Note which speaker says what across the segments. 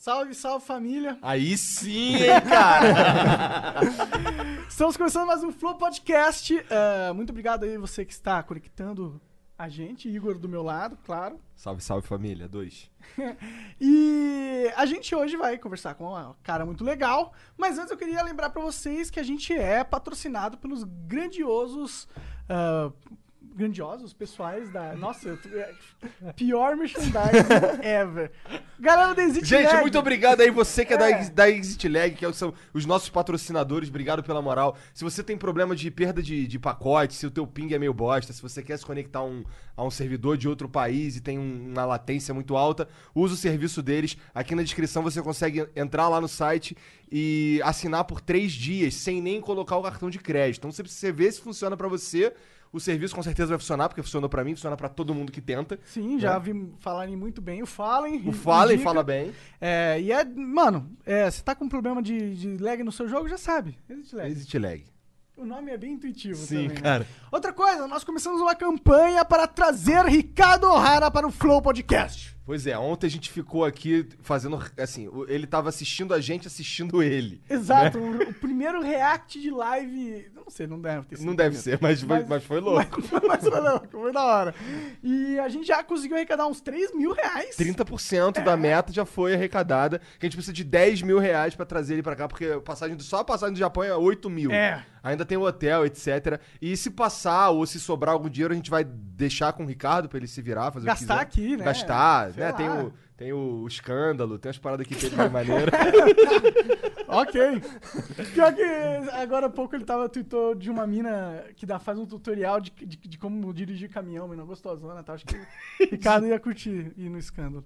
Speaker 1: Salve, salve família!
Speaker 2: Aí sim, hein, cara!
Speaker 1: Estamos começando mais um Flow Podcast. Eh, muito obrigado aí você que está conectando a gente, Igor do meu lado, claro.
Speaker 2: salve, salve família, dois.
Speaker 1: E a gente hoje vai conversar com um cara muito legal, mas antes eu queria lembrar pra vocês que a gente é patrocinado pelos grandiosos. ah, grandiosos pessoais da. Nossa, eu tô- é, pior merchandising ever. Galera da Exit
Speaker 2: Gente,
Speaker 1: Lag.
Speaker 2: muito obrigado aí você que é, da,
Speaker 1: É.
Speaker 2: Ex- da Exit Lag, que são os nossos patrocinadores, obrigado pela moral. Se você tem problema de perda de, de pacote, se o teu ping é meio bosta, se você quer se conectar a um, a um servidor de outro país e tem um- uma latência muito alta, usa o serviço deles. Aqui na descrição você consegue entrar lá no site e assinar por três dias, sem nem colocar o cartão de crédito. Então você precisa ver se funciona pra você. O serviço com certeza vai funcionar, porque funcionou pra mim, funciona pra todo mundo que tenta.
Speaker 1: Sim, já vi falarem muito bem. O Fallen.
Speaker 2: É. O Fallen
Speaker 1: indica.
Speaker 2: fala bem.
Speaker 1: É, e é, mano, é, você tá com problema de, de lag no seu jogo, já sabe. Exit lag.
Speaker 2: Exit lag.
Speaker 1: O nome é bem intuitivo
Speaker 2: Sim,
Speaker 1: também. né?
Speaker 2: cara.
Speaker 1: Outra coisa, nós começamos uma campanha para trazer Ricardo O'Hara para o Flow Podcast.
Speaker 2: Pois é, ontem a gente ficou aqui fazendo. Assim, o- ele tava assistindo a gente assistindo ele.
Speaker 1: Exato,
Speaker 2: Né?
Speaker 1: o, o primeiro react de live. Não sei, não deve ter sido.
Speaker 2: Não deve
Speaker 1: o
Speaker 2: ser, mas, mas, mas foi louco.
Speaker 1: primeiro. é Mas foi louco, foi da hora. E a gente já conseguiu arrecadar uns 3 mil reais.
Speaker 2: 30% da meta já foi arrecadada. Que a gente precisa de 10 mil reais pra trazer ele pra cá, porque a passagem do- só a passagem do Japão é 8 mil.
Speaker 1: É.
Speaker 2: Ainda tem o hotel, etc. E se passar ou se sobrar algum dinheiro, a gente vai deixar com o Ricardo pra ele se virar, fazer
Speaker 1: Gastar
Speaker 2: o que quiser.
Speaker 1: aqui, né?
Speaker 2: Gastar,
Speaker 1: Sei
Speaker 2: né?
Speaker 1: lá.
Speaker 2: Tem o, tem o escândalo, tem as paradas aqui que ele vai maneiro.
Speaker 1: Ok. Pior que agora há pouco ele tava tweetou de uma mina que dá, faz um tutorial de, de, de como dirigir caminhão, mas não gostosona, tá? Acho que o Ricardo ia curtir ir no escândalo.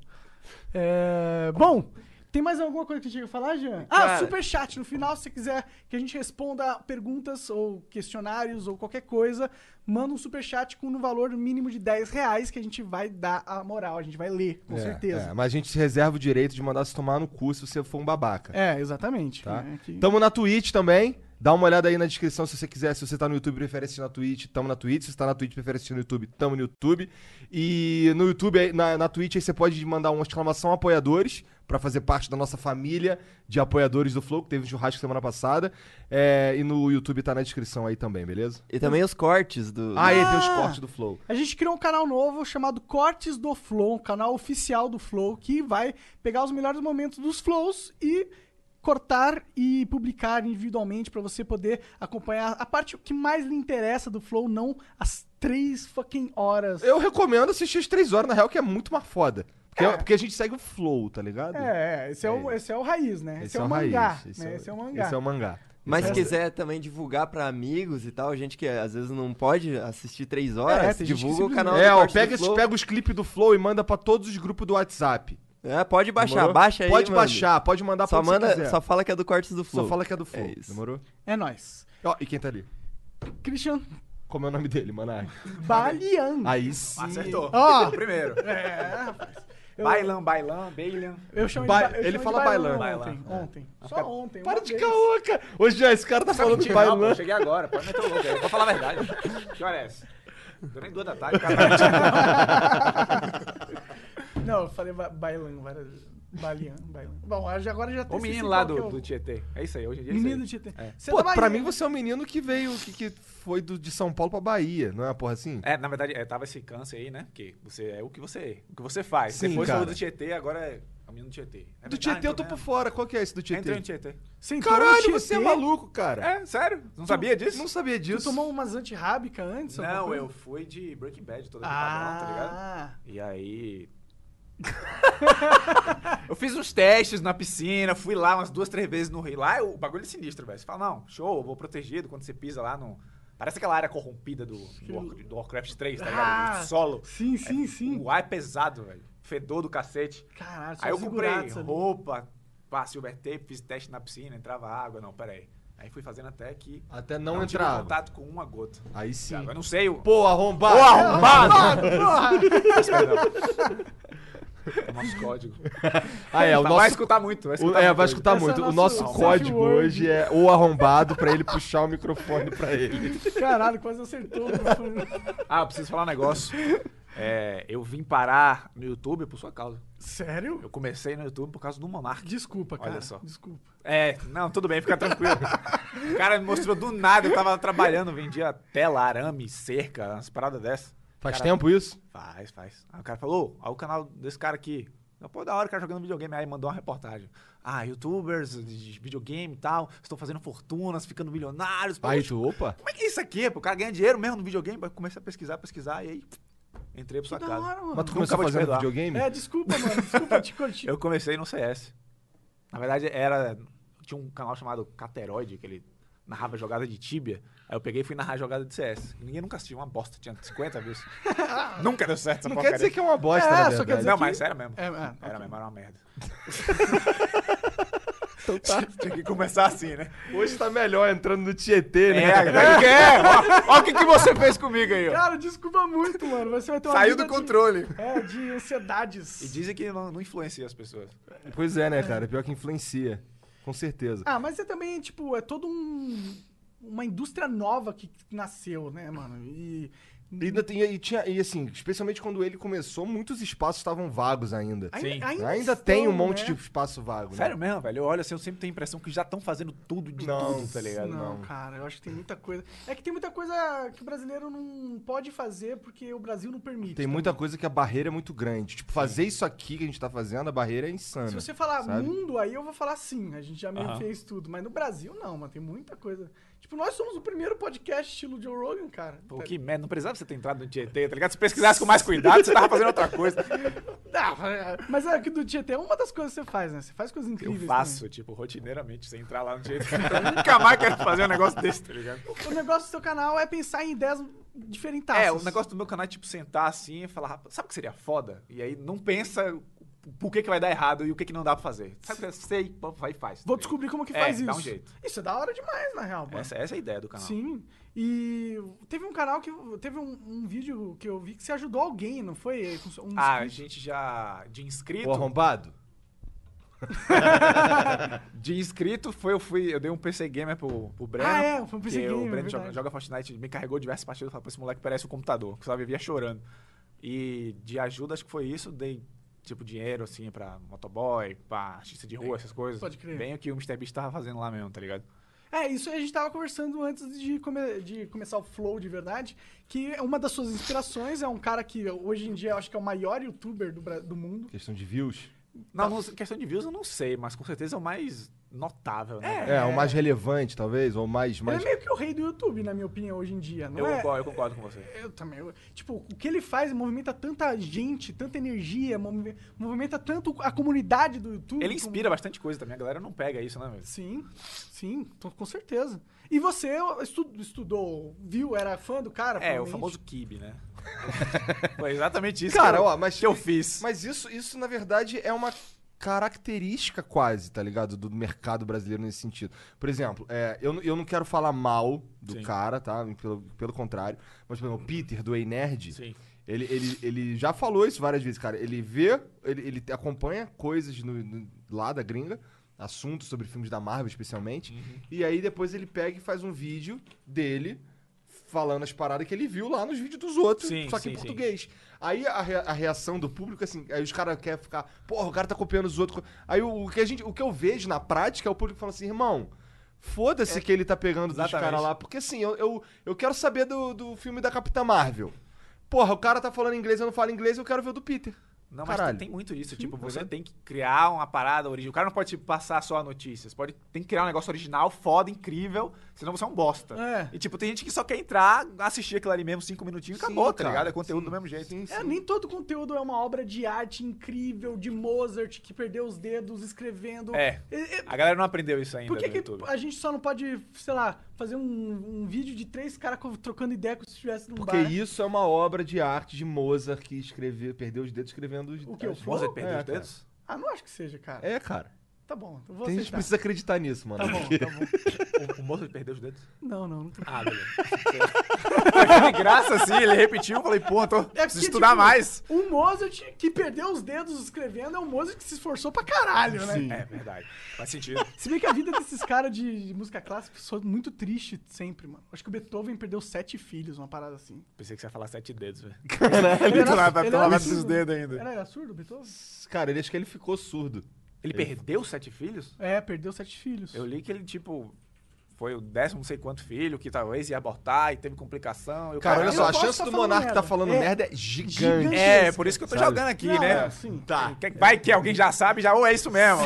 Speaker 1: É, bom, tem mais alguma coisa que tinha que falar, Jean? Ah,
Speaker 2: Cara.
Speaker 1: superchat. No final, se você quiser que a gente responda perguntas ou questionários ou qualquer coisa, manda um superchat com um valor mínimo de 10 reais que a gente vai dar a moral, a gente vai ler, com
Speaker 2: É, é,
Speaker 1: certeza.
Speaker 2: mas a gente reserva o direito de mandar se tomar no cu se você for um babaca.
Speaker 1: É, exatamente.
Speaker 2: tá?
Speaker 1: né, que-
Speaker 2: Tamo na Twitch também. Dá uma olhada aí na descrição se você quiser. Se você tá no YouTube, prefere assistir na Twitch, tamo na Twitch. Se você tá na Twitch, prefere assistir no YouTube, tamo no YouTube. E no YouTube, aí- na, na Twitch, aí você pode mandar uma exclamação apoiadores pra fazer parte da nossa família de apoiadores do Flow, que teve um churrasco semana passada. É, e no YouTube tá na descrição aí também, beleza?
Speaker 3: E também os cortes do. né?
Speaker 2: Ah, e tem os cortes do Flow.
Speaker 1: A gente criou um canal novo chamado Cortes do Flow, um canal oficial do Flow, que vai pegar os melhores momentos dos flows e cortar e publicar individualmente pra você poder acompanhar a parte que mais lhe interessa do flow, não as três fucking horas.
Speaker 2: Eu recomendo assistir as três horas, na real, que é muito mais foda. Porque, porque a gente segue o Flow, tá ligado?
Speaker 1: É, é, esse é, o,
Speaker 2: É.
Speaker 1: esse é o raiz, né? Esse, é o
Speaker 2: a
Speaker 1: mangá,
Speaker 2: raiz,
Speaker 1: né? Esse é o mangá.
Speaker 2: Esse é o mangá.
Speaker 3: Mas se
Speaker 2: Esse é o-
Speaker 3: quiser também divulgar pra amigos e tal, gente que às vezes não pode assistir três horas,
Speaker 1: tem gente que
Speaker 3: divulga o
Speaker 1: simplesmente-
Speaker 3: canal
Speaker 2: É,
Speaker 3: do
Speaker 2: ó,
Speaker 3: Cortes
Speaker 2: pega,
Speaker 3: do
Speaker 2: esses-
Speaker 3: Flow.
Speaker 2: pega os clipes do Flow e manda pra todos os grupos do WhatsApp.
Speaker 3: É, pode baixar,
Speaker 2: Demorou?
Speaker 3: baixa aí.
Speaker 2: Pode
Speaker 3: mano.
Speaker 2: baixar, pode mandar pra
Speaker 3: Só,
Speaker 2: onde você
Speaker 3: manda,
Speaker 2: quiser.
Speaker 3: só fala que é do Cortes do Flow.
Speaker 2: Só fala que é do Flow.
Speaker 3: É isso.
Speaker 2: Demorou?
Speaker 1: É nóis.
Speaker 2: Ó, e quem tá ali?
Speaker 1: Christian
Speaker 2: Como é o nome dele, Manar?
Speaker 1: Balian.
Speaker 2: Aí sim.
Speaker 1: Ah,
Speaker 4: Acertou.
Speaker 1: Ó.
Speaker 4: Primeiro.
Speaker 1: É, rapaz. Eu-
Speaker 4: Bailan, bailan, bailan.
Speaker 1: Eu chamo
Speaker 2: Ba-
Speaker 1: de ba- eu
Speaker 2: ele
Speaker 1: chamo
Speaker 2: fala
Speaker 1: de Bailan
Speaker 2: Bailan.
Speaker 1: Ontem,
Speaker 4: Bailan, é.
Speaker 1: ontem. Só ontem.
Speaker 2: Para
Speaker 1: uma
Speaker 2: de
Speaker 1: vez.
Speaker 2: caô, cara. Ô, Jean, esse cara tá
Speaker 4: Tá
Speaker 2: falando
Speaker 4: mentindo, não, pô, eu
Speaker 2: Bailan.
Speaker 4: cheguei agora. Pode meter o louco aí. Vou falar a verdade. Que hora é essa? Deu nem duas da tarde. Cara.
Speaker 1: Não, eu falei ba bailan várias vezes. Balian, bailan. Bom, eu já- agora já tem
Speaker 4: O menino
Speaker 1: esse
Speaker 4: lá
Speaker 1: qual que
Speaker 4: do,
Speaker 1: é o-
Speaker 4: do Tietê. É isso aí, hoje em dia. é isso
Speaker 1: Menino do
Speaker 4: aí.
Speaker 1: Tietê.
Speaker 4: É.
Speaker 1: Você é
Speaker 2: Pô,
Speaker 1: da
Speaker 2: pra
Speaker 1: Bahia,
Speaker 2: mim você é um menino que veio, que, que foi do- de São Paulo pra Bahia, não é uma porra assim?
Speaker 4: É, na verdade, é, tava esse câncer aí, né? Porque você é o que você é, o que você faz.
Speaker 2: Sim,
Speaker 4: Você foi
Speaker 2: cara.
Speaker 4: do Tietê, agora é o menino do Tietê. É
Speaker 2: Do
Speaker 4: verdade,
Speaker 2: Tietê eu tô
Speaker 4: né?
Speaker 2: por fora, qual que é esse do
Speaker 4: Entrou em
Speaker 2: Tietê?
Speaker 4: Tietê.
Speaker 1: Você entrou no
Speaker 2: Caralho,
Speaker 1: Tietê?
Speaker 2: você é maluco, cara.
Speaker 4: É, sério? Não sabia disso?
Speaker 2: Não sabia
Speaker 1: Tu
Speaker 2: disso.
Speaker 1: tomou umas antirrábica antes? alguma
Speaker 4: Não,
Speaker 1: coisa?
Speaker 4: eu fui de Breaking Bad, toda aqui
Speaker 1: Ah,
Speaker 4: padrão, tá ligado? E aí. eu fiz uns testes na piscina, fui lá umas duas, três vezes no rio. Lá o bagulho é sinistro, velho. Você fala, não, show, eu vou protegido quando você pisa lá no. Parece aquela área corrompida do, do, War- do Warcraft 3, tá ligado?
Speaker 1: Ah,
Speaker 4: O solo.
Speaker 1: sim, sim, sim.
Speaker 4: O ar é pesado, velho. Fedor do cacete.
Speaker 1: Caralho, só
Speaker 4: Aí eu
Speaker 1: Tá segurado
Speaker 4: comprei
Speaker 1: isso ali.
Speaker 4: roupa, pá, silver tape, fiz teste na piscina, entrava água. Não, peraí. Aí fui fazendo até que.
Speaker 2: Até não,
Speaker 4: não tive
Speaker 2: entrar.
Speaker 4: contato com uma gota. tá
Speaker 2: Aí sim.
Speaker 4: Eu não sei o.
Speaker 2: Pô, arrombado!
Speaker 4: Ô, arrombado!
Speaker 1: Porra!
Speaker 4: Mas, perdão. É o nosso código.
Speaker 2: Ah, é, o
Speaker 4: Tá, Vai
Speaker 2: nosso.
Speaker 4: escutar muito. Vai
Speaker 2: o-
Speaker 4: escutar
Speaker 2: é,
Speaker 4: muito
Speaker 2: vai
Speaker 4: hoje.
Speaker 2: escutar
Speaker 1: Essa é
Speaker 2: muito. O
Speaker 1: nosso-
Speaker 2: nosso
Speaker 1: nosso
Speaker 2: código
Speaker 1: word.
Speaker 2: hoje é o arrombado pra ele puxar o microfone pra ele.
Speaker 1: Caralho, quase acertou.
Speaker 4: Ah, eu preciso falar um negócio. É, eu vim parar no YouTube por sua causa.
Speaker 1: Sério?
Speaker 4: Eu comecei no YouTube por causa do Monark.
Speaker 1: Desculpa,
Speaker 4: Olha
Speaker 1: cara.
Speaker 4: só.
Speaker 1: Desculpa.
Speaker 4: É, não, tudo bem, fica tranquilo. o cara me mostrou do nada, eu tava trabalhando, vendia tela, arame, cerca, umas paradas dessas.
Speaker 2: Faz
Speaker 4: Cara,
Speaker 2: tempo isso?
Speaker 4: Faz, faz. Aí o cara falou, ó, o canal desse cara aqui. Eu, Pô, da hora, o cara jogando videogame. Aí mandou uma reportagem. Ah, youtubers de videogame e tal, estão fazendo fortunas, ficando milionários. Pô,
Speaker 2: Aí tu, opa.
Speaker 4: Como é que é isso aqui? pô? O cara ganha dinheiro mesmo no videogame. Aí comecei a pesquisar, pesquisar, e aí entrei pra
Speaker 1: Que
Speaker 4: sua
Speaker 1: da
Speaker 4: casa.
Speaker 1: hora, mano.
Speaker 2: Mas tu
Speaker 4: Nunca
Speaker 2: começou
Speaker 4: vou te
Speaker 2: fazendo
Speaker 4: perdoar.
Speaker 2: videogame?
Speaker 1: É, desculpa, mano. Desculpa, te curti.
Speaker 4: Eu comecei no CS. Na verdade, era. Tinha um canal chamado Cateroide, que ele narrava jogada de tíbia. Aí eu peguei e fui narrar jogada de CS. Ninguém nunca assistiu, uma bosta, tinha 50 views. nunca deu certo essa
Speaker 2: Não quer
Speaker 4: porcaria.
Speaker 2: dizer que é uma bosta,
Speaker 1: É,
Speaker 2: na
Speaker 1: só
Speaker 2: verdade.
Speaker 1: quer dizer
Speaker 4: Não,
Speaker 1: que-
Speaker 4: mas era mesmo.
Speaker 1: É, é,
Speaker 4: era
Speaker 1: ok.
Speaker 4: mesmo, era uma merda. então tá. Tinha que começar assim, né?
Speaker 2: Hoje tá melhor entrando no Tietê,
Speaker 4: É,
Speaker 2: né?
Speaker 4: é, é. Ó, ó o que, que você fez comigo aí, ó.
Speaker 1: Cara, desculpa muito, mano. Você vai ter uma
Speaker 4: Saiu
Speaker 1: vida
Speaker 4: do controle.
Speaker 1: De, é, de ansiedades.
Speaker 4: E dizem que não, não influencia as pessoas.
Speaker 2: Pois é, né, cara? Pior que influencia. Com certeza.
Speaker 1: Ah, mas é também, tipo, é todo um... Uma indústria nova que nasceu, né, mano? E...
Speaker 2: E, ainda tem- e tinha, e assim, especialmente quando ele começou, muitos espaços estavam vagos ainda.
Speaker 4: Sim.
Speaker 2: Ainda, tem um
Speaker 1: estão,
Speaker 2: monte
Speaker 1: né?
Speaker 2: de espaço vago, né?
Speaker 4: Sério mesmo, velho. Eu olho assim, eu sempre tenho a impressão que já estão fazendo tudo de
Speaker 2: Não,
Speaker 4: tudo, tá ligado?
Speaker 1: Não,
Speaker 2: Não.
Speaker 1: cara, eu acho que tem muita coisa. É que tem muita coisa que o brasileiro não pode fazer porque o Brasil não permite.
Speaker 2: Tem
Speaker 1: também.
Speaker 2: muita coisa que a barreira é muito grande. Tipo, fazer isso aqui que a gente tá fazendo, a barreira é insana.
Speaker 1: Se você falar
Speaker 2: sabe?
Speaker 1: mundo, aí eu vou falar sim. A gente já meio
Speaker 4: Aham.
Speaker 1: fez tudo. Mas no Brasil, não, mano. Tem muita coisa. Tipo, nós somos o primeiro podcast estilo Joe Rogan, cara.
Speaker 4: Pô, que merda. Não precisava você ter entrado no Tietê, tá ligado? Se pesquisasse com mais cuidado, você tava fazendo outra coisa.
Speaker 1: Ah, mas é que do Tietê é uma das coisas que você faz, né? Você faz coisas
Speaker 4: Eu
Speaker 1: incríveis.
Speaker 4: faço, tipo, rotineiramente, sem entrar lá no Tietê. Então, nunca mais quero fazer um negócio desse, tá ligado?
Speaker 1: também. O negócio do seu canal é pensar em ideias diferentes.
Speaker 4: É, o negócio do meu canal é, tipo, sentar assim e falar, "Rapaz, sabe o que seria foda? E aí não pensa por que, que vai dar errado e o que, que não dá pra fazer. Sabe o que eu sei? Pô, Vai e faz. tá
Speaker 1: Vou
Speaker 4: ligado?
Speaker 1: descobrir como que
Speaker 4: É,
Speaker 1: faz isso.
Speaker 4: dá um jeito.
Speaker 1: Isso é da hora demais, na real, mano.
Speaker 4: Essa, essa é a ideia do canal.
Speaker 1: Sim. E teve um canal que. Teve um, um vídeo que eu vi que você ajudou alguém, não foi? Um
Speaker 4: Ah, a
Speaker 1: inscrito.
Speaker 4: gente já. De inscrito.
Speaker 2: O arrombado?
Speaker 4: De inscrito foi eu fui. Eu dei um PC gamer pro, pro Breno.
Speaker 1: Ah, é, foi um PC
Speaker 4: que
Speaker 1: gamer,
Speaker 4: O Breno
Speaker 1: verdade.
Speaker 4: joga, joga Fortnite, me carregou diversas partidas e falou: "Pô, esse moleque parece um computador, que só vivia chorando. E de ajuda, acho que foi isso, dei tipo dinheiro assim pra motoboy, pra artista de rua, essas coisas.
Speaker 1: Pode crer.
Speaker 4: Bem o que o MrBeast tava fazendo lá mesmo, tá ligado?
Speaker 1: É, isso a gente tava conversando antes de, come- de começar o Flow de verdade, que uma das suas inspirações é um cara que hoje em dia eu acho que é o maior youtuber do, Bra- do mundo.
Speaker 2: Questão de views?
Speaker 1: Tá.
Speaker 4: Não, não, questão de views eu não sei, mas com certeza é o mais notável, né?
Speaker 2: É, o mais relevante, talvez, ou o mais. mais...
Speaker 1: Ele é meio que o rei do YouTube, na minha opinião, hoje em dia, não
Speaker 4: Eu,
Speaker 1: é?
Speaker 4: concordo, eu concordo com você.
Speaker 1: Eu também. eu- tipo, o que ele faz movimenta tanta gente, tanta energia, movi- movimenta tanto a comunidade do YouTube.
Speaker 4: Ele
Speaker 1: como-
Speaker 4: inspira bastante coisa também, a galera não pega isso, né, mesmo?
Speaker 1: Sim, sim, tô- com certeza. E você estu- estudou, viu, era fã do cara?
Speaker 4: É, o
Speaker 1: provavelmente?
Speaker 4: famoso Kibe, né? Foi exatamente isso
Speaker 2: Cara,
Speaker 4: que, eu,
Speaker 2: ó, mas-
Speaker 4: que eu fiz.
Speaker 2: Mas isso, isso, na verdade, é uma característica quase, tá ligado? Do mercado brasileiro nesse sentido. Por exemplo, é, eu, n- eu não quero falar mal do
Speaker 4: Sim.
Speaker 2: cara, tá? Pelo, pelo contrário. Mas, por exemplo, o Peter, do Ei Nerd,
Speaker 4: Sim.
Speaker 2: Ele, ele, ele já falou isso várias vezes, cara. Ele vê, ele, ele acompanha coisas no- no- lá da gringa, assuntos sobre filmes da Marvel especialmente.
Speaker 4: Uhum.
Speaker 2: E aí depois ele pega e faz um vídeo dele falando as paradas que ele viu lá nos vídeos dos outros,
Speaker 4: Sim,
Speaker 2: só que em
Speaker 4: sim, sim.
Speaker 2: português. Aí a, rea- a reação do público, assim, aí os caras querem ficar, porra, o cara tá copiando os outros. Aí o, o que a gente, o que eu vejo na prática é o público falando assim, irmão. Foda-se que ele tá pegando dos
Speaker 4: Exatamente.
Speaker 2: caras lá, porque assim, eu, eu, eu quero saber do, do filme da Capitã Marvel. Porra, o cara tá falando inglês, eu não falo inglês, eu quero ver o do Peter.
Speaker 4: Não,
Speaker 2: Caralho.
Speaker 4: mas tem muito isso. Tipo,
Speaker 2: tá
Speaker 4: você
Speaker 2: vendo?
Speaker 4: tem que criar uma parada original. O cara não pode tipo, passar só notícias. Pode, tem que criar um negócio original, foda, incrível, senão você é um bosta.
Speaker 1: É.
Speaker 4: E tipo, tem gente que só quer entrar, assistir aquilo ali mesmo, cinco minutinhos e
Speaker 2: Sim,
Speaker 4: acabou, tá
Speaker 2: cara.
Speaker 4: ligado? É conteúdo do mesmo jeito.
Speaker 1: É, nem todo conteúdo é uma obra de arte incrível, de Mozart que perdeu os dedos escrevendo.
Speaker 4: É.
Speaker 1: É, é,
Speaker 4: A galera não aprendeu isso ainda
Speaker 1: por que,
Speaker 4: no
Speaker 1: que
Speaker 4: YouTube.
Speaker 1: a gente só não pode, sei lá, fazer um, um vídeo de três caras co- trocando ideia como se estivesse num
Speaker 2: Porque
Speaker 1: bar?
Speaker 2: isso é uma obra de arte de Mozart que escreveu, perdeu os dedos escrevendo os
Speaker 1: O que, o
Speaker 2: as-
Speaker 1: Flow?
Speaker 4: Mozart perdeu
Speaker 2: É,
Speaker 4: os dedos?
Speaker 1: Ah, não acho que seja, cara.
Speaker 2: É, cara.
Speaker 1: Tá bom, eu vou
Speaker 2: Tem gente que
Speaker 1: aceitar.
Speaker 2: precisa acreditar nisso, mano.
Speaker 1: Tá bom, tá bom.
Speaker 4: O, o moço perdeu os dedos?
Speaker 1: Não, não, não tô...
Speaker 4: Ah, beleza. Achei de graça, assim, ele repetiu. Eu falei, pô, tô,
Speaker 1: É
Speaker 4: preciso
Speaker 1: porque,
Speaker 4: estudar
Speaker 1: tipo,
Speaker 4: mais.
Speaker 1: O Mozart que perdeu os dedos escrevendo é o Mozart que se esforçou pra caralho, né?
Speaker 4: É verdade. Faz sentido.
Speaker 1: Se bem que a vida desses caras de, de música clássica foi muito triste sempre, mano. Acho que o Beethoven perdeu sete filhos, uma parada assim.
Speaker 4: Pensei que você ia falar sete dedos, velho.
Speaker 1: Ele
Speaker 4: Ele lá,
Speaker 1: ele
Speaker 4: tá
Speaker 1: era
Speaker 4: lavando
Speaker 1: surdo.
Speaker 4: os dedos ainda.
Speaker 1: Era, era surdo, Beethoven?
Speaker 2: Cara, ele acho que ele ficou surdo.
Speaker 4: Ele perdeu sete filhos?
Speaker 1: É, perdeu sete filhos.
Speaker 4: Eu li que ele, tipo, foi o décimo não sei quanto filho, que talvez ia abortar e teve complicação. e o
Speaker 2: Cara,
Speaker 4: caralho.
Speaker 2: olha
Speaker 1: eu
Speaker 2: só, a
Speaker 1: posso
Speaker 2: chance
Speaker 1: tá
Speaker 2: do
Speaker 1: falando
Speaker 2: Monark tá
Speaker 1: merda.
Speaker 2: falando
Speaker 1: É.
Speaker 2: merda é gigante.
Speaker 4: É, por isso que eu tô
Speaker 2: Sabe?
Speaker 4: jogando aqui,
Speaker 1: Não,
Speaker 4: né?
Speaker 1: é, sim.
Speaker 2: Tá.
Speaker 4: Que- Vai que alguém já sabe, já, ou é isso mesmo.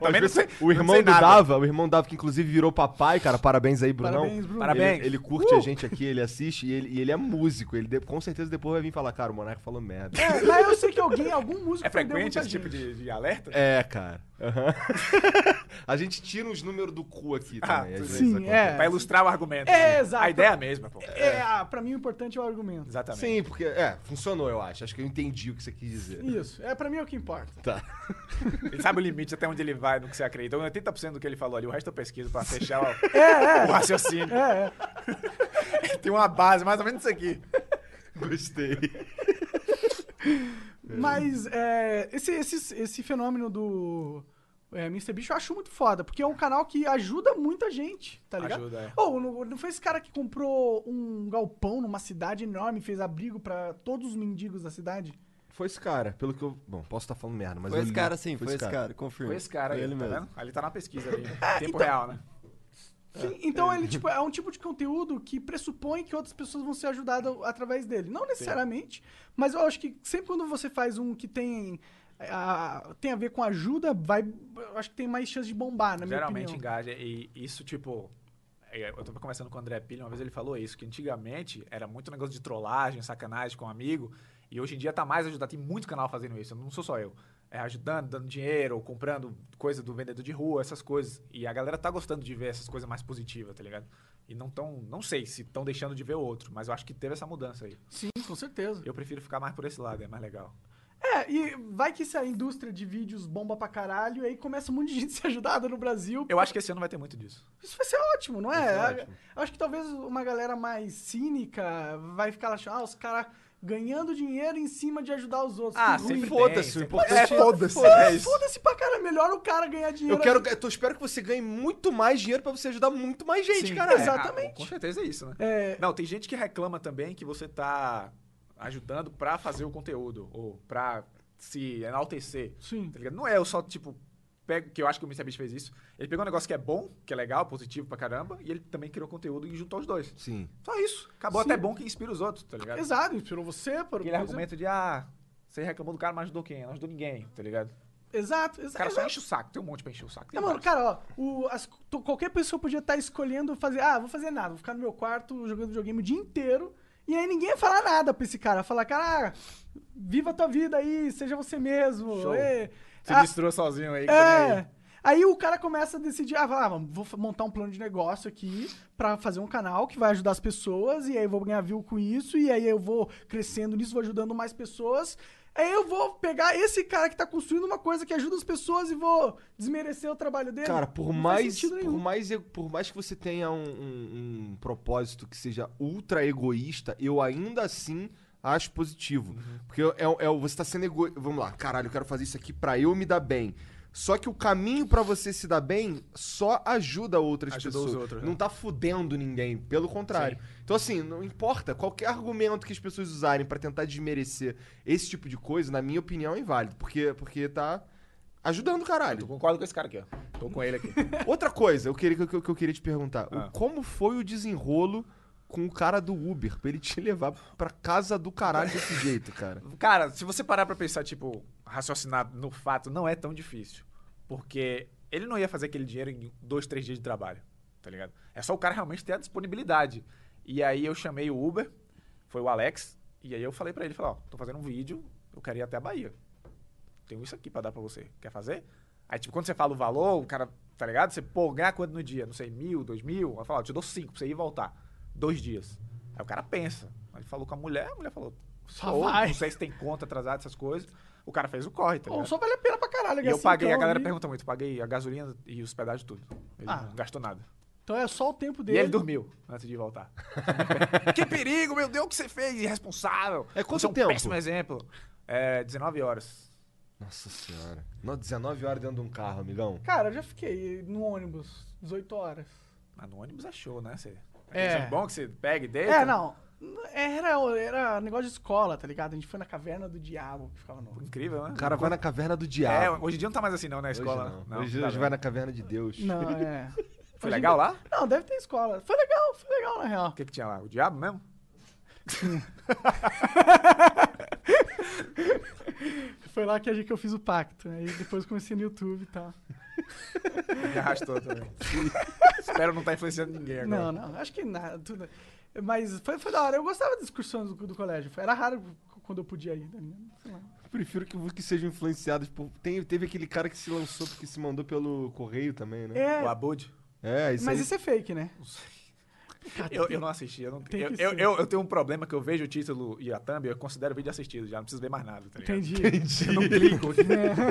Speaker 4: Também não sei.
Speaker 2: O
Speaker 4: não
Speaker 2: irmão
Speaker 4: sei
Speaker 2: do
Speaker 4: nada.
Speaker 2: Dava, o irmão Dava que inclusive virou papai, cara, parabéns aí, Brunão.
Speaker 1: Parabéns, Bruno.
Speaker 4: Parabéns. Uh!
Speaker 2: Ele, ele curte a gente aqui, ele assiste e ele, e ele é músico. Ele de- com certeza depois vai vir falar, cara, o Monark falou merda.
Speaker 1: É, mas eu sei que alguém, algum músico
Speaker 4: É
Speaker 1: perdeu
Speaker 4: frequente
Speaker 1: muita
Speaker 4: esse tipo
Speaker 1: gente.
Speaker 4: de, de alerta?
Speaker 2: É, cara. Aham. a gente tira uns números do cu aqui
Speaker 4: Ah,
Speaker 2: também. às vezes
Speaker 1: sim,
Speaker 2: acontece.
Speaker 1: é.
Speaker 4: Pra ilustrar o argumento.
Speaker 1: É,
Speaker 4: né?
Speaker 1: exato.
Speaker 4: A ideia é a mesma, pô.
Speaker 1: É, ah, pra mim o importante é o argumento.
Speaker 4: Exatamente.
Speaker 2: Sim, porque. É, funcionou, eu acho. Acho que eu entendi o que você quis dizer.
Speaker 1: Isso, é pra mim é o que importa.
Speaker 2: Tá.
Speaker 4: Ele sabe o limite até onde ele vai no que você acredita. Então, é 80% do que ele falou ali, o resto eu pesquiso pra fechar o, o raciocínio.
Speaker 1: É, é.
Speaker 4: Tem uma base, mais ou menos isso aqui.
Speaker 2: Gostei.
Speaker 1: Mas é, esse, esse, esse fenômeno do é, Mr. Bicho eu acho muito foda, porque é um canal que ajuda muita gente, tá ligado?
Speaker 4: Ajuda, é.
Speaker 1: Ou não, não foi esse cara que comprou um galpão numa cidade enorme, e fez abrigo pra todos os mendigos da cidade?
Speaker 2: Foi esse cara, pelo que eu. Bom, posso estar falando merda, mas.
Speaker 3: Foi
Speaker 2: eu
Speaker 3: esse
Speaker 2: li-
Speaker 3: cara, sim, foi, esse cara, confirma.
Speaker 4: Foi esse cara aí,
Speaker 3: ele
Speaker 4: tá
Speaker 3: mesmo.
Speaker 4: vendo? Ali tá na pesquisa ali. Tempo
Speaker 1: então-
Speaker 4: real, né?
Speaker 1: Sim, então ele tipo, é um tipo de conteúdo que pressupõe que outras pessoas vão ser ajudadas através dele. Não necessariamente, mas eu acho que sempre quando você faz um que tem a, tem a ver com ajuda, vai, eu acho que tem mais chance de bombar, na minha
Speaker 4: Geralmente
Speaker 1: opinião.
Speaker 4: engaja. E isso, tipo. é, Eu tava conversando com o André Pilha, uma vez ele falou isso, que antigamente era muito negócio de trollagem, sacanagem com um amigo. E hoje em dia tá mais ajudar. Tem muito canal fazendo isso, não sou só eu. É ajudando, dando dinheiro, comprando coisa do vendedor de rua, essas coisas. E a galera tá gostando de ver essas coisas mais positivas, tá ligado? E não tão. Não sei se estão deixando de ver o outro, mas eu acho que teve essa mudança aí.
Speaker 1: Sim, com certeza.
Speaker 4: Eu prefiro ficar mais por esse lado, é mais legal.
Speaker 1: É, e vai que se a indústria de vídeos bomba pra caralho, e aí começa um monte de gente a ser ajudada no Brasil.
Speaker 4: Eu acho que esse ano vai ter muito disso.
Speaker 1: Isso vai ser ótimo, não é?
Speaker 2: Vai ser ótimo.
Speaker 1: Eu Acho que talvez uma galera mais cínica vai ficar achando, ah, os caras ganhando dinheiro em cima de ajudar os outros.
Speaker 4: Ah,
Speaker 1: que ruim.
Speaker 4: sempre
Speaker 2: Foda-se, o
Speaker 4: tem,
Speaker 2: importante
Speaker 4: sempre- É, foda-se,
Speaker 1: Foda-se
Speaker 4: é isso.
Speaker 1: foda-se pra cara, melhor o cara ganhar dinheiro.
Speaker 2: Eu quero. Eu tô- espero que você ganhe muito mais dinheiro pra você ajudar muito mais gente,
Speaker 4: Sim,
Speaker 2: cara.
Speaker 4: é,
Speaker 1: exatamente.
Speaker 4: ah, com certeza é isso, né?
Speaker 1: É,
Speaker 4: Não, tem gente que reclama também que você tá ajudando pra fazer o conteúdo, ou pra se enaltecer.
Speaker 1: sim.
Speaker 4: Tá ligado? Não é eu só, tipo, pego, que eu acho que o MrBeast fez isso. Ele pegou um negócio que é bom, que é legal, positivo pra caramba, e ele também criou conteúdo e juntou os dois.
Speaker 2: Sim.
Speaker 4: Só isso. Acabou
Speaker 1: Sim.
Speaker 4: até bom que inspira os outros, tá ligado?
Speaker 1: Exato, é inspirou você. Por,
Speaker 4: Aquele
Speaker 1: por
Speaker 4: argumento de, ah, você reclamou do cara, mas ajudou quem? Não ajudou ninguém, tá ligado?
Speaker 1: exemplo. Exato,
Speaker 4: O cara
Speaker 1: exato.
Speaker 4: só enche o saco, tem um monte pra encher o saco. tem
Speaker 1: Não, mano,
Speaker 4: vários.
Speaker 1: cara, ó, o- as- to- qualquer pessoa podia estar escolhendo fazer, ah, vou fazer nada, vou ficar no meu quarto jogando videogame o dia inteiro. E aí ninguém ia falar nada pra esse cara. Falar, cara, ah, viva a tua vida aí, seja você mesmo.
Speaker 4: Show.
Speaker 1: ê."
Speaker 4: Se
Speaker 1: Ah,
Speaker 4: misturou sozinho aí. que tá nem aí.
Speaker 1: é. Aí o cara começa a decidir, ah, vai lá, mano, vou f- montar um plano de negócio aqui pra fazer um canal que vai ajudar as pessoas, e aí eu vou ganhar view com isso, e aí eu vou crescendo nisso, vou ajudando mais pessoas. Aí eu vou pegar esse cara que tá construindo uma coisa que ajuda as pessoas e vou desmerecer o trabalho dele.
Speaker 2: Cara, por
Speaker 1: Não faz
Speaker 2: mais,
Speaker 1: sentido
Speaker 2: por
Speaker 1: nenhum.
Speaker 2: mais eu- por mais que você tenha um, um- um propósito que seja ultra egoísta, eu ainda assim acho positivo.
Speaker 1: Uhum.
Speaker 2: Porque eu- é, é o- você tá sendo egoísta. Vamos lá, caralho, eu quero fazer isso aqui pra eu me dar bem. Só que o caminho pra você se dar bem só ajuda outras
Speaker 4: Ajuda os
Speaker 2: pessoas.
Speaker 4: outros, né?
Speaker 1: é.
Speaker 2: não tá fudendo ninguém, pelo contrário. Então assim, não importa qualquer argumento que as pessoas usarem pra tentar desmerecer esse tipo de coisa, na minha opinião é inválido, porque porque tá ajudando, caralho.
Speaker 4: Eu concordo com esse cara aqui, ó. Tô com ele aqui.
Speaker 2: Outra coisa eu queria, que, eu, que eu queria te perguntar: O-
Speaker 4: Ah.
Speaker 2: como foi o desenrolo com o cara do Uber pra ele te levar pra casa do caralho desse jeito, cara?
Speaker 4: Cara, se você parar pra pensar, tipo, raciocinar no fato, não é tão difícil. Porque ele não ia fazer aquele dinheiro em dois, três dias de trabalho, tá ligado? É só o cara realmente ter a disponibilidade. E aí eu chamei o Uber, foi o Alex, e aí eu falei pra ele, falei, ó, tô fazendo um vídeo, eu quero ir até a Bahia. Tenho isso aqui pra dar pra você, quer fazer? Aí, tipo, quando você fala o valor, o cara, tá ligado? Você, pô, ganha quanto no dia? Não sei, mil, dois mil? Aí fala, ó, te dou cinco pra você ir e voltar. Dois dias. Aí o cara pensa. Aí ele falou com a mulher, a mulher falou,
Speaker 1: Só
Speaker 4: "Pô,
Speaker 1: vai."
Speaker 4: não sei se tem conta atrasada, essas coisas. o cara fez o corre, tá
Speaker 1: Bom,
Speaker 4: ligado?
Speaker 1: só vale a pena pra caralho.
Speaker 4: E eu
Speaker 1: gastar
Speaker 4: paguei, a
Speaker 1: então
Speaker 4: galera
Speaker 1: ali.
Speaker 4: pergunta muito, paguei a gasolina e os pedágios tudo. Ele
Speaker 1: Ah.
Speaker 4: não gastou nada.
Speaker 1: Então é só o tempo
Speaker 4: E
Speaker 1: dele.
Speaker 4: ele dormiu antes de voltar. que perigo, meu Deus, o que você fez? Irresponsável.
Speaker 2: É quanto
Speaker 4: você é um
Speaker 2: tempo?
Speaker 4: péssimo exemplo. É 19 horas.
Speaker 2: Nossa senhora. Não, 19 horas dentro de um carro, amigão.
Speaker 1: Cara, eu já fiquei no ônibus 18 horas.
Speaker 4: Mas no ônibus é show, né? Você...
Speaker 1: É.
Speaker 4: É. bom que você pega e deita.
Speaker 1: É, não. Era, era negócio de escola, tá ligado? A gente foi na caverna do diabo que ficava no.
Speaker 4: Incrível, né?
Speaker 2: O cara vai na caverna do
Speaker 4: É,
Speaker 2: diabo.
Speaker 4: hoje em dia não tá mais assim não, na
Speaker 2: Hoje
Speaker 4: escola.
Speaker 2: não.
Speaker 4: Não,
Speaker 2: hoje
Speaker 4: tá
Speaker 2: hoje
Speaker 4: bem.
Speaker 2: vai na caverna de Deus.
Speaker 1: Não, é.
Speaker 4: Foi legal lá?
Speaker 1: Não, deve ter escola. Foi legal, foi legal na real.
Speaker 4: O que que tinha lá? O diabo mesmo?
Speaker 1: Foi lá que, a gente, que eu fiz o pacto. Aí depois comecei no YouTube e tal.
Speaker 4: Me arrastou também. Espero não estar influenciando ninguém agora.
Speaker 1: Não, não, acho que nada. Tudo... Mas foi, foi da hora. Eu gostava das excursões do, do colégio. Era raro c- quando eu podia ir. né? Sei lá.
Speaker 2: Eu prefiro que, que sejam influenciados por. Tem, teve aquele cara que se lançou, que se mandou pelo correio também, né?
Speaker 1: É,
Speaker 4: O Abud?
Speaker 2: É, isso
Speaker 1: mas
Speaker 2: aí.
Speaker 1: isso é fake, né?
Speaker 4: Eu, eu não assisti. Eu, não-
Speaker 1: Tem
Speaker 4: eu-
Speaker 1: que
Speaker 4: eu-
Speaker 1: ser.
Speaker 4: eu- eu tenho um problema que eu vejo o título e a thumb eu considero vídeo assistido já. Não preciso ver mais nada, tá ligado?
Speaker 1: Entendi.
Speaker 4: Eu não clico.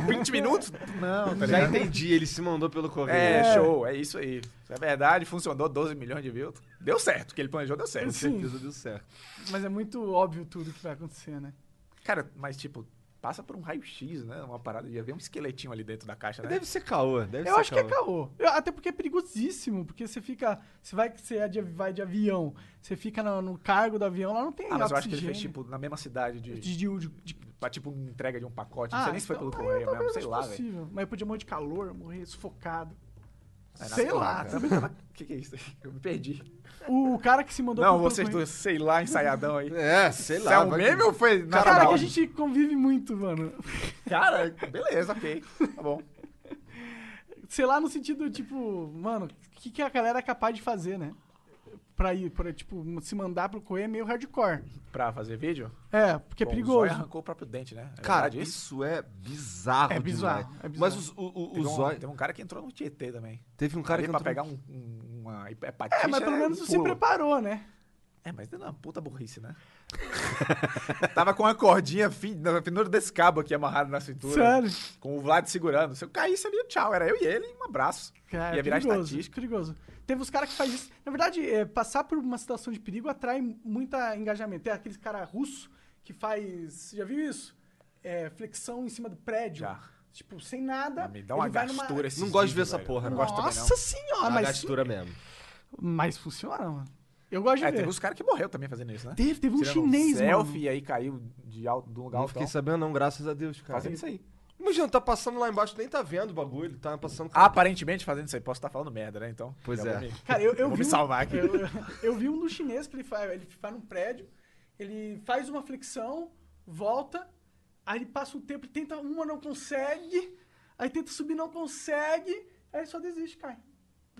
Speaker 4: 20 minutos? Não, tá
Speaker 2: Já
Speaker 4: ligado?
Speaker 2: entendi, ele se mandou pelo correio.
Speaker 4: É, show, é isso aí. Isso é verdade, funcionou, 12 milhões de views. Deu certo, o que ele planejou deu certo.
Speaker 2: Com certeza deu certo.
Speaker 1: Mas é muito óbvio tudo que vai acontecer, né?
Speaker 4: Cara, mas tipo, passa por um raio-x, né? Uma parada, ia ver um esqueletinho ali dentro da caixa, né?
Speaker 2: Deve ser caô, deve ser
Speaker 1: Eu acho que é
Speaker 2: caô.
Speaker 1: caô. Eu- até porque é perigosíssimo, porque você fica. Você vai, você é de, vai de avião, você fica no, no cargo do avião, lá não tem
Speaker 4: Ah, mas eu acho que ele
Speaker 1: oxigênio.
Speaker 4: fez, tipo, na mesma cidade de.
Speaker 1: de, de, de- de-
Speaker 4: pra, tipo, entrega de um pacote. não
Speaker 1: Ah,
Speaker 4: sei nem se foi
Speaker 1: então,
Speaker 4: pelo correio mesmo,
Speaker 1: talvez
Speaker 4: sei
Speaker 1: seja
Speaker 4: lá, velho.
Speaker 1: possível. Mas eu podia morrer de calor, morrer sufocado.
Speaker 4: É, na
Speaker 1: sei
Speaker 4: porra,
Speaker 1: lá.
Speaker 4: cara.
Speaker 1: sabe?
Speaker 4: O que, que é isso aí? Eu me perdi.
Speaker 1: O cara que se mandou
Speaker 4: Não,
Speaker 1: pelo- pelo
Speaker 4: vocês
Speaker 1: correio-
Speaker 4: dois, sei lá, ensaiadão aí.
Speaker 2: É, sei lá.
Speaker 4: Isso é um
Speaker 2: vai
Speaker 4: meme
Speaker 2: que-
Speaker 4: ou foi na
Speaker 1: Cara, que
Speaker 4: moral?
Speaker 1: a gente convive muito, mano.
Speaker 4: Cara, beleza, ok. Tá bom.
Speaker 1: Sei lá, no sentido, tipo, mano, o que, que a galera é capaz de fazer, né? Pra ir, pra, tipo, se mandar pro correio é meio hardcore.
Speaker 4: Pra fazer vídeo?
Speaker 1: É, porque é
Speaker 4: Bom, O Zóia
Speaker 1: perigoso.
Speaker 4: arrancou o próprio dente, né? É
Speaker 2: Cara,
Speaker 4: verdade isso?
Speaker 2: isso é bizarro.
Speaker 1: É bizarro,
Speaker 2: demais.
Speaker 1: é bizarro.
Speaker 2: Mas os- o, o, o
Speaker 4: Teve um,
Speaker 2: Zóio-
Speaker 4: teve um cara que entrou no Tietê também.
Speaker 2: Teve um cara
Speaker 4: Cara
Speaker 2: que
Speaker 4: pra
Speaker 2: entrou...
Speaker 4: pegar um, um- uma hepatite.
Speaker 1: É, mas pelo
Speaker 4: é
Speaker 1: menos
Speaker 4: um
Speaker 1: você se
Speaker 4: pulo.
Speaker 1: preparou, né?
Speaker 4: É, mas deu uma puta burrice, né? Tava com uma cordinha fi- na finura desse cabo aqui amarrado na cintura.
Speaker 1: Sério?
Speaker 4: Com o Vlad segurando. Se eu caísse ali, tchau. Era eu e ele, um abraço.
Speaker 1: Cara,
Speaker 4: Ia virar
Speaker 1: perigoso,
Speaker 4: estatística.
Speaker 1: Perigoso. Teve os caras que fazem isso. Na verdade, é, passar por uma situação de perigo atrai muito engajamento. Tem aqueles cara russo que faz. Você já viu isso? É, flexão em cima do prédio.
Speaker 4: Já.
Speaker 1: Tipo, sem nada.
Speaker 4: Ah, me dá uma
Speaker 1: ele vai numa-
Speaker 4: gastura esses
Speaker 2: Não gosto de ver
Speaker 4: vídeos,
Speaker 2: essa
Speaker 4: velho.
Speaker 2: porra, não.
Speaker 4: Não gosto também, não.
Speaker 1: Nossa senhora,
Speaker 2: Ah,
Speaker 1: mas.
Speaker 2: gastura mesmo.
Speaker 1: Mas funciona, mano. Eu gosto de
Speaker 4: É,
Speaker 1: ver.
Speaker 4: teve uns caras que morreu também fazendo isso, né?
Speaker 1: Teve, teve um
Speaker 4: Tirando
Speaker 1: chinês,
Speaker 4: selfie
Speaker 1: mano.
Speaker 4: e aí caiu de, alto, de um lugar
Speaker 2: Não
Speaker 4: alto.
Speaker 2: fiquei sabendo não, graças a Deus, cara.
Speaker 4: Fazendo isso aí.
Speaker 2: Imagina, tá passando lá embaixo, nem tá vendo o bagulho, tá passando...
Speaker 4: Aparentemente fazendo isso aí. Posso estar falando merda, né? Então.
Speaker 2: Pois
Speaker 4: já
Speaker 2: é.
Speaker 4: vou me-
Speaker 1: Cara, eu, eu
Speaker 4: vou
Speaker 1: vi.
Speaker 4: me
Speaker 1: um-
Speaker 4: salvar aqui.
Speaker 1: Eu, eu vi um do chinês que ele faz, ele faz num prédio, ele faz uma flexão, volta, aí ele passa um tempo, ele tenta uma, não consegue, aí tenta subir, não consegue, aí ele só desiste, cai.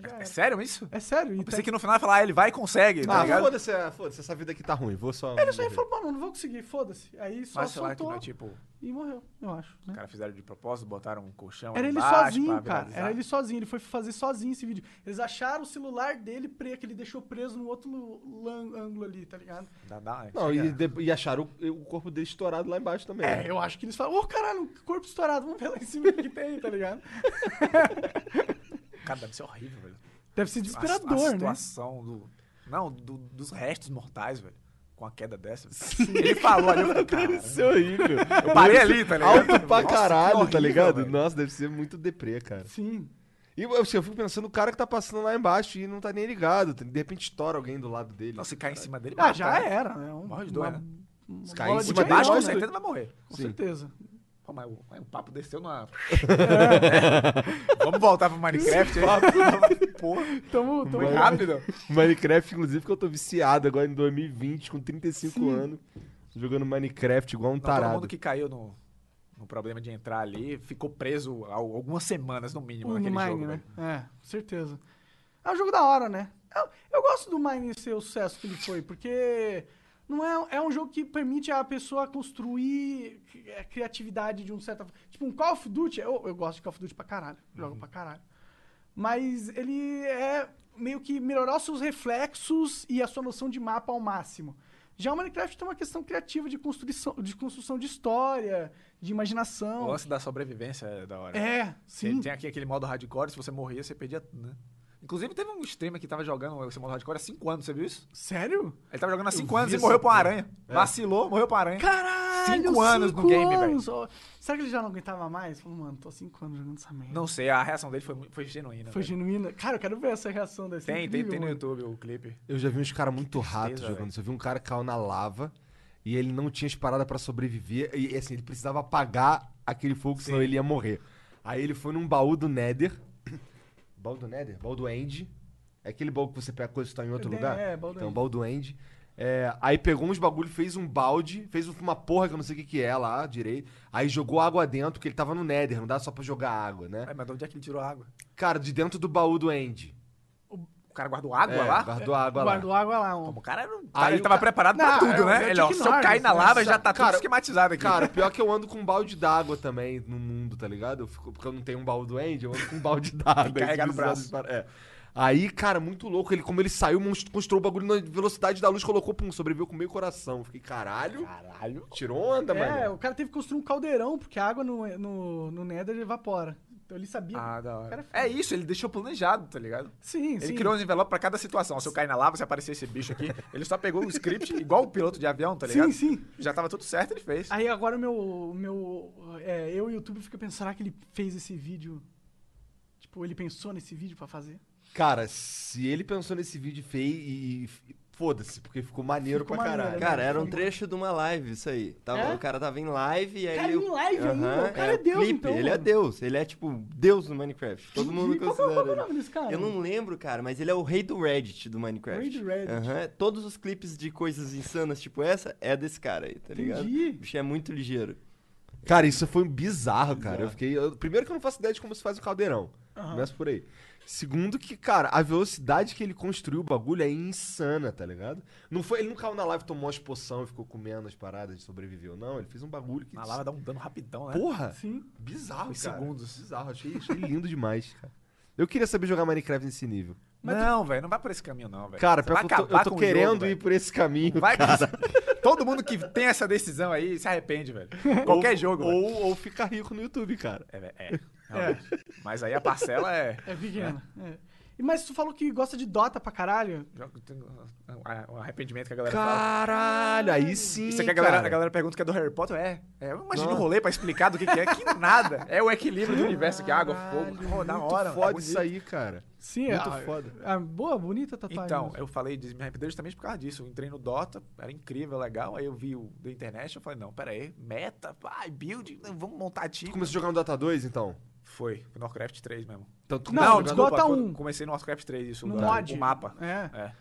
Speaker 1: Já
Speaker 4: É
Speaker 1: era.
Speaker 4: sério isso?
Speaker 1: É sério?
Speaker 4: Eu
Speaker 1: E
Speaker 4: pensei
Speaker 1: tá-
Speaker 4: que no final ia falar, ah, ele vai e consegue, tá
Speaker 2: Ah,
Speaker 4: ligado?
Speaker 2: foda-se, é, foda-se, essa vida aqui tá ruim, vou só...
Speaker 1: Ele só ele falou, mano, não vou conseguir, foda-se. Aí só
Speaker 4: Mas sei lá que
Speaker 1: soltou né?
Speaker 4: não é tipo.
Speaker 1: e morreu, eu acho. né?
Speaker 4: Os caras fizeram de propósito, botaram um colchão
Speaker 1: Era
Speaker 4: ali
Speaker 1: ele
Speaker 4: embaixo pra
Speaker 1: sozinho, cara.
Speaker 4: viralizar.
Speaker 1: Era ele sozinho. Ele foi fazer sozinho esse vídeo. Eles acharam o celular dele preso, que ele deixou preso no outro lan- ângulo ali, tá ligado?
Speaker 4: Dá, dá,
Speaker 2: Não,
Speaker 4: chega.
Speaker 2: e, de- e acharam o, o corpo dele estourado lá embaixo também. né?
Speaker 1: É, eu acho que eles falam, ô caralho, corpo estourado, vamos ver lá em cima o que que tem, tá ligado?
Speaker 4: Cara, deve ser horrível, velho.
Speaker 1: Deve ser
Speaker 4: a, a
Speaker 1: desesperador, né?
Speaker 4: situação do. Não, do- dos restos mortais, velho. Com a queda dessa. Ele falou ali, eu falei, cara.
Speaker 2: Isso é horrível.
Speaker 4: Eu parei ali, tá ligado?
Speaker 2: Alto pra
Speaker 4: Nossa, que
Speaker 2: caralho, tá
Speaker 4: horrível,
Speaker 2: ligado?
Speaker 4: velho.
Speaker 2: Nossa, deve ser muito deprê, cara.
Speaker 1: Sim.
Speaker 2: E eu, assim, eu fico pensando, o cara que tá passando lá embaixo e não tá nem ligado. De repente estoura alguém do lado dele.
Speaker 4: Não, se cair em cima dele,
Speaker 1: Ah,
Speaker 4: mata,
Speaker 1: já
Speaker 4: né?
Speaker 1: era, né? Um,
Speaker 4: Morre de dor,
Speaker 1: uma-
Speaker 4: né?
Speaker 1: uma
Speaker 2: Se cair
Speaker 1: bola
Speaker 2: em
Speaker 1: de
Speaker 2: cima
Speaker 1: beisebol,
Speaker 4: Baixo,
Speaker 2: dele,
Speaker 4: com
Speaker 2: né?
Speaker 4: certeza vai morrer.
Speaker 1: Com
Speaker 2: Sim.
Speaker 1: certeza.
Speaker 4: Pô, mas o, mas o papo desceu na. Vamos voltar pro Minecraft aí. Porra,
Speaker 1: Tamo, tamo...
Speaker 4: foi rápido.
Speaker 2: Minecraft, inclusive, que eu tô viciado agora em 2020, com 35 anos, jogando Minecraft igual um
Speaker 4: Não, Tá todo mundo
Speaker 2: tarado.
Speaker 4: que caiu no, no problema de entrar ali ficou preso al- algumas semanas no mínimo
Speaker 1: O
Speaker 4: naquele
Speaker 1: Mine,
Speaker 4: jogo,
Speaker 1: né?
Speaker 4: velho.
Speaker 1: É, com certeza. É um jogo da hora, né? Eu, eu gosto do Mine ser o sucesso que ele foi, porque não é, é um jogo que permite a pessoa construir cri- é, criatividade de um certa Tipo, um Call of Duty, eu, eu gosto de Call of Duty pra caralho, jogo pra caralho. Mas ele é meio que melhorar os seus reflexos e a sua noção de mapa ao máximo. Já o Minecraft tem uma questão criativa de construção de, construção de história, de imaginação.
Speaker 4: O lance da sobrevivência é da hora.
Speaker 1: É,
Speaker 4: Você
Speaker 1: sim.
Speaker 4: Tem aqui aquele modo hardcore, se você morria, você perdia tudo, né? Inclusive, teve um streamer que tava jogando esse modo hardcore há 5 anos, você viu isso?
Speaker 1: Sério?
Speaker 4: Ele tava jogando há 5
Speaker 2: vi
Speaker 4: anos e
Speaker 2: essa
Speaker 4: morreu pra uma
Speaker 2: porra.
Speaker 4: aranha. Vacilou, morreu pra aranha.
Speaker 1: É. Caralho!
Speaker 4: Cinco anos no
Speaker 1: cinco
Speaker 4: game, velho.
Speaker 1: anos, ó. Será que ele já não aguentava mais? Falou, mano, tô há cinco anos jogando essa merda.
Speaker 4: Não sei, a reação dele foi, mu- foi genuína.
Speaker 1: Foi
Speaker 4: velho.
Speaker 1: genuína. Cara, eu quero ver essa reação desse.
Speaker 4: Tem, tem,
Speaker 1: incrível,
Speaker 4: tem no
Speaker 1: mano.
Speaker 4: YouTube o clipe.
Speaker 2: Eu já vi uns caras muito
Speaker 4: tristeza,
Speaker 2: ratos
Speaker 4: velho.
Speaker 2: jogando. isso. Eu vi um cara que caiu na lava e ele não tinha as paradas pra sobreviver. E assim, ele precisava apagar aquele fogo, senão ele ia morrer. Aí ele foi num baú do Nether. baú do Nether? Baú do End. É aquele baú que você pega coisa e tá em outro
Speaker 1: É,
Speaker 2: lugar?
Speaker 1: é, baú do
Speaker 2: Então,
Speaker 1: End.
Speaker 2: baú do End. É, aí pegou uns bagulho, fez um balde, fez uma porra que eu não sei o que, que é lá direito. Aí jogou água dentro, porque ele tava no Nether, não dá só pra jogar água, né?
Speaker 4: Ai, mas de onde é que ele tirou a água?
Speaker 2: Cara, de dentro do baú do End.
Speaker 4: O cara guardou água
Speaker 2: É,
Speaker 4: lá?
Speaker 2: Guardou água lá.
Speaker 1: Guardou água lá. Um...
Speaker 4: Como o cara era um-
Speaker 2: Aí
Speaker 4: ele
Speaker 2: o
Speaker 4: tava
Speaker 2: ca-
Speaker 4: preparado
Speaker 1: Não,
Speaker 4: pra tudo,
Speaker 1: eu-
Speaker 4: né?
Speaker 1: eu
Speaker 4: Ele, ó,
Speaker 1: te
Speaker 4: se eu
Speaker 1: ignoro,
Speaker 4: cair na
Speaker 1: isso,
Speaker 4: lava,
Speaker 1: né?
Speaker 4: já tá tudo
Speaker 2: Cara,
Speaker 4: esquematizado aqui.
Speaker 2: Cara, pior que eu ando com um balde d'água também no mundo, tá ligado? Eu fico- porque eu não tenho um balde do Andy, eu ando com um balde d'água.
Speaker 4: Carregar no
Speaker 2: Esses
Speaker 4: braço.
Speaker 2: usados para- é. Aí, cara, muito louco. Ele, como ele saiu, monst- construiu o bagulho na velocidade da luz, colocou, pum, sobreviveu com meio coração. Eu Fiquei, caralho,
Speaker 4: Caralho.
Speaker 2: tirou
Speaker 4: tá
Speaker 2: onda,
Speaker 1: É,
Speaker 2: mano.
Speaker 1: o cara teve que construir um caldeirão, porque a água no, no, no Nether evapora. Então ele sabia.
Speaker 4: Ah, da
Speaker 1: Cara,
Speaker 4: hora. É isso, ele deixou planejado, tá ligado?
Speaker 1: sim,
Speaker 4: Ele
Speaker 1: sim.
Speaker 4: criou um envelope pra cada situação. Ó, Se eu cair na lava, se aparecer esse bicho aqui, ele só pegou o script, igual o piloto de avião, tá ligado?
Speaker 1: Sim, sim.
Speaker 4: Já tava tudo certo, ele fez.
Speaker 1: Aí agora o meu. o meu é, eu e o YouTube fica pensando, será que ele fez esse vídeo? Tipo, ele pensou nesse vídeo pra fazer?
Speaker 2: Cara, se ele pensou nesse vídeo feio e. e- Foda-se, porque ficou maneiro
Speaker 1: Ficou
Speaker 2: pra
Speaker 1: maneiro,
Speaker 2: caralho.
Speaker 1: né?
Speaker 3: Cara, era um trecho de uma live isso aí. Tava,
Speaker 1: É?
Speaker 3: O cara tava em live e aí.
Speaker 1: Cara, em
Speaker 3: o-
Speaker 1: live ainda?
Speaker 3: Aham,
Speaker 1: O cara é
Speaker 3: o
Speaker 1: Deus,
Speaker 3: clipe,
Speaker 1: então,
Speaker 3: Ele é
Speaker 1: mano.
Speaker 3: Deus. Ele é tipo Deus do Minecraft. Todo mundo
Speaker 1: Qual que é o- qual que é o
Speaker 3: considera.
Speaker 1: nome
Speaker 3: ele.
Speaker 1: desse cara?
Speaker 3: Eu não lembro, cara, mas ele é o rei do Reddit do Minecraft.
Speaker 1: Rei do Reddit.
Speaker 3: Aham, Todos os clipes de coisas insanas tipo essa é desse cara aí, tá ligado?
Speaker 1: Entendi.
Speaker 3: O bicho é muito ligeiro.
Speaker 2: Cara, isso foi bizarro, cara. Eu fiquei. eu- primeiro que eu não faço ideia de como se faz o caldeirão.
Speaker 4: Ah.
Speaker 1: Aham.
Speaker 2: Começa por aí. Segundo que, cara, a velocidade que ele construiu o bagulho é insana, tá ligado? Não foi, ele não caiu na live, tomou as poção e ficou comendo as paradas e sobreviveu. Não, ele fez um bagulho que.
Speaker 4: Na lava dá um dano rapidão, né?
Speaker 2: Porra!
Speaker 1: Sim.
Speaker 2: Bizarro,
Speaker 4: Em
Speaker 2: cara.
Speaker 4: segundos.
Speaker 2: Bizarro, achei, achei lindo demais, cara. Eu queria saber jogar Minecraft nesse nível.
Speaker 4: não, velho, não vai por esse caminho, não, velho.
Speaker 2: Cara,
Speaker 4: Você vai
Speaker 2: pior que eu tô,
Speaker 4: acabar
Speaker 2: eu tô
Speaker 4: com o
Speaker 2: querendo
Speaker 4: jogo,
Speaker 2: ir
Speaker 4: velho.
Speaker 2: por esse caminho.
Speaker 4: Vai Todo mundo que tem essa decisão aí se arrepende, velho. Qualquer
Speaker 2: Ou-
Speaker 4: jogo. velho.
Speaker 2: Ou, ou ficar rico no YouTube, cara.
Speaker 4: É, velho, é, realmente. Mas aí a parcela é.
Speaker 1: É pequena. É. E, Mas tu falou que gosta de Dota pra caralho.
Speaker 4: Jogo- tem O arrependimento que a galera fala.
Speaker 2: Caralho, aí sim.
Speaker 4: Isso aqui a galera,
Speaker 2: cara.
Speaker 4: a galera pergunta que é do Harry Potter. É. é eu imagino um
Speaker 2: Nossa.
Speaker 4: rolê pra explicar do que, que é. Que nada. É o equilíbrio do universo que é água, fogo. Pô, da
Speaker 2: Muito
Speaker 4: hora. é
Speaker 2: foda
Speaker 4: bonito.
Speaker 2: isso aí, cara.
Speaker 1: Sim,
Speaker 2: Muito
Speaker 1: é.
Speaker 2: foda.
Speaker 1: É, boa, bonita a tatuagem.
Speaker 4: Então,
Speaker 1: mesmo.
Speaker 4: eu falei de me arrepender justamente por causa disso. Eu entrei no Dota, era incrível, legal. Aí eu vi o The Internet, eu falei, não, pera aí, meta, vai, build, não, vamos montar
Speaker 2: Tu
Speaker 4: time.
Speaker 2: começou jogando Dota 2, então?
Speaker 4: Foi, foi no Warcraft 3 mesmo.
Speaker 2: Então, tu
Speaker 1: Não,
Speaker 2: começou
Speaker 1: desculpa.
Speaker 2: jogando...
Speaker 1: Dota
Speaker 4: quando-
Speaker 1: 1.
Speaker 4: Comecei no Warcraft 3, isso,
Speaker 1: no
Speaker 4: o,
Speaker 1: mod.
Speaker 4: o mapa.
Speaker 1: É.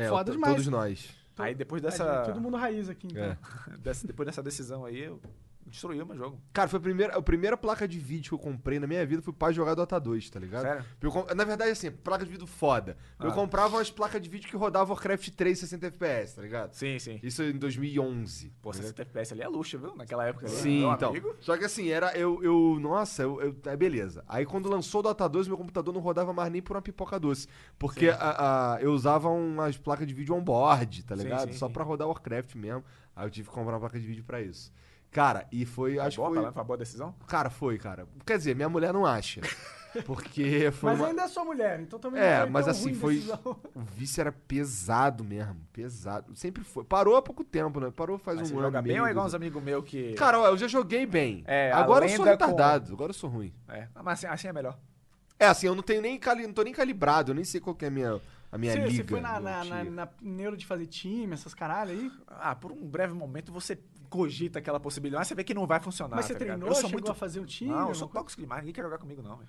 Speaker 4: É.
Speaker 2: É,
Speaker 1: Foda
Speaker 2: to-
Speaker 1: demais.
Speaker 2: Todos nós.
Speaker 4: Aí depois
Speaker 1: É,
Speaker 4: dessa,
Speaker 1: todo mundo raiz aqui, então.
Speaker 2: É.
Speaker 4: dessa- depois dessa decisão aí, eu destruí o meu jogo.
Speaker 2: Cara, foi a primeira, a primeira placa de vídeo que eu comprei na minha vida foi pra jogar Dota 2, tá ligado?
Speaker 4: Sério?
Speaker 2: Eu com- na verdade, assim, placa de vídeo foda. Eu
Speaker 4: Ah.
Speaker 2: comprava umas placas de vídeo que rodavam Warcraft 3 60 FPS, tá ligado?
Speaker 4: Sim, sim.
Speaker 2: Isso em 2011.
Speaker 4: Pô, 60 FPS ali é luxo, viu? Naquela época. ali,
Speaker 2: Sim,
Speaker 4: meu
Speaker 2: então.
Speaker 4: É um amigo.
Speaker 2: Só que assim, era eu. eu nossa, eu, eu- é beleza. Aí quando lançou o Dota 2, meu computador não rodava mais nem por uma pipoca doce. Porque a- a- eu usava umas placas de vídeo on-board, tá
Speaker 4: Sim,
Speaker 2: ligado?
Speaker 4: sim,
Speaker 2: Só
Speaker 4: sim.
Speaker 2: pra rodar Warcraft mesmo. Aí eu tive que comprar uma placa de vídeo pra isso. Cara, e foi.
Speaker 4: Foi
Speaker 2: Acho
Speaker 4: boa,
Speaker 2: que foi.
Speaker 4: tá, foi uma boa decisão?
Speaker 2: Cara, foi, cara. Quer dizer, minha mulher não acha. Porque foi.
Speaker 1: mas
Speaker 2: uma-
Speaker 1: ainda é sua mulher, então também não
Speaker 2: É,
Speaker 1: foi
Speaker 2: mas
Speaker 1: tão
Speaker 2: assim,
Speaker 1: ruim
Speaker 2: foi.
Speaker 1: decisão.
Speaker 2: O vício era pesado mesmo. Pesado. Sempre foi. Parou há pouco tempo, né? Parou faz
Speaker 4: Mas
Speaker 2: um
Speaker 4: você
Speaker 2: ano.
Speaker 4: joga
Speaker 2: e
Speaker 4: bem
Speaker 2: meio,
Speaker 4: ou é igual
Speaker 2: dois
Speaker 4: uns amigos meus que.
Speaker 2: Cara, ó, eu já joguei bem.
Speaker 4: É, a
Speaker 2: agora eu sou
Speaker 4: lenda com-
Speaker 2: retardado, agora eu sou ruim.
Speaker 4: É, ah, mas assim, assim é melhor.
Speaker 2: É, assim, eu não tenho nem cali... não tô nem calibrado, eu nem sei qual que é a minha, a minha
Speaker 1: Você-
Speaker 2: liga.
Speaker 1: Você foi na,
Speaker 2: meu
Speaker 1: na, na,
Speaker 2: tio.
Speaker 1: na neuro de fazer time, essas caralho aí?
Speaker 4: Ah, por um breve momento você cogita aquela possibilidade, mas você vê que não vai funcionar.
Speaker 1: mas você
Speaker 4: tá ligado?
Speaker 1: treinou,
Speaker 4: Eu sou
Speaker 1: chegou
Speaker 4: muito.
Speaker 1: a fazer um time?
Speaker 4: Não, eu
Speaker 1: alguma
Speaker 4: sou
Speaker 1: coisa?
Speaker 4: tóxico demais, ninguém quer jogar comigo, não. velho.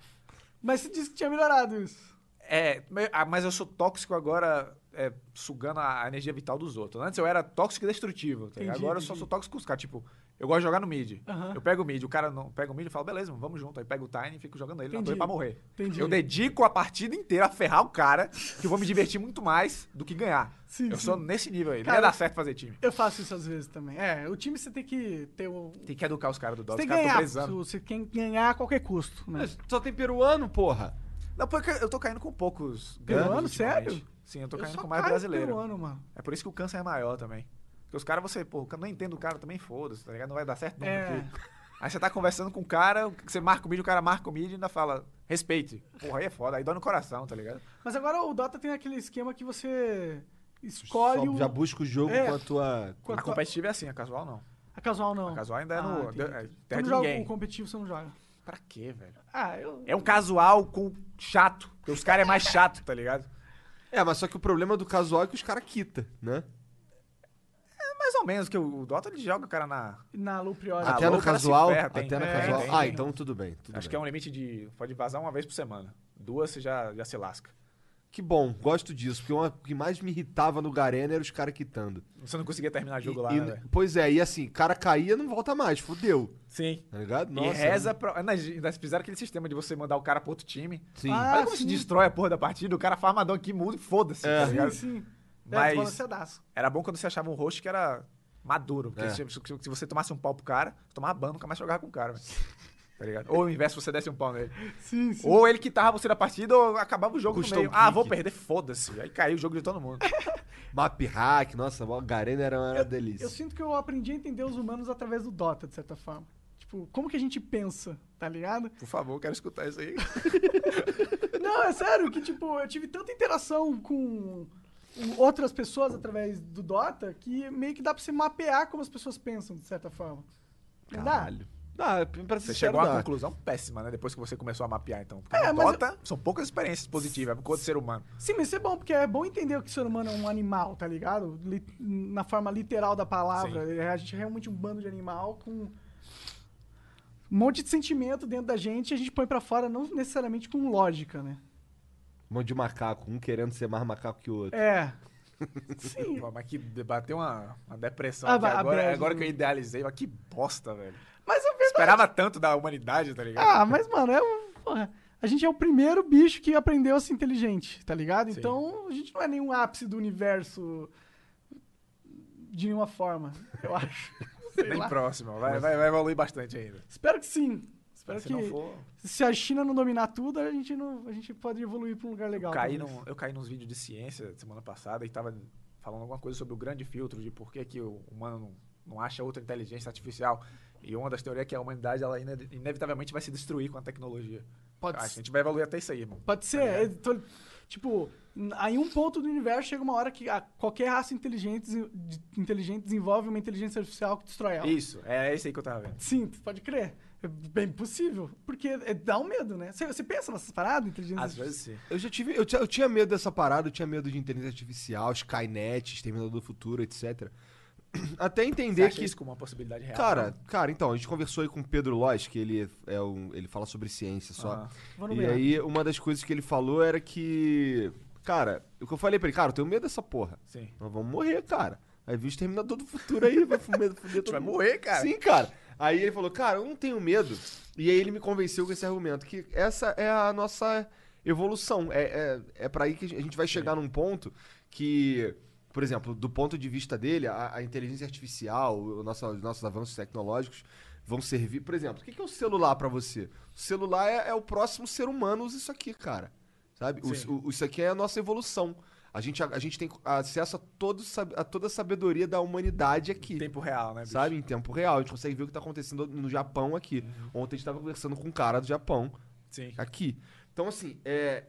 Speaker 1: Mas você disse que tinha melhorado isso.
Speaker 4: É, me- ah, mas eu sou tóxico agora, é, sugando a a energia vital dos outros. Antes eu era tóxico e destrutivo. tá ligado?
Speaker 1: Entendi,
Speaker 4: agora eu só
Speaker 1: entendi.
Speaker 4: sou tóxico com os caras. Tipo, eu gosto de jogar no mid.
Speaker 1: Aham.
Speaker 4: Eu pego o mid, o cara não pega o mid e fala, beleza, mano, vamos junto. Aí pego o Tiny e fico jogando ele na
Speaker 1: Entendi.
Speaker 4: torre pra morrer.
Speaker 1: Entendi.
Speaker 4: Eu dedico a partida inteira a ferrar o cara, que eu vou me divertir muito mais do que ganhar.
Speaker 1: Sim,
Speaker 4: eu
Speaker 1: sim.
Speaker 4: sou nesse nível aí.
Speaker 1: Cara,
Speaker 4: não ia dar certo fazer time.
Speaker 1: Eu faço isso às vezes também. É, o time você tem que ter o.
Speaker 4: Tem que educar os caras do
Speaker 1: Você
Speaker 4: Dota.
Speaker 1: tem
Speaker 4: Os
Speaker 1: que
Speaker 4: caras estão
Speaker 1: ganhar.
Speaker 4: precisando.
Speaker 1: Você tem que ganhar a qualquer custo.
Speaker 4: É,
Speaker 1: Né?
Speaker 2: Mas só tem peruano, porra.
Speaker 4: Não, porque eu tô caindo com poucos
Speaker 1: Peruano,
Speaker 4: grandes ultimamente.
Speaker 1: sério?
Speaker 4: Sim, eu tô
Speaker 1: Eu
Speaker 4: caindo
Speaker 1: só
Speaker 4: com mais
Speaker 1: caio
Speaker 4: brasileiro.
Speaker 1: peruano, mano.
Speaker 4: É por isso que o câncer é maior também. Porque os caras, você, pô, eu não entendo o cara também, foda-se, tá ligado? Não vai dar certo nunca.
Speaker 1: É.
Speaker 4: aqui. Aí você tá conversando com o cara, você marca o mídia, o cara marca o mídia e ainda fala, respeite. Porra, aí é foda, aí dói no coração, tá ligado?
Speaker 1: Mas agora o Dota tem aquele esquema que você escolhe
Speaker 2: Só-
Speaker 1: o...
Speaker 2: Já busca o jogo
Speaker 1: É.
Speaker 2: com a tua.
Speaker 1: com a
Speaker 4: a
Speaker 1: tua-
Speaker 4: competitiva é assim, a casual não.
Speaker 1: A casual não.
Speaker 4: A casual ainda é
Speaker 1: Ah,
Speaker 4: no.
Speaker 1: entendi.
Speaker 4: é
Speaker 1: Você
Speaker 4: terra
Speaker 1: não
Speaker 4: de
Speaker 1: joga
Speaker 4: ninguém.
Speaker 1: o competitivo, você não joga.
Speaker 4: Pra quê, velho?
Speaker 1: Ah, eu...
Speaker 4: É um casual com chato. Porque os caras é mais chato, tá ligado?
Speaker 2: É, mas só que o problema do casual é que os caras quitam, né?
Speaker 4: É Mais ou menos, que o o Dota ele joga o cara na.
Speaker 1: Na Lu Priori.
Speaker 4: Ah,
Speaker 2: até no
Speaker 4: louco, ela se
Speaker 2: casual.
Speaker 4: ferra, tem.
Speaker 2: até no
Speaker 4: É,
Speaker 2: casual.
Speaker 4: tem,
Speaker 2: ah,
Speaker 4: tem.
Speaker 2: então tudo bem. tudo
Speaker 4: Acho que é
Speaker 2: bem.
Speaker 4: um limite de. Pode vazar uma vez por semana. Duas você já, já se lasca.
Speaker 2: Que bom, gosto disso. Porque uma- o que mais me irritava no Garena era os caras quitando.
Speaker 4: Você não conseguia terminar o jogo
Speaker 2: E-
Speaker 4: lá,
Speaker 2: e-
Speaker 4: né, velho?
Speaker 2: pois é, e assim, cara caía não volta mais, fodeu.
Speaker 4: Sim.
Speaker 2: Tá ligado?
Speaker 4: e reza pra. Ah, Nós, nós fizeram aquele sistema de você mandar o cara pro outro time.
Speaker 2: Sim.
Speaker 1: Ah,
Speaker 4: Olha como se
Speaker 1: sim.
Speaker 4: destrói a porra da partida, o cara farmadão aqui muda e foda-se,
Speaker 2: É.
Speaker 4: tá ligado?
Speaker 1: Ah, Sim, sim. É,
Speaker 4: Mas
Speaker 1: desbalanceadaço.
Speaker 4: era bom quando você achava um host que era maduro. Porque
Speaker 2: É.
Speaker 4: se, se- se você tomasse um pau pro cara, você tomava ban, nunca mais jogava com o cara, velho. Tá ligado? Ou o inverso, você desse um pau nele.
Speaker 1: Sim, sim.
Speaker 4: Ou ele quitava você da partida ou acabava o jogo
Speaker 2: Custou
Speaker 4: no meio.
Speaker 2: um
Speaker 4: Ah,
Speaker 2: kick.
Speaker 4: vou perder, foda-se. Aí caiu o jogo de todo mundo.
Speaker 2: Map hack, nossa, o Garena era uma delícia.
Speaker 1: Eu sinto que eu aprendi a entender os humanos através do Dota, de certa forma. Tipo, como que a gente pensa, tá ligado?
Speaker 4: Por favor, quero escutar isso aí.
Speaker 1: Não, é sério que, tipo, eu tive tanta interação com outras pessoas através do Dota que meio que dá pra você mapear como as pessoas pensam, de certa forma. Não dá?
Speaker 2: Caralho. Dá, Ah, pra
Speaker 4: Você
Speaker 2: ser
Speaker 4: chegou a uma
Speaker 2: sincero, dá.
Speaker 4: conclusão péssima, né? Depois que você começou a mapear, então. Porque
Speaker 1: É,
Speaker 4: no
Speaker 1: mas
Speaker 4: Dota, são poucas experiências positivas com outro ser humano.
Speaker 1: Sim, mas isso é bom, porque é bom entender que o ser humano é um animal, tá ligado? Li- na forma literal da palavra. É, A gente é realmente um bando de animal com um monte de sentimento dentro da gente e a gente põe pra fora, não necessariamente com lógica, né?
Speaker 2: Um monte de macaco, um querendo ser mais macaco que o outro.
Speaker 1: É. Sim.
Speaker 4: Pô, mas que bateu uma, uma depressão
Speaker 1: Ah,
Speaker 4: aqui
Speaker 1: vai,
Speaker 4: agora.
Speaker 1: abre,
Speaker 4: agora
Speaker 1: abre.
Speaker 4: que eu idealizei, mas que bosta, velho.
Speaker 1: Mas é verdade.
Speaker 4: Esperava tanto da humanidade, tá ligado?
Speaker 1: Ah, mas, mano, é um. porra, A gente é o primeiro bicho que aprendeu a ser inteligente, tá ligado?
Speaker 4: Sim.
Speaker 1: Então, a gente não é nenhum ápice do universo de nenhuma forma, eu acho. Sei
Speaker 4: Bem
Speaker 1: lá.
Speaker 4: próximo. Vai, vai, vai evoluir bastante ainda.
Speaker 1: Espero que sim. Espero
Speaker 4: Mas se
Speaker 1: que
Speaker 4: não for,
Speaker 1: se a China não dominar tudo, a gente, não, a gente pode evoluir pra um lugar legal.
Speaker 4: eu caí,
Speaker 1: talvez.
Speaker 4: num, eu caí nos vídeos de ciência semana passada e tava falando alguma coisa sobre o grande filtro de por que, que o humano não, não acha outra inteligência artificial. E uma das teorias é que a humanidade ela ine- inevitavelmente vai se destruir com a tecnologia.
Speaker 1: Pode,
Speaker 4: a
Speaker 1: ser-
Speaker 4: gente vai evoluir até isso aí, irmão.
Speaker 1: pode ser.
Speaker 4: Tá
Speaker 1: é, tô- tipo, n- aí um ponto do universo chega uma hora que a- qualquer raça inteligente, desen- de- inteligente desenvolve uma inteligência artificial que destrói ela.
Speaker 4: Isso, é isso aí que eu tava vendo.
Speaker 1: Sim, tu pode crer. É bem possível. Porque é- dá um medo, né? Você, você pensa nessas paradas, inteligência
Speaker 4: Às vezes sim.
Speaker 2: Eu já tive. Eu, tinha- eu tinha medo dessa parada, eu tinha medo de inteligência artificial, Skynet, Exterminador do Futuro, etc. Até
Speaker 4: Você
Speaker 2: entender
Speaker 4: acha
Speaker 2: que.
Speaker 4: é isso como uma possibilidade real?
Speaker 2: Cara, cara, então, a gente conversou aí com o Pedro Lois, que ele é um. Ele fala sobre ciência só.
Speaker 4: Aham.
Speaker 1: Vou no
Speaker 2: E
Speaker 1: meio.
Speaker 2: aí, uma das coisas que ele falou era que. Cara, o que eu falei pra ele, cara, eu tenho medo dessa porra.
Speaker 4: Sim.
Speaker 2: Nós vamos morrer, cara. Aí viu o Exterminador do Futuro aí, vai fumer, fuder todo
Speaker 4: vai
Speaker 2: mundo.
Speaker 4: morrer, cara.
Speaker 2: Sim, cara. Aí ele falou, cara, eu não tenho medo. E aí ele me convenceu com esse argumento, que essa é a nossa evolução. É, é, é para aí que a gente vai chegar num ponto que, por exemplo, do ponto de vista dele, a, a inteligência artificial, o nosso- os nossos avanços tecnológicos vão servir. Por exemplo, o que que é o celular pra você? O celular é, é o próximo ser humano, usa isso aqui, cara. Sabe? O-
Speaker 4: Sim.
Speaker 2: o- isso aqui é a nossa evolução. A gente, a, gente tem acesso a, todo, sab- a toda a sabedoria da humanidade aqui.
Speaker 4: Tempo real, né? bicho?
Speaker 2: Sabe? Em tempo real. A gente consegue ver o que tá acontecendo no Japão aqui. Ontem a gente tava conversando com um cara do Japão
Speaker 4: Sim.
Speaker 2: aqui. Então, assim, é.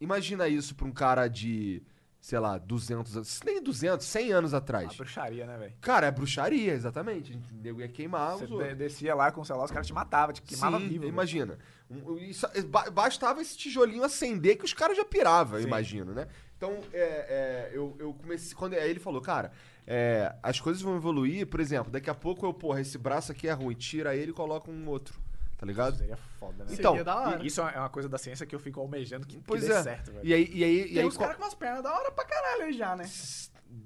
Speaker 2: Imagina isso pra um cara de, sei lá, 200 anos. Nem 200, 100 anos
Speaker 4: A
Speaker 2: atrás.
Speaker 4: bruxaria, né, velho?
Speaker 2: Cara, é bruxaria, exatamente. A gente o nego ia queimar
Speaker 4: Você
Speaker 2: Ah, os outros.
Speaker 4: de- descia lá com o celular, os caras te matavam, te queimavam
Speaker 2: Sim,
Speaker 4: vivo. né? velho.
Speaker 2: Imagina. Um- um- isso- ba- bastava esse tijolinho acender que os caras já piravam, eu
Speaker 4: Sim.
Speaker 2: imagino, né? Então, é, é, eu, eu comecei. Quando, aí ele falou, cara, é, as coisas vão evoluir, por exemplo, daqui a pouco eu, porra, esse braço aqui é ruim, tira ele e coloca um outro. Tá ligado?
Speaker 4: Seria foda, né?
Speaker 2: Então,
Speaker 1: Seria da hora.
Speaker 4: E isso é uma coisa da ciência que eu fico almejando que, que
Speaker 2: pois
Speaker 4: dê
Speaker 2: é.
Speaker 4: certo, velho.
Speaker 2: e aí, e aí, e
Speaker 1: Tem
Speaker 2: aí
Speaker 1: uns
Speaker 2: qual-
Speaker 1: caras com umas pernas da hora pra caralho aí já, né?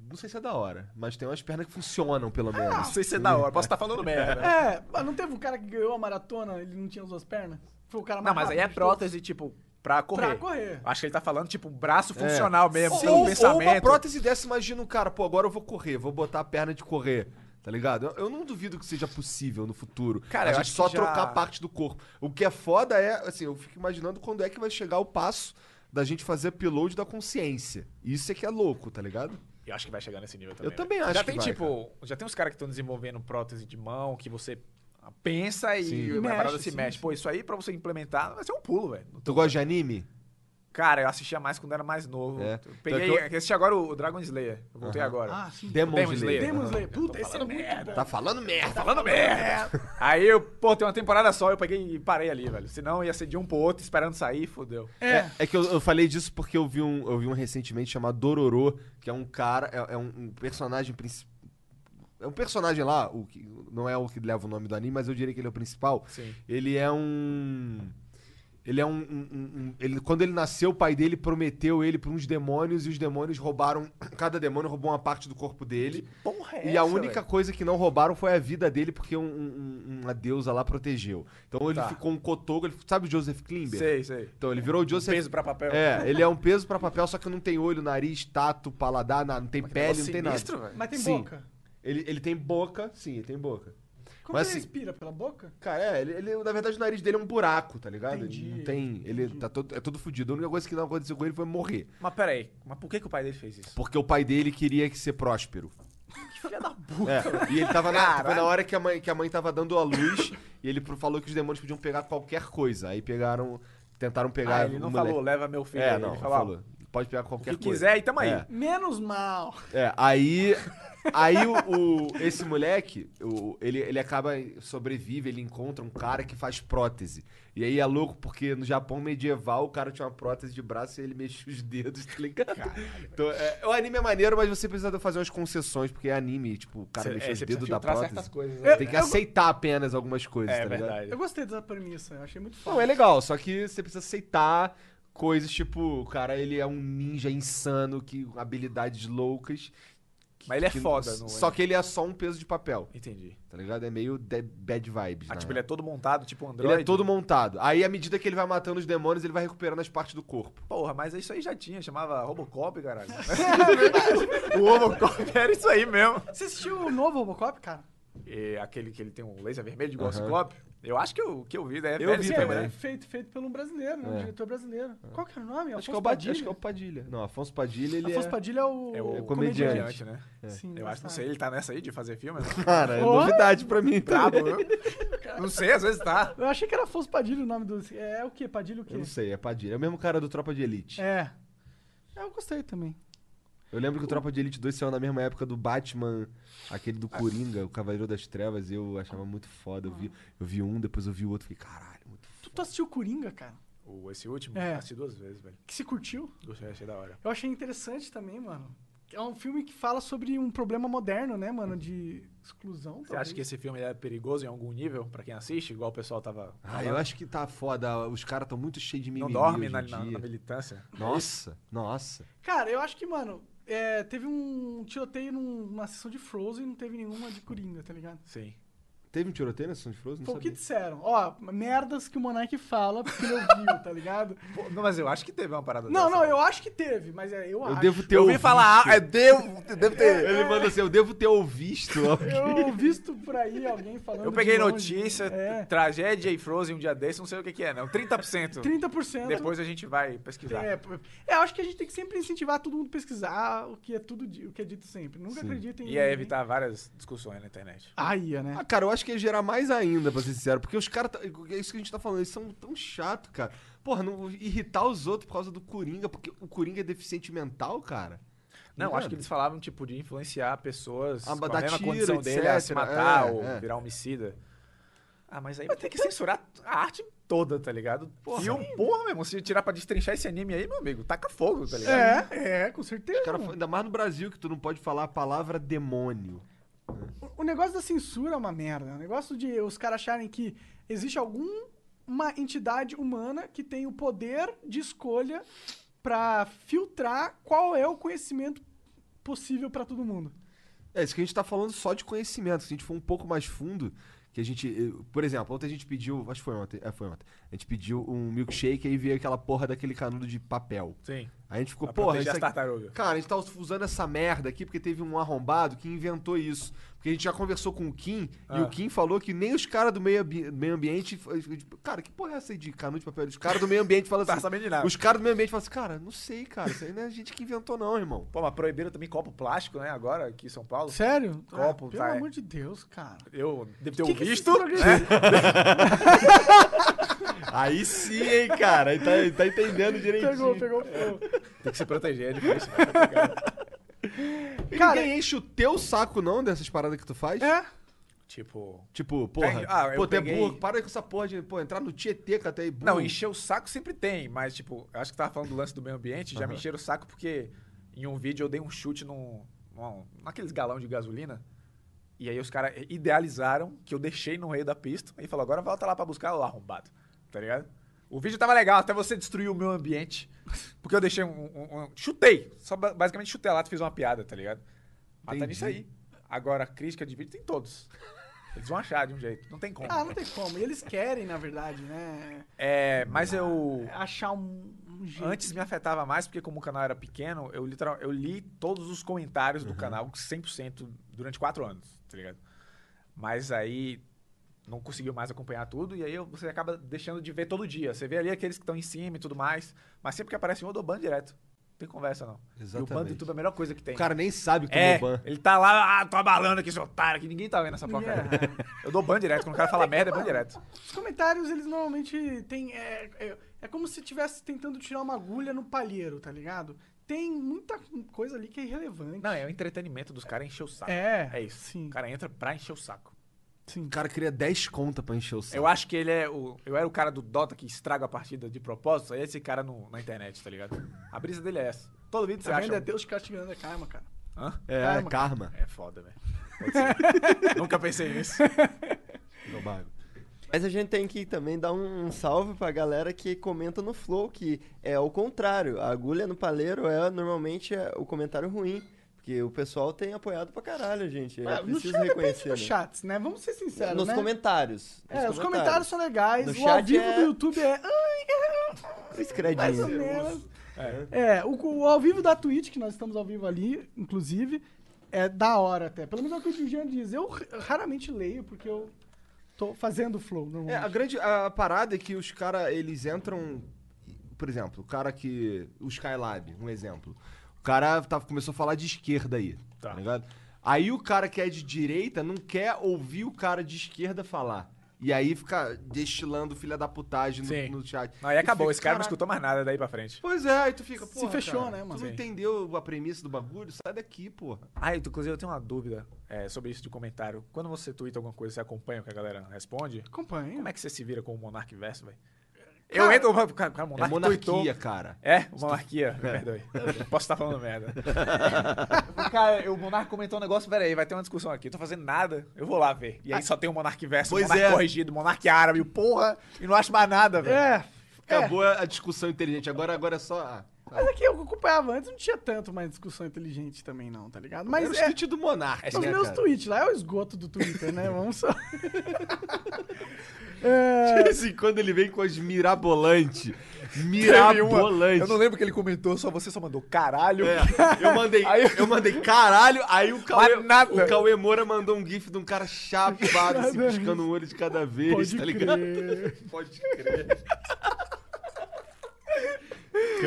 Speaker 2: Não sei se é da hora, mas tem umas pernas que funcionam, pelo menos.
Speaker 4: Não sei se é da hora, posso estar falando merda. né?
Speaker 1: É, mas não teve um cara que ganhou a maratona, ele não tinha as duas pernas? Foi o cara mais
Speaker 4: Não, mas aí é
Speaker 1: rápido de
Speaker 4: prótese, tipo, pra
Speaker 1: todos.
Speaker 4: correr.
Speaker 1: Pra correr.
Speaker 4: Acho que ele tá falando, tipo, um braço funcional
Speaker 2: É.
Speaker 4: mesmo,
Speaker 2: Ou,
Speaker 4: sem um
Speaker 2: ou
Speaker 4: pensamento.
Speaker 2: uma prótese dessa, imagina o cara, pô, agora eu vou correr, vou botar a perna de correr. Tá ligado? Eu, eu não duvido que seja possível no futuro.
Speaker 4: Cara,
Speaker 2: a
Speaker 4: eu
Speaker 2: gente
Speaker 4: acho que
Speaker 2: só
Speaker 4: já-
Speaker 2: trocar parte do corpo. O que é foda é, assim, eu fico imaginando quando é que vai chegar o passo da gente fazer upload da consciência. Isso é que é louco, tá ligado?
Speaker 4: Eu acho que vai chegar nesse nível também.
Speaker 2: Eu
Speaker 4: velho.
Speaker 2: também acho
Speaker 4: já
Speaker 2: que
Speaker 4: tem,
Speaker 2: vai,
Speaker 4: tipo, já tem uns caras que estão desenvolvendo prótese de mão que você pensa e
Speaker 2: Sim.
Speaker 4: a
Speaker 1: Mexe,
Speaker 4: parada se
Speaker 1: sim,
Speaker 4: mexe. Pô, isso aí pra você implementar vai ser um pulo, velho.
Speaker 2: Tu gosta de anime?
Speaker 4: Cara, eu assistia mais quando era mais novo.
Speaker 2: É.
Speaker 4: Eu Peguei,
Speaker 2: Então é
Speaker 4: assisti agora o o Dragon Slayer. Eu voltei agora.
Speaker 1: Ah, sim.
Speaker 2: Demon,
Speaker 4: Demon
Speaker 2: Slayer.
Speaker 4: Slayer.
Speaker 1: Demon
Speaker 4: Aham.
Speaker 1: Slayer. Puta,
Speaker 4: Tô
Speaker 1: esse era
Speaker 4: falando
Speaker 1: muito
Speaker 4: merda.
Speaker 1: bom.
Speaker 2: Tá é, falando merda.
Speaker 4: Falando merda! Aí eu, pô, tem uma temporada só, eu peguei e parei ali, velho. Senão ia ser de um pro outro, esperando sair, fodeu.
Speaker 1: É.
Speaker 2: É que eu, eu falei disso porque eu vi, um, eu vi um recentemente chamado Dororo, que é um cara, é, é um, um personagem principal. É um personagem lá, o que, não é o que leva o nome do anime, mas eu diria que ele é o principal.
Speaker 4: Sim.
Speaker 2: Ele é um. Ele é um. um- um- um- ele, quando ele nasceu, o pai dele prometeu ele pra uns demônios e os demônios roubaram. Cada demônio roubou uma parte do corpo dele.
Speaker 4: Porra,
Speaker 2: E a única coisa que não roubaram foi a vida dele, porque um- um- um- uma deusa lá protegeu. Então ele
Speaker 4: Tá.
Speaker 2: ficou um cotoco. Ele, sabe o Joseph Klimber?
Speaker 4: Sei, sei.
Speaker 2: Então ele virou o Joseph.
Speaker 4: Peso pra papel.
Speaker 2: É, ele é um peso pra papel, só que não tem olho, nariz, tato, paladar, nada, não tem
Speaker 4: é
Speaker 2: pele, não tem nada.
Speaker 1: Mas tem
Speaker 2: Sim.
Speaker 1: boca.
Speaker 2: Ele, ele tem boca, sim, ele tem boca.
Speaker 1: Como
Speaker 2: Mas
Speaker 1: ele
Speaker 2: assim-
Speaker 1: respira? Pela boca?
Speaker 2: Cara, é, ele, ele- na verdade o nariz dele é um buraco, tá ligado? ele
Speaker 1: Entendi,
Speaker 2: não tem. Ele tá todo, é todo fudido. A única coisa que não aconteceu com ele foi morrer.
Speaker 4: Mas peraí, mas por que, que o pai dele fez isso?
Speaker 2: Porque o pai dele queria que ser próspero. Que filha da puta. e ele tava na,
Speaker 4: Caralho.
Speaker 2: foi na hora que a, mãe, que a mãe tava dando a luz e ele pro- falou que os demônios podiam pegar qualquer coisa. Aí pegaram. Tentaram pegar.
Speaker 4: ah, ele não
Speaker 2: o
Speaker 4: falou,
Speaker 2: moleque.
Speaker 4: leva meu filho.
Speaker 2: É,
Speaker 4: aí.
Speaker 2: não,
Speaker 4: ele falou, ah,
Speaker 2: falou. Pode pegar
Speaker 4: o
Speaker 2: qualquer
Speaker 4: que
Speaker 2: coisa.
Speaker 4: quiser e tamo aí.
Speaker 2: É.
Speaker 1: Menos mal.
Speaker 2: É, aí. Aí o, o- esse moleque, o- ele, ele acaba, sobrevive, ele encontra um cara que faz prótese. E aí é louco, porque no Japão medieval o cara tinha uma prótese de braço e ele mexia os dedos, tá ligado? Então, é, o anime é maneiro, mas você precisa fazer umas concessões, porque é anime, tipo, o cara
Speaker 4: Cê-
Speaker 2: mexer
Speaker 4: é,
Speaker 2: os
Speaker 4: cê
Speaker 2: dedos
Speaker 4: precisa
Speaker 2: da
Speaker 4: filtrar
Speaker 2: prótese.
Speaker 4: certas coisas.
Speaker 2: Você
Speaker 4: né?
Speaker 2: tem que aceitar apenas algumas coisas,
Speaker 4: É,
Speaker 2: tá ligado?
Speaker 4: verdade.
Speaker 1: Eu gostei dessa premissa. Eu achei muito
Speaker 2: Não,
Speaker 1: foda.
Speaker 2: é legal, só que você precisa aceitar coisas tipo, o cara, ele é um ninja insano, que com habilidades loucas.
Speaker 4: Mas ele é
Speaker 2: que-
Speaker 4: foda, não é?
Speaker 2: Só que ele é só um peso de papel,
Speaker 4: Entendi.
Speaker 2: tá ligado? É meio de- bad vibes.
Speaker 4: Ah,
Speaker 2: na
Speaker 4: tipo, ele
Speaker 2: real.
Speaker 4: é todo montado, tipo um
Speaker 2: Ele
Speaker 4: Android.
Speaker 2: todo montado. Aí, à medida que ele vai matando os demônios, ele vai recuperando as partes do corpo.
Speaker 4: Porra, mas isso aí já tinha, chamava Robocop, caralho.
Speaker 1: É
Speaker 4: o Robocop era isso aí mesmo.
Speaker 1: Você assistiu o novo Robocop, cara?
Speaker 4: E aquele que ele tem um laser vermelho de
Speaker 2: Aham.
Speaker 4: Gossicop. Eu acho que o que eu vi, né? é
Speaker 2: Eu
Speaker 4: velho
Speaker 2: vi
Speaker 4: esse
Speaker 1: Sim,
Speaker 4: filme,
Speaker 2: também.
Speaker 1: é feito, feito pelo um brasileiro, né? Um
Speaker 2: É.
Speaker 1: diretor brasileiro. Qual que era o nome?
Speaker 2: Acho que, é
Speaker 1: Afonso
Speaker 2: o Padilha.
Speaker 1: Padilha.
Speaker 2: Não, Afonso Padilha, ele
Speaker 1: Afonso
Speaker 2: é...
Speaker 1: Padilha é o,
Speaker 4: É o
Speaker 2: É comediante. É.
Speaker 4: comediante, né?
Speaker 1: Sim,
Speaker 4: Eu acho, não
Speaker 1: engraçado.
Speaker 4: sei, ele tá nessa aí de fazer filme? né?
Speaker 2: Cara, é
Speaker 1: Ô!
Speaker 2: novidade pra mim. tá?
Speaker 4: Brabo, viu? Não sei, às vezes tá.
Speaker 1: Eu achei que era Afonso Padilha o nome do... É, o quê? Padilha o quê?
Speaker 2: Eu não sei, é Padilha. É o mesmo cara do Tropa de Elite.
Speaker 1: É. É, Eu gostei também.
Speaker 2: Eu lembro que o Tropa de Elite 2 saiu na mesma época do Batman, aquele do Coringa, o Cavaleiro das Trevas, e eu achava muito foda. Eu vi, eu vi um, depois eu vi o outro, fiquei, caralho, muito foda.
Speaker 1: Tu, tu assistiu Coringa, cara?
Speaker 4: O- Esse último,
Speaker 1: É.
Speaker 4: assisti duas vezes, velho.
Speaker 1: Que se curtiu?
Speaker 4: Gostei, achei da hora.
Speaker 1: Eu achei interessante também, mano. É um filme que fala sobre um problema moderno, né, mano? De exclusão,
Speaker 4: Você acha que esse filme é perigoso em algum nível pra quem assiste, igual o pessoal tava.
Speaker 2: Ah, eu acho que tá foda, os caras tão muito cheios de
Speaker 4: Não
Speaker 2: mimimi
Speaker 4: dorme
Speaker 2: hoje
Speaker 4: na,
Speaker 2: em
Speaker 4: na-
Speaker 2: dia.
Speaker 4: na militância.
Speaker 2: Nossa, nossa.
Speaker 1: Cara, eu acho que, mano, é, teve um tiroteio num- numa sessão de Frozen e não teve nenhuma de Coringa, tá ligado?
Speaker 4: Sim.
Speaker 2: Teve um tiroteio na Sessão de Frozen? Não
Speaker 1: Foi o que
Speaker 2: sabia.
Speaker 1: disseram. Ó, merdas que o Monark fala porque ele ouviu, tá ligado?
Speaker 4: Pô, não, mas eu acho que teve uma parada
Speaker 1: Não,
Speaker 4: dessa,
Speaker 1: não,
Speaker 4: né?
Speaker 1: eu acho que teve, mas é, eu,
Speaker 2: Eu
Speaker 1: acho.
Speaker 2: devo ter
Speaker 4: Eu ouvi
Speaker 2: ouvido.
Speaker 4: falar, ah, é, devo, devo ter.
Speaker 2: Ele manda assim, eu devo ter ouvido. alguém.
Speaker 1: Eu visto por aí alguém falando.
Speaker 4: Eu peguei
Speaker 1: de longe.
Speaker 4: notícia,
Speaker 1: É.
Speaker 4: tragédia e Frozen um dia desse, não sei o que, que é, não. 30%.
Speaker 1: 30%.
Speaker 4: Depois a gente vai pesquisar.
Speaker 1: É, p- é, eu acho que a gente tem que sempre incentivar todo mundo a pesquisar o que é tudo di- o que é dito sempre. Nunca
Speaker 2: Sim.
Speaker 1: acreditem em.
Speaker 4: Ia é evitar várias discussões na internet.
Speaker 1: Ah, ia, né?
Speaker 2: Ah, cara, eu acho que ia gerar mais ainda, pra ser sincero. Porque os caras. tá- É isso que a gente tá falando, eles são tão chato, cara. Porra, não irritar os outros por causa do Coringa, porque o Coringa é deficiente mental, cara.
Speaker 4: Não,
Speaker 2: Mano.
Speaker 4: acho que eles falavam, tipo, de influenciar pessoas
Speaker 2: Ah,
Speaker 4: com a
Speaker 2: dar
Speaker 4: mesma
Speaker 2: tiro,
Speaker 4: condição dele a se
Speaker 2: etc.
Speaker 4: matar
Speaker 2: É,
Speaker 4: ou
Speaker 2: é.
Speaker 4: virar homicida. Ah, mas aí vai ter que censurar a arte toda, tá ligado? E o porra, meu irmão, se tirar pra destrinchar esse anime aí, meu amigo, taca fogo, tá ligado?
Speaker 1: É, é, com certeza.
Speaker 2: Os cara,
Speaker 1: mano.
Speaker 2: ainda mais no Brasil, que tu não pode falar a palavra demônio.
Speaker 1: O- O negócio da censura é uma merda. O negócio de os caras acharem que existe alguma entidade humana que tem o poder de escolha pra filtrar qual é o conhecimento possível pra todo mundo.
Speaker 2: É, isso que a gente tá falando só de conhecimento. Se a gente for um pouco mais fundo, que a gente. eh, Por exemplo, ontem a gente pediu. Acho que foi ontem. É, foi ontem. A gente pediu um milkshake e veio aquela porra daquele canudo de papel.
Speaker 4: Sim.
Speaker 2: Aí a gente ficou,
Speaker 4: Pra
Speaker 2: porra,
Speaker 4: proteger
Speaker 2: isso
Speaker 4: as
Speaker 2: aqui,
Speaker 4: tartarugas.
Speaker 2: Cara, a gente tá usando essa merda aqui porque teve um arrombado que inventou isso. Porque Porque a gente já conversou com o Kim e
Speaker 4: Ah.
Speaker 2: o Kim falou que nem os caras do meio, ambi- meio ambiente. eu digo, Cara, que porra é essa aí de canudo de papel? Os caras do meio ambiente falam
Speaker 4: Tá
Speaker 2: assim.
Speaker 4: sabendo de nada.
Speaker 2: Os caras do meio ambiente falam assim, cara, não sei, cara. Isso aí não é a gente que inventou, não, irmão.
Speaker 4: Pô, mas proibiram também copo plástico, né? Agora, aqui em São Paulo.
Speaker 1: Sério?
Speaker 4: Copo,
Speaker 1: Ah, pelo
Speaker 4: tá, é.
Speaker 1: amor de Deus, cara.
Speaker 4: Eu devo ter
Speaker 2: é
Speaker 1: Que é que esses
Speaker 4: visto,
Speaker 1: programas-
Speaker 4: né?
Speaker 2: Aí sim, hein, cara. Aí tá, tá entendendo direitinho.
Speaker 1: Pegou, pegou fogo.
Speaker 4: Tem que se proteger, é difícil. vai pegar.
Speaker 2: E
Speaker 1: Cara,
Speaker 2: ninguém enche o teu saco, não, dessas paradas que tu faz?
Speaker 1: É,
Speaker 4: tipo...
Speaker 2: Tipo, porra,
Speaker 4: Tem- ah, eu
Speaker 2: pô, tu é
Speaker 4: peguei-
Speaker 2: burro, para com essa porra de pô, entrar no Tietê, que até aí burro.
Speaker 4: Não, encher o saco sempre tem, mas tipo, eu acho que tava falando do lance do meio ambiente, já me encheram o saco porque em um vídeo eu dei um chute num, num- naqueles galão de gasolina e aí os caras idealizaram que eu deixei no meio da pista e falou, agora volta lá pra buscar o arrombado, tá ligado? O vídeo tava legal, até você destruiu o meu ambiente, porque eu deixei um... um- um- chutei, só ba- basicamente chutei lá, tu fiz uma piada, tá ligado? Mas tá
Speaker 2: Entendi.
Speaker 4: nisso aí. Agora, crítica de vídeo tem todos. Eles vão achar de um jeito, não tem como.
Speaker 1: ah, não tem como. E eles querem, na verdade, né?
Speaker 4: É, mas eu...
Speaker 1: Achar um, um jeito.
Speaker 4: Antes me afetava mais, porque como o canal era pequeno, eu, literal, eu li todos os comentários
Speaker 2: Uhum.
Speaker 4: do canal 100% durante quatro anos, tá ligado? Mas aí não conseguiu mais acompanhar tudo, e aí eu- você acaba deixando de ver todo dia. Você vê ali aqueles que estão em cima e tudo mais, mas sempre que aparece um, eu dou ban direto. Não tem conversa, não. E o ban do
Speaker 2: Exatamente.
Speaker 4: YouTube é a melhor coisa que tem.
Speaker 2: O cara nem sabe que
Speaker 4: é,
Speaker 2: tomou ban.
Speaker 4: ele tá lá, ah, tô abalando aqui, esse otário, que ninguém tá vendo essa porcaria. Eu dou ban direto, quando o cara fala merda, é ban direto.
Speaker 1: Os comentários, eles normalmente têm. É, é, é como se estivesse tentando tirar uma agulha no palheiro, tá ligado? Tem muita coisa ali que é irrelevante.
Speaker 4: Não, é o entretenimento dos caras encher o saco.
Speaker 1: É,
Speaker 4: É isso.
Speaker 1: Sim,
Speaker 4: O cara entra pra encher o saco.
Speaker 1: sim.
Speaker 2: O cara queria 10 conta pra encher o saco.
Speaker 4: Eu acho que ele é o. Eu era o cara do Dota que estraga a partida de propósito, aí é esse cara no- na internet, tá ligado? A brisa dele é essa. Todo vídeo você
Speaker 1: Tá
Speaker 4: acha. um-
Speaker 1: vendo? É Deus castigando a karma, cara.
Speaker 4: Hã?
Speaker 2: É,
Speaker 1: Karma.
Speaker 2: karma. karma.
Speaker 4: É foda, velho. Pode ser. Nunca pensei nisso.
Speaker 2: Meu bairro.
Speaker 3: Mas a gente tem que também dar um, um salve pra galera que comenta no Flow, que é o contrário. A agulha no palheiro é normalmente é, o comentário ruim. Porque o pessoal tem apoiado pra caralho, gente. É
Speaker 1: Ah, no
Speaker 3: preciso
Speaker 1: chat
Speaker 3: reconhecer.
Speaker 1: depende dos
Speaker 3: né?
Speaker 1: chats, né? Vamos ser sinceros,
Speaker 3: Nos
Speaker 1: né?
Speaker 3: comentários.
Speaker 1: É, os comentários são legais.
Speaker 3: No
Speaker 1: o ao
Speaker 3: chat
Speaker 1: vivo
Speaker 3: é-
Speaker 1: do YouTube é... Ai,
Speaker 3: Os
Speaker 1: mais ou
Speaker 3: credinhos.
Speaker 1: menos. É, o, o ao vivo da Twitch, que nós estamos ao vivo ali, inclusive, é da hora até. Pelo menos é o que o Jean diz. Eu r- raramente leio, porque eu tô fazendo flow
Speaker 2: É, a
Speaker 1: normalmente.
Speaker 2: grande a parada é que os caras, eles entram. Por exemplo, o cara que. O Skylab, um exemplo. O cara tá- começou a falar de esquerda aí. Tá. ligado? Aí o cara que é de direita não quer ouvir o cara de esquerda falar. E aí fica destilando filha da putagem
Speaker 4: Sim.
Speaker 2: no, no chat.
Speaker 4: Não, aí
Speaker 2: E
Speaker 4: acabou.
Speaker 2: fica,
Speaker 4: esse cara não
Speaker 2: "Caraca,
Speaker 4: escutou mais nada daí pra frente.
Speaker 2: Pois é, aí tu fica,
Speaker 1: Se
Speaker 2: porra,
Speaker 1: fechou,
Speaker 2: cara,
Speaker 1: né, mano?
Speaker 2: Tu não
Speaker 4: Sim.
Speaker 2: entendeu a premissa do bagulho? Sai daqui, porra.
Speaker 4: Ah, eu- inclusive eu tenho uma dúvida é, sobre isso de comentário. Quando você twitta alguma coisa, você acompanha o que a galera responde?
Speaker 1: Acompanha.
Speaker 4: Como é que você se vira com o Monark Verso, velho? Eu entro. Cara, cara
Speaker 2: É
Speaker 4: Monark
Speaker 2: monarquia,
Speaker 4: tuitou.
Speaker 2: cara.
Speaker 4: É? Monarquia? Me perdoe. Posso estar falando merda. Cara, o Monarca comentou um negócio, peraí, vai ter uma discussão aqui. Eu tô fazendo nada, eu vou lá ver. E aí só tem o Monarca Verso, o
Speaker 2: Pois
Speaker 4: Monarca
Speaker 2: é.
Speaker 4: Corrigido, o Monarca Árabe, o porra, e não acho mais nada, velho.
Speaker 1: É,
Speaker 2: Acabou a discussão inteligente. Agora, agora é só. ah, tá.
Speaker 1: mas é que eu acompanhava antes, não tinha tanto mais discussão inteligente também, não, tá ligado? Mas
Speaker 2: Era os
Speaker 1: é,
Speaker 2: tweets do Monarca.
Speaker 1: os
Speaker 2: né,
Speaker 1: meus
Speaker 2: cara?
Speaker 1: tweets lá é o esgoto do Twitter, né? Vamos só. É,
Speaker 2: De vez em quando ele vem com as mirabolante.
Speaker 4: Teve uma-
Speaker 2: Mirabolante.
Speaker 4: Eu não lembro o que ele comentou, só você só mandou caralho.
Speaker 2: É, eu mandei,
Speaker 4: Aí-
Speaker 2: eu mandei caralho, aí o Cauê,
Speaker 4: Mas nada.
Speaker 2: o Cauê Moura mandou um gif de um cara chapado, assim, piscando um olho de cada vez,
Speaker 1: Pode
Speaker 2: tá ligado?
Speaker 1: crer.
Speaker 2: Pode crer.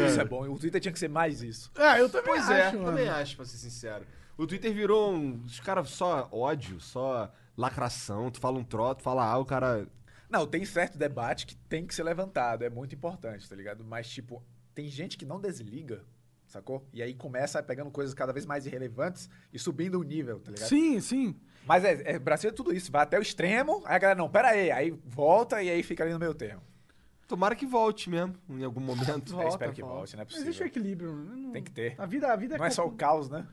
Speaker 4: Isso é bom, e o Twitter tinha que ser mais isso.
Speaker 1: ah, eu também
Speaker 2: Pois
Speaker 1: acho,
Speaker 2: é,
Speaker 1: mano.
Speaker 2: também acho, pra ser sincero. O Twitter virou um. Os caras só ódio, só lacração. Tu fala um troto, fala ah, o cara.
Speaker 4: Não, tem certo debate que tem que ser levantado, é muito importante, tá ligado? Mas, tipo, tem gente que não desliga, sacou? E aí começa pegando coisas cada vez mais irrelevantes e subindo o nível, tá ligado?
Speaker 1: Sim, sim.
Speaker 4: Mas é, é, Brasil é tudo isso, vai até o extremo, aí a galera, não, pera aí, aí volta e aí fica ali no meio termo.
Speaker 2: Tomara que volte mesmo, em algum momento.
Speaker 4: eu
Speaker 1: Volta,
Speaker 4: espero que
Speaker 1: volta.
Speaker 4: volte, não é
Speaker 1: Mas existe
Speaker 4: possível.
Speaker 1: um equilíbrio, né? Não-
Speaker 4: Tem que ter.
Speaker 1: A vida, a vida
Speaker 4: Não é só o
Speaker 1: compl-
Speaker 4: caos, né?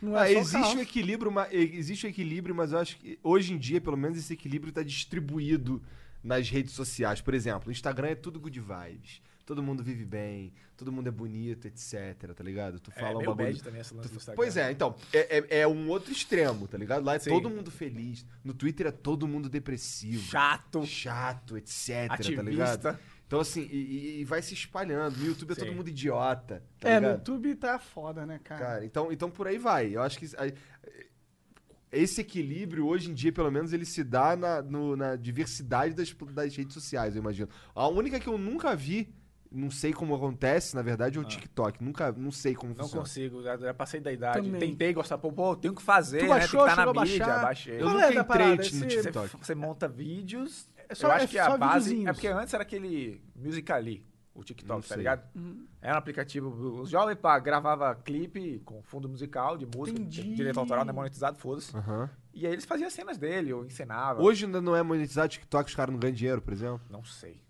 Speaker 1: Não
Speaker 2: Ah,
Speaker 1: é só o
Speaker 2: existe
Speaker 1: caos.
Speaker 2: o equilíbrio, ma- existe o equilíbrio, mas eu acho que hoje em dia, pelo menos, esse equilíbrio está distribuído nas redes sociais. Por exemplo, o Instagram é tudo good vibes. Todo mundo vive bem, todo mundo é bonito, etc, tá ligado? Tu fala
Speaker 4: é
Speaker 2: um
Speaker 4: meio
Speaker 2: bagulho.
Speaker 4: bad também esse lance do Instagram.
Speaker 2: Pois é, então, é, é- é um outro extremo, tá ligado? Lá é
Speaker 4: Sim.
Speaker 2: todo mundo feliz. No Twitter é todo mundo depressivo.
Speaker 4: Chato,
Speaker 2: é. chato, etc, tá ligado?
Speaker 4: ativista.
Speaker 2: Então, assim, e, e- e vai se espalhando. No YouTube é todo
Speaker 4: Sim.
Speaker 2: mundo idiota, tá
Speaker 1: é, no
Speaker 2: ligado?
Speaker 1: YouTube tá foda, né, cara?
Speaker 2: Cara, então, então por aí vai. Eu acho que. aí- esse equilíbrio, hoje em dia, pelo menos, ele se dá na, no- na diversidade das, das redes sociais, eu imagino. A única que eu nunca vi, não sei como acontece, na verdade, é o TikTok. Nunca, não sei como
Speaker 4: Ah. Não
Speaker 2: funciona.
Speaker 4: consigo, já, já passei da idade.
Speaker 1: Também.
Speaker 4: Tentei gostar, pô, pô, tenho que fazer,
Speaker 1: Tu
Speaker 4: né?
Speaker 1: baixou,
Speaker 4: Tem que estar
Speaker 1: chegou
Speaker 4: na
Speaker 1: a
Speaker 4: mídia,
Speaker 1: baixar?
Speaker 4: baixei.
Speaker 2: Eu
Speaker 1: Qual
Speaker 2: nunca
Speaker 1: é da
Speaker 2: entrei
Speaker 1: parada?
Speaker 2: no
Speaker 1: Esse-
Speaker 4: Você,
Speaker 2: TikTok.
Speaker 4: você monta vídeos.
Speaker 1: só-
Speaker 4: eu
Speaker 1: é
Speaker 4: acho que
Speaker 1: só
Speaker 4: a base.
Speaker 1: videozinhos. Hum,
Speaker 4: É porque antes era aquele Musical.ly, o
Speaker 2: Não
Speaker 4: TikTok, tá
Speaker 2: sei.
Speaker 4: ligado? Era um aplicativo. Os jovens, pá, gravava clipe com fundo musical de música,
Speaker 1: Entendi.
Speaker 4: direito autoral, não é monetizado, foda-se.
Speaker 2: Aham.
Speaker 4: E aí eles faziam cenas dele, ou encenavam.
Speaker 2: Hoje ainda não é monetizar TikTok, os caras não ganham dinheiro, por exemplo.
Speaker 4: Não sei.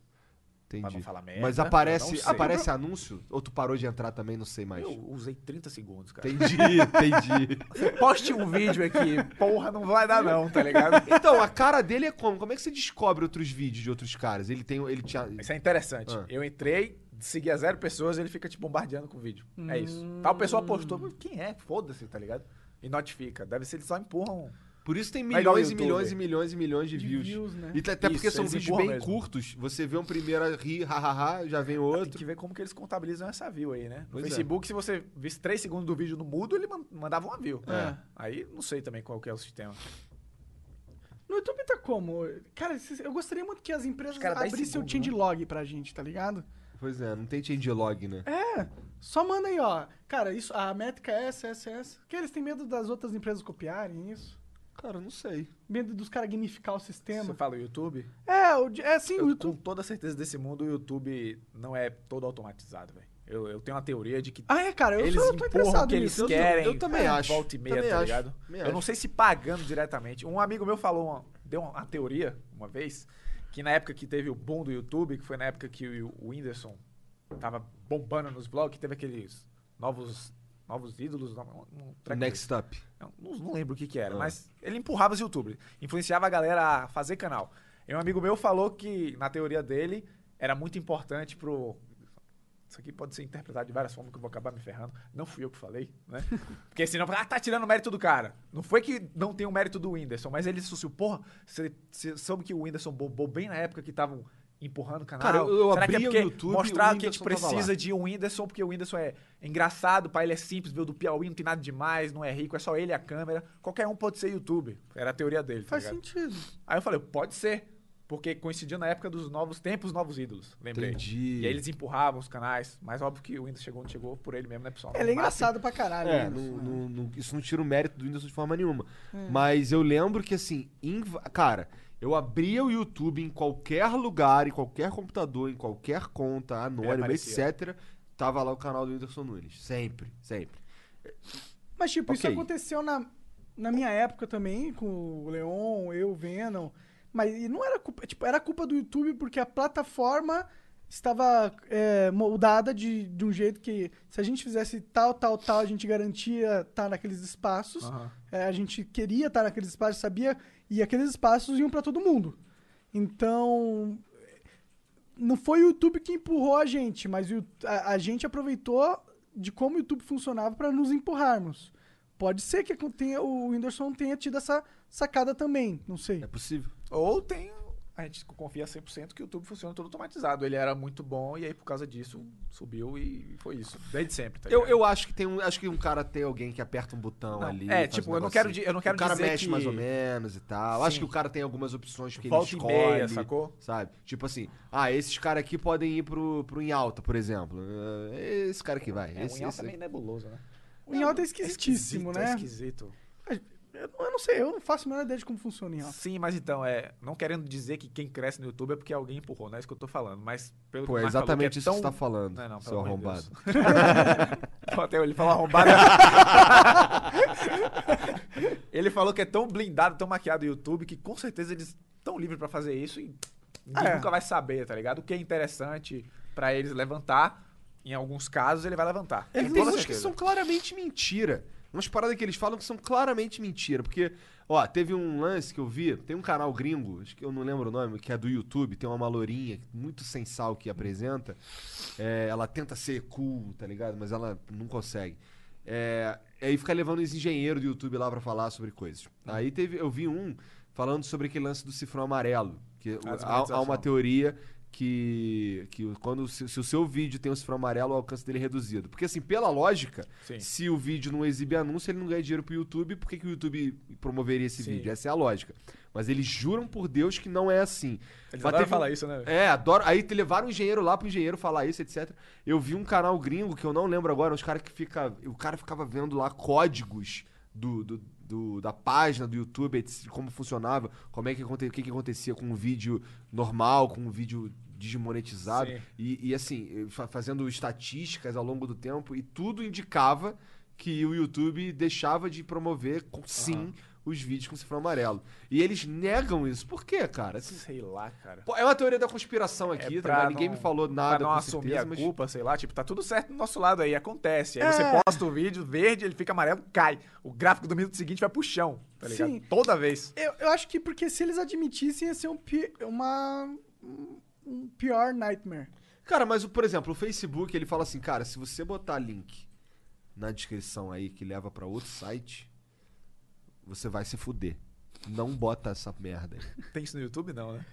Speaker 4: Pra
Speaker 2: Entendi.
Speaker 4: não falar merda.
Speaker 2: Mas
Speaker 4: eu não
Speaker 2: aparece,
Speaker 4: sei.
Speaker 2: aparece anúncio? Ou tu parou de entrar também, não sei mais.
Speaker 4: Eu usei 30 segundos, cara.
Speaker 2: Entendi, entendi.
Speaker 4: Poste um vídeo aqui, porra, não vai dar não, tá ligado?
Speaker 2: Então, a cara dele é como? Como é que você descobre outros vídeos de outros caras? Ele tem. Ele tinha.
Speaker 4: Isso é interessante.
Speaker 2: Ah.
Speaker 4: Eu entrei, seguia zero pessoas, ele fica te bombardeando com vídeo. É isso.
Speaker 1: Hum.
Speaker 4: Tal pessoa postou, mas quem é? Foda-se, tá ligado? E notifica. Deve ser eles só empurram.
Speaker 2: Por isso tem
Speaker 4: Mas igual
Speaker 2: milhões e
Speaker 4: o YouTube.
Speaker 2: milhões e milhões e milhões de,
Speaker 1: De
Speaker 2: views.
Speaker 1: views, né?
Speaker 2: E t- até porque
Speaker 4: um Isso,
Speaker 2: são
Speaker 4: eles
Speaker 2: vídeos
Speaker 4: empurram
Speaker 2: bem
Speaker 4: mesmo.
Speaker 2: curtos. Você vê um primeiro ri, hahaha, já vem
Speaker 4: Tem
Speaker 2: outro.
Speaker 4: que ver como que eles contabilizam essa view aí, né? No
Speaker 2: Pois é.
Speaker 4: Facebook, se você visse 3 segundos do vídeo no mudo, ele man- mandava uma view.
Speaker 1: É.
Speaker 4: Aí não sei também qual que é o sistema.
Speaker 1: No YouTube tá como? Cara, esses- eu gostaria muito que as empresas
Speaker 4: Os cara, dez
Speaker 1: abrissem o
Speaker 4: segundos,
Speaker 1: change log pra gente, tá ligado?
Speaker 2: Pois é, não tem change log, né?
Speaker 1: É, só manda aí, ó. Cara, isso, a métrica é essa, essa, essa. Porque eles têm medo das outras empresas copiarem isso.
Speaker 2: Cara, não sei.
Speaker 1: Medo dos caras gamificar o
Speaker 4: Você
Speaker 1: sistema.
Speaker 4: fala o YouTube?
Speaker 1: É, o, é assim,
Speaker 4: Eu,
Speaker 1: o
Speaker 4: com
Speaker 1: YouTube.
Speaker 4: toda certeza desse mundo, o YouTube não é todo automatizado, velho. Eu, eu tenho uma teoria de que
Speaker 1: Ah, é, cara, eu,
Speaker 4: eles
Speaker 1: sou, eu tô
Speaker 4: empurram o
Speaker 1: interessado
Speaker 4: que eles
Speaker 1: nisso. Eu-
Speaker 4: querem.
Speaker 2: eu também acho,
Speaker 4: Volta e meia,
Speaker 2: também
Speaker 4: tá
Speaker 2: acho,
Speaker 4: ligado?
Speaker 2: também
Speaker 4: eu não
Speaker 2: acho.
Speaker 4: sei se pagando diretamente. Um amigo meu falou, uma- deu uma, uma teoria uma vez, que na época que teve o boom do YouTube, que foi na época que o, o Whindersson tava bombando nos blogs, que teve aqueles novos, novos ídolos. Não, não- track
Speaker 2: Next up.
Speaker 4: não, não- não lembro o que que era,
Speaker 2: Ah.
Speaker 4: mas ele empurrava os youtubers, influenciava a galera a fazer canal. E um amigo meu falou que, na teoria dele, era muito importante pro... Isso aqui pode ser interpretado de várias formas que eu vou acabar me ferrando. Não fui eu que falei, né? Porque senão, ah, tá tirando o mérito do cara. Não foi que não tem o mérito do Whindersson, mas ele suscitou, porra, você você soube que o Whindersson bombou bem na época que estavam empurrando o canal.
Speaker 2: Cara, eu- eu
Speaker 4: Será que é
Speaker 2: abria o
Speaker 4: porque
Speaker 2: YouTube,
Speaker 4: mostraram
Speaker 2: o
Speaker 4: que a gente
Speaker 2: Whindersson tava lá.
Speaker 4: precisa de um Whindersson, porque o Whindersson é engraçado, pai, ele é simples, veio do Piauí, não tem nada demais, não é rico, é só ele e a câmera. Qualquer um pode ser YouTube. Era a teoria dele, tá
Speaker 1: Faz
Speaker 4: ligado?
Speaker 1: sentido.
Speaker 4: Aí eu falei, pode ser. Porque coincidiu na época dos novos tempos, novos ídolos. Lembrei.
Speaker 2: Entendi.
Speaker 4: É E aí eles empurravam os canais. Mas óbvio que o Windows chegou onde chegou por ele mesmo, né, pessoal?
Speaker 1: Ele é
Speaker 4: No máximo,
Speaker 1: engraçado pra caralho.
Speaker 2: É,
Speaker 1: isso,
Speaker 2: não-
Speaker 1: né?
Speaker 2: não- não- isso não tira o mérito do Whindersson de forma nenhuma. Mas eu lembro que, assim, inv- cara, eu abria o YouTube em qualquer lugar, em qualquer computador, em qualquer conta, anônimo,
Speaker 4: aparecia.
Speaker 2: etc. Tava lá o canal do Whindersson Nunes. Sempre, sempre.
Speaker 1: Mas, tipo, isso
Speaker 2: Ok.
Speaker 1: aconteceu na, na minha época também, com o Leon, eu, o Venom. Mas e não era culpa, tipo, era culpa do YouTube porque a plataforma estava é, moldada de, de um jeito que se a gente fizesse tal, tal, tal, a gente garantia estar naqueles espaços.
Speaker 4: Aham.
Speaker 1: É, a gente queria estar naqueles espaços, sabia, e aqueles espaços iam para todo mundo. Então, não foi o YouTube que empurrou a gente, mas o- a, a gente aproveitou de como o YouTube funcionava para nos empurrarmos. Pode ser que acon- tenha- o Whindersson tenha tido essa sacada também, não sei.
Speaker 2: É possível.
Speaker 4: Ou tem. A gente confia 100% que o YouTube funciona todo automatizado. Ele era muito bom e aí por causa disso subiu e foi isso. Desde sempre, tá
Speaker 2: Eu,
Speaker 4: ligado?
Speaker 2: eu acho que tem um. Acho que um cara tem alguém que aperta um botão
Speaker 4: Não,
Speaker 2: ali.
Speaker 4: é,
Speaker 2: faz
Speaker 4: tipo,
Speaker 2: um
Speaker 4: eu não quero
Speaker 2: negocinho.
Speaker 4: di- eu não quero
Speaker 2: O cara
Speaker 4: dizer
Speaker 2: mexe
Speaker 4: que-
Speaker 2: mais ou menos e tal. Acho
Speaker 4: Sim.
Speaker 2: que o cara tem algumas opções que
Speaker 4: Volta
Speaker 2: ele
Speaker 4: e
Speaker 2: escolhe.
Speaker 4: meia, sacou?
Speaker 2: Sabe? Tipo assim, ah, esses caras aqui podem ir pro, pro em alta, por exemplo. Eh, Esse cara aqui vai.
Speaker 4: É,
Speaker 2: esse,
Speaker 4: o Inhal
Speaker 2: esse-
Speaker 4: também nebuloso, né?
Speaker 1: O Inhal tá esquisitíssimo,
Speaker 4: É
Speaker 1: né?
Speaker 4: esquisito.
Speaker 1: Eu, não- eu não sei, eu não faço a menor ideia de como funciona o Inhal.
Speaker 4: Sim, mas então, é. Não querendo dizer que quem cresce no YouTube é porque alguém empurrou, não é isso que eu tô falando. Mas pelo
Speaker 2: Pô, é
Speaker 4: que o Marco falou,
Speaker 2: exatamente
Speaker 4: que é
Speaker 2: isso que
Speaker 4: tão-
Speaker 2: você tá falando,
Speaker 4: Não, não,
Speaker 2: seu
Speaker 4: pelo amor de
Speaker 2: arrombado.
Speaker 4: Deus. Pô, Até ele falou arrombado. ele falou que é tão blindado, tão maquiado o YouTube, que com certeza eles estão livres pra fazer isso e ninguém
Speaker 1: É.
Speaker 4: nunca vai saber, tá ligado? O que é interessante pra eles levantar, em alguns casos ele vai levantar.
Speaker 2: É que
Speaker 4: Com
Speaker 2: tem
Speaker 4: toda
Speaker 2: uns que
Speaker 4: certeza.
Speaker 2: são claramente mentira. Umas paradas que eles falam que são claramente mentira. Porque, ó, teve um lance que eu vi, tem um canal gringo, acho que eu não lembro o nome, que é do YouTube, tem uma malorinha muito sem sal que apresenta. É, ela tenta ser cool, tá ligado? Mas ela não consegue. É, aí fica levando os engenheiros do YouTube lá pra falar sobre coisas.
Speaker 4: Tá.
Speaker 2: Aí teve, eu vi um falando sobre aquele lance do cifrão amarelo. Que há- há
Speaker 4: desmonetização.
Speaker 2: uma teoria que, que o- quando se, se o seu vídeo tem o cifrão amarelo, o alcance dele é reduzido. Porque assim, pela lógica,
Speaker 4: Sim.
Speaker 2: se o vídeo não exibe anúncio, ele não ganha dinheiro pro YouTube, por que, que o YouTube promoveria esse
Speaker 4: Sim.
Speaker 2: vídeo? Essa é a lógica. Mas eles juram por Deus que não é assim. Mas
Speaker 4: Eles adoram
Speaker 2: teve um-
Speaker 4: falar isso, né?
Speaker 2: É, adoro. Aí te levaram o engenheiro lá pro engenheiro falar isso, etc. Eu vi um canal gringo que eu não lembro agora, uns caras que fica. O cara ficava vendo lá códigos do, do- do- da página do YouTube, etc, como funcionava, como é que aconte- o que, que acontecia com um vídeo normal, com um vídeo desmonetizado.
Speaker 4: Sim.
Speaker 2: E, e, assim, fa- fazendo estatísticas ao longo do tempo, e tudo indicava que o YouTube deixava de promover, com- sim, os vídeos com cifrão amarelo. E eles negam isso. Por quê, cara? Assim,
Speaker 4: Sei lá, cara.
Speaker 2: Pô, É uma teoria da conspiração aqui, tá
Speaker 4: É pra
Speaker 2: ligado? ninguém
Speaker 4: não-
Speaker 2: me falou nada
Speaker 4: pra não
Speaker 2: com
Speaker 4: assumir
Speaker 2: certeza,
Speaker 4: a
Speaker 2: mas- É.
Speaker 4: culpa, sei lá. Tipo, tá tudo certo do nosso lado aí, acontece. Aí você posta o vídeo verde, ele fica amarelo, cai. O gráfico do minuto seguinte vai pro chão, tá ligado?
Speaker 1: Sim.
Speaker 4: Toda vez.
Speaker 1: Eu, eu acho que porque se eles admitissem ia ser um pi- uma um pior nightmare.
Speaker 2: Cara, mas o- por exemplo, o Facebook, ele fala assim, cara, se você botar link na descrição aí que leva pra outro site, você vai se fuder. Não bota essa merda. aí.
Speaker 4: Tem isso no YouTube, não, né?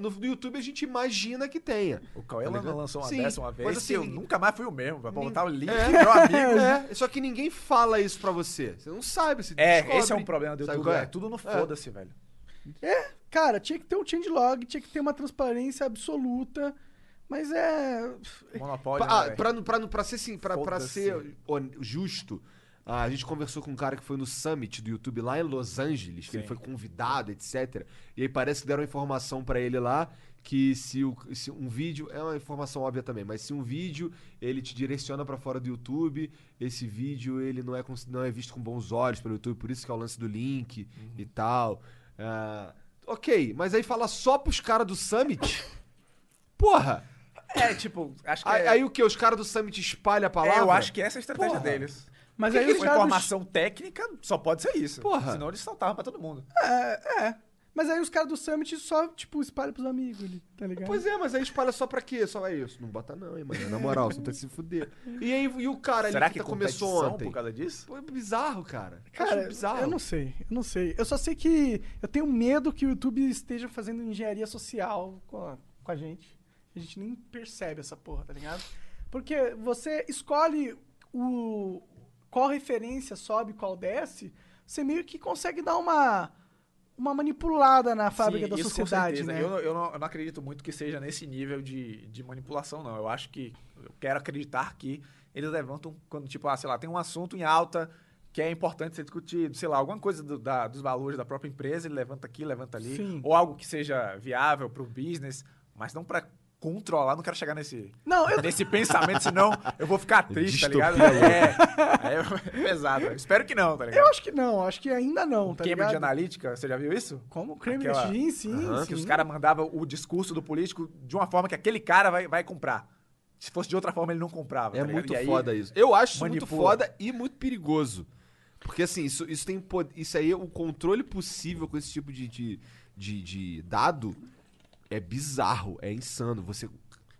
Speaker 2: No, no YouTube a gente imagina que tenha.
Speaker 4: O Cauê
Speaker 2: Tá
Speaker 4: Lan-
Speaker 2: ligado?
Speaker 4: lançou uma
Speaker 2: Sim,
Speaker 4: dessa uma
Speaker 2: mas
Speaker 4: vez
Speaker 2: assim,
Speaker 4: e eu
Speaker 2: ninguém-
Speaker 4: nunca mais fui o mesmo. Vai botar o link,
Speaker 2: É.
Speaker 4: meu amigo.
Speaker 2: É, só que ninguém fala isso pra você. Você não sabe, você
Speaker 4: É,
Speaker 2: descobre.
Speaker 4: esse é um problema do
Speaker 2: Sabe
Speaker 4: YouTube.
Speaker 2: qual
Speaker 4: É?
Speaker 2: é?
Speaker 4: tudo no foda-se, velho.
Speaker 1: Cara, tinha que ter um changelog, tinha que ter uma transparência absoluta, mas é...
Speaker 4: Monopólio.
Speaker 2: Pra,
Speaker 4: né,
Speaker 2: ah, pra, não- pra, não- pra ser sim, pra, pra
Speaker 4: Foda-se.
Speaker 2: ser on- justo, ah, a gente conversou com um cara que foi no summit do YouTube lá em Los Angeles, que ele
Speaker 4: Sim.
Speaker 2: foi convidado, etc. E aí parece que deram informação pra ele lá que se, o- se um vídeo é uma informação óbvia também, mas se um vídeo ele te direciona pra fora do YouTube, esse vídeo ele não é cons- não é visto com bons olhos pelo YouTube, por isso que é o lance do link
Speaker 4: Uhum.
Speaker 2: e tal. Ah, ok, mas aí fala só pros caras do summit. Porra!
Speaker 4: velho. É, tipo, acho que.
Speaker 2: Aí,
Speaker 4: é-
Speaker 2: aí o que? Os caras do Summit espalham a palavra?
Speaker 4: é, eu acho que essa é a estratégia
Speaker 2: Porra.
Speaker 4: deles.
Speaker 1: Mas
Speaker 4: Porque
Speaker 1: aí os
Speaker 4: com
Speaker 1: caras do
Speaker 4: informação técnica só pode ser isso.
Speaker 2: Porra.
Speaker 4: Senão eles saltavam pra todo mundo.
Speaker 1: É, é. Mas aí os caras do Summit só, tipo, espalham pros amigos ali, tá ligado?
Speaker 2: Pois é, mas aí espalha só pra quê? Só aí, isso não bota não, hein, mano. Na moral, você não tem que se fuder. E aí, e o cara
Speaker 4: Será
Speaker 2: ali
Speaker 4: que um
Speaker 2: que tá- começou
Speaker 4: competição
Speaker 2: ontem?
Speaker 4: por causa disso?
Speaker 2: Pô, é bizarro, cara. Eu
Speaker 1: Cara,
Speaker 2: acho bizarro.
Speaker 1: eu não sei, eu não sei. Eu só sei que eu tenho medo que o YouTube esteja fazendo engenharia social com a, com a gente. A gente nem percebe essa porra, tá ligado? Porque você escolhe o qual referência sobe, qual desce, você meio que consegue dar uma uma manipulada na fábrica
Speaker 4: Sim,
Speaker 1: da
Speaker 4: isso com
Speaker 1: sociedade,
Speaker 4: certeza.
Speaker 1: né?
Speaker 4: Eu, não- eu não, eu não acredito muito que seja nesse nível de, de manipulação, não. Eu acho que. Eu quero acreditar que eles levantam quando, tipo, ah, sei lá, tem um assunto em alta que é importante ser discutido, sei lá, alguma coisa do- da- dos valores da própria empresa, ele levanta aqui, levanta ali.
Speaker 1: Sim.
Speaker 4: Ou algo que seja viável pro business, mas não pra controlar, não quero chegar nesse.
Speaker 1: Não, eu
Speaker 4: Nesse pensamento, senão eu vou ficar triste, tá
Speaker 2: Distopia
Speaker 4: ligado? É, é, é pesado. Eu Espero que não, tá ligado?
Speaker 1: eu acho que não, acho que ainda não, tá
Speaker 4: Cambridge
Speaker 1: ligado?
Speaker 4: Analytica, você já viu isso?
Speaker 1: Como creme
Speaker 4: Aquela- hum,
Speaker 1: sim, sim,
Speaker 4: Que os
Speaker 1: sim.
Speaker 4: caras mandavam o discurso do político de uma forma que aquele cara vai, vai comprar. Se fosse de outra forma, ele não comprava.
Speaker 2: É
Speaker 4: tá ligado?
Speaker 2: muito
Speaker 4: E aí,
Speaker 2: foda isso. Eu acho isso muito
Speaker 4: manipula.
Speaker 2: foda e muito perigoso. Porque assim, isso, isso tem po- isso aí, o controle possível com esse tipo de, de, de- de dado é bizarro, é insano. Você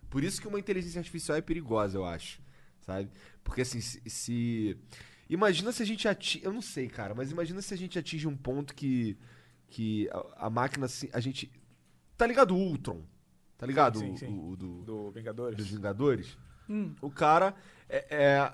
Speaker 2: Por isso que uma inteligência artificial é perigosa, eu acho. Sabe? Porque assim, se. se- Imagina se a gente atinge. Eu não sei, cara, mas imagina se a gente atinge um ponto que. Que a, a máquina. se- A gente. Tá ligado o Ultron? Tá ligado?
Speaker 4: Sim,
Speaker 2: o-
Speaker 4: sim.
Speaker 2: o- o do,
Speaker 4: Do Vingadores.
Speaker 2: dos Vingadores?
Speaker 1: Hum.
Speaker 2: O cara é- é,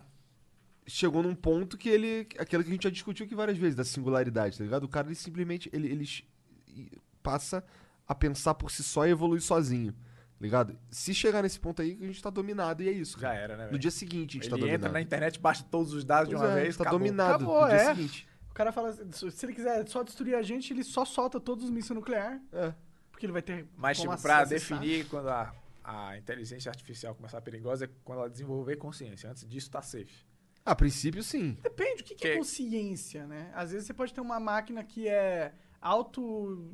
Speaker 2: chegou num ponto que ele. Aquilo que a gente já discutiu aqui várias vezes, da singularidade, tá ligado? O cara ele simplesmente ele, ele ch- e passa a pensar por si só e evolui sozinho. tá Ligado? Se chegar nesse ponto aí, a gente tá dominado e é isso.
Speaker 4: Já
Speaker 2: Cara.
Speaker 4: era, né?
Speaker 2: No
Speaker 4: velho?
Speaker 2: dia seguinte a gente
Speaker 4: Ele
Speaker 2: tá
Speaker 4: entra
Speaker 2: dominado.
Speaker 4: na internet, baixa todos os dados de
Speaker 2: Pois
Speaker 4: uma
Speaker 2: é,
Speaker 4: vez,
Speaker 2: tá
Speaker 4: acabou.
Speaker 2: dominado
Speaker 1: Acabou,
Speaker 2: no dia
Speaker 1: é.
Speaker 2: seguinte.
Speaker 1: O cara fala, assim, se ele quiser só destruir a gente, ele só solta todos os mísseis nucleares,
Speaker 2: É.
Speaker 1: porque ele vai ter.
Speaker 4: Mas,
Speaker 1: como
Speaker 4: tipo, pra
Speaker 1: acessar.
Speaker 4: definir quando a, a inteligência artificial começar a perigosa é quando ela desenvolver consciência. Antes disso, tá safe.
Speaker 2: A princípio, sim.
Speaker 1: Depende, o que, que é
Speaker 4: Que-
Speaker 1: consciência, né? Às vezes você pode ter uma máquina que é auto.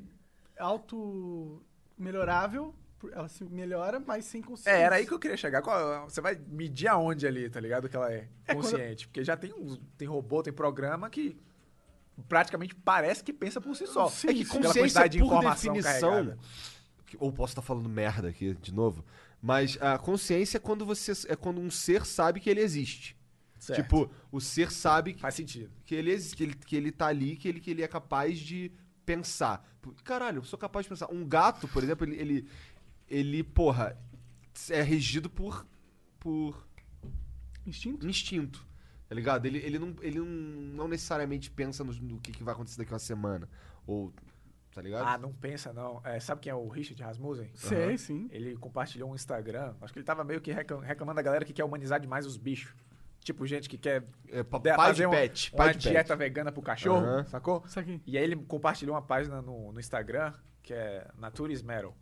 Speaker 1: auto. melhorável, por- ela se melhora, mas sem consciência.
Speaker 4: É, era aí que eu queria chegar. Qual- você vai medir aonde ali, tá ligado? Que ela é
Speaker 1: É, quando-
Speaker 4: consciente. Porque já tem, uns- tem robô, tem programa que praticamente parece que pensa por si só.
Speaker 1: Sim,
Speaker 2: É que
Speaker 1: sim.
Speaker 4: Pela
Speaker 2: consciência,
Speaker 4: quantidade de
Speaker 2: por
Speaker 4: informação
Speaker 2: definição...
Speaker 4: carregada.
Speaker 2: que- Ou posso estar falando merda aqui de novo, mas a consciência é quando você é quando um ser sabe que ele existe.
Speaker 4: Certo.
Speaker 2: Tipo, o ser sabe que,
Speaker 4: é. Faz sentido.
Speaker 2: que, ele, exi- que, ele, que ele tá ali, que ele, que ele é capaz de pensar. Pô, Caralho, eu sou capaz de pensar. Um gato, por exemplo, ele, ele, ele, porra, é regido por. por
Speaker 1: Instinto?
Speaker 2: instinto. Tá ligado? Ele, ele, não, ele não, não necessariamente pensa no, no que, que vai acontecer daqui a uma semana. Ou. Tá ligado?
Speaker 4: Ah, não pensa não. É, sabe quem é o Richard Rasmussen?
Speaker 1: Sei, sim.
Speaker 4: Ele compartilhou um Instagram. Acho que ele tava meio que reclam- reclamando da galera que quer humanizar demais os bichos. Tipo, gente que quer
Speaker 2: é, pa-
Speaker 4: de-
Speaker 2: pai de
Speaker 4: fazer um-
Speaker 2: pet.
Speaker 4: uma
Speaker 2: Pai de pet.
Speaker 4: dieta vegana pro cachorro,
Speaker 2: Aham.
Speaker 4: sacou?
Speaker 1: Isso aqui.
Speaker 4: E aí ele compartilhou uma página no, no Instagram, que é Naturis Metal,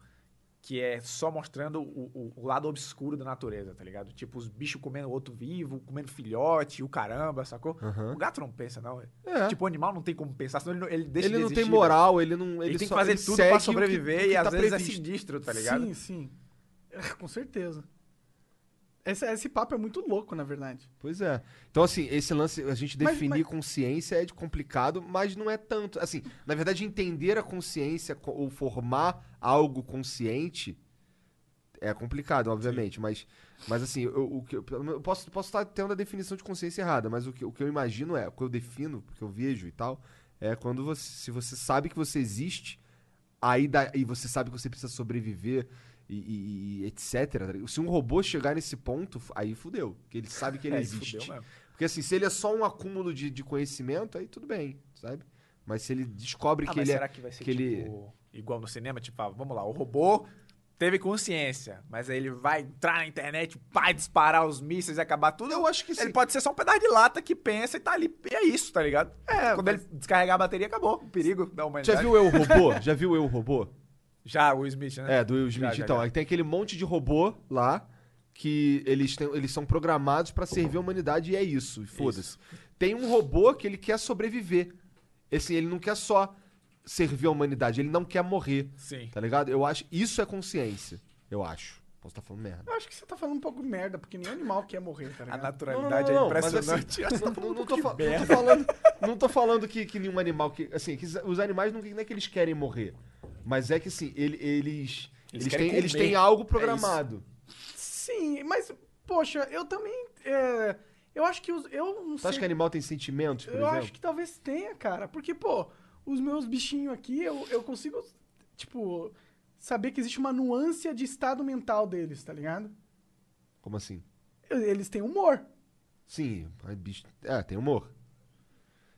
Speaker 4: que é só mostrando o, o- o lado obscuro da natureza, tá ligado? Tipo, os bichos comendo outro vivo, comendo filhote, o caramba, sacou?
Speaker 2: Aham.
Speaker 4: O gato não pensa, não.
Speaker 2: É.
Speaker 4: Tipo, o animal não tem como pensar, senão ele, não- ele deixa
Speaker 2: Ele
Speaker 4: de
Speaker 2: não tem
Speaker 4: existir, né?
Speaker 2: moral, ele não.
Speaker 4: Ele,
Speaker 2: Ele,
Speaker 4: tem que
Speaker 2: só-
Speaker 4: fazer
Speaker 2: ele
Speaker 4: tudo
Speaker 2: segue o
Speaker 4: pra
Speaker 2: que-
Speaker 4: sobreviver
Speaker 2: o que
Speaker 4: e às
Speaker 2: tá
Speaker 4: vezes é
Speaker 2: previsto.
Speaker 4: sinistro, tá ligado?
Speaker 1: Sim, sim. É, Com certeza. Esse, esse papo é muito louco, na verdade.
Speaker 2: Pois é. Então, assim, esse lance, a gente
Speaker 1: Mas-
Speaker 2: definir consciência é de complicado, mas não é tanto. Assim, na verdade, entender a consciência co- ou formar algo consciente é complicado, obviamente. Mas, mas assim, eu, o que eu, eu posso, posso estar tendo a definição de consciência errada, mas o que, o que eu imagino é, o que eu defino, o que eu vejo e tal, é quando você, se você sabe que você existe, aí dá, e você sabe que você precisa sobreviver. E, e- e etc. Se um robô chegar nesse ponto, aí fudeu. Porque ele sabe que ele
Speaker 4: É, isso
Speaker 2: existe.
Speaker 4: fudeu mesmo.
Speaker 2: Porque assim, se ele é só um acúmulo de, de conhecimento, aí tudo bem, sabe? Mas se ele descobre
Speaker 4: Ah,
Speaker 2: que
Speaker 4: mas
Speaker 2: ele é.
Speaker 4: será que vai ser
Speaker 2: que ele-
Speaker 4: tipo, igual no cinema? Tipo, ah, vamos lá, o robô teve consciência, mas aí ele vai entrar na internet, vai disparar os mísseis e acabar tudo.
Speaker 2: Eu acho que sim.
Speaker 4: Ele pode ser só um pedaço de lata que pensa e tá ali. E é isso, tá ligado? É, Quando ele descarregar a bateria, acabou. O perigo da humanidade.
Speaker 2: Já viu Eu Robô? Já viu Eu Robô?
Speaker 4: Já, o Will Smith, né?
Speaker 2: É, do Will Smith.
Speaker 4: já,
Speaker 2: então,
Speaker 4: já.
Speaker 2: aí tem aquele monte de robô lá que eles, têm, eles são programados pra servir a humanidade e é isso, e foda-se. Tem um robô que ele quer sobreviver. Assim, ele não quer só servir a humanidade, ele não quer morrer,
Speaker 4: Sim.
Speaker 2: tá ligado? Eu acho. Isso é consciência, eu acho. Posso estar falando merda.
Speaker 1: Eu acho que você tá falando um pouco de merda, porque nenhum animal quer morrer, tá
Speaker 4: A
Speaker 1: ligado?
Speaker 4: naturalidade
Speaker 2: É. Não, não, não,
Speaker 4: é
Speaker 2: não, mas assim,
Speaker 4: impressionante.
Speaker 2: Não, não- não tô, fa- não tô falando, não tô falando que, que nenhum animal que assim, que os animais não, não é que eles querem morrer, mas é que assim, ele- eles eles,
Speaker 4: querem
Speaker 2: têm, eles
Speaker 4: comer. É
Speaker 2: têm algo programado.
Speaker 1: Sim, mas, poxa, eu também. é, eu acho que os. Eu não
Speaker 2: Você acha que
Speaker 1: sei.
Speaker 2: animal tem sentimentos,
Speaker 4: Tipo,
Speaker 2: por
Speaker 1: eu
Speaker 2: exemplo?
Speaker 1: acho que talvez tenha, cara. Porque, pô, os meus bichinhos aqui, eu, eu consigo, tipo, saber que existe uma nuance de estado mental deles, tá ligado?
Speaker 2: Como assim?
Speaker 1: Eu- Eles têm humor.
Speaker 2: Sim, mas bicho, é, tem humor.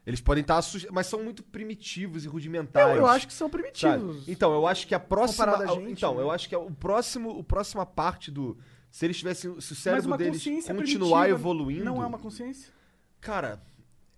Speaker 2: Eles podem estar assustados, mas são muito primitivos e
Speaker 1: Eu,
Speaker 4: Tá,
Speaker 2: rudimentares.
Speaker 1: eu acho que são
Speaker 2: sabe?
Speaker 1: primitivos.
Speaker 2: Então, eu acho que a próxima
Speaker 1: Comparado a gente,
Speaker 2: então,
Speaker 1: né?
Speaker 2: eu acho que o próximo, o próxima parte do se eles tivessem, se o
Speaker 1: Mas
Speaker 2: cérebro
Speaker 1: uma
Speaker 2: deles
Speaker 1: consciência
Speaker 2: continuar
Speaker 1: primitiva
Speaker 2: evoluindo,
Speaker 1: Não é uma consciência?
Speaker 2: Cara,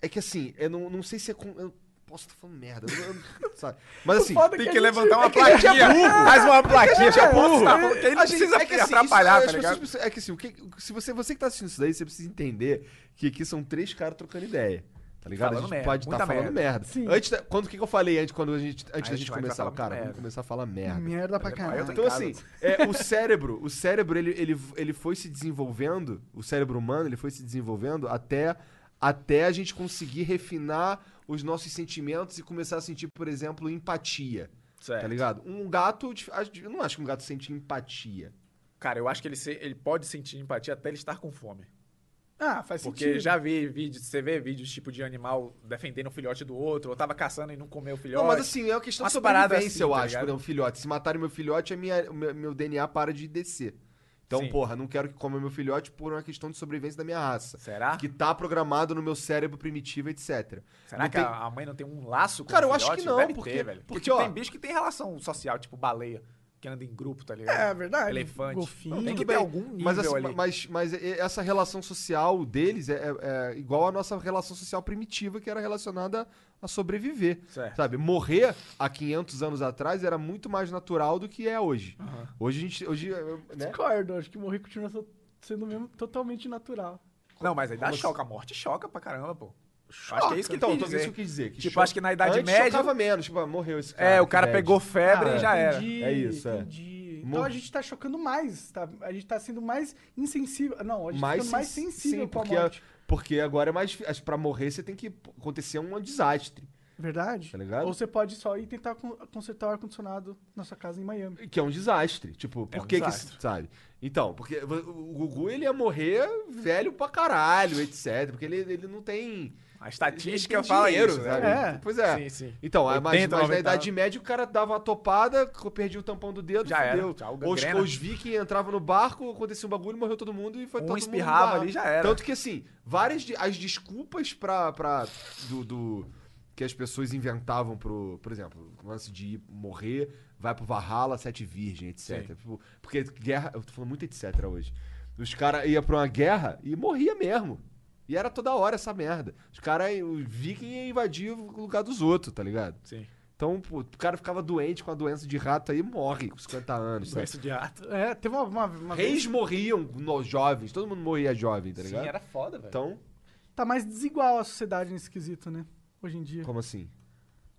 Speaker 2: é que assim, eu não, não sei se é. Com, eu posso estar falando merda. eu- eu- sabe? Mas assim.
Speaker 1: foda
Speaker 4: Tem
Speaker 1: a
Speaker 4: que
Speaker 1: gente-
Speaker 4: levantar uma
Speaker 1: é que a gente é
Speaker 4: plaquinha. Faz uma plaquinha. Já é burro. Ele
Speaker 2: é a
Speaker 4: não
Speaker 2: gente-
Speaker 4: precisa
Speaker 2: é que, assim, isso-
Speaker 4: atrapalhar,
Speaker 2: as
Speaker 4: tá ligado?
Speaker 2: pessoas precisam- é que assim, o que- se você, você que tá assistindo isso daí, você precisa entender que aqui são três caras trocando ideia. Tá ligado? a
Speaker 4: Falando
Speaker 2: gente
Speaker 4: merda,
Speaker 2: pode estar
Speaker 4: muita
Speaker 2: falando
Speaker 4: merda.
Speaker 2: merda.
Speaker 1: Sim.
Speaker 2: Antes da- quando, o que, que eu falei antes, quando a gente, antes
Speaker 4: Aí
Speaker 2: da
Speaker 4: a
Speaker 2: gente
Speaker 4: gente vai
Speaker 2: começar?
Speaker 4: falar
Speaker 2: Eu, Cara,
Speaker 4: merda. Hum, tá
Speaker 2: vamos começar a falar merda.
Speaker 1: Merda pra
Speaker 4: Aí É, eu tô em
Speaker 1: caralho.
Speaker 4: casa.
Speaker 2: Então, assim, é, o cérebro, o cérebro, ele, ele, ele foi se desenvolvendo, o cérebro humano, ele foi se desenvolvendo até, até a gente conseguir refinar os nossos sentimentos e começar a sentir, por exemplo, empatia. Tá ligado? Um gato, dif- acho- eu não acho que um gato sente empatia.
Speaker 4: Cara, eu acho que ele, se- ele pode sentir empatia até ele estar com fome.
Speaker 1: Ah, faz
Speaker 4: Porque
Speaker 1: sentido.
Speaker 4: já vi vídeos, você vê vídeos tipo de animal defendendo um filhote do outro, ou tava caçando e não comeu o filhote.
Speaker 2: Não, mas assim, é uma questão de
Speaker 4: Uma parada
Speaker 2: sobrevivência,
Speaker 4: assim,
Speaker 2: eu
Speaker 4: tá
Speaker 2: acho,
Speaker 4: ligado?
Speaker 2: por exemplo, um filhote. Se matarem meu filhote, a minha, o meu, meu DNA para de descer. Então,
Speaker 4: Sim.
Speaker 2: porra, não quero que coma meu filhote por uma questão de sobrevivência da minha raça.
Speaker 4: Será?
Speaker 2: Que tá programado no meu cérebro primitivo, etc.
Speaker 4: Será
Speaker 2: não
Speaker 4: que
Speaker 2: tem-
Speaker 4: a a mãe não tem um laço com
Speaker 2: Cara,
Speaker 4: o
Speaker 2: eu acho
Speaker 4: filhote?
Speaker 2: que não,
Speaker 4: Deve
Speaker 2: porque-
Speaker 4: ter, velho.
Speaker 2: porque,
Speaker 4: tipo,
Speaker 2: ó-
Speaker 4: tem bicho que tem relação social, tipo baleia, que anda em grupo, tá ligado?
Speaker 1: É verdade.
Speaker 4: Elefante.
Speaker 1: Golfinho.
Speaker 4: Não, tem que
Speaker 1: Tudo
Speaker 4: ter
Speaker 1: bem.
Speaker 4: algum nível
Speaker 2: Mas, assim,
Speaker 4: ali.
Speaker 2: mas, mas e- essa relação social deles é, é- é igual à nossa relação social primitiva, que era relacionada a sobreviver.
Speaker 4: Certo.
Speaker 2: Sabe? Morrer há 500 anos atrás era muito mais natural do que é hoje.
Speaker 4: Aham.
Speaker 2: Hoje a gente. Hoje, é, né?
Speaker 1: Discordo, acho que morrer continua so- sendo mesmo totalmente natural.
Speaker 4: Não, mas aí dá
Speaker 2: Como
Speaker 4: choca. A morte choca pra caramba, pô. Acho que é isso que ele
Speaker 2: então, então,
Speaker 4: quis dizer.
Speaker 2: isso que eu quis dizer. Que
Speaker 4: Tipo,
Speaker 2: choca-
Speaker 4: acho que na Idade
Speaker 2: Antes
Speaker 4: Média-
Speaker 2: chocava menos, tipo, ah, morreu esse cara.
Speaker 4: É, o
Speaker 2: que
Speaker 4: cara
Speaker 2: bad.
Speaker 4: pegou febre
Speaker 2: Ah,
Speaker 4: e já era.
Speaker 1: Entendi,
Speaker 2: É isso, é.
Speaker 1: entendi. Então
Speaker 2: Mor-
Speaker 1: a gente tá chocando mais, tá? A gente tá sendo mais insensível. Não, a gente
Speaker 2: Mais
Speaker 1: tá ficando mais
Speaker 2: sen-
Speaker 1: sensível
Speaker 2: sim,
Speaker 1: com a
Speaker 2: porque a-
Speaker 1: morte.
Speaker 2: Porque agora é mais. difícil. Pra morrer você tem que acontecer um desastre,
Speaker 1: Verdade?
Speaker 2: tá ligado?
Speaker 1: Ou você pode só ir tentar con- consertar o ar-condicionado na sua casa em Miami.
Speaker 2: Que é um desastre. Tipo, por
Speaker 4: um
Speaker 2: que
Speaker 4: desastre.
Speaker 2: que. Sabe? Então, porque o Gugu ele ia morrer velho pra caralho, etc. Porque ele, ele não tem.
Speaker 4: A estatística
Speaker 2: Tem
Speaker 4: fala
Speaker 2: dinheiro,
Speaker 4: isso,
Speaker 2: sabe?
Speaker 4: né?
Speaker 1: É.
Speaker 2: Pois é.
Speaker 4: Sim, sim.
Speaker 2: Então, é, mas, mas
Speaker 4: 80,
Speaker 2: na
Speaker 4: 90.
Speaker 2: Idade Média o cara dava uma topada, co- perdia o tampão do dedo,
Speaker 4: Já era,
Speaker 2: fudeu.
Speaker 4: tchau,
Speaker 2: ou, os,
Speaker 4: gangrena.
Speaker 2: ou os vikings entravam no barco, acontecia um bagulho, morreu todo mundo e foi
Speaker 4: Um
Speaker 2: todo
Speaker 4: espirrava
Speaker 2: mundo lá.
Speaker 4: ali, já era.
Speaker 2: Tanto que, assim, várias de- as desculpas pra, pra, do, do- que as pessoas inventavam pro, por exemplo, o lance de ir morrer, vai pro Valhalla, sete virgem, etc. Tipo, Porque guerra, eu tô falando muito etc hoje. Os caras iam pra uma guerra e morria mesmo. E era toda hora essa merda. Os caras, os vikings iam invadir o lugar dos outros, tá ligado?
Speaker 4: Sim.
Speaker 2: Então, pô, o cara ficava doente com a doença de rato aí e morre com 50 anos, sabe?
Speaker 4: Doença de rato.
Speaker 1: É, teve uma, uma, uma vez.
Speaker 2: Reis morriam no, jovens, todo mundo morria jovem, tá
Speaker 4: Sim,
Speaker 2: ligado?
Speaker 4: era foda, velho.
Speaker 2: Então,
Speaker 1: Tá mais desigual a sociedade nesse quesito, né? Hoje em dia.
Speaker 2: como assim?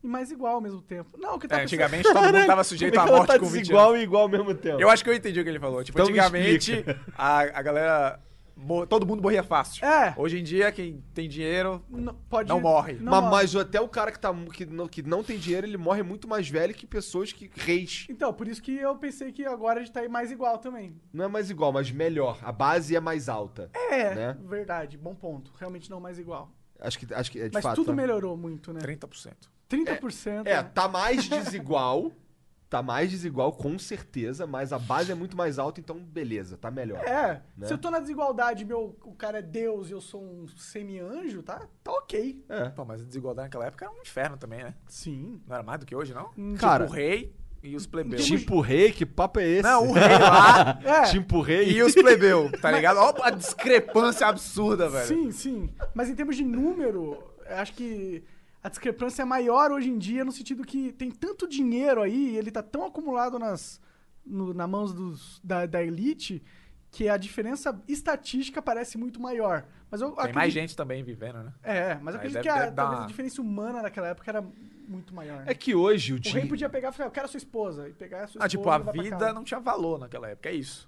Speaker 1: E mais igual ao mesmo tempo. Não, o que tá
Speaker 4: É,
Speaker 1: pensando-
Speaker 4: antigamente todo mundo tava sujeito à morte com 20 anos.
Speaker 2: e igual ao mesmo tempo.
Speaker 4: Eu acho que eu entendi o que ele falou. Tipo,
Speaker 2: tá Então me
Speaker 4: antigamente a, a galera. mor- Todo mundo morria fácil.
Speaker 1: É.
Speaker 4: Hoje em dia, quem tem dinheiro.
Speaker 1: Não, pode...
Speaker 4: Não morre.
Speaker 1: não
Speaker 2: mas,
Speaker 1: morre.
Speaker 2: mas até o cara que, tá, mu- que, não, que não tem dinheiro, ele morre muito mais velho que pessoas que. Reis.
Speaker 1: Então, por isso que eu pensei que agora a gente tá aí mais igual também.
Speaker 2: Não é mais igual, mas melhor. A base é mais alta.
Speaker 1: É,
Speaker 2: Né?
Speaker 1: verdade, bom ponto. Realmente não mais igual.
Speaker 2: Acho que, acho que é de
Speaker 1: Mas
Speaker 2: fato.
Speaker 1: tudo
Speaker 2: tá?
Speaker 1: melhorou muito, né?
Speaker 4: 30%.
Speaker 1: 30%.
Speaker 2: É,
Speaker 1: né?
Speaker 2: tá mais desigual. tá mais desigual, com certeza, mas a base é muito mais alta, então beleza, tá melhor.
Speaker 1: É,
Speaker 2: Né?
Speaker 1: se eu tô na desigualdade, meu, o cara é Deus e eu sou um semi-anjo, tá? Tá ok.
Speaker 2: É.
Speaker 4: Pô, mas a desigualdade naquela época era um inferno também, né?
Speaker 1: Sim.
Speaker 4: Não era mais do que hoje, não?
Speaker 2: Cara-
Speaker 4: Tipo, o rei e os plebeus.
Speaker 2: Tipo rei, que papo é esse?
Speaker 4: Não, o rei lá
Speaker 1: É,
Speaker 2: Tipo rei.
Speaker 4: e os plebeus, tá ligado? Ó a discrepância absurda, velho.
Speaker 1: sim, sim. Mas em termos de número, eu acho que a discrepância é maior hoje em dia, no sentido que tem tanto dinheiro aí, e ele tá tão acumulado nas no, na mãos dos, da, da elite, que a diferença estatística parece muito maior. Mas eu
Speaker 4: Tem mais gente também vivendo, né?
Speaker 1: É, mas eu
Speaker 4: Aí
Speaker 1: acredito
Speaker 4: deve-
Speaker 1: que a,
Speaker 4: deve dar
Speaker 1: talvez
Speaker 4: uma-
Speaker 1: a diferença humana naquela época era muito maior. né?
Speaker 2: É que hoje o
Speaker 1: o rei
Speaker 2: dinheiro.
Speaker 1: podia pegar e falar, eu quero a sua esposa. E pegar a sua esposa.
Speaker 4: Ah, tipo, a
Speaker 1: e levar pra
Speaker 4: vida
Speaker 1: casa.
Speaker 4: não tinha valor naquela época, é isso.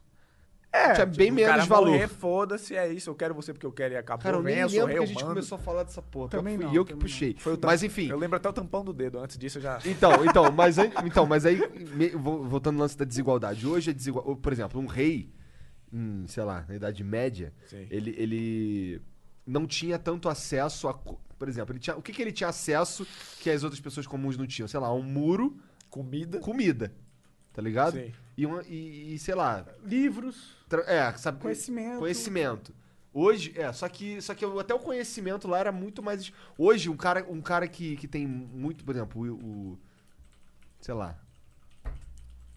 Speaker 2: tinha é bem
Speaker 4: Tipo, o
Speaker 2: menos
Speaker 4: cara
Speaker 2: valor.
Speaker 4: morrer, Foda-se, é isso. Eu quero você porque eu quero e acabou.
Speaker 2: Cara, eu
Speaker 4: Vem,
Speaker 2: nem
Speaker 4: eu sou
Speaker 2: lembro
Speaker 4: rei
Speaker 2: que a gente
Speaker 4: humano.
Speaker 2: começou a falar dessa porra. porque
Speaker 1: Também
Speaker 2: fui
Speaker 1: não,
Speaker 2: eu que
Speaker 1: também
Speaker 2: puxei.
Speaker 4: Foi o tam-
Speaker 2: Mas enfim.
Speaker 4: Eu lembro até o tampão do dedo. Antes disso eu já.
Speaker 2: Então, então, mas, aí- então, mas aí, me- vo- voltando ao lance da desigualdade. Hoje é desigual. Por exemplo, um rei, em, sei lá, na Idade Média,
Speaker 4: Sim.
Speaker 2: ele, ele não tinha tanto acesso a. co- Por exemplo, ele tinha, o que, que ele tinha acesso que as outras pessoas comuns não tinham? Sei lá, um muro,
Speaker 4: Comida.
Speaker 2: comida. Tá ligado?
Speaker 4: Sim.
Speaker 2: E, uma, e, e, sei lá.
Speaker 1: Livros,
Speaker 2: tra- É, sabe?
Speaker 1: conhecimento.
Speaker 2: Conhecimento. Hoje, é, só que, só que eu- até o conhecimento lá era muito mais. es- Hoje, um cara, um cara que, que tem muito, por exemplo, o, o- Sei lá.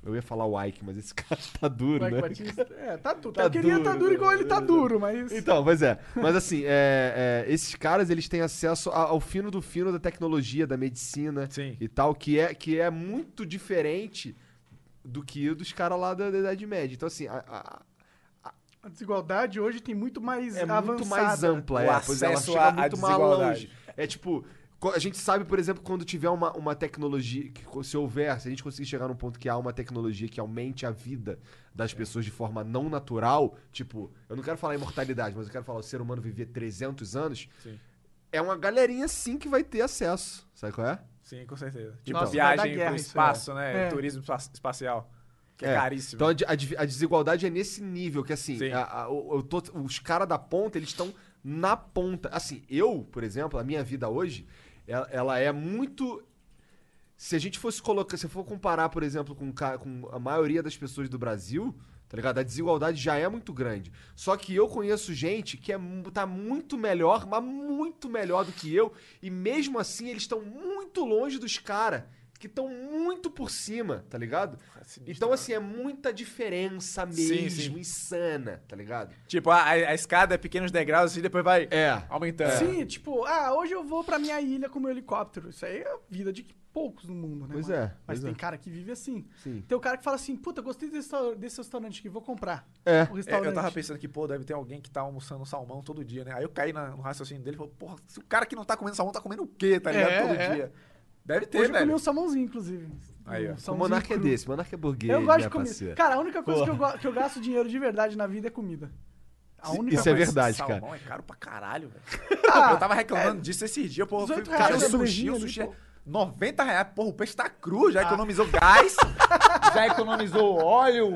Speaker 2: Eu ia falar o Ike, mas esse cara tá duro,
Speaker 1: Mike
Speaker 2: né?
Speaker 1: Batista. É, tá duro.
Speaker 2: Tá
Speaker 1: eu queria estar
Speaker 2: duro,
Speaker 1: duro igual ele tá
Speaker 2: né?
Speaker 1: duro, mas.
Speaker 2: Então, pois é. Mas assim, é, é, esses caras, eles têm acesso a- ao fino do fino da tecnologia, da medicina
Speaker 4: Sim.
Speaker 2: e tal, que é, que é muito diferente do que dos caras lá da, da Idade Média. Então, assim, a- a,
Speaker 1: A desigualdade hoje tem muito mais
Speaker 2: é
Speaker 1: avançada.
Speaker 2: muito mais ampla,
Speaker 4: O
Speaker 2: é, pois ela
Speaker 4: acesso
Speaker 2: chega
Speaker 4: à- à
Speaker 2: muito mais
Speaker 4: desigualdade.
Speaker 2: longe. É tipo, co- a gente sabe, por exemplo, quando tiver uma, uma tecnologia, que co- se houver, se a gente conseguir chegar num ponto que há uma tecnologia que aumente a vida das
Speaker 4: É.
Speaker 2: pessoas de forma não natural, tipo, eu não quero falar imortalidade, mas eu quero falar o ser humano viver 300 anos,
Speaker 4: Sim.
Speaker 2: é uma galerinha sim que vai ter acesso, sabe qual é?
Speaker 4: Sim, com certeza. Tipo,
Speaker 1: Nossa, vai dar
Speaker 4: viagem
Speaker 1: guerra
Speaker 4: pro
Speaker 1: isso,
Speaker 4: espaço, né?
Speaker 1: É.
Speaker 4: Turismo espa- espacial. Que é,
Speaker 2: É.
Speaker 4: caríssimo.
Speaker 2: Então a, de- a de- a desigualdade é nesse nível que assim,
Speaker 4: Sim.
Speaker 2: a- a- o- eu tô- os caras da ponta, eles estão na ponta. Assim, eu, por exemplo, a minha vida hoje, ela, ela é muito se a gente fosse colocar, se eu for comparar, por exemplo, com, ca- com a maioria das pessoas do Brasil, tá ligado? A desigualdade já é muito grande. Só que eu conheço gente que é, mu- tá muito melhor, mas muito melhor do que eu, e mesmo assim eles estão muito longe dos caras que estão muito por cima, tá ligado? Então, assim, é muita diferença mesmo,
Speaker 4: Sim, sim.
Speaker 2: insana, tá ligado?
Speaker 4: Tipo, a, a escada é pequenos degraus e depois vai
Speaker 2: É.
Speaker 4: aumentando.
Speaker 1: Sim, tipo, ah, hoje eu vou pra minha ilha com meu helicóptero. Isso aí é a vida de poucos no mundo, né?
Speaker 2: Pois
Speaker 1: mano?
Speaker 2: é,
Speaker 1: Mas
Speaker 2: pois
Speaker 1: tem
Speaker 2: é.
Speaker 1: cara que vive assim.
Speaker 2: Sim.
Speaker 1: Tem o cara que fala assim, puta, gostei desse, resta- desse restaurante aqui, vou comprar.
Speaker 2: É.
Speaker 1: O
Speaker 4: É,
Speaker 1: restaurante.
Speaker 4: eu tava pensando que, pô, deve ter alguém que tá almoçando salmão todo dia, né? Aí eu caí na- no raciocínio dele e falei, porra, se o cara que não tá comendo salmão tá comendo o quê, tá ligado?
Speaker 1: É,
Speaker 4: todo
Speaker 1: é.
Speaker 4: dia. Deve ter,
Speaker 1: Hoje eu comi
Speaker 4: velho.
Speaker 1: um salmãozinho, inclusive.
Speaker 4: Aí, ó.
Speaker 1: Um
Speaker 4: O
Speaker 2: o
Speaker 1: salmãozinho
Speaker 2: monarca é
Speaker 1: cru.
Speaker 2: desse, monarca é burguês,
Speaker 1: Eu gosto de
Speaker 2: né,
Speaker 1: comida.
Speaker 2: parceiro?
Speaker 1: Cara, a única coisa que eu, go- que eu gasto dinheiro de verdade na vida é comida. A única
Speaker 2: Isso é
Speaker 1: coisa.
Speaker 2: verdade, cara.
Speaker 4: Salmão é caro pra caralho, velho. eu tava reclamando disso esses dias, pô. Eu fui
Speaker 1: 18 reais
Speaker 4: cara, o
Speaker 1: a
Speaker 4: sushi, é
Speaker 1: sobrevinha
Speaker 4: o
Speaker 1: ali,
Speaker 4: sushi
Speaker 1: pô.
Speaker 4: é 90 reais. Porra, o peixe tá cru, já economizou gás. Já economizou óleo.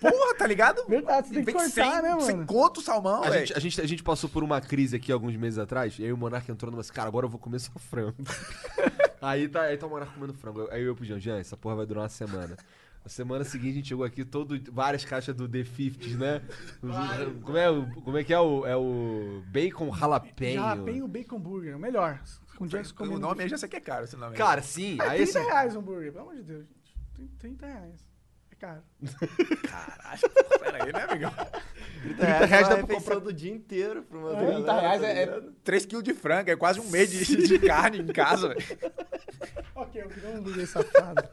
Speaker 4: Porra, tá ligado?
Speaker 1: Verdade, você tem que
Speaker 4: Vem
Speaker 1: cortar, né, mano?
Speaker 4: Sem conto o salmão,
Speaker 2: A
Speaker 4: velho.
Speaker 2: gente, a, gente, a gente passou por uma crise aqui alguns meses atrás, e aí o Monark entrou numa assim, cara, agora eu vou comer só frango. aí, tá, aí tá o Monark comendo frango. Aí eu pro Jean, Jean, essa porra vai durar uma semana. Na semana seguinte a gente chegou aqui, todo, várias caixas do The 50 né? Como é, o- como é que é o, é o bacon jalapeño?
Speaker 1: Jalapeno Bacon Burger, o melhor. Com Jackson
Speaker 4: O nome aí já sei que é caro, esse nome aí.
Speaker 2: Cara, sim.
Speaker 1: É
Speaker 2: Aí,
Speaker 1: 30
Speaker 2: assim,
Speaker 1: reais o hambúrguer, pelo amor de Deus, gente. Trin- 30 reais. É caro.
Speaker 4: pera aí, né, amigão?
Speaker 3: 30 reais,
Speaker 2: reais
Speaker 3: dá
Speaker 2: dá pra
Speaker 3: pra comprar do dia inteiro pra uma
Speaker 4: 30
Speaker 3: galera,
Speaker 4: reais
Speaker 3: tá
Speaker 4: é,
Speaker 3: ligado?
Speaker 4: 3 quilos de frango, é quase um mês de, de carne em casa, velho.
Speaker 1: ok, eu queria um hambúrguer safado.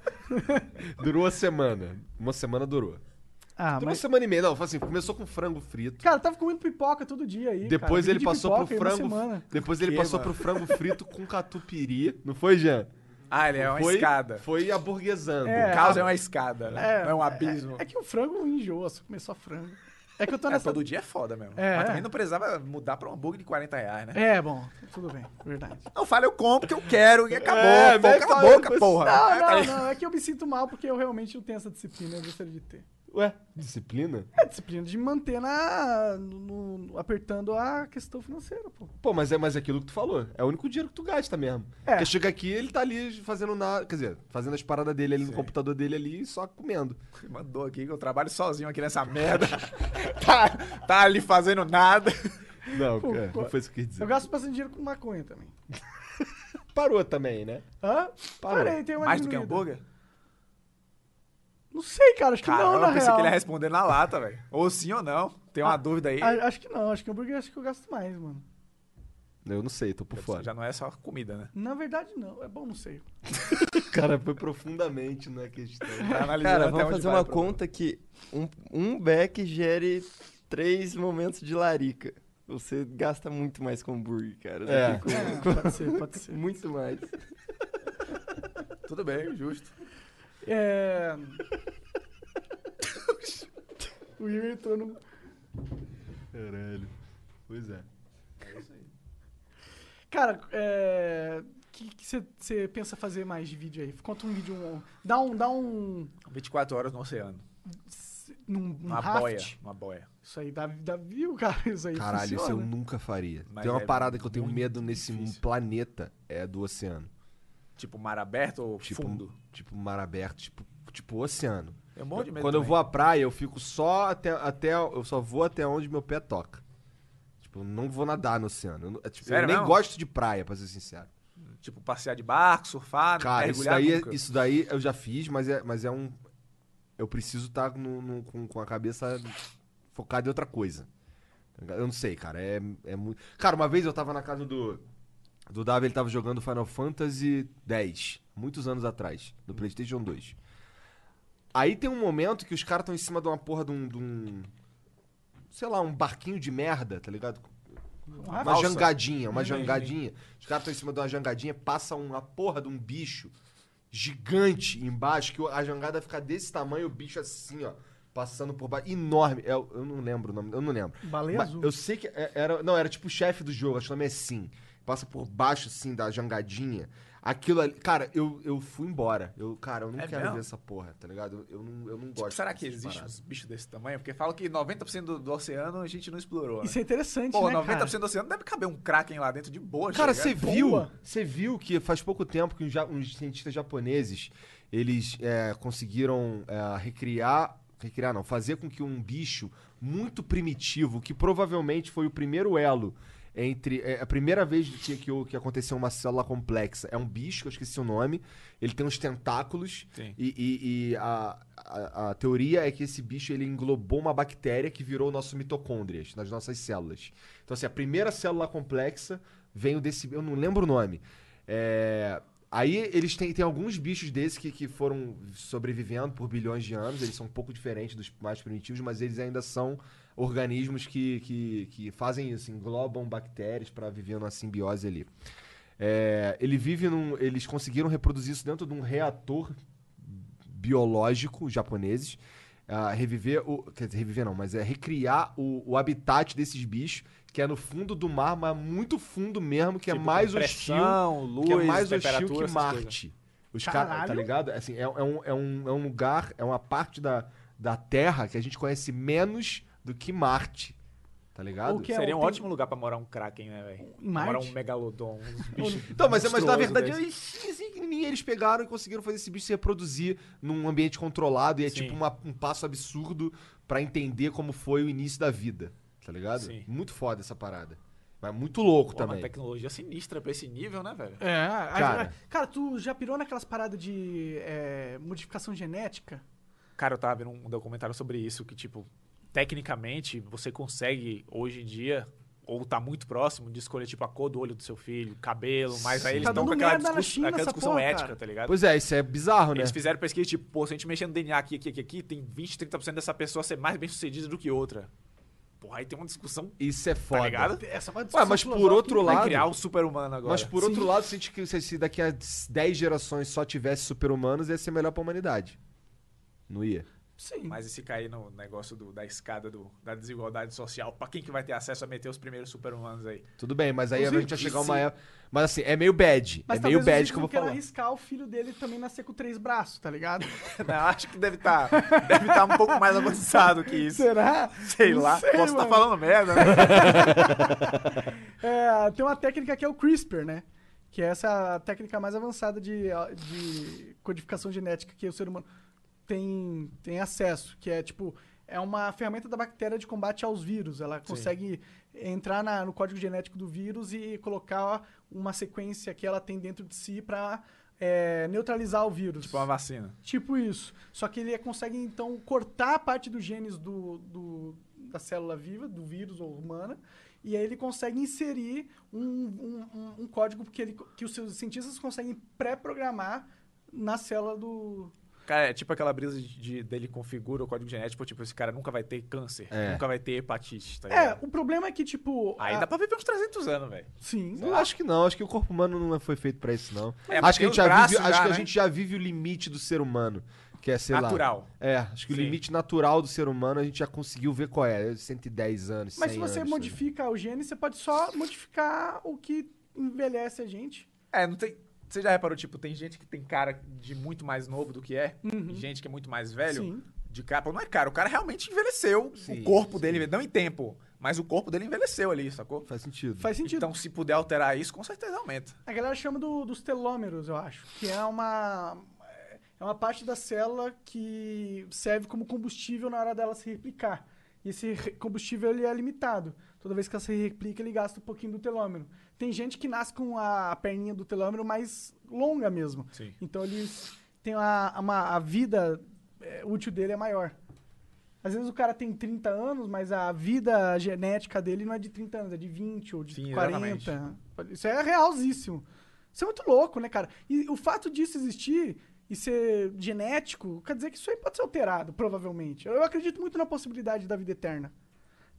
Speaker 2: durou a semana. Uma semana durou.
Speaker 1: ah,
Speaker 2: Durou uma
Speaker 1: mas...
Speaker 2: semana e meia. Não, foi assim, começou com frango frito.
Speaker 1: Cara, eu tava comendo pipoca todo dia aí,
Speaker 2: Depois
Speaker 1: cara. Vídeo
Speaker 2: ele
Speaker 1: de
Speaker 2: passou
Speaker 1: pipoca
Speaker 2: pro
Speaker 1: aí uma
Speaker 2: frango.
Speaker 1: semana.
Speaker 2: Depois ele
Speaker 4: quê,
Speaker 2: passou
Speaker 4: mano?
Speaker 2: pro frango frito com catupiry. Não foi, Jean?
Speaker 4: Ah, ele é uma
Speaker 2: foi,
Speaker 4: escada.
Speaker 2: Foi aburguesando.
Speaker 4: O
Speaker 1: É.
Speaker 4: caos é uma escada, né?
Speaker 1: É,
Speaker 4: Não é um abismo.
Speaker 1: É que o frango enjoa, só comer só frango. É que eu tô
Speaker 4: É,
Speaker 1: nessa...
Speaker 4: todo dia é foda mesmo.
Speaker 1: É, é.
Speaker 4: Mas também não precisava mudar pra um hambúrguer de 40 reais, né?
Speaker 1: É, bom, tudo bem, verdade.
Speaker 4: Não fala, eu compro que eu quero e acabou.
Speaker 2: É,
Speaker 4: Pô,
Speaker 2: bem
Speaker 4: cala a
Speaker 2: falado,
Speaker 4: boca,
Speaker 2: mas-
Speaker 4: porra. Ah, tá
Speaker 1: Não, não,
Speaker 4: ligado?
Speaker 1: não, é que eu me sinto mal porque eu realmente não tenho essa disciplina, eu gostaria de ter.
Speaker 2: Ué, disciplina?
Speaker 1: É a disciplina de manter na... no- no- apertando a questão financeira, pô.
Speaker 2: Pô, mas é mais aquilo que tu falou. É o único dinheiro que tu gasta mesmo.
Speaker 1: É.
Speaker 2: Porque chega aqui, ele tá ali fazendo nada. Quer dizer, fazendo as paradas dele ali no computador dele ali e só comendo.
Speaker 4: Mandou aqui que eu trabalho sozinho aqui nessa merda. tá, tá ali fazendo nada.
Speaker 2: Não,
Speaker 1: Pô,
Speaker 2: cara,
Speaker 1: pô.
Speaker 2: não foi isso que eu quis
Speaker 1: Eu
Speaker 2: dizer.
Speaker 1: gasto bastante dinheiro com maconha também.
Speaker 2: Parou também, né?
Speaker 1: Hã?
Speaker 2: Parou.
Speaker 1: Parei, tem uma
Speaker 4: Mais do que
Speaker 1: diminuída.
Speaker 4: hambúrguer?
Speaker 1: Não sei, cara, acho que
Speaker 4: Caramba,
Speaker 1: não, na
Speaker 4: eu pensei
Speaker 1: real.
Speaker 4: que ele ia responder na lata, velho. Ou sim ou não. Tem uma
Speaker 1: Ah,
Speaker 4: dúvida aí.
Speaker 1: A- Acho que não, acho que hambúrguer acho que eu gasto mais, mano.
Speaker 2: Eu não sei, tô por fora.
Speaker 4: Já não é só comida, né?
Speaker 1: Na verdade, não. É bom, não sei.
Speaker 2: Cara, foi profundamente na questão.
Speaker 4: Tá analisando
Speaker 3: Cara,
Speaker 4: até
Speaker 3: vamos
Speaker 4: onde
Speaker 3: fazer
Speaker 4: vai
Speaker 3: uma
Speaker 4: o problema.
Speaker 3: conta que um, um beck gere três momentos de larica. Você gasta muito mais com hambúrguer, cara. do
Speaker 2: É.
Speaker 3: que com-
Speaker 1: É, pode ser, pode ser.
Speaker 3: Muito mais.
Speaker 4: Tudo bem, justo.
Speaker 1: É... o Will entrou no...
Speaker 2: Caralho. Pois é.
Speaker 1: Cara, é... O que você pensa fazer mais de vídeo aí? Conta um vídeo. Um, dá um. Dá um.
Speaker 4: 24 horas no oceano.
Speaker 1: Num, um
Speaker 4: Uma
Speaker 1: raft.
Speaker 4: boia. Uma boia.
Speaker 1: Isso aí dá, dá view, cara. Isso aí.
Speaker 2: Caralho, isso é eu
Speaker 1: funciona.
Speaker 2: nunca faria.
Speaker 4: Mas
Speaker 2: Tem uma
Speaker 4: é
Speaker 2: parada que eu tenho
Speaker 4: muito
Speaker 2: medo nesse
Speaker 4: difícil.
Speaker 2: planeta, é do oceano.
Speaker 4: Tipo mar aberto ou
Speaker 2: Tipo,
Speaker 4: fundo?
Speaker 2: tipo mar aberto, tipo, tipo oceano.
Speaker 4: É um monte de medo
Speaker 2: Quando eu
Speaker 4: também.
Speaker 2: vou à praia, eu fico só até, até. Eu só vou até onde meu pé toca. Tipo, eu não vou nadar no oceano. Eu, não- é, tipo, eu
Speaker 4: Sério
Speaker 2: nem
Speaker 4: mesmo?
Speaker 2: gosto de praia, pra ser sincero.
Speaker 4: Tipo, passear de barco, surfar,
Speaker 2: Cara, isso
Speaker 4: mergulhar
Speaker 2: daí, é-
Speaker 4: nunca.
Speaker 2: isso daí eu já fiz, mas é, mas é um. Eu preciso estar com, com a cabeça focada em outra coisa. Tá ligado? Eu não sei, cara. É, é muito. Cara, uma vez eu tava na casa do. Do Davi, ele tava jogando Final Fantasy X, muitos anos atrás, no PlayStation 2. Aí tem um momento que os caras estão em cima de uma porra de um, de um. Sei lá, um barquinho de merda, tá ligado?
Speaker 1: Ah,
Speaker 2: Uma
Speaker 4: balsa.
Speaker 2: jangadinha, uma
Speaker 4: Sim, sim.
Speaker 2: jangadinha. Os caras estão em cima de uma jangadinha, passa uma porra de um bicho gigante embaixo, que a jangada fica desse tamanho, o bicho assim, ó, passando por baixo. Enorme. É, Eu, não lembro o nome, eu não lembro.
Speaker 1: Baleia
Speaker 2: Mas
Speaker 1: azul.
Speaker 2: um Eu sei que é- era. Não, era tipo o chefe do jogo, acho que o nome é Sim. Passa por baixo, assim, da jangadinha. Aquilo ali. Cara, eu, eu fui embora. Eu, cara, eu não
Speaker 4: É
Speaker 2: quero
Speaker 4: mesmo?
Speaker 2: ver essa porra, tá ligado? Eu, eu não, eu não
Speaker 4: Tipo,
Speaker 2: gosto.
Speaker 4: será que
Speaker 2: dessas
Speaker 4: existe
Speaker 2: paradas.
Speaker 4: uns bichos desse tamanho? Porque falam que 90% do, do oceano a gente não explorou, né?
Speaker 1: Isso é interessante,
Speaker 4: Pô,
Speaker 1: né,
Speaker 4: 90%
Speaker 1: cara?
Speaker 4: do oceano deve caber um kraken lá dentro de boa,
Speaker 2: Cara,
Speaker 4: tá ligado?
Speaker 2: você viu?
Speaker 1: Boa.
Speaker 2: Você viu que faz pouco tempo que uns, ja- uns cientistas japoneses eles é, conseguiram é, recriar, recriar não, fazer com que um bicho muito primitivo, que provavelmente foi o primeiro elo entre é, a primeira vez que, que, o- que aconteceu uma célula complexa, é um bicho, eu esqueci o nome. Ele tem uns tentáculos
Speaker 4: Sim.
Speaker 2: e, e- e a, a, a teoria é que esse bicho ele englobou uma bactéria que virou o nosso mitocôndrias, nas nossas células. Então, assim, a primeira célula complexa veio desse. Eu não lembro o nome. É, Aí eles têm, tem alguns bichos desses que, que foram sobrevivendo por bilhões de anos. Eles são um pouco diferentes dos mais primitivos, mas eles ainda são organismos que, que, que fazem isso, englobam bactérias para viver numa simbiose ali. É, ele vive num. Eles conseguiram reproduzir isso dentro de um reator biológico japoneses. ah, reviver o. Quer dizer, reviver não, mas é recriar o, o habitat desses bichos, que é no fundo do mar, mas muito fundo mesmo, que é
Speaker 4: Tipo,
Speaker 2: mais
Speaker 4: com
Speaker 2: hostil.
Speaker 4: pressão, luz,
Speaker 2: que é mais hostil
Speaker 4: temperatura,
Speaker 2: que
Speaker 4: essas coisas.
Speaker 2: Marte. Os caras, tá
Speaker 1: Caralho.
Speaker 2: ligado? Assim, é, é um, é, um, é um lugar, é uma parte da, da Terra que a gente conhece menos do que Marte. Tá ligado?
Speaker 1: O que é
Speaker 4: Seria um
Speaker 1: tem-
Speaker 4: ótimo lugar pra morar um Kraken, né, velho?
Speaker 1: Em
Speaker 4: Morar
Speaker 1: Marte?
Speaker 4: um megalodon, uns bichos.
Speaker 2: Então, mas, mas na
Speaker 4: monstruosos
Speaker 2: verdade,
Speaker 4: desses.
Speaker 2: eles, assim, que nem eles pegaram e conseguiram fazer esse bicho se reproduzir num ambiente controlado e é
Speaker 4: Sim.
Speaker 2: tipo uma- um passo absurdo pra entender como foi o início da vida, tá ligado?
Speaker 4: Sim.
Speaker 2: Muito foda essa parada. Mas muito louco
Speaker 4: Pô, tá uma
Speaker 2: também.
Speaker 4: tecnologia sinistra pra esse nível, né, velho?
Speaker 1: É, a-
Speaker 2: Cara.
Speaker 1: a- cara, tu já pirou naquelas paradas de é, modificação genética?
Speaker 4: Cara, eu tava vendo um documentário sobre isso, que, tipo, tecnicamente você consegue, hoje em dia, ou tá muito próximo, de escolher, tipo, a cor do olho do seu filho, cabelo, mas aí
Speaker 2: Sim.
Speaker 4: eles
Speaker 1: Tá
Speaker 4: estão com
Speaker 1: dando
Speaker 4: aquela,
Speaker 1: merda na
Speaker 4: discuss-
Speaker 1: China
Speaker 4: aquela
Speaker 1: essa
Speaker 4: discussão
Speaker 1: porra,
Speaker 4: ética,
Speaker 1: cara.
Speaker 4: tá ligado?
Speaker 2: Pois é, isso é bizarro, né?
Speaker 4: Eles fizeram pesquisa, tipo, pô, se a gente mexer no DNA aqui, aqui, aqui, aqui, tem 20, 30% dessa pessoa ser mais bem sucedida do que outra. Porra, aí tem uma discussão.
Speaker 2: Isso é foda.
Speaker 4: ligado?
Speaker 1: Essa é uma
Speaker 2: Ué,
Speaker 1: discussão
Speaker 2: mas por
Speaker 1: filosófica
Speaker 2: outro
Speaker 4: Vai
Speaker 2: lado.
Speaker 4: criar um super-humano agora.
Speaker 2: Mas por outro lado, se, a gente, que- se- se daqui a 10 gerações só tivesse super-humanos, ia ser melhor pra humanidade. Não ia.
Speaker 1: Sim.
Speaker 4: Mas e se cair no negócio do- da escada do- da desigualdade social, pra quem que vai ter acesso a meter os primeiros super-humanos aí?
Speaker 2: Tudo bem, mas aí a
Speaker 1: Inclusive,
Speaker 2: gente ia chegar
Speaker 1: e
Speaker 2: uma
Speaker 1: se-
Speaker 2: época. Mas assim, é meio bad.
Speaker 1: Mas
Speaker 2: é meio
Speaker 1: talvez o
Speaker 2: bad
Speaker 1: Zico
Speaker 2: que eu vou
Speaker 1: não queira
Speaker 2: falar.
Speaker 1: arriscar o filho dele também nascer com três braços, tá ligado?
Speaker 4: Não, eu Né? acho que deve estar deve tá um pouco mais avançado que isso.
Speaker 1: Será?
Speaker 4: Sei
Speaker 1: Não
Speaker 4: lá,
Speaker 1: sei,
Speaker 4: posso estar
Speaker 1: mano.
Speaker 4: falando merda, né?
Speaker 1: É, tem uma técnica que é o CRISPR, né? Que é essa técnica mais avançada de, de codificação genética que o ser humano tem, tem acesso, que é tipo. É uma ferramenta da bactéria de combate aos vírus. Ela consegue entrar na- no código genético do vírus e colocar uma sequência que ela tem dentro de si pra é, neutralizar o vírus.
Speaker 4: Tipo uma vacina.
Speaker 1: Tipo isso. Só que ele consegue, então, cortar a parte dos genes do, do- da célula viva, do vírus ou humana, e aí ele consegue inserir um, um- um- um código que, ele, que os seus cientistas conseguem pré-programar na célula do...
Speaker 4: Cara, é tipo aquela brisa de, de- dele configura o código genético, tipo, esse cara nunca vai ter câncer,
Speaker 2: É.
Speaker 4: nunca vai ter hepatite, tá
Speaker 1: É,
Speaker 4: ligado?
Speaker 1: o problema é que, tipo...
Speaker 4: Aí
Speaker 1: a-
Speaker 4: dá pra viver uns 300 anos, velho.
Speaker 1: Sim.
Speaker 2: Não acho que não, acho que o corpo humano não foi feito pra isso não.
Speaker 4: É,
Speaker 2: acho que a
Speaker 4: tem
Speaker 2: gente
Speaker 4: os
Speaker 2: já
Speaker 4: braços
Speaker 2: vive, acho
Speaker 4: já,
Speaker 2: que a
Speaker 4: né?
Speaker 2: gente já vive o limite do ser humano, que é sei lá.
Speaker 4: Natural.
Speaker 2: É, acho que
Speaker 4: Sim.
Speaker 2: o limite natural do ser humano a gente já conseguiu ver qual é, 110 anos,
Speaker 1: Mas
Speaker 2: 100
Speaker 1: se
Speaker 4: é
Speaker 1: você
Speaker 2: anos,
Speaker 1: modifica o gene, você pode só modificar o que envelhece a gente.
Speaker 4: É, não tem. Você já reparou, tipo, tem gente que tem cara de muito mais novo do que é, e gente que é muito mais velho.
Speaker 1: Sim.
Speaker 4: De cara, pô, não é cara, o cara realmente envelheceu.
Speaker 2: Sim,
Speaker 4: o corpo
Speaker 2: sim.
Speaker 4: dele, não em tempo, mas o corpo dele envelheceu ali, sacou?
Speaker 2: né? Faz sentido.
Speaker 1: Faz sentido.
Speaker 4: Então, se puder alterar isso, com certeza aumenta.
Speaker 1: A galera chama do- dos telômeros, eu acho, que é uma é uma parte da célula que serve como combustível na hora dela se replicar. E esse re- combustível ele é limitado. Toda vez que ela se replica, ele gasta um pouquinho do telômero. Tem gente que nasce com a perninha do telômero mais longa mesmo.
Speaker 4: Sim.
Speaker 1: Então eles têm uma, uma- a vida é, útil dele é maior. Às vezes o cara tem 30 anos, mas a vida genética dele não é de 30 anos, é de 20 ou de
Speaker 4: Sim,
Speaker 1: 40.
Speaker 4: exatamente.
Speaker 1: Isso é realzíssimo. Isso é muito louco, né, cara? E o fato disso existir e ser genético, quer dizer que isso aí pode ser alterado, provavelmente. Eu acredito muito na possibilidade da vida eterna.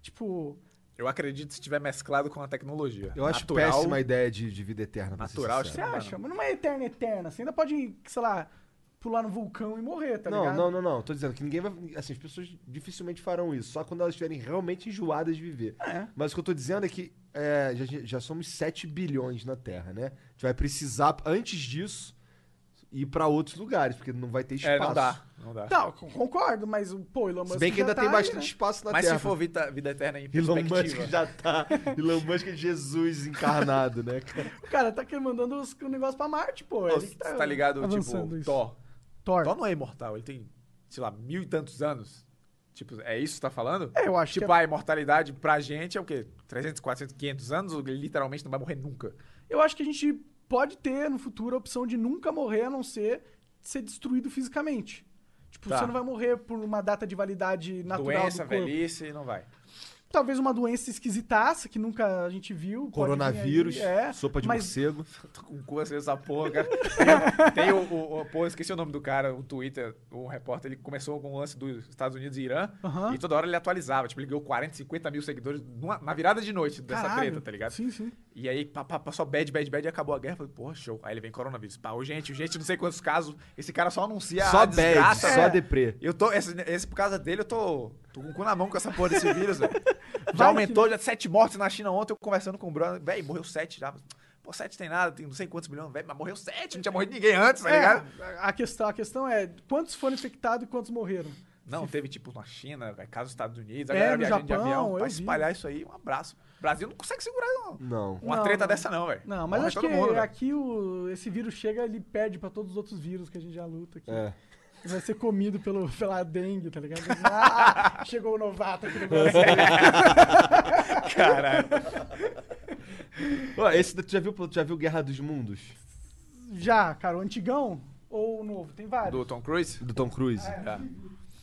Speaker 1: Tipo,
Speaker 4: Eu acredito se tiver mesclado com a tecnologia.
Speaker 2: Eu acho
Speaker 4: Natural,
Speaker 2: péssima a ideia de, de vida eterna. pra ser
Speaker 4: Natural,
Speaker 2: sincero.
Speaker 1: você
Speaker 4: Não,
Speaker 1: acha? Mas não é eterna, eterna. Você ainda pode, sei lá, pular no vulcão e morrer, tá
Speaker 2: não,
Speaker 1: ligado?
Speaker 2: não, não, não. Tô dizendo que ninguém vai. Assim, as pessoas dificilmente farão isso. Só quando elas estiverem realmente enjoadas de viver.
Speaker 1: É.
Speaker 2: Mas o que eu tô dizendo é que é, já, já somos 7 bilhões na Terra, né? A gente vai precisar, antes disso, ir pra outros lugares, porque não vai ter espaço.
Speaker 4: É, não dá. Não dá.
Speaker 1: Tá, eu concordo, mas o pô, Elon Musk
Speaker 2: Se bem que
Speaker 1: já
Speaker 2: ainda
Speaker 1: tá
Speaker 2: tem
Speaker 1: aí,
Speaker 2: bastante
Speaker 1: né?
Speaker 2: espaço na
Speaker 4: Mas
Speaker 2: Terra.
Speaker 4: se for vida, vida eterna em
Speaker 2: Elon Musk
Speaker 4: perspectiva.
Speaker 2: já tá. Elon Musk é Jesus encarnado, né? cara?
Speaker 1: O cara tá aqui mandando os- o negócio pra Marte, pô. Ele
Speaker 4: Você
Speaker 1: que
Speaker 4: tá, ligado,
Speaker 1: avançando
Speaker 4: tipo,
Speaker 1: isso.
Speaker 4: Thor.
Speaker 1: Thor.
Speaker 4: Thor não é imortal, ele tem, sei lá, mil e tantos anos. Tipo, é isso que tá falando?
Speaker 1: É, eu acho
Speaker 4: Tipo,
Speaker 1: que
Speaker 4: a imortalidade pra gente é o quê? 300, 400, 500 anos? Ele literalmente não vai morrer nunca.
Speaker 1: Eu acho que a gente pode ter no futuro a opção de nunca morrer, a não ser ser destruído fisicamente. Tipo,
Speaker 4: Tá.
Speaker 1: você não vai morrer por uma data de validade natural
Speaker 4: Doença,
Speaker 1: do corpo.
Speaker 4: velhice, não vai.
Speaker 1: Talvez uma doença esquisitaça que nunca a gente viu. pode vir aí,
Speaker 2: Coronavírus,
Speaker 1: é,
Speaker 2: sopa de
Speaker 1: mas
Speaker 2: morcego.
Speaker 4: Tô com o cu assim, essa porra, cara. Tem- Tem o, o, o- Pô, eu esqueci o nome do cara, o Twitter, um repórter, ele começou com o lance dos Estados Unidos e Irã,
Speaker 1: Aham.
Speaker 4: e toda hora ele atualizava. Tipo, ele ganhou 40, 50 mil seguidores numa- na virada de noite dessa
Speaker 1: Caralho.
Speaker 4: treta, tá ligado?
Speaker 1: Sim, sim.
Speaker 4: E aí, pá, pá, pá, só bad, bad, bad, e acabou a guerra. Eu Falei, porra, show. Aí ele vem coronavírus. Pá, ô, gente, gente, não sei quantos casos. Esse cara só anuncia
Speaker 2: Só
Speaker 4: a
Speaker 2: bad,
Speaker 4: desgraça.
Speaker 2: só
Speaker 4: É.
Speaker 1: né?
Speaker 2: deprê.
Speaker 4: Eu tô, esse, esse por causa dele, eu tô, tô com o cu na mão com essa porra desse vírus, velho. Já
Speaker 1: Vai
Speaker 4: aumentou, já sete mortes na China ontem, eu conversando com o Bruno. Véi, morreu sete já. Pô, Pô, sete tem nada, tem não sei quantos milhões, velho, mas morreu sete, não tinha morrido ninguém antes, tá
Speaker 1: É,
Speaker 4: ligado?
Speaker 1: a, questão, a questão é quantos foram infectados e quantos morreram.
Speaker 4: Não, teve tipo na China, vai caso dos Estados Unidos, a
Speaker 1: É,
Speaker 4: galera
Speaker 1: no
Speaker 4: viajando de
Speaker 1: Japão,
Speaker 4: avião.
Speaker 1: eu
Speaker 4: Pra
Speaker 1: vi.
Speaker 4: espalhar isso aí, um abraço. O Brasil não consegue segurar não.
Speaker 2: Não.
Speaker 4: uma
Speaker 1: Não,
Speaker 4: treta
Speaker 1: não.
Speaker 4: dessa não, velho.
Speaker 1: Não, mas
Speaker 4: Morre
Speaker 1: acho que
Speaker 4: todo mundo, né? velho.
Speaker 1: aqui o, esse vírus chega, ele perde pra todos os outros vírus que a gente já luta aqui.
Speaker 2: É.
Speaker 1: Ele Vai ser comido pelo, pela dengue, tá ligado? Ah, chegou o novato aqui no Brasil.
Speaker 4: Caralho.
Speaker 2: Ó, esse da- tu já viu, tu já viu Guerra dos Mundos?
Speaker 1: Já, cara, o antigão ou o novo? Tem vários.
Speaker 4: Do Tom Cruise?
Speaker 2: Do Tom Cruise?
Speaker 4: É.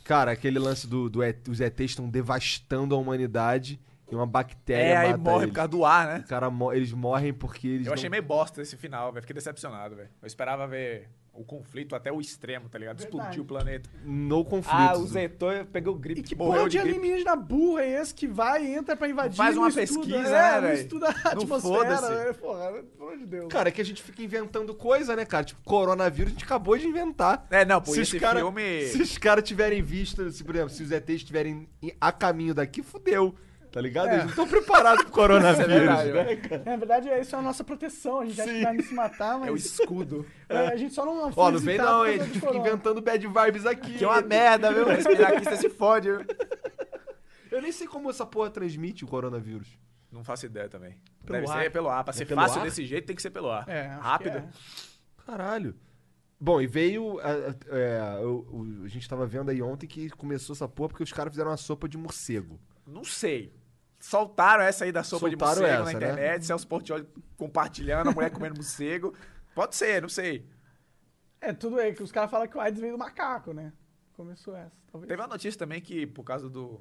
Speaker 2: Cara, aquele lance do, do ET, os ETs estão devastando a humanidade e uma bactéria
Speaker 4: É, aí
Speaker 2: mata
Speaker 4: morre
Speaker 2: eles.
Speaker 4: por causa do ar, né?
Speaker 2: O cara mo- eles morrem porque eles
Speaker 4: Eu achei
Speaker 2: não-
Speaker 4: meio bosta esse final, velho. Fiquei decepcionado, velho. Eu esperava ver o conflito até o extremo, tá ligado? Explodir o planeta.
Speaker 2: no conflito.
Speaker 4: Ah, o Zetor pegou gripe,
Speaker 1: né? E que
Speaker 4: morreu
Speaker 1: porra
Speaker 4: de
Speaker 1: de
Speaker 4: gripe.
Speaker 1: alienígena burra é esse que vai, entra pra invadir
Speaker 4: Faz
Speaker 1: e
Speaker 4: uma
Speaker 1: não estuda,
Speaker 4: pesquisa,
Speaker 1: é,
Speaker 4: né,
Speaker 1: não
Speaker 4: velho?
Speaker 1: estuda a
Speaker 4: Não
Speaker 1: atmosfera,
Speaker 4: foda-se.
Speaker 1: né? Porra, pelo amor de Deus.
Speaker 2: Cara, é que a gente fica inventando coisa, né, cara? Tipo, coronavírus a gente acabou de inventar.
Speaker 4: É, não, pô,
Speaker 2: se os
Speaker 4: esse
Speaker 2: cara,
Speaker 4: filme...
Speaker 2: Se os caras tiverem visto, se, por exemplo, se os ETs estiverem a caminho daqui, fudeu. Tá ligado? Eles não estão preparados pro coronavírus,
Speaker 4: É. verdade,
Speaker 2: né,
Speaker 4: velho.
Speaker 2: cara?
Speaker 1: Na verdade, é- isso é a nossa proteção, a gente acha
Speaker 2: Sim.
Speaker 1: que vai se matar, mas...
Speaker 4: É o escudo.
Speaker 1: É, A gente só não foi
Speaker 2: Ó, não vem
Speaker 1: visitado
Speaker 2: não,
Speaker 1: por
Speaker 2: hein?
Speaker 1: causa do
Speaker 2: A gente fica
Speaker 1: corona.
Speaker 2: inventando bad vibes aqui.
Speaker 4: Que é uma merda, viu? Respirar aqui, você se fode.
Speaker 2: né?
Speaker 4: viu?
Speaker 2: Eu nem sei como essa porra transmite o coronavírus.
Speaker 4: Não faço ideia também.
Speaker 1: Pelo
Speaker 4: Deve
Speaker 1: ar.
Speaker 4: ser pelo ar. Pra ser
Speaker 2: pelo
Speaker 4: fácil
Speaker 2: ar?
Speaker 4: desse jeito, tem que ser pelo ar.
Speaker 1: É, acho que
Speaker 4: Rápido.
Speaker 1: é.
Speaker 2: Caralho. Bom, e veio. A, a- é, o- o- a gente tava vendo aí ontem que começou essa porra porque os caras fizeram uma sopa de morcego.
Speaker 4: Não sei. Soltaram essa aí da sopa
Speaker 2: Soltaram
Speaker 4: de morcego na
Speaker 2: essa, né?
Speaker 4: internet, Celso Portioli compartilhando, a mulher comendo morcego. Pode ser, não sei.
Speaker 1: É, tudo é que os caras falam que o AIDS veio do macaco, né? Começou essa, talvez.
Speaker 4: Teve uma notícia também que, por causa do,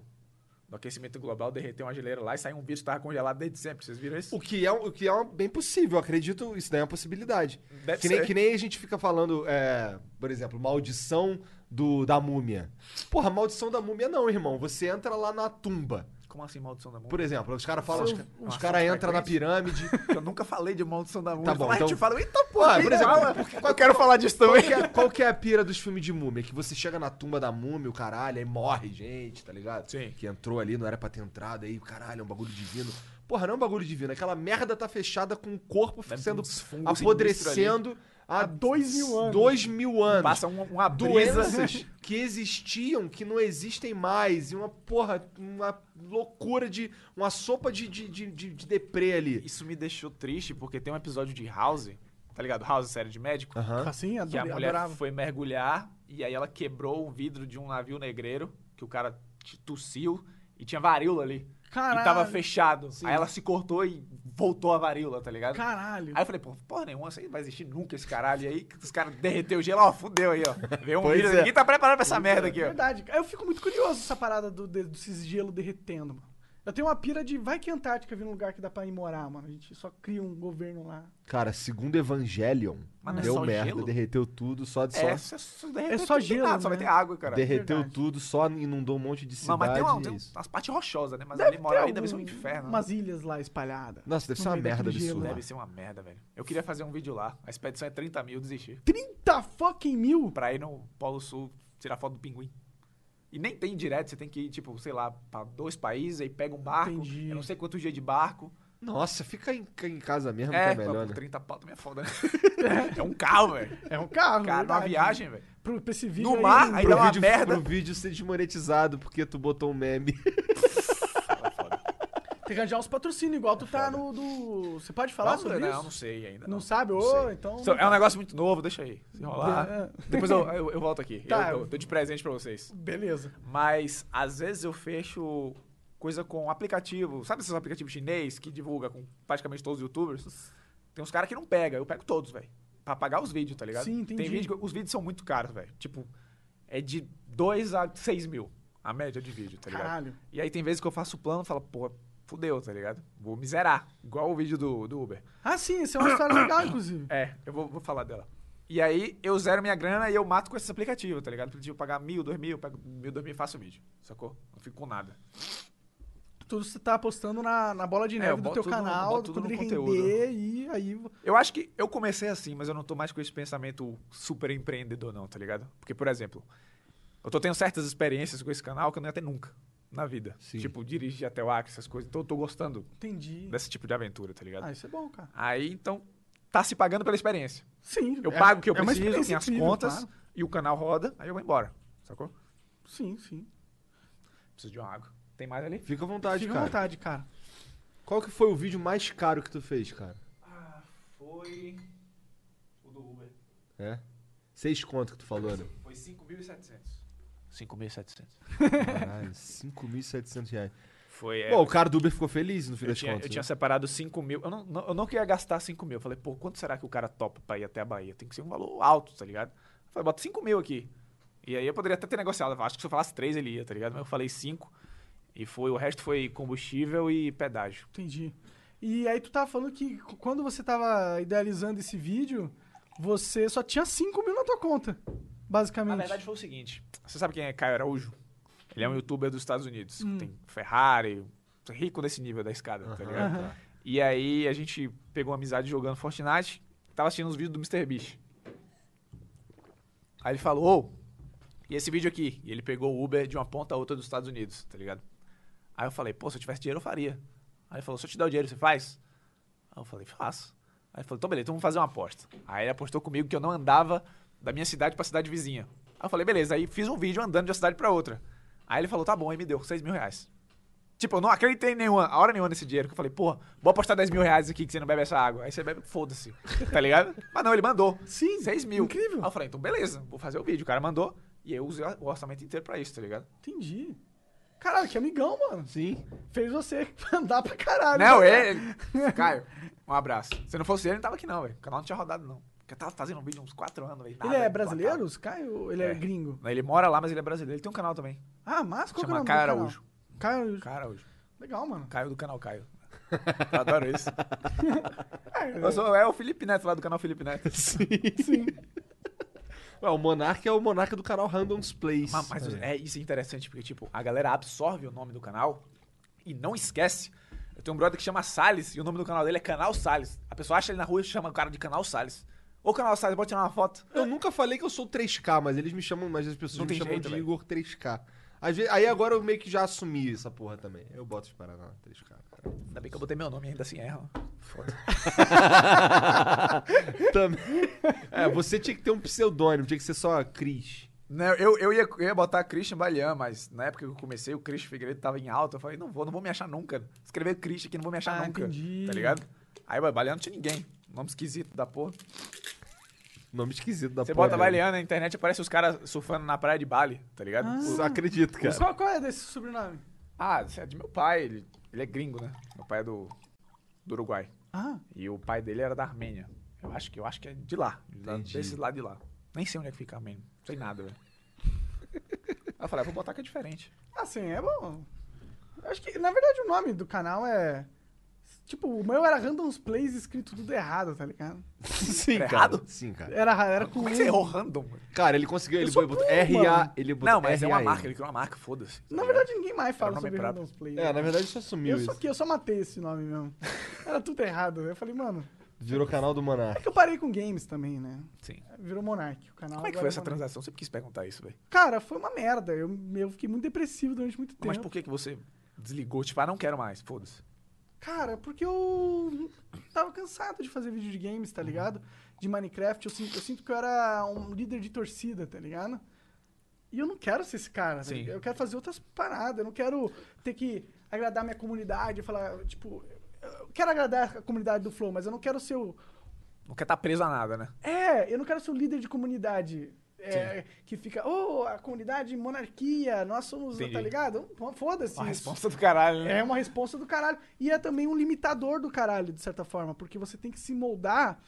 Speaker 4: do aquecimento global, derreteu uma geleira lá e saiu um bicho que tava congelado desde sempre. Vocês viram isso?
Speaker 2: O que é, o que é uma- bem possível, eu acredito, isso daí é uma possibilidade.
Speaker 4: Deve
Speaker 2: que, nem,
Speaker 4: ser.
Speaker 2: que nem a gente fica falando, é, por exemplo, maldição do, da múmia. Porra, maldição da múmia não, irmão. Você entra lá na tumba.
Speaker 4: Como assim, maldição da múmia?
Speaker 2: Por exemplo, os caras falam, os,
Speaker 4: Seu-
Speaker 2: ca-
Speaker 4: uma
Speaker 2: os caras
Speaker 4: ação
Speaker 2: entram na
Speaker 4: frequente.
Speaker 2: pirâmide.
Speaker 4: Eu nunca falei de maldição da múmia.
Speaker 2: bom,
Speaker 4: mas
Speaker 2: então-
Speaker 4: a gente fala, eita
Speaker 2: Ah,
Speaker 4: porra, é."
Speaker 2: por
Speaker 4: por
Speaker 2: exemplo,
Speaker 4: eu quero falar disso
Speaker 2: Qual
Speaker 4: também.
Speaker 2: que, é, qual que é a pira dos filmes de múmia? Que você chega na tumba da múmia, o caralho, aí morre gente, tá ligado?
Speaker 4: Sim.
Speaker 2: Que entrou ali, não era pra ter entrado, aí o caralho, é um bagulho divino. Porra, não é um bagulho divino. Aquela merda tá fechada com o corpo
Speaker 4: Deve
Speaker 2: sendo
Speaker 4: ter uns fungos
Speaker 2: apodrecendo há
Speaker 1: dois mil anos.
Speaker 2: Dois mil anos.
Speaker 4: Passa um- uma brisa.
Speaker 2: Doenças que existiam, que não existem mais. E uma porra, uma loucura de. Uma sopa de, de, de, de- de deprê ali.
Speaker 4: Isso me deixou triste, porque tem um episódio de House, tá ligado? House, série de médico.
Speaker 2: Aham.
Speaker 1: Assim,
Speaker 4: Que a
Speaker 1: adorei,
Speaker 4: mulher
Speaker 1: adorava.
Speaker 4: foi mergulhar e aí ela quebrou o vidro de um navio negreiro, que o cara t- tossiu e tinha varíola ali.
Speaker 1: Caralho.
Speaker 4: E tava fechado. Aí ela se cortou e voltou a varíola, tá ligado?
Speaker 1: Caralho.
Speaker 4: Aí eu falei, pô, porra nenhuma, isso aí não vai existir nunca esse caralho. E aí que os caras derreteu o gelo, ó, fudeu aí, ó. Veio um
Speaker 2: Pois
Speaker 4: vírus,
Speaker 2: é.
Speaker 4: ninguém tá preparado pra essa merda aqui, ó.
Speaker 1: é, Verdade. Eu fico muito curioso essa parada do, de, desse gelo derretendo, mano. Eu tenho uma pira de vai que a Antártica vira um lugar que dá pra ir morar, mano. A gente só cria um governo lá.
Speaker 2: Cara, segundo Evangelion,
Speaker 4: Mas não é
Speaker 2: deu
Speaker 4: só
Speaker 2: merda,
Speaker 4: gelo?
Speaker 2: derreteu tudo, só de só.
Speaker 4: É, só, só derreteu,
Speaker 1: É só
Speaker 4: não tem
Speaker 1: gelo,
Speaker 4: nada, Só
Speaker 1: né?
Speaker 4: vai ter água, cara.
Speaker 2: Derreteu
Speaker 1: Verdade.
Speaker 2: tudo, só inundou um monte de
Speaker 4: Não,
Speaker 2: cidade.
Speaker 4: mas tem, uma,
Speaker 2: e
Speaker 4: tem um-
Speaker 2: é isso.
Speaker 4: umas partes rochosas, né? Mas
Speaker 1: Deve
Speaker 4: ali mora
Speaker 1: ter
Speaker 4: ali deve ser um
Speaker 1: algum-
Speaker 4: inferno. né?
Speaker 1: Umas ilhas lá espalhadas.
Speaker 2: Nossa, deve
Speaker 1: No
Speaker 2: ser
Speaker 4: um
Speaker 2: uma
Speaker 1: meio daquele
Speaker 2: merda
Speaker 1: gelo
Speaker 2: absurda.
Speaker 1: lá.
Speaker 4: Deve ser uma merda, velho. Eu queria fazer um vídeo lá. A expedição é 30 mil, eu desisti.
Speaker 1: 30 fucking mil?
Speaker 4: Pra ir no Polo Sul tirar foto do pinguim. E nem tem direto, você tem que ir, tipo, sei lá, pra dois países, aí pega um barco.
Speaker 1: Entendi.
Speaker 4: Eu não sei quantos dias de barco.
Speaker 2: Nossa, fica em, em casa mesmo que
Speaker 4: é,
Speaker 2: é melhor,
Speaker 4: pô,
Speaker 2: né?
Speaker 4: 30 pau também é foda, né? é um carro, velho.
Speaker 1: É um carro,
Speaker 4: Cara, uma
Speaker 1: verdade.
Speaker 4: viagem, velho.
Speaker 1: Pro, pra esse vídeo
Speaker 4: No
Speaker 1: aí,
Speaker 4: mar, aí dá uma
Speaker 2: vídeo,
Speaker 4: merda.
Speaker 2: pro vídeo ser desmonetizado porque tu botou um meme.
Speaker 4: É foda.
Speaker 1: Tem que arranjar uns patrocínios, igual tu tá no do... Você pode falar
Speaker 4: É Não,
Speaker 1: sobre
Speaker 4: não,
Speaker 1: isso?
Speaker 4: não sei ainda.
Speaker 1: Não sabe? Ô,
Speaker 4: sei.
Speaker 1: então-
Speaker 4: So- É um negócio muito novo, deixa aí. Se rolar.
Speaker 1: É.
Speaker 4: Depois eu, eu, eu volto aqui.
Speaker 1: Tá.
Speaker 4: Eu, eu dou de presente pra vocês.
Speaker 1: Beleza.
Speaker 4: Mas às vezes eu fecho coisa com aplicativo. Sabe esses aplicativos chinês que divulga com praticamente todos os youtubers? Tem uns caras que não pega, eu pego todos, velho. Pra pagar os vídeos, tá ligado?
Speaker 1: Sim, entendi.
Speaker 4: Tem vídeo, que- os vídeos são muito caros, velho. Tipo, é de 2 a 6 mil a média de vídeo, tá ligado?
Speaker 1: Caralho.
Speaker 4: E aí tem vezes que eu faço o plano e falo, pô, fudeu, tá ligado? Vou me zerar. Igual o vídeo do, do Uber.
Speaker 1: Ah, sim, isso é uma história legal, inclusive.
Speaker 4: É, eu vou, vou falar dela. E aí eu zero minha grana e eu mato com esses aplicativos, tá ligado? Aplicativo pagar mil, dois mil, eu pego mil, dois mil e faço vídeo, sacou? Não fico com nada.
Speaker 1: Tudo você tá postando na, na bola de
Speaker 4: É,
Speaker 1: neve
Speaker 4: eu
Speaker 1: do
Speaker 4: boto
Speaker 1: teu
Speaker 4: tudo no-
Speaker 1: canal,
Speaker 4: boto tudo
Speaker 1: tudo
Speaker 4: no
Speaker 1: ele
Speaker 4: conteúdo.
Speaker 1: render e aí...
Speaker 4: Eu acho que eu comecei assim, mas eu não tô mais com esse pensamento super empreendedor, não, tá ligado? Porque, por exemplo, eu tô tendo certas experiências com esse canal que eu não ia ter nunca na vida.
Speaker 2: Sim.
Speaker 4: Tipo, dirigir até o Acre, essas coisas. Então eu tô gostando
Speaker 1: Entendi.
Speaker 4: desse tipo de aventura, tá ligado?
Speaker 1: Ah, isso é bom, cara.
Speaker 4: Aí, então, tá se pagando pela experiência.
Speaker 1: Sim.
Speaker 4: Eu
Speaker 1: é-
Speaker 4: pago o que eu
Speaker 1: é uma
Speaker 4: preciso,
Speaker 1: experiência
Speaker 4: tenho as
Speaker 1: incrível,
Speaker 4: contas,
Speaker 1: claro.
Speaker 4: e o canal roda, aí eu vou embora. Sacou?
Speaker 1: Sim, sim.
Speaker 4: Preciso de uma água. Tem mais ali?
Speaker 2: Fica à vontade,
Speaker 1: Fica à
Speaker 2: cara.
Speaker 1: vontade, cara.
Speaker 2: Qual que foi o vídeo mais caro que tu fez, cara?
Speaker 4: Ah, foi. O do Uber.
Speaker 2: É? Seis conto que tu falou, né?
Speaker 4: Foi 5.700. 5.700.
Speaker 2: Caralho, 5.700 reais.
Speaker 4: Foi. é,
Speaker 2: Bom, o cara do Uber ficou feliz no fim
Speaker 4: eu,
Speaker 2: das
Speaker 4: tinha,
Speaker 2: contas.
Speaker 4: eu tinha
Speaker 2: né?
Speaker 4: separado 5 mil. Eu não, não- eu não queria gastar 5 mil. Eu falei, pô, quanto será que o cara topa pra ir até a Bahia? Tem que ser um valor alto, tá ligado? Eu falei, bota 5 mil aqui. E aí eu poderia até ter negociado. Eu Acho que se eu falasse 3 ele ia, tá ligado? Mas eu falei 5. E foi, o resto foi combustível e pedágio.
Speaker 1: Entendi. E aí tu tava falando que c- quando você tava idealizando esse vídeo, você só tinha 5 mil na tua conta, basicamente.
Speaker 4: Na verdade foi o seguinte. Você sabe quem é Caio Araújo? Ele é um youtuber dos Estados Unidos. que Tem Ferrari, rico nesse nível da escada, tá ligado? E aí a gente pegou uma amizade jogando Fortnite, tava assistindo uns vídeos do Mr. Beast. Aí ele falou, ô, e esse vídeo aqui? E ele pegou o Uber de uma ponta a outra dos Estados Unidos, tá ligado? Aí eu falei, pô, se eu tivesse dinheiro eu faria. Aí ele falou, se eu te dar o dinheiro, você faz? Aí eu falei, faço. Aí ele falou, então beleza, então vamos fazer uma aposta. Aí ele apostou comigo que eu não andava da minha cidade pra cidade vizinha. Aí eu falei, beleza, aí fiz um vídeo andando de uma cidade pra outra. Aí ele falou, tá bom, aí me deu 6 mil reais. Tipo, eu não acreditei em nenhuma, a hora nenhuma nesse dinheiro. Que eu falei, porra, vou apostar 10 mil reais aqui que você não bebe essa água. Aí você bebe, foda-se. Tá ligado? Mas não, ele mandou.
Speaker 1: Sim,
Speaker 4: 6 mil.
Speaker 1: incrível.
Speaker 4: Aí eu falei, então beleza, vou fazer o vídeo. O cara mandou e eu usei o orçamento inteiro pra isso, tá ligado?
Speaker 1: Entendi. Caralho, que amigão, mano.
Speaker 2: Sim.
Speaker 1: Fez você andar pra caralho.
Speaker 4: Não, é-
Speaker 1: né?
Speaker 4: ele. Caio, um abraço. Se não fosse ele, não tava aqui não, velho. O canal não tinha rodado, não. Porque eu tava fazendo um vídeo há uns 4 anos, velho.
Speaker 1: Ele
Speaker 4: nada,
Speaker 1: é
Speaker 4: não
Speaker 1: brasileiro,
Speaker 4: plantava.
Speaker 1: esse Caio? Ou Ele é,
Speaker 4: É.
Speaker 1: gringo?
Speaker 4: Ele mora lá, mas ele é brasileiro. Ele tem um canal também.
Speaker 1: Ah, mas qual que é o
Speaker 4: chama
Speaker 1: nome
Speaker 4: Caio
Speaker 1: do canal?
Speaker 4: Araújo.
Speaker 1: Caio Araújo.
Speaker 4: Caio Araújo.
Speaker 1: Legal, mano.
Speaker 4: Caio do canal Caio. Eu adoro isso. Eu sou- é o Felipe Neto lá do canal Felipe Neto.
Speaker 2: Sim. Ué, o Monark é o Monark do canal Randoms Plays.
Speaker 4: Mas, mas é, isso é interessante, porque, tipo, a galera absorve o nome do canal e não esquece. Eu tenho um brother que chama Salles e o nome do canal dele é Canal Salles. A pessoa acha ele na rua e chama o cara de Canal Salles. Ô, Canal Salles, pode tirar uma foto.
Speaker 2: Eu nunca falei que eu sou 3K, mas eles me chamam, mas as pessoas
Speaker 4: Não
Speaker 2: me
Speaker 4: tem
Speaker 2: chamam
Speaker 4: jeito,
Speaker 2: de
Speaker 4: velho.
Speaker 2: Igor 3K. Às vezes- aí agora eu meio que já assumi essa porra também. Eu boto os Paraná 3K. cara.
Speaker 4: Ainda bem que eu botei meu nome e ainda assim erra. Foda.
Speaker 2: Também. É, você tinha que ter um pseudônimo, tinha que ser só Cris.
Speaker 4: Não, eu, eu, ia, eu ia botar Christian Balian, mas na época que eu comecei, o Christian Figueiredo tava em alta. Eu falei, não vou, não vou me achar nunca. Escrever Christian aqui, não vou me achar
Speaker 1: Ah,
Speaker 4: nunca.
Speaker 1: entendi.
Speaker 4: Tá ligado? Aí, ué, Balian não tinha ninguém. Nome esquisito da porra.
Speaker 2: Nome esquisito da
Speaker 4: Você
Speaker 2: porra.
Speaker 4: bota
Speaker 2: mesmo.
Speaker 4: Balian na internet, aparece os caras surfando na praia de Bali, tá ligado?
Speaker 2: Só Acredito, cara.
Speaker 1: Mas qual, qual é desse sobrenome?
Speaker 4: Ah, isso é de meu pai. Ele, ele é gringo, né? Meu pai é do, do Uruguai.
Speaker 1: Ah,
Speaker 4: E o pai dele era da Armênia. Eu acho que, eu acho que é de lá. da-
Speaker 2: Entendi.
Speaker 4: Desse lado de lá. Nem sei onde é que fica a Armênia. Não sei nada, velho. Aí eu falei, ah, vou botar que é diferente.
Speaker 1: assim, é bom. Acho que, na verdade, o nome do canal é... Tipo, o meu era Randoms Plays escrito tudo errado, tá ligado?
Speaker 2: Sim,
Speaker 4: Era
Speaker 2: cara.
Speaker 4: é errado?
Speaker 2: Sim, cara.
Speaker 1: Era, era com... um.
Speaker 4: Como é que você errou random? mano?
Speaker 2: Cara, ele conseguiu, ele
Speaker 1: sou
Speaker 2: botou
Speaker 1: burro,
Speaker 2: RA,
Speaker 1: mano.
Speaker 2: ele botou
Speaker 4: Não, mas é uma
Speaker 2: RAM.
Speaker 4: marca, ele criou uma marca, foda-se.
Speaker 1: Na verdade, ninguém mais
Speaker 4: Era
Speaker 1: fala
Speaker 4: o nome
Speaker 1: sobre
Speaker 4: próprio.
Speaker 1: Randoms Plays.
Speaker 2: É, na verdade você assumiu
Speaker 1: Eu só,
Speaker 2: isso.
Speaker 1: que eu só matei esse nome mesmo. Era tudo errado. Eu falei, mano.
Speaker 2: Virou canal do
Speaker 1: É
Speaker 2: Monark.
Speaker 1: que eu parei com games também, né?
Speaker 4: Sim.
Speaker 1: Virou Monark. O canal
Speaker 4: Como é que
Speaker 1: agora
Speaker 4: foi essa
Speaker 1: Monark.
Speaker 4: transação? Sempre quis perguntar isso, velho.
Speaker 1: Cara, foi uma merda. Eu, eu fiquei muito depressivo durante muito tempo.
Speaker 4: Mas por que, que você desligou? Tipo, ah, não quero mais, foda-se.
Speaker 1: Cara, porque eu tava cansado de fazer vídeo de games, tá ligado? De Minecraft. Eu sinto, eu sinto que eu era um líder de torcida, tá ligado? E eu não quero ser esse cara, tá
Speaker 4: Sim.
Speaker 1: ligado? Eu quero fazer outras paradas. Eu não quero ter que agradar minha comunidade, falar, tipo. Eu quero agradar a comunidade do Flow, mas eu não quero ser o,
Speaker 4: Não quer estar preso a nada, né?
Speaker 1: É, eu não quero ser o líder de comunidade. é, que fica, ô, a comunidade monarquia, nós somos,
Speaker 4: Entendi.
Speaker 1: tá ligado? Um- Foda-se.
Speaker 4: Uma
Speaker 1: isso.
Speaker 4: resposta do caralho, né?
Speaker 1: É uma resposta do caralho. E é também um limitador do caralho, de certa forma, porque você tem que se moldar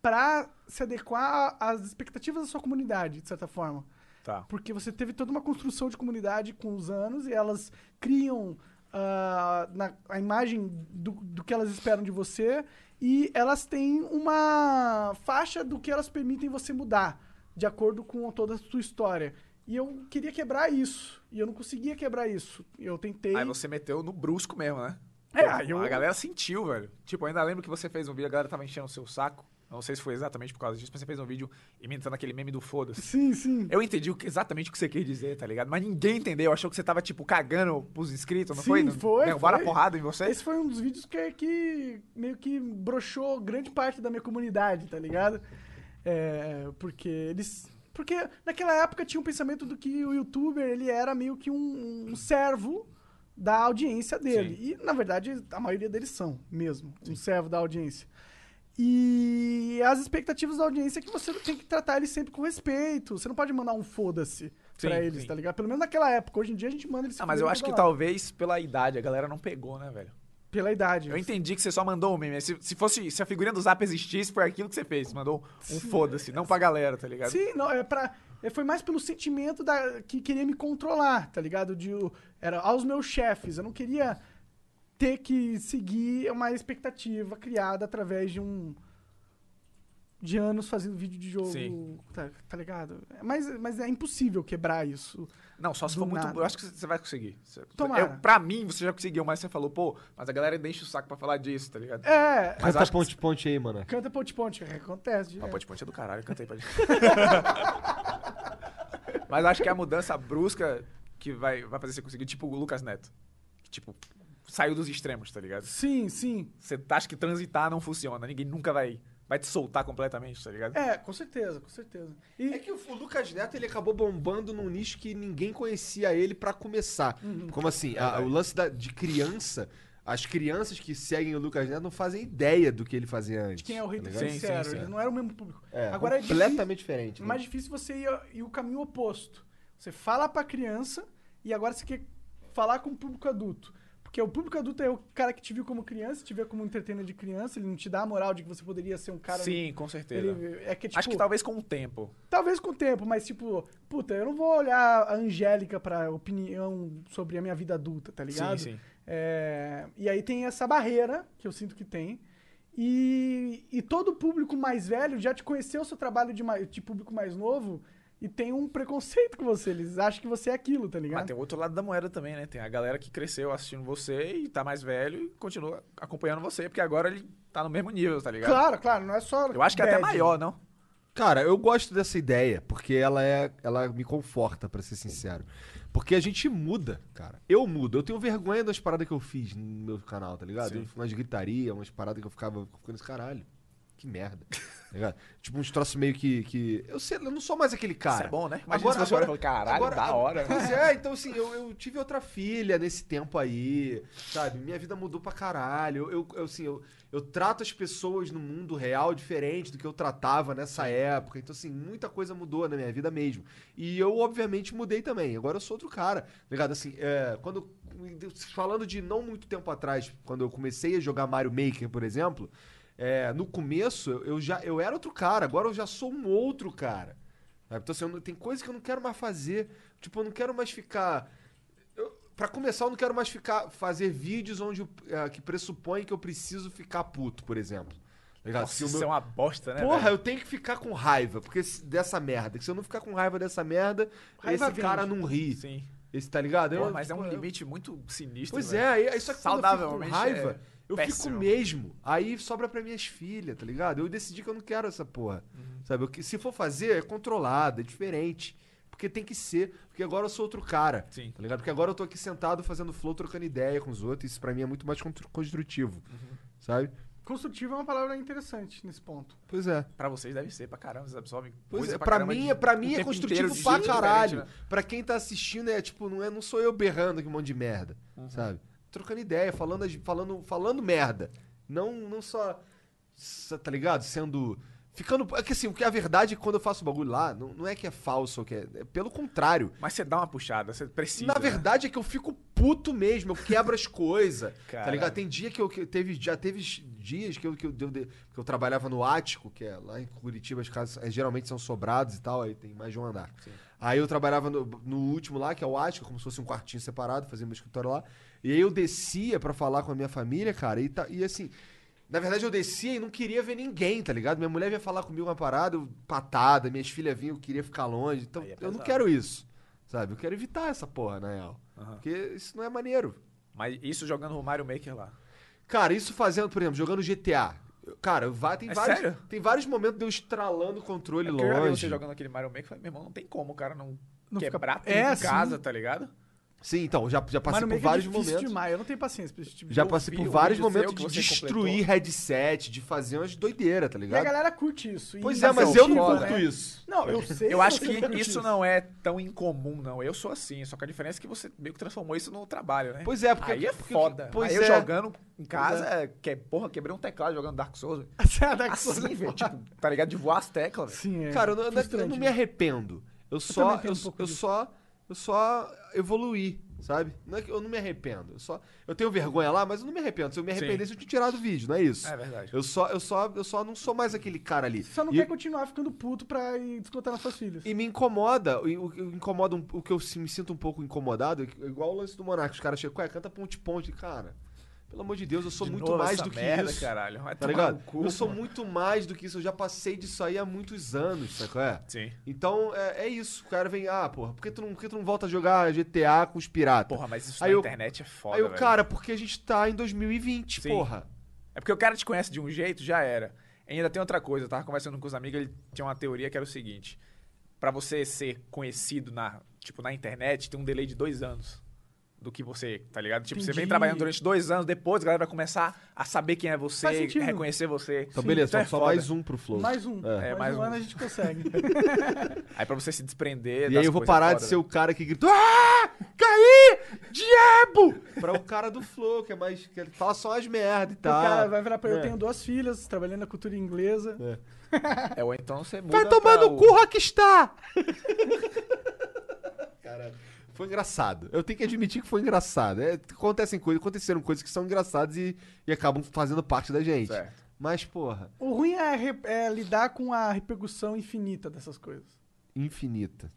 Speaker 1: pra se adequar às expectativas da sua comunidade, de certa forma.
Speaker 4: Tá.
Speaker 1: Porque você teve toda uma construção de comunidade com os anos e elas criam ah, na- a imagem do, do que elas esperam de você e elas têm uma faixa do que elas permitem você mudar, de acordo com toda a sua história. E eu queria quebrar isso. E eu não conseguia quebrar isso. Eu tentei.
Speaker 4: Aí você meteu no brusco mesmo, né?
Speaker 1: É, aí eu-
Speaker 4: A galera sentiu, velho. Tipo, eu ainda lembro que você fez um vídeo, a galera tava enchendo o seu saco. Eu não sei se foi exatamente por causa disso, mas você fez um vídeo imitando aquele meme do foda-se.
Speaker 1: Sim, sim.
Speaker 4: Eu entendi o que- exatamente o que você quis dizer, tá ligado? Mas ninguém entendeu. Achou que você tava, tipo, cagando pros inscritos, não
Speaker 1: Sim,
Speaker 4: foi? Não-
Speaker 1: foi,
Speaker 4: Derrubaram
Speaker 1: foi.
Speaker 4: a porrada em você?
Speaker 1: Esse foi um dos vídeos que, que meio que broxou grande parte da minha comunidade, tá ligado? É, porque eles. Porque naquela época tinha um pensamento do que o youtuber ele era meio que um, um servo da audiência dele. E, na verdade, a maioria deles são mesmo, um servo da audiência. E as expectativas da audiência é que você tem que tratar eles sempre com respeito. Você não pode mandar um foda-se
Speaker 4: Sim,
Speaker 1: pra eles,
Speaker 4: sim.
Speaker 1: tá ligado? Pelo menos naquela época. Hoje em dia a gente manda eles
Speaker 4: Ah, mas eu acho que talvez pela idade a galera não pegou, né, velho?
Speaker 1: Pela idade.
Speaker 4: Eu entendi que você só mandou um meme. Se, se fosse, se a figurinha do Zap existisse, foi aquilo que você fez. Você Mandou um foda-se, não pra galera, tá ligado?
Speaker 1: Sim, não, é pra, é, foi mais pelo sentimento da, que queria me controlar, tá ligado? De, o- era aos meus chefes. Eu não queria ter que seguir uma expectativa criada através de um. De anos fazendo vídeo de
Speaker 4: Sim.
Speaker 1: jogo, tá, tá ligado? Mas, mas é impossível quebrar isso.
Speaker 4: Não, só se
Speaker 1: Do
Speaker 4: for muito.
Speaker 1: nada.
Speaker 4: Eu acho que você vai conseguir. Você-
Speaker 1: Tomara.
Speaker 4: Eu, pra mim, você já conseguiu, mas você falou, pô, mas a galera deixa o saco pra falar disso, tá ligado?
Speaker 1: É.
Speaker 2: Mas
Speaker 4: acho
Speaker 2: Canta
Speaker 4: que-
Speaker 2: ponte-ponte aí, mano.
Speaker 1: Canta Ponte Ponte, que acontece.
Speaker 4: Ah,
Speaker 1: direto.
Speaker 4: Ponte Ponte é do caralho, eu cantei pra gente. Mas acho que é a mudança brusca que vai, vai fazer você conseguir, tipo o Lucas Neto. Tipo, saiu dos extremos, tá ligado?
Speaker 1: Sim, sim.
Speaker 4: Você tá, acha que transitar não funciona, ninguém nunca vai, vai te soltar completamente, tá ligado?
Speaker 1: É, com certeza, com certeza. E,
Speaker 2: É que o o Lucas Neto ele acabou bombando num nicho que ninguém conhecia ele pra começar.
Speaker 1: Uhum.
Speaker 2: Como assim? a- o lance da- de criança. As crianças que seguem o Lucas Neto não fazem ideia do que ele fazia antes. tá
Speaker 1: quem é o hater
Speaker 2: ligado?
Speaker 4: Sim,
Speaker 1: sincero,
Speaker 4: sim, sim.
Speaker 1: eles não eram o mesmo público.
Speaker 2: É,
Speaker 1: Agora é difícil-
Speaker 2: completamente diferente. né?
Speaker 1: mais difícil você ir, ir o caminho oposto. Você fala pra criança e agora você quer falar com o público adulto. Porque o público adulto é o cara que te viu como criança, te vê como um entertainer de criança, ele não te dá a moral de que você poderia ser um cara.
Speaker 4: Sim, com certeza.
Speaker 1: ele- é que, tipo, tá
Speaker 4: acho que talvez com o tempo.
Speaker 1: talvez com o tempo, mas tipo, puta, eu não vou olhar a Angélica pra opinião sobre a minha vida adulta, tá ligado?
Speaker 4: Sim, sim.
Speaker 1: É, e aí tem essa barreira, que eu sinto que tem. E, e todo o público mais velho já te conheceu o seu trabalho de, ma- de público mais novo e tem um preconceito com você. Eles acham que você é aquilo, tá
Speaker 4: Mas
Speaker 1: ligado?
Speaker 4: tem o outro lado da moeda também, né? Tem a galera que cresceu assistindo você e tá mais velho e continua acompanhando você, porque agora ele tá no mesmo nível, tá
Speaker 2: um
Speaker 4: ligado?
Speaker 1: Claro, claro, não é só.
Speaker 4: Eu acho que é até
Speaker 1: bad.
Speaker 4: maior, não?
Speaker 2: Cara, eu gosto dessa ideia, porque ela é, ela me conforta, pra ser sincero. Porque a gente muda, cara. Eu mudo. Eu tenho vergonha das paradas que eu fiz no meu canal, tá ligado?
Speaker 4: Sim.
Speaker 2: Umas gritaria, umas paradas que eu ficava ficando esse caralho. Que merda. tá ligado? Tipo uns troços meio que. que... Eu, sei, eu não sou mais aquele cara.
Speaker 4: Isso é bom, né? Imagina se você olha e fala, "Caralho, da hora." né?
Speaker 2: Pois é, então assim, eu, eu tive outra filha nesse tempo aí, sabe? Minha vida mudou pra caralho. Eu, eu, eu, assim, eu, eu trato as pessoas no mundo real diferente do que eu tratava nessa época. Então, assim, muita coisa mudou na minha vida mesmo. E eu, obviamente, mudei também. Agora eu sou outro cara, tá ligado? Assim, é, quando. Falando de não muito tempo atrás, quando eu comecei a jogar Mario Maker, por exemplo. é, no começo, eu- eu já eu era outro cara, agora eu já sou um outro cara. Sabe? Então, assim, eu não- tem coisa que eu não quero mais fazer. Tipo, eu não quero mais ficar. Eu, pra começar, eu não quero mais ficar fazer vídeos onde eu- eh, que pressupõe que eu preciso ficar puto, por exemplo. Tá Ligado?
Speaker 4: Nossa,
Speaker 2: Se o
Speaker 4: isso
Speaker 2: meu-
Speaker 4: é uma bosta, né?
Speaker 2: Porra,
Speaker 4: velho?
Speaker 2: eu tenho que ficar com raiva porque se- dessa merda. Que se eu não ficar com raiva dessa merda,
Speaker 1: Raiva
Speaker 2: esse cara
Speaker 1: vende.
Speaker 2: não ri.
Speaker 4: Sim.
Speaker 2: Esse, tá ligado?
Speaker 4: Porra,
Speaker 2: Eu-
Speaker 4: mas é um
Speaker 2: tipo, eu-
Speaker 4: limite muito sinistro.
Speaker 2: Pois
Speaker 4: velho.
Speaker 2: é, aí- aí só que quando eu fico com
Speaker 4: Saudavelmente,
Speaker 2: raiva,
Speaker 4: é
Speaker 2: eu
Speaker 4: péssimo.
Speaker 2: fico mesmo. Aí sobra pra minhas filhas, tá ligado? Eu decidi que eu não quero essa porra.
Speaker 4: Uhum.
Speaker 2: Sabe? Eu que- se for fazer, é controlado, é diferente. Porque tem que ser. Porque agora eu sou outro cara.
Speaker 4: Sim.
Speaker 2: Tá ligado? Porque agora eu tô aqui sentado fazendo flow, trocando ideia com os outros. Isso pra mim é muito mais contru- construtivo.
Speaker 4: Uhum.
Speaker 2: Sabe?
Speaker 1: Construtivo é uma palavra interessante nesse ponto.
Speaker 2: Pois é.
Speaker 4: Pra vocês deve ser pra caramba, vocês absorvem
Speaker 2: Pois
Speaker 4: coisa
Speaker 2: é,
Speaker 4: pra
Speaker 2: pra
Speaker 4: caramba
Speaker 2: mim,
Speaker 4: de-
Speaker 2: é- pra
Speaker 4: o
Speaker 2: mim é
Speaker 4: tempo
Speaker 2: construtivo
Speaker 4: inteiro de
Speaker 2: pra
Speaker 4: jeito
Speaker 2: caralho.
Speaker 4: diferente, né?
Speaker 2: Pra quem tá assistindo, é tipo, não, é, não sou eu berrando aqui um monte de merda, sabe? Trocando ideia, falando, as- falando, falando merda. Não, não só, só, tá ligado? Sendo... Ficando... É que assim, o que é a verdade é que quando eu faço bagulho lá, não, não é que é falso, ou que é, é pelo contrário.
Speaker 4: Mas você dá uma puxada, você precisa.
Speaker 2: Na
Speaker 4: né?
Speaker 2: verdade é que eu fico puto mesmo, eu quebro as coisas, tá
Speaker 4: Caralho.
Speaker 2: ligado? Tem dia que eu que eu teve, já teve dias que eu, que, eu, deu- de- que eu trabalhava no ático, que é lá em Curitiba, as casas é, geralmente são sobrados e tal, aí tem mais de um andar. Aí eu trabalhava no, no último lá, que é o ático, como se fosse um quartinho separado, fazia meu escritório lá. E aí eu descia pra falar com a minha família, cara, e, tá- e assim. Na verdade, eu descia e não queria ver ninguém, tá ligado? Minha mulher vinha falar comigo uma parada, eu, patada, minhas filhas vinham, eu queria ficar longe. Então,
Speaker 4: Aí é
Speaker 2: eu não
Speaker 4: pesado.
Speaker 2: quero isso, sabe? Eu quero evitar essa porra, na real.
Speaker 4: Aham.
Speaker 2: Porque isso não é maneiro.
Speaker 4: Mas isso jogando o Mario Maker lá.
Speaker 2: Cara, isso fazendo, por exemplo, jogando GTA. Eu- Cara, vai, tem,
Speaker 4: É
Speaker 2: vários,
Speaker 4: sério?
Speaker 2: tem vários momentos de eu estralando o controle
Speaker 4: Porque eu já vi
Speaker 2: longe.
Speaker 4: você jogando aquele Mario Maker, eu falei, meu irmão, não tem como o cara não,
Speaker 1: Não fica-
Speaker 4: quebrar tudo
Speaker 1: É,
Speaker 4: em
Speaker 2: assim.
Speaker 4: casa,
Speaker 1: sim.
Speaker 4: tá ligado?
Speaker 2: Sim, então, já, já passei
Speaker 1: Mario
Speaker 2: por
Speaker 1: Maker
Speaker 2: vários
Speaker 1: é difícil
Speaker 2: momentos.
Speaker 1: demais, eu não tenho paciência pra esse tipo de
Speaker 2: Já
Speaker 4: Eu
Speaker 2: passei
Speaker 4: vi
Speaker 2: por
Speaker 4: um
Speaker 2: vários
Speaker 4: vídeo seu
Speaker 2: momentos
Speaker 4: que
Speaker 2: de
Speaker 4: você
Speaker 2: destruir headset, de fazer umas doideiras, tá
Speaker 1: E a
Speaker 2: ligado?
Speaker 1: galera curte isso. e
Speaker 2: Pois
Speaker 1: dá
Speaker 2: é, mas
Speaker 4: assim,
Speaker 1: sentido,
Speaker 2: eu não
Speaker 1: né?
Speaker 2: curto isso.
Speaker 1: Não, eu sei.
Speaker 4: Eu acho que
Speaker 1: você curte
Speaker 4: isso não é tão incomum, não. Eu sou assim, só que a diferença é que você meio que transformou isso no trabalho, né?
Speaker 2: Pois é, porque.
Speaker 4: Aí é
Speaker 2: porque-
Speaker 4: foda.
Speaker 2: Pois
Speaker 4: Aí
Speaker 2: é.
Speaker 4: eu jogando em casa, que, porra, quebrei um teclado jogando Dark Souls. velho.
Speaker 2: é
Speaker 1: Será que
Speaker 2: né?
Speaker 4: Assim, velho, tipo, tá ligado? De voar as teclas, velho.
Speaker 1: Sim, é.
Speaker 2: Cara, eu não, eu não- eu
Speaker 1: frustrante,
Speaker 2: não me
Speaker 1: né?
Speaker 2: arrependo. Eu só.
Speaker 1: também tenho
Speaker 2: Eu,
Speaker 1: um pouco
Speaker 2: eu
Speaker 1: disso.
Speaker 2: só. Eu só evoluí, sabe? Não é que eu não me arrependo. Eu, só, eu tenho vergonha lá, mas eu não me arrependo. Se eu me
Speaker 4: Sim.
Speaker 2: arrependesse, eu tinha tirado o vídeo, não é isso?
Speaker 4: É verdade.
Speaker 2: Eu só, eu só, eu só não sou mais aquele cara ali.
Speaker 1: Você só não
Speaker 2: E-
Speaker 1: quer continuar ficando puto pra ir descontar nas suas filhas.
Speaker 2: E me incomoda, e o, o- incomoda um- o que eu se- me sinto um pouco incomodado, é que- igual o lance do Monarca, os caras chegam, "Ué, canta ponte ponte, cara. Pelo amor de Deus, eu sou
Speaker 4: De
Speaker 2: muito
Speaker 4: novo
Speaker 2: mais
Speaker 4: essa
Speaker 2: do que
Speaker 4: merda,
Speaker 2: isso.
Speaker 4: caralho. Vai
Speaker 2: Tá
Speaker 4: tomar
Speaker 2: ligado?
Speaker 4: no cu,
Speaker 2: eu sou
Speaker 4: mano.
Speaker 2: muito mais do que isso, eu já passei disso aí há muitos anos, sacou? É?
Speaker 4: Sim.
Speaker 2: Então é, é isso, o cara vem, ah, porra, por que tu não, por que tu não volta a jogar GTA com os piratas?
Speaker 4: Porra, mas isso
Speaker 2: Aí
Speaker 4: na
Speaker 2: eu-
Speaker 4: internet é foda,
Speaker 2: aí o
Speaker 4: velho.
Speaker 2: cara, porque a gente tá em 2020,
Speaker 4: Sim.
Speaker 2: porra.
Speaker 4: É porque o cara te conhece de um jeito, já era. E ainda tem outra coisa, eu tava conversando com os amigos, ele tinha uma teoria que era o seguinte: Pra você ser conhecido na, tipo, na internet, tem um delay de dois anos do que você, tá ligado? Tipo, você vem
Speaker 1: Entendi.
Speaker 4: trabalhando durante dois anos, depois a galera vai começar a saber quem é você,
Speaker 1: Faz sentido.
Speaker 4: reconhecer você.
Speaker 2: Então beleza,
Speaker 4: Então é
Speaker 2: só
Speaker 4: foda.
Speaker 2: mais um pro Flow.
Speaker 1: Mais um.
Speaker 2: É.
Speaker 4: É,
Speaker 1: mais
Speaker 4: mais
Speaker 1: um
Speaker 4: um.
Speaker 1: ano a gente consegue.
Speaker 4: Aí pra você se desprender.
Speaker 2: E
Speaker 4: das
Speaker 2: aí eu vou
Speaker 4: coisas é
Speaker 2: parar
Speaker 4: foda,
Speaker 2: de ser o cara que grita. Ah! Caí! Diabo! Pra o cara do Flow, que é mais. Que fala só as merda e
Speaker 1: O
Speaker 4: Tá.
Speaker 1: cara
Speaker 2: tal.
Speaker 1: vai virar pra eu.
Speaker 2: É.
Speaker 1: Eu tenho duas filhas, trabalhando na cultura inglesa.
Speaker 4: velho. É, ou então você muda.
Speaker 2: Vai tomar
Speaker 4: pra
Speaker 2: no
Speaker 4: o-
Speaker 2: cu, Rockstar! Caralho. Foi engraçado. Eu tenho que admitir que foi engraçado. É, acontecem coisas, aconteceram coisas que são engraçadas e, e acabam fazendo parte da gente.
Speaker 4: Certo.
Speaker 2: Mas, porra,
Speaker 1: O ruim é, re- é lidar com a repercussão infinita dessas coisas.
Speaker 2: infinita.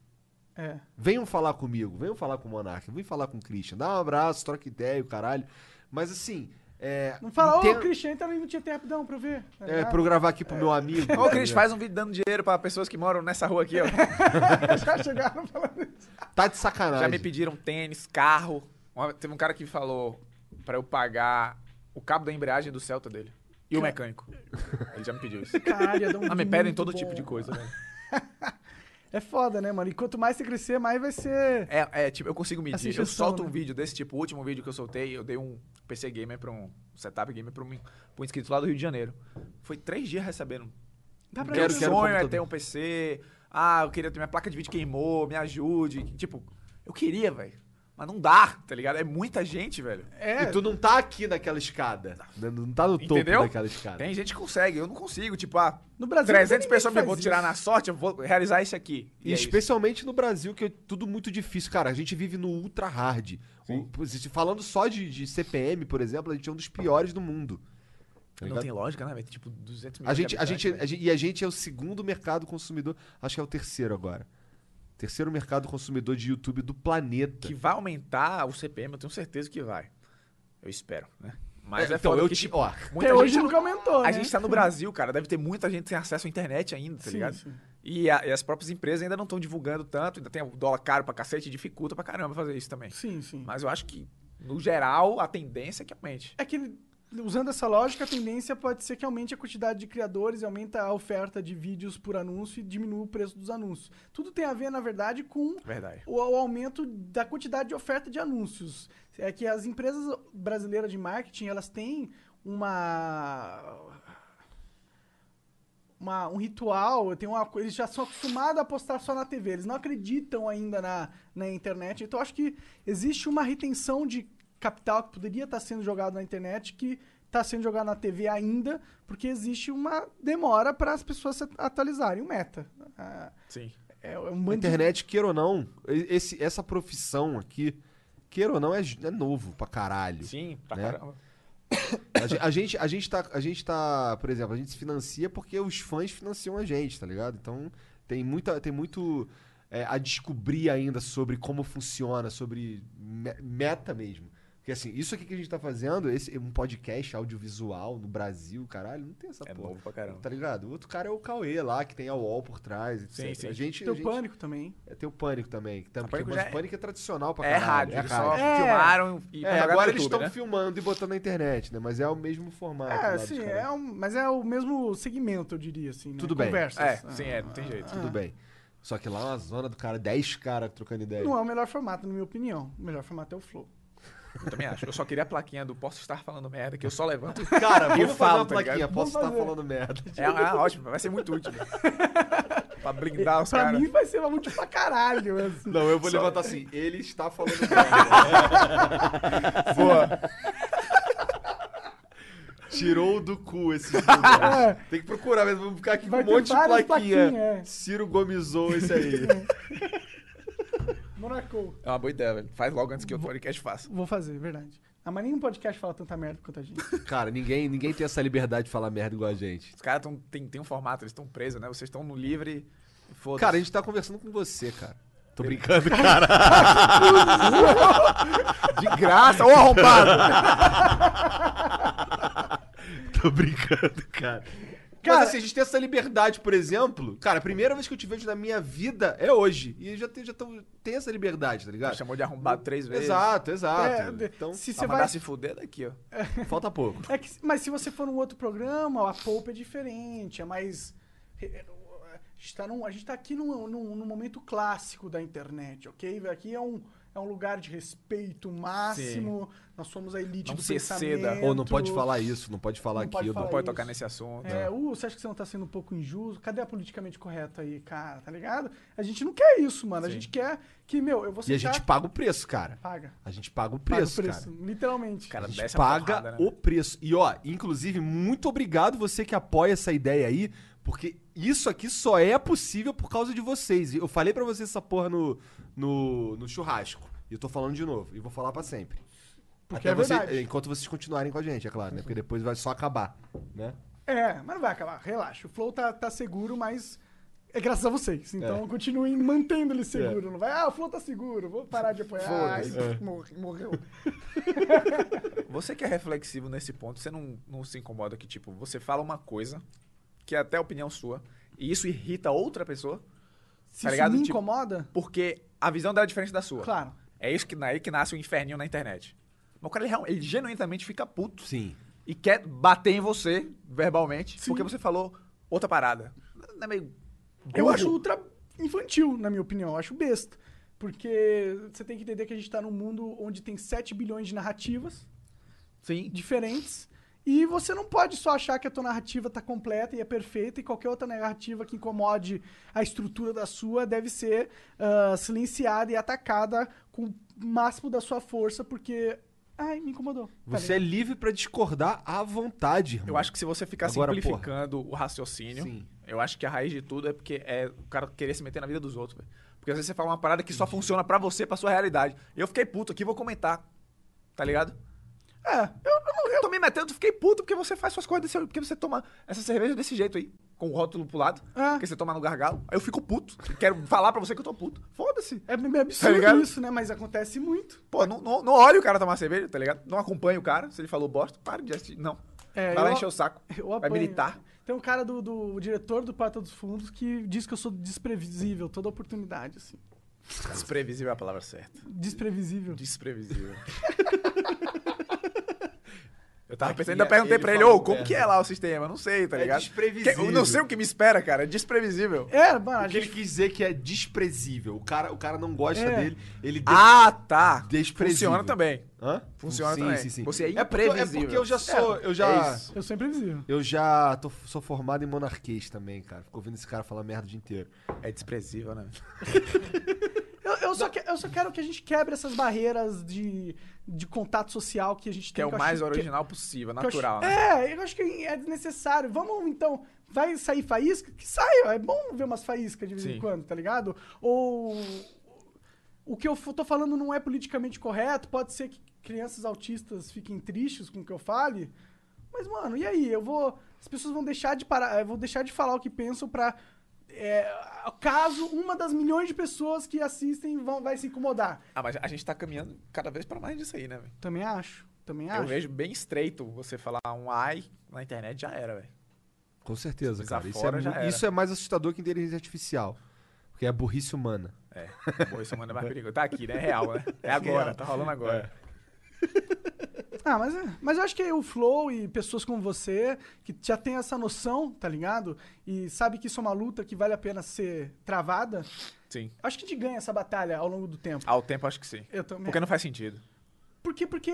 Speaker 1: É.
Speaker 2: Venham falar comigo, venham falar com o Monark, venham falar com o Christian. Dá um abraço, troca ideia, o caralho. Mas assim. É,
Speaker 1: Não fala, ô,
Speaker 4: um
Speaker 2: enten-
Speaker 1: o Cristian entra ali no Tietê rapidão pra eu ver. tá
Speaker 2: É,
Speaker 1: ligado?
Speaker 2: pra eu gravar aqui pro meu amigo.
Speaker 4: Ô,
Speaker 2: tá
Speaker 4: Cris,
Speaker 2: ligado?
Speaker 4: faz um vídeo dando dinheiro pra pessoas que moram nessa rua aqui, ó.
Speaker 1: Já chegaram falando isso.
Speaker 2: Tá de
Speaker 4: Já
Speaker 2: sacanagem.
Speaker 4: me pediram tênis, carro. Uma- Teve um cara que falou pra eu pagar o cabo da embreagem do Celta dele. E o mecânico. Ele já me pediu isso.
Speaker 1: Caralho, ia dar um
Speaker 4: Ah, me
Speaker 1: vídeo
Speaker 4: pedem
Speaker 1: muito
Speaker 4: todo
Speaker 1: bom. né,
Speaker 4: tipo de coisa, velho.
Speaker 1: É foda, né, mano? E quanto mais você crescer, mais vai ser.
Speaker 4: É, é, tipo, eu consigo medir.
Speaker 1: Essa
Speaker 4: eu
Speaker 1: injeção,
Speaker 4: solto
Speaker 1: né?
Speaker 4: um vídeo desse tipo, o último vídeo que eu soltei, eu dei um PC gamer pra um um setup gamer pra um, pra um inscrito lá do Rio de Janeiro. Foi três dias recebendo.
Speaker 1: Dá pra
Speaker 4: Meu
Speaker 2: Quero-
Speaker 1: ver,
Speaker 2: quero
Speaker 4: sonho é
Speaker 2: computador.
Speaker 4: ter um PC. Ah, eu queria ter minha placa de vídeo queimou, me ajude. Tipo, eu queria, velho. Mas não dá, tá ligado? É muita gente, velho.
Speaker 1: É,
Speaker 2: E tu não tá aqui naquela escada. né? Não tá no topo
Speaker 4: Entendeu?
Speaker 2: daquela escada.
Speaker 4: Tem gente que consegue, eu não consigo. Tipo, ah,
Speaker 1: no Brasil.
Speaker 4: 300
Speaker 1: ninguém
Speaker 4: pessoas me
Speaker 1: faz
Speaker 4: vão tirar
Speaker 1: isso.
Speaker 4: na sorte, eu vou realizar isso aqui.
Speaker 2: E
Speaker 4: E é isso.
Speaker 2: especialmente no Brasil, que é tudo muito difícil. Cara, a gente vive no ultra hard. O- pô, se- falando só de, de CPM, por exemplo, a gente é um dos piores do mundo. Tá
Speaker 4: Não
Speaker 2: ligado?
Speaker 4: tem lógica, né, velho? Tipo, 200 mil.
Speaker 2: a gente, a gente,
Speaker 4: né?
Speaker 2: a gente- e a gente é o segundo mercado consumidor. Acho que é o terceiro agora. Terceiro mercado consumidor de YouTube do planeta.
Speaker 4: Que vai aumentar o CPM, eu tenho certeza que vai. Eu espero, né? Mas é,
Speaker 2: então,
Speaker 4: foda
Speaker 2: eu
Speaker 4: porque,
Speaker 2: te.
Speaker 4: tipo,
Speaker 2: Ó,
Speaker 4: muita
Speaker 1: Até
Speaker 4: gente
Speaker 1: hoje
Speaker 4: tá-
Speaker 1: nunca aumentou.
Speaker 4: A
Speaker 1: né?
Speaker 4: gente tá no Brasil, cara. Deve ter muita gente sem acesso à internet ainda, tá
Speaker 1: Sim,
Speaker 4: ligado?
Speaker 1: sim.
Speaker 4: E, a- e as próprias empresas ainda não estão divulgando tanto. Ainda tem o dólar caro pra cacete, dificulta pra caramba fazer isso também.
Speaker 1: Sim, sim.
Speaker 4: Mas eu acho que, no geral, a tendência é que aumente.
Speaker 1: É que, usando essa lógica, a tendência pode ser que aumente a quantidade de criadores, aumenta a oferta de vídeos por anúncio e diminua o preço dos anúncios. Tudo tem a ver, na verdade, com
Speaker 4: Verdade.
Speaker 1: o, o aumento da quantidade de oferta de anúncios. É que as empresas brasileiras de marketing, elas têm uma... uma- um ritual, tem uma, co- eles já são acostumados a postar só na TV, eles não acreditam ainda na, na internet. Então, eu acho que existe uma retenção de capital que poderia estar sendo jogado na internet, que está sendo jogado na TV ainda, porque existe uma demora para as pessoas se atualizarem. O meta. Ah,
Speaker 4: Sim.
Speaker 1: É um
Speaker 2: A
Speaker 1: bando de
Speaker 2: internet, queira ou não, e- esse, essa profissão aqui, queira ou não, é, j- é novo pra caralho.
Speaker 4: Sim, pra
Speaker 2: Né?
Speaker 4: caramba.
Speaker 2: A, ge- a gente, a, gente tá, a gente tá, por exemplo, a gente se financia porque os fãs financiam a gente, tá ligado? Então tem, muita, tem muito é, a descobrir ainda sobre como funciona, sobre me- meta mesmo. Porque assim, isso aqui que a gente tá fazendo, esse é um podcast audiovisual no Brasil, caralho, não tem essa
Speaker 4: É
Speaker 2: porra.
Speaker 4: novo pra caramba.
Speaker 2: Tá ligado? O outro cara é o Cauê lá, que tem a UOL por trás, etc.
Speaker 4: Sim, sim.
Speaker 2: A gente,
Speaker 1: Tem
Speaker 2: a
Speaker 1: o
Speaker 2: gente-
Speaker 1: pânico também. hein?
Speaker 2: É, tem o Pânico também. Que tam,
Speaker 4: O
Speaker 2: porque-
Speaker 4: Pânico
Speaker 2: mas
Speaker 4: já
Speaker 2: o Pânico é tradicional pra
Speaker 4: É
Speaker 2: caralho.
Speaker 4: rádio,
Speaker 2: é
Speaker 4: eles só
Speaker 2: rádio.
Speaker 1: É.
Speaker 4: filmaram e
Speaker 2: É,
Speaker 4: jogaram no
Speaker 2: agora eles estão
Speaker 4: YouTube, né?
Speaker 2: filmando e botando na internet, né? Mas é o mesmo formato. lá
Speaker 1: É,
Speaker 2: dos
Speaker 1: sim,
Speaker 2: caras.
Speaker 1: é um, mas é o mesmo segmento, eu diria, assim. né?
Speaker 2: Tudo bem.
Speaker 1: Conversas. Ah,
Speaker 4: É, sim, é, não tem jeito.
Speaker 2: Tudo bem. Só que lá é uma zona do cara, 10 caras trocando ideia.
Speaker 1: Não é o melhor formato, na minha opinião. O melhor formato é o Flow.
Speaker 4: Eu também acho. Eu só queria a plaquinha do posso estar falando merda, que eu só levanto.
Speaker 2: Cara,
Speaker 4: Eu
Speaker 2: vamos fazer
Speaker 4: falo,
Speaker 2: uma
Speaker 4: tá
Speaker 2: plaquinha.
Speaker 4: ligado?
Speaker 2: Posso
Speaker 1: Vamos
Speaker 2: estar
Speaker 1: fazer.
Speaker 2: falando merda.
Speaker 4: É, é ótimo, vai ser muito útil. né? pra blindar os
Speaker 1: pra
Speaker 4: caras.
Speaker 1: mim vai ser uma multi pra caralho. assim.
Speaker 2: Não, eu vou levantar assim. Ele está falando merda.
Speaker 4: Boa.
Speaker 2: Tirou do cu esse filme. Tem que procurar mesmo. Vamos ficar aqui
Speaker 1: Vai
Speaker 2: com
Speaker 1: ter
Speaker 2: um monte de
Speaker 1: várias
Speaker 2: plaquinha.
Speaker 1: plaquinhas, é.
Speaker 2: Ciro gomizou esse aí.
Speaker 1: Monaco.
Speaker 4: É uma boa ideia, velho. Faz logo antes que o podcast faça.
Speaker 1: Vou fazer, verdade. Ah, mas nenhum podcast fala tanta merda quanto a gente.
Speaker 4: Então,
Speaker 2: Cara, ninguém, ninguém tem essa liberdade de falar merda igual a gente.
Speaker 4: Os caras tão, tem, tem um formato, eles estão presos, né? Vocês estão no livre. Foda-se.
Speaker 2: Cara, a gente tá conversando com você, cara. Tô brincando, cara.
Speaker 4: de graça, ô arrombado!
Speaker 2: Tô brincando, cara.
Speaker 1: Cara-
Speaker 2: Mas assim, a gente tem essa liberdade, por exemplo. Cara, a primeira vez que eu te vejo na minha vida é hoje. E já tem, já tão- tem essa liberdade, tá ligado?
Speaker 4: Chamou de arrombado três vezes.
Speaker 2: Exato, exato.
Speaker 1: É,
Speaker 2: então,
Speaker 1: se
Speaker 4: Se você
Speaker 1: você
Speaker 4: mandar
Speaker 1: vai.
Speaker 4: se fuder daqui, ó.
Speaker 2: falta pouco.
Speaker 1: É que, mas se você for num outro programa, a polpa é diferente, é mais. é- A gente tá, num- a gente tá aqui num, num- num momento clássico da internet, ok? Aqui é um, é um lugar de respeito máximo. Nós somos a elite
Speaker 4: Não
Speaker 1: do
Speaker 4: se
Speaker 1: pensamento.
Speaker 4: exceda.
Speaker 2: Ou não pode falar isso, não pode falar
Speaker 1: Não pode
Speaker 2: aquilo.
Speaker 4: Não
Speaker 1: falar
Speaker 4: pode
Speaker 1: isso.
Speaker 4: tocar nesse assunto.
Speaker 1: É, uh, você acha que você não tá sendo um pouco injusto? Cadê a politicamente correta aí, cara? Tá ligado? A gente não quer isso, mano. A
Speaker 4: Sim.
Speaker 1: gente quer que, meu, eu vou
Speaker 2: E a
Speaker 1: sentar...
Speaker 2: gente paga o preço, cara.
Speaker 1: Paga.
Speaker 2: A gente paga o
Speaker 1: Paga
Speaker 2: preço,
Speaker 1: o preço,
Speaker 2: cara.
Speaker 1: literalmente.
Speaker 4: Cara,
Speaker 2: A gente
Speaker 4: desce a
Speaker 2: paga
Speaker 4: porrada, né?
Speaker 2: o preço. E ó, inclusive, muito obrigado você que apoia essa ideia aí, porque isso aqui só é possível por causa de vocês. Eu falei pra vocês essa porra no, no, no churrasco. E eu tô falando de novo, e vou falar pra sempre.
Speaker 1: Porque
Speaker 2: Até
Speaker 1: é
Speaker 2: você-
Speaker 1: verdade.
Speaker 2: enquanto vocês continuarem com a gente, é claro, né? Porque depois vai só acabar, né?
Speaker 1: É, mas não vai acabar. Relaxa. O Flow tá, tá seguro, mas é graças a vocês. Então continuem mantendo ele seguro. Não vai, ah, o Flow tá seguro, vou parar de apoiar. Ai,
Speaker 4: Foda-se. é. Tá
Speaker 1: morre- morreu.
Speaker 4: Você que é reflexivo nesse ponto, você não, não se incomoda que, tipo, você fala uma coisa, que é até opinião sua, e isso irrita outra pessoa,
Speaker 1: Se
Speaker 4: Tá
Speaker 1: isso
Speaker 4: ligado?
Speaker 1: me
Speaker 4: Tipo-
Speaker 1: incomoda,
Speaker 4: porque a visão dela é diferente da sua.
Speaker 1: claro.
Speaker 4: É isso que, aí que nasce o inferninho na internet. Mas o cara, ele, real- ele genuinamente fica puto
Speaker 2: Sim.
Speaker 4: e quer bater em você, verbalmente,
Speaker 1: Sim.
Speaker 4: porque você falou outra parada. Não é meio...
Speaker 1: Eu
Speaker 4: burro?
Speaker 1: acho ultra infantil, na minha opinião. Eu acho besta. Porque você tem que entender que a gente tá num mundo onde tem 7 bilhões de narrativas
Speaker 4: Sim.
Speaker 1: diferentes. E você não pode só achar que a tua narrativa tá completa e é perfeita e qualquer outra narrativa que incomode a estrutura da sua deve ser ah, silenciada e atacada com o máximo da sua força, porque. Ai, me incomodou. Tá
Speaker 2: Você é
Speaker 1: ligado?
Speaker 2: livre pra discordar à vontade, irmão.
Speaker 4: Eu acho que se você ficar
Speaker 2: Agora,
Speaker 4: simplificando o raciocínio,
Speaker 2: Sim.
Speaker 4: eu acho que a raiz de tudo é porque é o cara querer se meter na vida dos outros, velho. Porque às vezes você fala uma parada que só funciona pra você, pra sua realidade. Eu fiquei puto aqui, vou comentar. Tá ligado?
Speaker 1: É, eu não
Speaker 4: Eu tô me metendo, fiquei puto porque você faz suas coisas desse Porque você toma essa cerveja desse jeito aí, com o rótulo pro lado,
Speaker 1: Ah.
Speaker 4: porque você toma no gargalo. Aí eu fico puto. Quero falar pra você que eu tô puto. Foda-se.
Speaker 1: É meio absurdo
Speaker 4: Tá ligado?
Speaker 1: isso, né? Mas acontece muito.
Speaker 4: Pô, não, não, não olha o cara tomar cerveja, tá ligado? Não acompanha o cara. Se ele falou bosta, para de assistir. Não.
Speaker 1: É,
Speaker 4: Vai lá
Speaker 1: eu-
Speaker 4: encher o saco.
Speaker 1: Eu
Speaker 4: Vai
Speaker 1: apanho.
Speaker 4: militar.
Speaker 1: Tem um cara do, do- o diretor do Pata dos Fundos que diz que eu sou desprevisível, toda oportunidade, assim.
Speaker 4: Desprevisível é a palavra certa.
Speaker 1: Desprevisível.
Speaker 4: Desprevisível. Eu tava pensando,
Speaker 3: Aqui
Speaker 4: ainda perguntei
Speaker 3: ele
Speaker 4: pra ele, ô,
Speaker 3: falou
Speaker 4: como
Speaker 3: merda.
Speaker 4: que é lá o sistema? Eu Não sei, tá
Speaker 2: É
Speaker 4: ligado?
Speaker 2: desprevisível.
Speaker 4: Que- eu não sei o que me espera, cara. É desprevisível.
Speaker 1: É, mano, a
Speaker 2: O que ele
Speaker 1: gente...
Speaker 2: quis dizer que é desprezível. O cara, o cara não gosta
Speaker 1: É.
Speaker 2: dele, ele
Speaker 4: Ah, tá.
Speaker 2: Desprevisível.
Speaker 4: Funciona também.
Speaker 2: Hã?
Speaker 4: Funciona
Speaker 2: sim,
Speaker 4: também.
Speaker 2: Sim, sim.
Speaker 4: Você é
Speaker 2: porque-
Speaker 4: imprevisível.
Speaker 2: É porque eu já sou. eu já.
Speaker 4: é isso.
Speaker 1: Eu sou imprevisível.
Speaker 2: eu já tô- sou formado em monarquês também, cara. Fico ouvindo esse cara falar merda o dia inteiro.
Speaker 4: É desprezível, né?
Speaker 1: Eu, eu só que- eu só quero que a gente quebre essas barreiras de, de contato social que a gente
Speaker 4: Que
Speaker 1: tem.
Speaker 4: é o
Speaker 1: eu
Speaker 4: mais
Speaker 1: acho
Speaker 4: original possível,
Speaker 1: que- que eu acho-
Speaker 4: natural, né?
Speaker 1: É, eu acho que é desnecessário. Vamos, então, vai sair faísca? Que saia. É bom ver umas faíscas de vez em
Speaker 4: Sim.
Speaker 1: quando, tá ligado? Ou o que eu f- tô falando não é politicamente correto, pode ser que crianças autistas fiquem tristes com o que eu fale. Mas, mano, e aí? Eu vou... As pessoas vão deixar de parar... eh, Vão deixar de falar o que pensam pra... é, caso uma das milhões de pessoas que assistem vão, vai se incomodar.
Speaker 4: Ah, mas a gente tá caminhando cada vez pra mais disso aí, né, velho?
Speaker 1: Também acho. Também
Speaker 4: Eu
Speaker 1: acho.
Speaker 4: vejo bem estreito você falar um ai na internet, já era, velho.
Speaker 2: Com certeza,
Speaker 4: Pesquisar
Speaker 2: cara. Isso é,
Speaker 4: fora já
Speaker 2: mu-
Speaker 4: era.
Speaker 2: isso é mais assustador que inteligência artificial. Porque é burrice humana.
Speaker 4: É, pô, isso manda mais perigo. Tá aqui, né? É real, né? É agora, tá rolando agora.
Speaker 1: Ah, mas, é- mas eu acho que o Flow e pessoas como você, que já tem essa noção, tá ligado? E sabe que isso é uma luta que vale a pena ser travada,
Speaker 4: Sim.
Speaker 1: acho que a gente ganha essa batalha ao longo do tempo.
Speaker 4: Ao tempo, acho que sim.
Speaker 1: Eu também.
Speaker 4: Porque não faz sentido.
Speaker 1: Por quê? Porque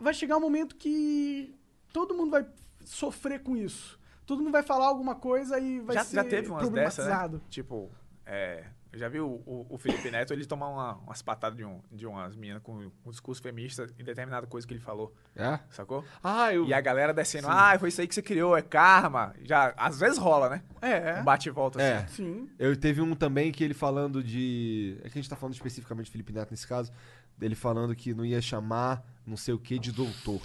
Speaker 1: vai chegar um momento que todo mundo vai sofrer com isso. Todo mundo vai falar alguma coisa e vai
Speaker 4: já,
Speaker 1: ser
Speaker 4: já teve umas dessas,
Speaker 1: problematizado.
Speaker 4: né? Tipo, é, eu já vi o, o- o Felipe Neto, ele tomar uma- umas patadas de, um, de umas meninas com um discurso feminista em determinada coisa que ele falou,
Speaker 2: É?
Speaker 4: sacou?
Speaker 2: Ah, eu.
Speaker 4: E a galera descendo, ah, foi isso aí que você criou, é karma. Já, às vezes rola, né?
Speaker 1: É,
Speaker 4: Um bate e volta
Speaker 2: É.
Speaker 4: assim.
Speaker 1: sim.
Speaker 2: Eu teve um também que ele falando de. É que a gente tá falando especificamente de Felipe Neto nesse caso. Dele falando que não ia chamar não sei o que de doutor.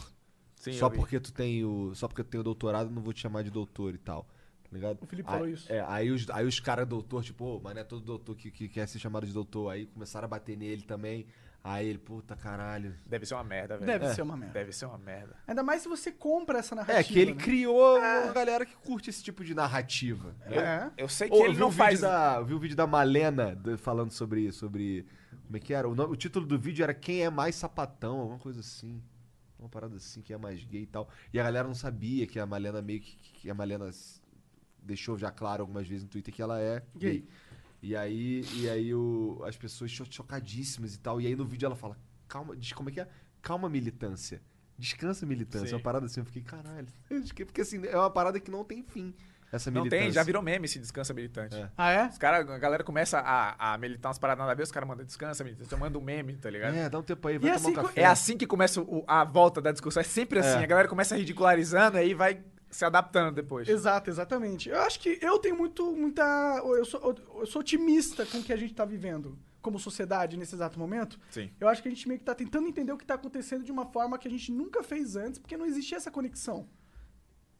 Speaker 4: Sim,
Speaker 2: só
Speaker 4: eu vi.
Speaker 2: porque tu tem o. Só porque eu tenho doutorado, não vou te chamar de doutor e tal. Tá ligado?
Speaker 1: O Felipe
Speaker 2: aí,
Speaker 1: falou isso.
Speaker 2: É, aí os, aí os caras doutor, tipo, "Ô, mas não é todo doutor que, que quer ser chamado de doutor. Aí começaram a bater nele também. Aí ele, puta caralho.
Speaker 4: Deve ser uma merda, velho.
Speaker 1: Deve ser uma merda.
Speaker 4: Deve ser uma merda.
Speaker 1: Ainda mais se você compra essa narrativa.
Speaker 2: É, que ele
Speaker 1: né?
Speaker 2: criou uma galera que curte esse tipo de narrativa. né?
Speaker 1: É.
Speaker 4: Eu sei que
Speaker 2: Ou, eu
Speaker 4: ele
Speaker 2: vi
Speaker 4: não
Speaker 2: um
Speaker 4: faz...
Speaker 2: vídeo Da, eu vi o vídeo da Malena do- falando sobre. sobre como é que era? O, nome- o título do vídeo era Quem é Mais Sapatão, alguma coisa assim. Uma parada assim, quem é mais gay e tal. E a galera não sabia que a Malena meio que. que a Malena s- deixou já claro algumas vezes no Twitter que ela é
Speaker 1: Gay.
Speaker 2: gay. E aí, e aí o- as pessoas cho- chocadíssimas e tal. E aí no vídeo ela fala, calma, diz como é que é? Calma, militância. Descansa, militância.
Speaker 4: Sim.
Speaker 2: Uma parada assim, eu fiquei, caralho. Porque assim, é uma parada que não tem fim. Essa
Speaker 4: Não
Speaker 2: militância.
Speaker 4: tem, já virou meme esse descansa militante.
Speaker 2: É.
Speaker 1: Ah, é?
Speaker 4: Os cara, a galera começa a, a militar umas paradas nada a ver, os caras mandam descansa, militante, então manda um meme, tá ligado?
Speaker 2: É, dá um tempo aí, vai
Speaker 1: E
Speaker 2: tomar
Speaker 1: assim,
Speaker 2: um café.
Speaker 4: É assim que começa o- a volta da discussão. É sempre assim.
Speaker 2: É.
Speaker 4: A galera começa ridicularizando aí vai se adaptando depois.
Speaker 1: Exato, exatamente. Eu acho que eu tenho muito, muita. Eu sou, eu sou otimista com o que a gente tá vivendo como sociedade nesse exato momento.
Speaker 4: Sim.
Speaker 1: Eu acho que a gente meio que tá tentando entender o que tá acontecendo de uma forma que a gente nunca fez antes, porque não existia essa conexão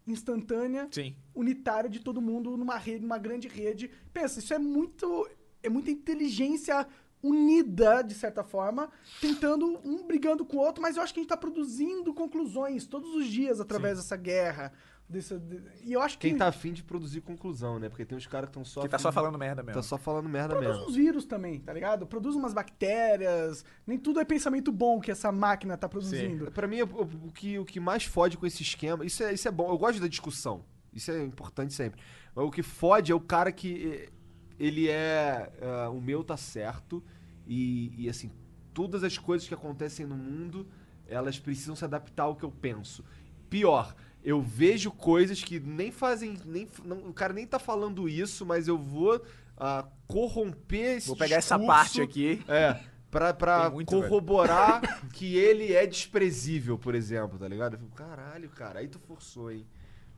Speaker 1: instantânea,
Speaker 4: Sim.
Speaker 1: unitária de todo mundo numa rede, numa grande rede. Pensa, isso é muito. É muita inteligência unida, de certa forma, tentando um brigando com o outro, mas eu acho que a gente tá produzindo conclusões todos os dias através dessa guerra. dessa- de- e eu acho que.
Speaker 2: Quem tá afim de produzir conclusão, né? Porque tem uns caras que estão só.
Speaker 4: que tá
Speaker 2: afim
Speaker 4: só
Speaker 2: de-
Speaker 4: falando merda mesmo.
Speaker 2: Tá só falando merda
Speaker 1: Produz
Speaker 2: mesmo.
Speaker 1: uns vírus também, tá ligado? Produz umas bactérias. Nem tudo é pensamento bom que essa máquina tá produzindo.
Speaker 2: Pra mim, o, o- o que, o que mais fode com esse esquema. Isso é, isso é bom. Eu gosto da discussão. Isso é importante sempre. O que fode é o cara que. eh, Ele é. ah, o meu tá certo. E, e, assim, todas as coisas que acontecem no mundo, elas precisam se adaptar ao que eu penso. Pior, eu vejo coisas que nem fazem. Nem, f- não- o cara nem tá falando isso, mas eu vou ah, corromper esse
Speaker 4: Vou pegar essa
Speaker 2: discurso
Speaker 4: parte aqui.
Speaker 2: é, pra, pra
Speaker 4: Tem muito,
Speaker 2: corroborar que ele é desprezível, por exemplo, tá ligado? Eu fico, caralho, cara, aí tu forçou, hein?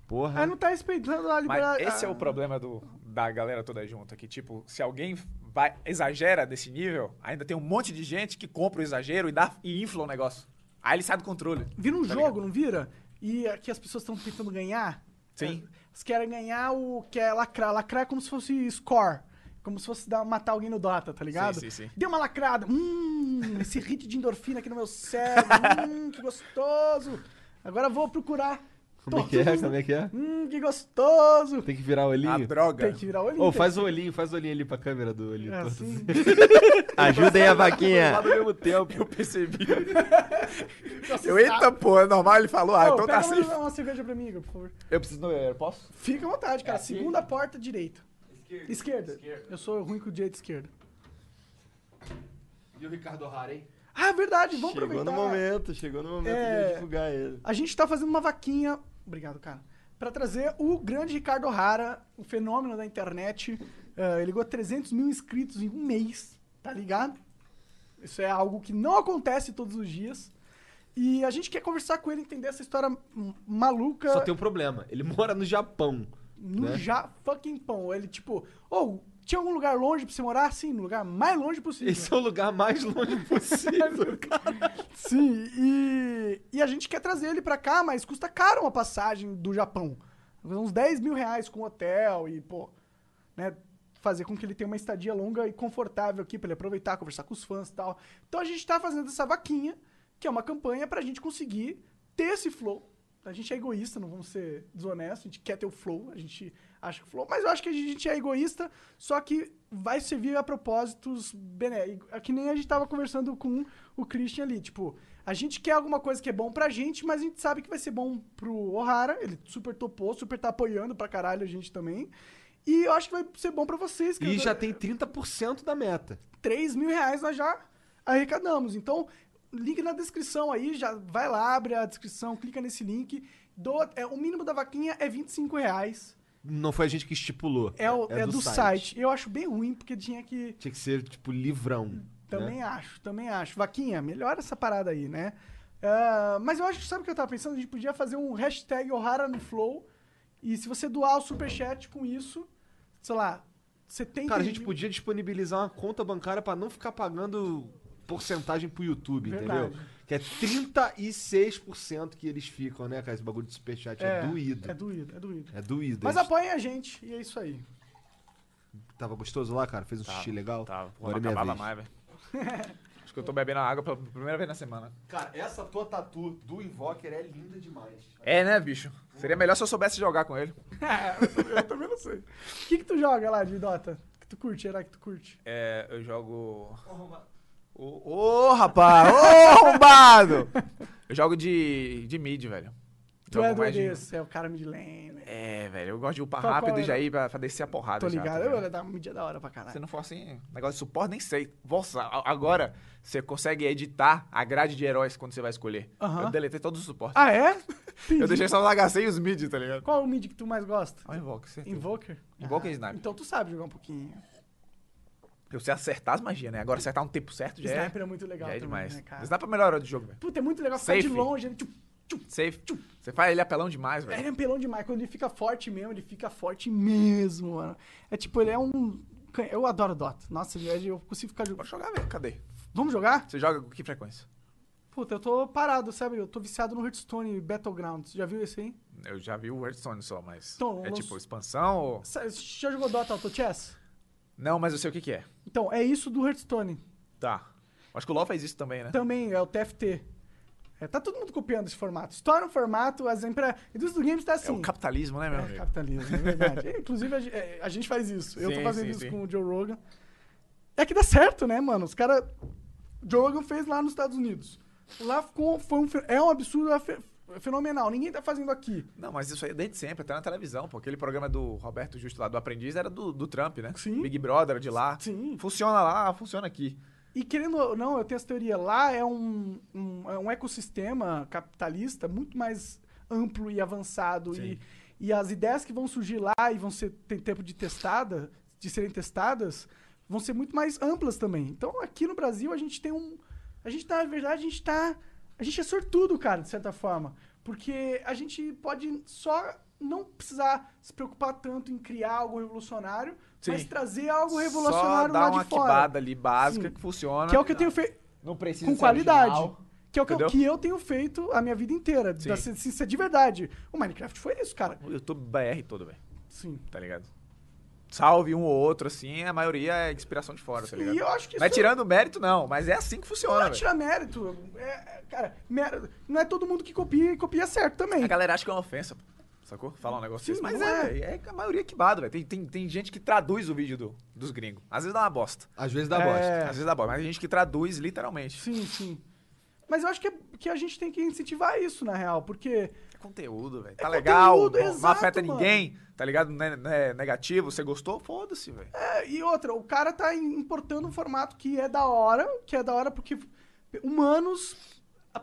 Speaker 2: Porra.
Speaker 1: Ah, não tá respeitando a
Speaker 4: Mas
Speaker 1: liberdade.
Speaker 4: esse é
Speaker 1: ah,
Speaker 4: o problema do, da galera toda junta. Que, tipo, se alguém vai, exagera desse nível, ainda tem um monte de gente que compra o exagero e, dá, e infla o negócio. Aí ele sai do controle.
Speaker 1: Vira um
Speaker 4: Tá
Speaker 1: jogo, não vira? E é, que as pessoas estão tentando ganhar. é,
Speaker 4: Sim.
Speaker 1: Elas querem ganhar o que é lacrar. Lacrar é como se fosse score. Como se fosse dar, matar alguém no Dota, tá ligado?
Speaker 4: Sim, sim, sim.
Speaker 1: Deu uma lacrada. Hum, esse hit de endorfina aqui no meu cérebro. hum, que gostoso. Agora vou procurar.
Speaker 2: Como é que é?
Speaker 1: todos-
Speaker 2: Como é que é?
Speaker 1: Hum, que gostoso.
Speaker 2: Tem que virar o
Speaker 4: A
Speaker 2: olhinho?
Speaker 4: droga.
Speaker 1: Tem que virar o olhinho.
Speaker 2: Ô, faz o olhinho, faz o olhinho ali pra câmera do olhinho. É.
Speaker 1: É
Speaker 2: todo.
Speaker 1: assim.
Speaker 3: Ajudem a
Speaker 2: Lá
Speaker 3: vaquinha.
Speaker 2: do mesmo tempo.
Speaker 4: Eu percebi. eu, eita, pô, é normal. Ele falou, ah,
Speaker 1: tá. Ô,
Speaker 4: então
Speaker 1: pega
Speaker 4: tá
Speaker 1: uma-
Speaker 4: safe.
Speaker 1: uma, cerveja pra mim, Igor, por favor.
Speaker 4: Eu preciso no É, banheiro, posso?
Speaker 1: Fica à vontade, cara. Segunda porta, direita. Esquerda. Eu sou ruim com o direito esquerdo.
Speaker 2: E o Ricardo O'Hara, hein?
Speaker 1: Ah, verdade. Vamos
Speaker 3: Chegou no
Speaker 1: aproveitar.
Speaker 3: momento, chegou no momento de
Speaker 1: É.
Speaker 3: eu divulgar ele.
Speaker 1: A gente tá fazendo uma vaquinha. Obrigado, cara. Pra trazer o grande Ricardo O'Hara, o fenômeno da internet. Ah, ele ligou 300 mil inscritos em um mês, tá ligado? Isso é algo que não acontece todos os dias. E a gente quer conversar com ele, entender essa história hum, maluca.
Speaker 2: Só tem um problema. Ele mora no Japão.
Speaker 1: No
Speaker 2: né?
Speaker 1: já fucking pão. Ele, tipo, ou tinha algum lugar longe pra você morar? Sim, no lugar mais longe possível.
Speaker 2: Esse é o lugar mais longe
Speaker 1: É
Speaker 2: possível, cara.
Speaker 1: Sim, e, e a gente quer trazer ele pra cá, mas custa caro uma passagem do Japão. Uns 10 mil reais com hotel e, pô. né, fazer com que ele tenha uma estadia longa e confortável aqui pra ele aproveitar, conversar com os fãs e tal. Então a gente tá fazendo essa vaquinha, que é uma campanha pra gente conseguir ter esse flow. A gente é egoísta, não vamos ser desonestos, a gente quer ter o flow, a gente acha que o flow, mas eu acho que a gente é egoísta, só que vai servir a propósitos benéficos. É que nem a gente tava conversando com o Christian ali, tipo, a gente quer alguma coisa que é bom pra gente, mas a gente sabe que vai ser bom pro O'Hara, ele super topou, super tá apoiando pra caralho a gente também. E eu acho que vai ser bom pra vocês.
Speaker 2: E
Speaker 1: cara.
Speaker 2: já tem 30% da meta.
Speaker 1: 3 mil reais nós já arrecadamos. Então, link na descrição aí, já vai lá, abre a descrição, clica nesse link. Doa, é, o mínimo da vaquinha é 25 reais.
Speaker 2: Não foi a gente que estipulou.
Speaker 1: É, o- é do, site. Eu acho bem ruim, porque tinha que.
Speaker 2: Tinha que ser, tipo, livrão.
Speaker 1: Também
Speaker 2: né?
Speaker 1: acho, também acho. Vaquinha, melhora essa parada aí, né? Ah, mas eu acho que sabe o que eu tava pensando? A gente podia fazer um hashtag Ohara no Flow. E se você doar o superchat com isso, sei lá, 70
Speaker 2: Cara, a gente
Speaker 1: mil-
Speaker 2: podia disponibilizar uma conta bancária pra não ficar pagando porcentagem pro YouTube,
Speaker 1: Verdade.
Speaker 2: entendeu? Que é 36% que eles ficam, né, cara? Esse bagulho de superchat é, doído.
Speaker 1: É doído, é doído.
Speaker 2: É doído.
Speaker 1: Mas
Speaker 2: Eles-
Speaker 1: apoiem a gente, e é isso aí.
Speaker 2: Tava gostoso lá, cara? Fez um xixi legal?
Speaker 4: Tava,
Speaker 2: Agora
Speaker 4: porra,
Speaker 2: é
Speaker 4: não
Speaker 2: minha
Speaker 4: acabava
Speaker 2: vez.
Speaker 4: mais, velho. Acho que eu tô bebendo água pela primeira vez na semana.
Speaker 2: Cara, essa tua tatu do Invoker é linda demais.
Speaker 4: É, né, bicho? Seria melhor se eu soubesse jogar com ele.
Speaker 1: É, eu também não sei. O que, que tu joga lá de Dota? Que tu curte, era que tu curte?
Speaker 4: É, eu jogo. Ô, ô, rapaz! Ô, arrombado! Eu jogo de, de mid, velho.
Speaker 1: Tu é
Speaker 4: Jogo
Speaker 1: doido
Speaker 4: mais de-
Speaker 1: desse, é o cara mid lane. né?
Speaker 4: É, velho, eu gosto de upar
Speaker 1: Qual-
Speaker 4: rápido
Speaker 1: qual
Speaker 4: e já
Speaker 1: era?
Speaker 4: ir pra, pra descer a porrada.
Speaker 1: Tô
Speaker 4: já, tá
Speaker 1: ligado,
Speaker 4: ligado?
Speaker 1: eu dá um mídia da hora pra caralho.
Speaker 4: Se não for assim, negócio de suporte, nem sei. Nossa, a- agora você consegue editar a grade de heróis quando você vai escolher.
Speaker 1: Aham.
Speaker 4: Eu deletei todos os suportes.
Speaker 1: Ah, é?
Speaker 4: eu deixei só os HC e os mid, tá ligado?
Speaker 1: Qual o mid que tu mais gosta?
Speaker 4: Olha o Invoke, certeza.
Speaker 1: Invoker?
Speaker 4: Invoker
Speaker 1: Ah,
Speaker 4: e Sniper.
Speaker 1: Então tu sabe jogar um pouquinho.
Speaker 4: Porque você acertar as magias, né? Agora acertar um tempo certo já
Speaker 1: Sniper
Speaker 4: é,
Speaker 1: é muito legal
Speaker 4: já é
Speaker 1: também,
Speaker 4: demais.
Speaker 1: né, cara?
Speaker 4: Mas dá pra melhorar hora do jogo, velho.
Speaker 1: Puta, é muito legal ficar de
Speaker 4: Safe.
Speaker 1: longe. Ele, tchum, tchum.
Speaker 4: Safe. Você faz ele apelão demais, velho.
Speaker 1: ele é um pelão demais. Quando ele fica forte mesmo, ele fica forte mesmo, mano. É tipo, ele é um... can- Eu adoro Dota. Nossa, de verdade, eu consigo ficar...
Speaker 4: Bora
Speaker 1: jogando.
Speaker 4: jogar, velho. Cadê?
Speaker 1: Vamos jogar?
Speaker 4: Você joga com que frequência?
Speaker 1: Puta, eu tô parado, sabe? Eu tô viciado no Hearthstone Battlegrounds. Já viu esse aí?
Speaker 4: Eu já vi o Hearthstone só, mas.
Speaker 1: Então,
Speaker 4: é
Speaker 1: lanç-
Speaker 4: tipo expansão ou.
Speaker 1: Sa- Já jogou Dota Auto Chess?
Speaker 4: Não, mas eu sei o que, que é.
Speaker 1: Então, é isso do Hearthstone.
Speaker 4: Tá. Acho que o LoL faz isso também, né?
Speaker 1: Também é o TFT. É, tá todo mundo copiando esse formato. Estoura um formato, as empresas... A indústria do games tá assim.
Speaker 4: É o capitalismo, né, meu
Speaker 1: É
Speaker 4: amigo?
Speaker 1: capitalismo, é verdade. É, Inclusive, a, ge- é, a gente faz isso. Eu tô
Speaker 4: Sim,
Speaker 1: fazendo
Speaker 4: sim,
Speaker 1: isso
Speaker 4: sim.
Speaker 1: com o Joe Rogan. É que dá certo, né, mano? Os caras. Joe Rogan fez lá nos Estados Unidos. Lá ficou, foi um, fe- é um absurdo é fe- fenomenal. Ninguém tá fazendo aqui.
Speaker 4: Não, mas isso aí é desde sempre, até na televisão, pô. Aquele programa do Roberto Justo lá, do Aprendiz, era do, do Trump, né?
Speaker 1: Sim.
Speaker 4: Big Brother de lá.
Speaker 1: Sim.
Speaker 4: Funciona lá, funciona aqui.
Speaker 1: E querendo ou não, eu tenho essa teoria. Lá é um, um, é um ecossistema capitalista muito mais amplo e avançado. E, e as ideias que vão surgir lá e vão ser, ter tempo de testada, de serem testadas, vão ser muito mais amplas também. Então aqui no Brasil a gente tem um. A gente tá, na verdade, a gente tá. A gente é sortudo, cara, de certa forma. Porque a gente pode só não precisar se preocupar tanto em criar algo revolucionário, mas
Speaker 4: Sim.
Speaker 1: trazer algo
Speaker 4: Só
Speaker 1: revolucionário
Speaker 4: dá
Speaker 1: lá
Speaker 4: uma
Speaker 1: de fora.
Speaker 4: quibada ali básica
Speaker 1: Sim.
Speaker 4: que funciona.
Speaker 1: Que é o que eu tenho feito
Speaker 4: Não precisa
Speaker 1: com
Speaker 4: ser
Speaker 1: qualidade.
Speaker 4: original.
Speaker 1: Que é o que eu,
Speaker 4: Entendeu?
Speaker 1: que eu tenho feito a minha vida inteira.
Speaker 4: Sim.
Speaker 1: Da, sin- sincera- de verdade. O Minecraft foi isso, cara.
Speaker 4: O YouTube BR todo, velho.
Speaker 1: Sim.
Speaker 4: Tá ligado? Salve um ou outro, assim, a maioria é inspiração de fora, tá ligado?
Speaker 1: E eu acho que
Speaker 4: Não é
Speaker 1: isso-
Speaker 4: tirando mérito, não, mas é assim que
Speaker 1: Não
Speaker 4: funciona,
Speaker 1: é
Speaker 4: velho.
Speaker 1: tirar mérito. É, é, cara, mérito- não é todo mundo que copia e copia certo também.
Speaker 4: A galera acha que é uma ofensa, pô. Sacou? Falar um negócio
Speaker 1: Sim,
Speaker 4: desse. Mas
Speaker 1: não
Speaker 4: é, é, a maioria que bado, velho. Tem, tem, tem gente que traduz o vídeo do, dos gringos. Às vezes dá uma bosta.
Speaker 2: Às vezes dá
Speaker 1: É.
Speaker 2: bosta.
Speaker 4: Às vezes dá bosta, mas tem gente que traduz literalmente.
Speaker 1: Sim, sim. Mas eu acho que, é- que a gente tem que incentivar isso, na real. Porque
Speaker 4: É conteúdo, velho. Tá
Speaker 1: É
Speaker 4: legal,
Speaker 1: conteúdo,
Speaker 4: não, não
Speaker 1: exato,
Speaker 4: afeta
Speaker 1: mano.
Speaker 4: ninguém, tá ligado? Não é, não é negativo, você gostou? Foda-se, velho.
Speaker 1: É, e outra, o cara tá im- importando um formato que é da hora, que é da hora porque humanos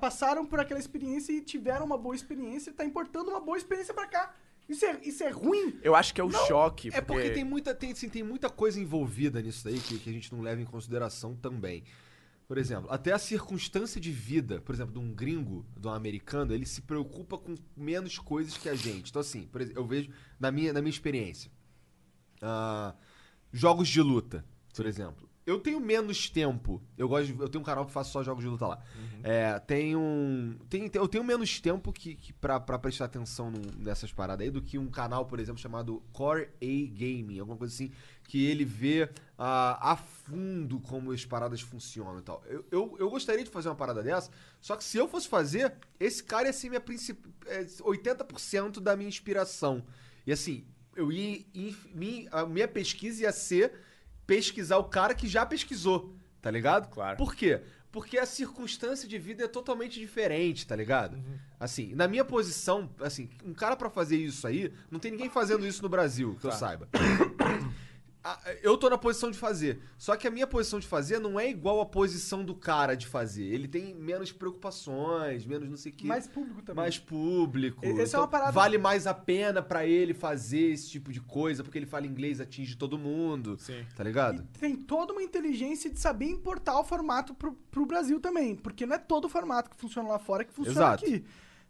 Speaker 1: passaram por aquela experiência e tiveram uma boa experiência e tá importando uma boa experiência pra cá. Isso é, isso é ruim?
Speaker 4: Eu acho que é o choque,
Speaker 2: É porque tem muita, tem, assim, tem muita coisa envolvida nisso daí que, que a gente não leva em consideração também. Por exemplo, até a circunstância de vida, por exemplo, de um gringo, de um americano, ele se preocupa com menos coisas que a gente. Então, assim, por exemplo, eu vejo na minha, na minha experiência. ah, jogos de luta, por exemplo. Eu tenho menos tempo. Eu gosto. de- Eu tenho um canal que faço só jogos de luta lá. É, tem um. Tem, tem- eu tenho menos tempo que, que pra, pra prestar atenção num- nessas paradas aí do que um canal, por exemplo, chamado Core A Gaming, alguma coisa assim, que ele vê ah, a fundo como as paradas funcionam e tal. Eu, eu, eu gostaria de fazer uma parada dessa, só que se eu fosse fazer, esse cara ia ser minha é, principal. 80% da minha inspiração. E assim, eu ia. ia- mi- a minha pesquisa ia ser pesquisar o cara que já pesquisou, tá ligado?
Speaker 4: Claro.
Speaker 2: Por quê? Porque a circunstância de vida é totalmente diferente, tá ligado? Assim, na minha posição, assim, um cara pra fazer isso aí, não tem ninguém fazendo isso no Brasil, que eu
Speaker 4: Tá.
Speaker 2: saiba. A- Ah, Eu tô na posição de fazer. Só que a minha posição de fazer não é igual à posição do cara de fazer. Ele tem menos preocupações, menos não sei o quê.
Speaker 1: Mais público também.
Speaker 2: Mais público. Então,
Speaker 1: E- essa é uma parada-
Speaker 2: Vale mais a pena pra ele fazer esse tipo de coisa, porque ele fala inglês, atinge todo mundo.
Speaker 4: Sim.
Speaker 2: Tá ligado?
Speaker 1: E tem toda uma inteligência de saber importar o formato pro, pro Brasil também. Porque não é todo o formato que funciona lá fora que funciona
Speaker 2: Exato.
Speaker 1: aqui.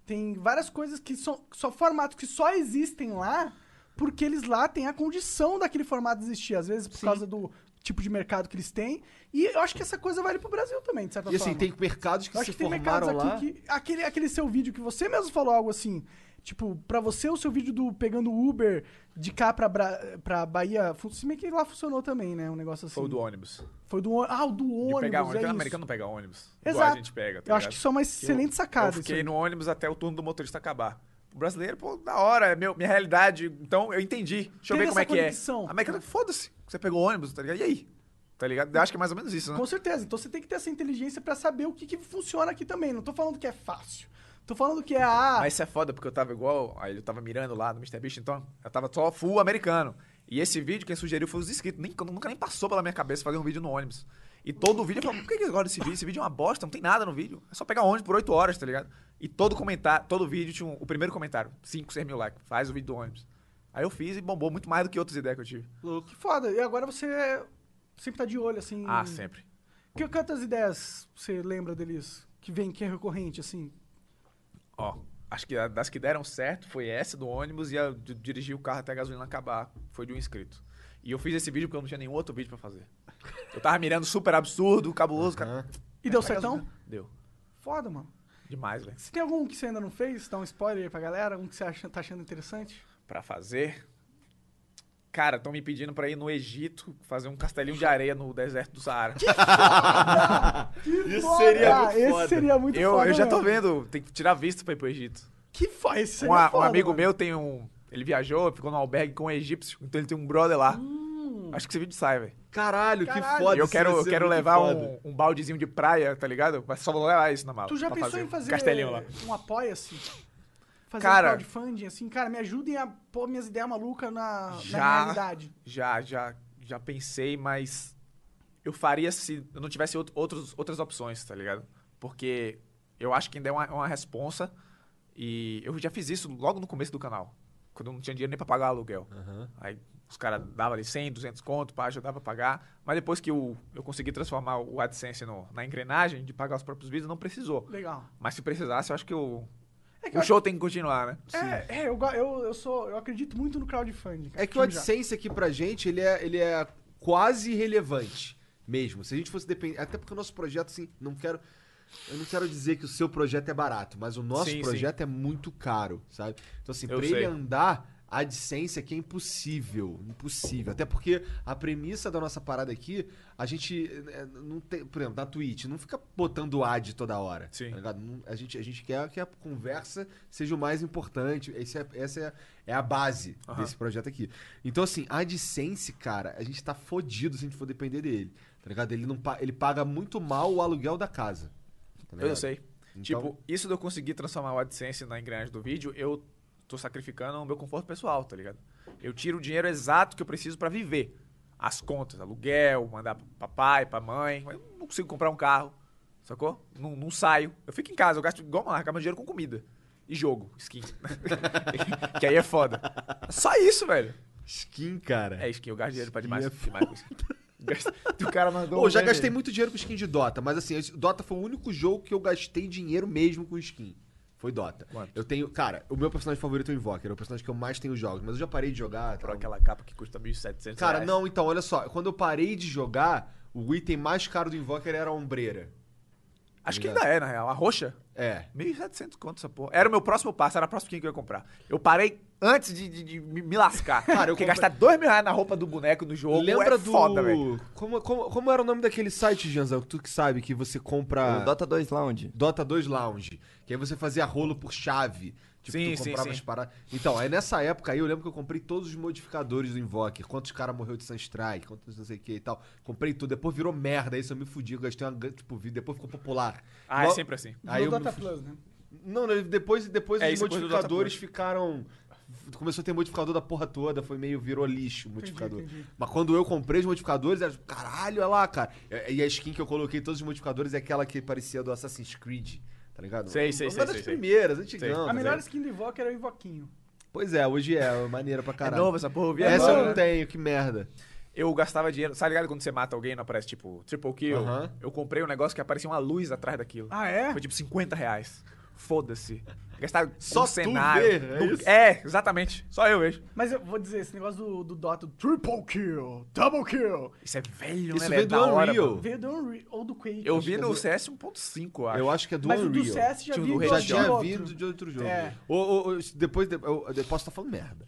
Speaker 1: Tem várias coisas que são, são formatos que só existem lá porque eles lá têm a condição daquele formato existir. Às vezes por causa do tipo de mercado que eles têm. E eu acho que essa coisa vale pro Brasil também, de certa
Speaker 2: E
Speaker 1: forma.
Speaker 2: assim, tem mercados que
Speaker 1: Eu acho
Speaker 2: se
Speaker 1: que tem mercados
Speaker 2: formaram
Speaker 1: aqui
Speaker 2: lá.
Speaker 1: que. Aquele, aquele seu vídeo que você mesmo falou algo assim. Tipo, pra você, o seu vídeo do pegando Uber de cá pra, Bra- pra Bahia. fu- Se bem que lá funcionou também, né? Um negócio assim.
Speaker 4: Foi o do ônibus.
Speaker 1: Foi do ônibus. Ah, o do
Speaker 4: De
Speaker 1: ônibus.
Speaker 4: pegar
Speaker 1: é
Speaker 4: ônibus.
Speaker 1: isso.
Speaker 4: O americano não pega ônibus. Igual
Speaker 1: Exato.
Speaker 4: a gente pega. tá
Speaker 1: Eu acho
Speaker 4: ligado?
Speaker 1: que isso é uma excelente sacada.
Speaker 4: Eu
Speaker 1: isso
Speaker 4: fiquei
Speaker 1: aí.
Speaker 4: no ônibus até o turno do motorista acabar. O brasileiro, pô, da hora, é meu, minha realidade. Então eu entendi. Deixa eu
Speaker 1: Teve
Speaker 4: ver como
Speaker 1: essa
Speaker 4: é que
Speaker 1: conexão.
Speaker 4: é. Americano, foda-se. Você pegou ônibus, tá ligado? E aí? Tá ligado? Eu acho que é mais ou menos isso, né?
Speaker 1: Com certeza. Então você tem que ter essa inteligência pra saber o que, que funciona aqui também. Não tô falando que é fácil. Tô falando que é a.
Speaker 4: Mas isso é foda, porque eu tava igual. Aí eu tava mirando lá no MrBeast, então eu tava só full americano. E esse vídeo, quem sugeriu foi os inscritos. Nem, nunca nem passou pela minha cabeça fazer um vídeo no ônibus. E todo o vídeo, eu falava, por que que eu gosto desse vídeo? Esse vídeo é uma bosta, não tem nada no vídeo. É só pegar ônibus por 8 horas, tá ligado? E todo comentário, todo vídeo tinha um- o primeiro comentário, 5, 6 mil likes, faz o vídeo do ônibus. Aí eu fiz e bombou muito mais do que outras ideias que eu tive.
Speaker 1: Que foda. E agora você é- sempre tá de olho, assim.
Speaker 4: Ah, sempre.
Speaker 1: Que, quantas ideias você lembra deles? Que vem, que é recorrente, assim?
Speaker 4: Ó, acho que a- das que deram certo foi essa do ônibus e a de dirigir o carro até a gasolina acabar. Foi de um inscrito. E eu fiz esse vídeo porque eu não tinha nenhum outro vídeo pra fazer. Eu tava mirando super absurdo, cabuloso, cara.
Speaker 1: E deu certão?
Speaker 4: Deu.
Speaker 1: Foda, mano.
Speaker 4: Demais, velho.
Speaker 1: Você tem algum que você ainda não fez? Dá um spoiler aí pra galera? Um que você acha- tá achando interessante?
Speaker 4: Pra fazer. Cara, estão me pedindo pra ir no Egito fazer um castelinho de areia no deserto do Saara.
Speaker 2: Isso
Speaker 1: Foda!
Speaker 2: seria
Speaker 1: Ah,
Speaker 2: muito
Speaker 1: esse
Speaker 2: foda.
Speaker 1: seria muito
Speaker 4: Eu,
Speaker 1: foda.
Speaker 4: eu já tô
Speaker 1: mesmo.
Speaker 4: vendo, tem que tirar visto pra ir pro Egito.
Speaker 1: Que faz? Esse
Speaker 4: Um,
Speaker 1: seria
Speaker 4: a- um
Speaker 1: é foda,
Speaker 4: amigo
Speaker 1: mano.
Speaker 4: meu tem um. Ele viajou, ficou no albergue com um egípcio, então ele tem um brother lá.
Speaker 1: Hum.
Speaker 4: Acho que esse vídeo sai, velho.
Speaker 2: Caralho,
Speaker 1: Caralho.
Speaker 2: que foda.
Speaker 4: E eu
Speaker 2: isso
Speaker 4: quero,
Speaker 2: vai
Speaker 4: eu
Speaker 2: ser
Speaker 4: quero
Speaker 2: muito
Speaker 4: levar
Speaker 2: foda.
Speaker 4: um, um baldezinho de praia, tá ligado? Mas só vou levar isso na mala.
Speaker 1: Tu já
Speaker 4: pra
Speaker 1: pensou em
Speaker 4: um
Speaker 1: fazer
Speaker 4: Castelinho lá.
Speaker 1: um apoia-se? Fazer
Speaker 4: Cara-
Speaker 1: um crowdfunding, assim, cara, me ajudem a pôr minhas ideias malucas na, na
Speaker 4: Já.
Speaker 1: realidade.
Speaker 4: Já, já, já pensei, mas eu faria se eu não tivesse out- outros, outras opções, tá ligado? Porque eu acho que ainda é uma, uma responsa e eu já fiz isso logo no começo do canal, quando eu não tinha dinheiro nem pra pagar aluguel. Aí os caras davam ali 100, 200 conto pra ajudar pra pagar, mas depois que eu, eu consegui transformar o AdSense no- na engrenagem de pagar os próprios vídeos, não precisou.
Speaker 1: Legal.
Speaker 4: Mas se precisasse, eu acho que eu
Speaker 1: É que eu
Speaker 4: O show tem que continuar, né?
Speaker 2: Tá
Speaker 1: É, é, eu, go- eu, eu sou, eu acredito muito no crowdfunding. cara.
Speaker 2: É que o
Speaker 1: já.
Speaker 2: AdSense aqui pra gente, ele é, ele é quase irrelevante mesmo. Se a gente fosse depender... Até porque o nosso projeto, assim, não quero... Eu não quero dizer que o seu projeto é barato, mas o nosso
Speaker 4: Sim, sim.
Speaker 2: projeto é muito caro, sabe? Então, assim,
Speaker 4: Eu
Speaker 2: pra ele
Speaker 4: sei.
Speaker 2: andar, a AdSense aqui é impossível. Impossível. Até porque a premissa da nossa parada aqui, a gente eh, não tem. Por exemplo, na Twitch, não fica botando ad toda hora.
Speaker 4: Sim.
Speaker 2: tá ligado? Não- a, gente, a gente quer que a conversa seja o mais importante. Esse é- essa é, é a base
Speaker 4: Aham.
Speaker 2: desse projeto aqui. Então, assim, a AdSense, cara, a gente tá fodido se a gente for depender dele. Tá ligado? Ele, não, pa- ele paga muito mal o aluguel da casa. tá
Speaker 4: Eu
Speaker 2: ligado?
Speaker 4: sei.
Speaker 2: Então-
Speaker 4: Tipo, isso de eu conseguir transformar o AdSense na engrenagem do vídeo, eu tô sacrificando o meu conforto pessoal, tá ligado? Eu tiro o dinheiro exato que eu preciso pra viver. As contas, aluguel, mandar pro papai, pra mãe. mas Eu não consigo comprar um carro, sacou? Não, não saio. Eu fico em casa, eu gasto igual marca meu dinheiro com comida. E jogo, skin. que aí é foda. Só isso, velho.
Speaker 2: Skin, cara.
Speaker 4: É skin, eu gasto dinheiro pra
Speaker 2: Skin
Speaker 4: demais.
Speaker 2: é
Speaker 4: demais com skin. Gasto- o cara mandou.
Speaker 2: Pô,
Speaker 4: um
Speaker 2: já
Speaker 4: meme.
Speaker 2: gastei muito dinheiro com skin de Dota, mas assim, esse- Dota foi o único jogo que eu gastei dinheiro mesmo com skin. Foi Dota.
Speaker 4: Quanto?
Speaker 2: Eu tenho. Cara, o meu personagem favorito é o Invoker, é o personagem que eu mais tenho jogos, mas eu já parei de jogar. tá
Speaker 4: Por
Speaker 2: tal.
Speaker 4: aquela capa que custa 1.700
Speaker 2: Cara,
Speaker 4: reais.
Speaker 2: não, então, olha só. Quando eu parei de jogar, O item mais caro do Invoker era a ombreira.
Speaker 4: Acho que ainda é, na real. A roxa.
Speaker 2: É.
Speaker 4: 1.700 conto essa porra. Era o meu próximo passo, era a próxima que eu ia comprar. Eu parei antes de, de- de me me lascar.
Speaker 2: Cara, eu
Speaker 4: Porque
Speaker 2: comprei-
Speaker 4: gastar dois mil reais na roupa do boneco do jogo
Speaker 2: Lembra
Speaker 4: é
Speaker 2: do.
Speaker 4: foda, velho.
Speaker 2: como, como, como era o nome daquele site, Janzão? Tu que sabe que você compra.
Speaker 3: O Ah, Dota 2 Lounge.
Speaker 2: Dota 2 Lounge. Que aí você fazia rolo por chave. Tipo,
Speaker 4: Sim,
Speaker 2: tu
Speaker 4: sim,
Speaker 2: comprava
Speaker 4: sim.
Speaker 2: as paradas. Então, aí nessa época aí eu lembro que eu comprei todos os modificadores do Invoker. Quantos caras morreu de Sunstrike, quantos não sei o que e tal. Comprei tudo. Depois virou merda. Isso eu me fudi. Eu gastei uma. gan- Tipo, vi- depois ficou popular.
Speaker 4: Ah, é
Speaker 2: No-
Speaker 4: sempre assim.
Speaker 2: Aí
Speaker 1: Aí
Speaker 2: eu
Speaker 1: no
Speaker 2: me
Speaker 1: Dota
Speaker 2: fudi.
Speaker 1: Plus, né?
Speaker 2: Não, né, depois, depois
Speaker 4: É,
Speaker 2: os
Speaker 4: isso é coisa do Dota
Speaker 2: modificadores
Speaker 4: Plus.
Speaker 2: ficaram. Começou a ter modificador da porra toda, foi meio virou lixo o modificador.
Speaker 1: entendi.
Speaker 2: Mas quando eu comprei os modificadores, era tipo, caralho, olha lá, cara. E- E a skin que eu coloquei em todos os modificadores é aquela que parecia do Assassin's Creed, tá ligado?
Speaker 4: Sei, sei,
Speaker 2: Uma
Speaker 4: sei,
Speaker 2: das
Speaker 4: sei, sei.
Speaker 2: primeiras, antigão.
Speaker 1: A
Speaker 2: tá
Speaker 1: melhor
Speaker 2: ligado?
Speaker 1: skin do Invoker é o Invoquinho.
Speaker 2: Pois é, hoje é, maneira pra
Speaker 4: É
Speaker 2: caralho.
Speaker 4: novo essa porra, eu vi
Speaker 2: Essa
Speaker 4: agora.
Speaker 2: eu não tenho, que merda.
Speaker 4: Eu gastava dinheiro. Sabe ligado quando você mata alguém e não aparece, tipo, triple kill?
Speaker 2: Aham.
Speaker 4: Eu comprei um negócio que aparecia uma luz atrás daquilo.
Speaker 1: Ah, é?
Speaker 4: Foi tipo 50 reais. Foda-se. Gastar
Speaker 2: Só
Speaker 4: um
Speaker 2: tu
Speaker 4: cenário.
Speaker 2: ver, é
Speaker 4: Nunca-
Speaker 2: isso?
Speaker 4: exatamente. Só eu vejo.
Speaker 1: Mas eu vou dizer, esse negócio do, do Dota, triple kill, double kill,
Speaker 4: Isso é velho,
Speaker 2: Isso
Speaker 4: né?
Speaker 2: veio
Speaker 4: velho?
Speaker 2: do
Speaker 4: Da hora,
Speaker 2: Unreal.
Speaker 4: mano.
Speaker 1: veio do Unreal ou do Quake.
Speaker 4: Eu
Speaker 1: acho
Speaker 4: vi
Speaker 1: que é
Speaker 4: no um
Speaker 1: do-
Speaker 4: CS 1.5, acho.
Speaker 2: Eu acho que é do
Speaker 1: Mas o
Speaker 2: Unreal.
Speaker 1: do CS já
Speaker 4: Tinha
Speaker 1: vi
Speaker 4: um do
Speaker 1: de
Speaker 2: já
Speaker 4: Red
Speaker 1: outro
Speaker 4: Dead.
Speaker 2: tinha
Speaker 1: jogo.
Speaker 2: vindo de outro jogo.
Speaker 1: É.
Speaker 2: Ou- ou- ou- depois, eu, eu posso estar falando merda.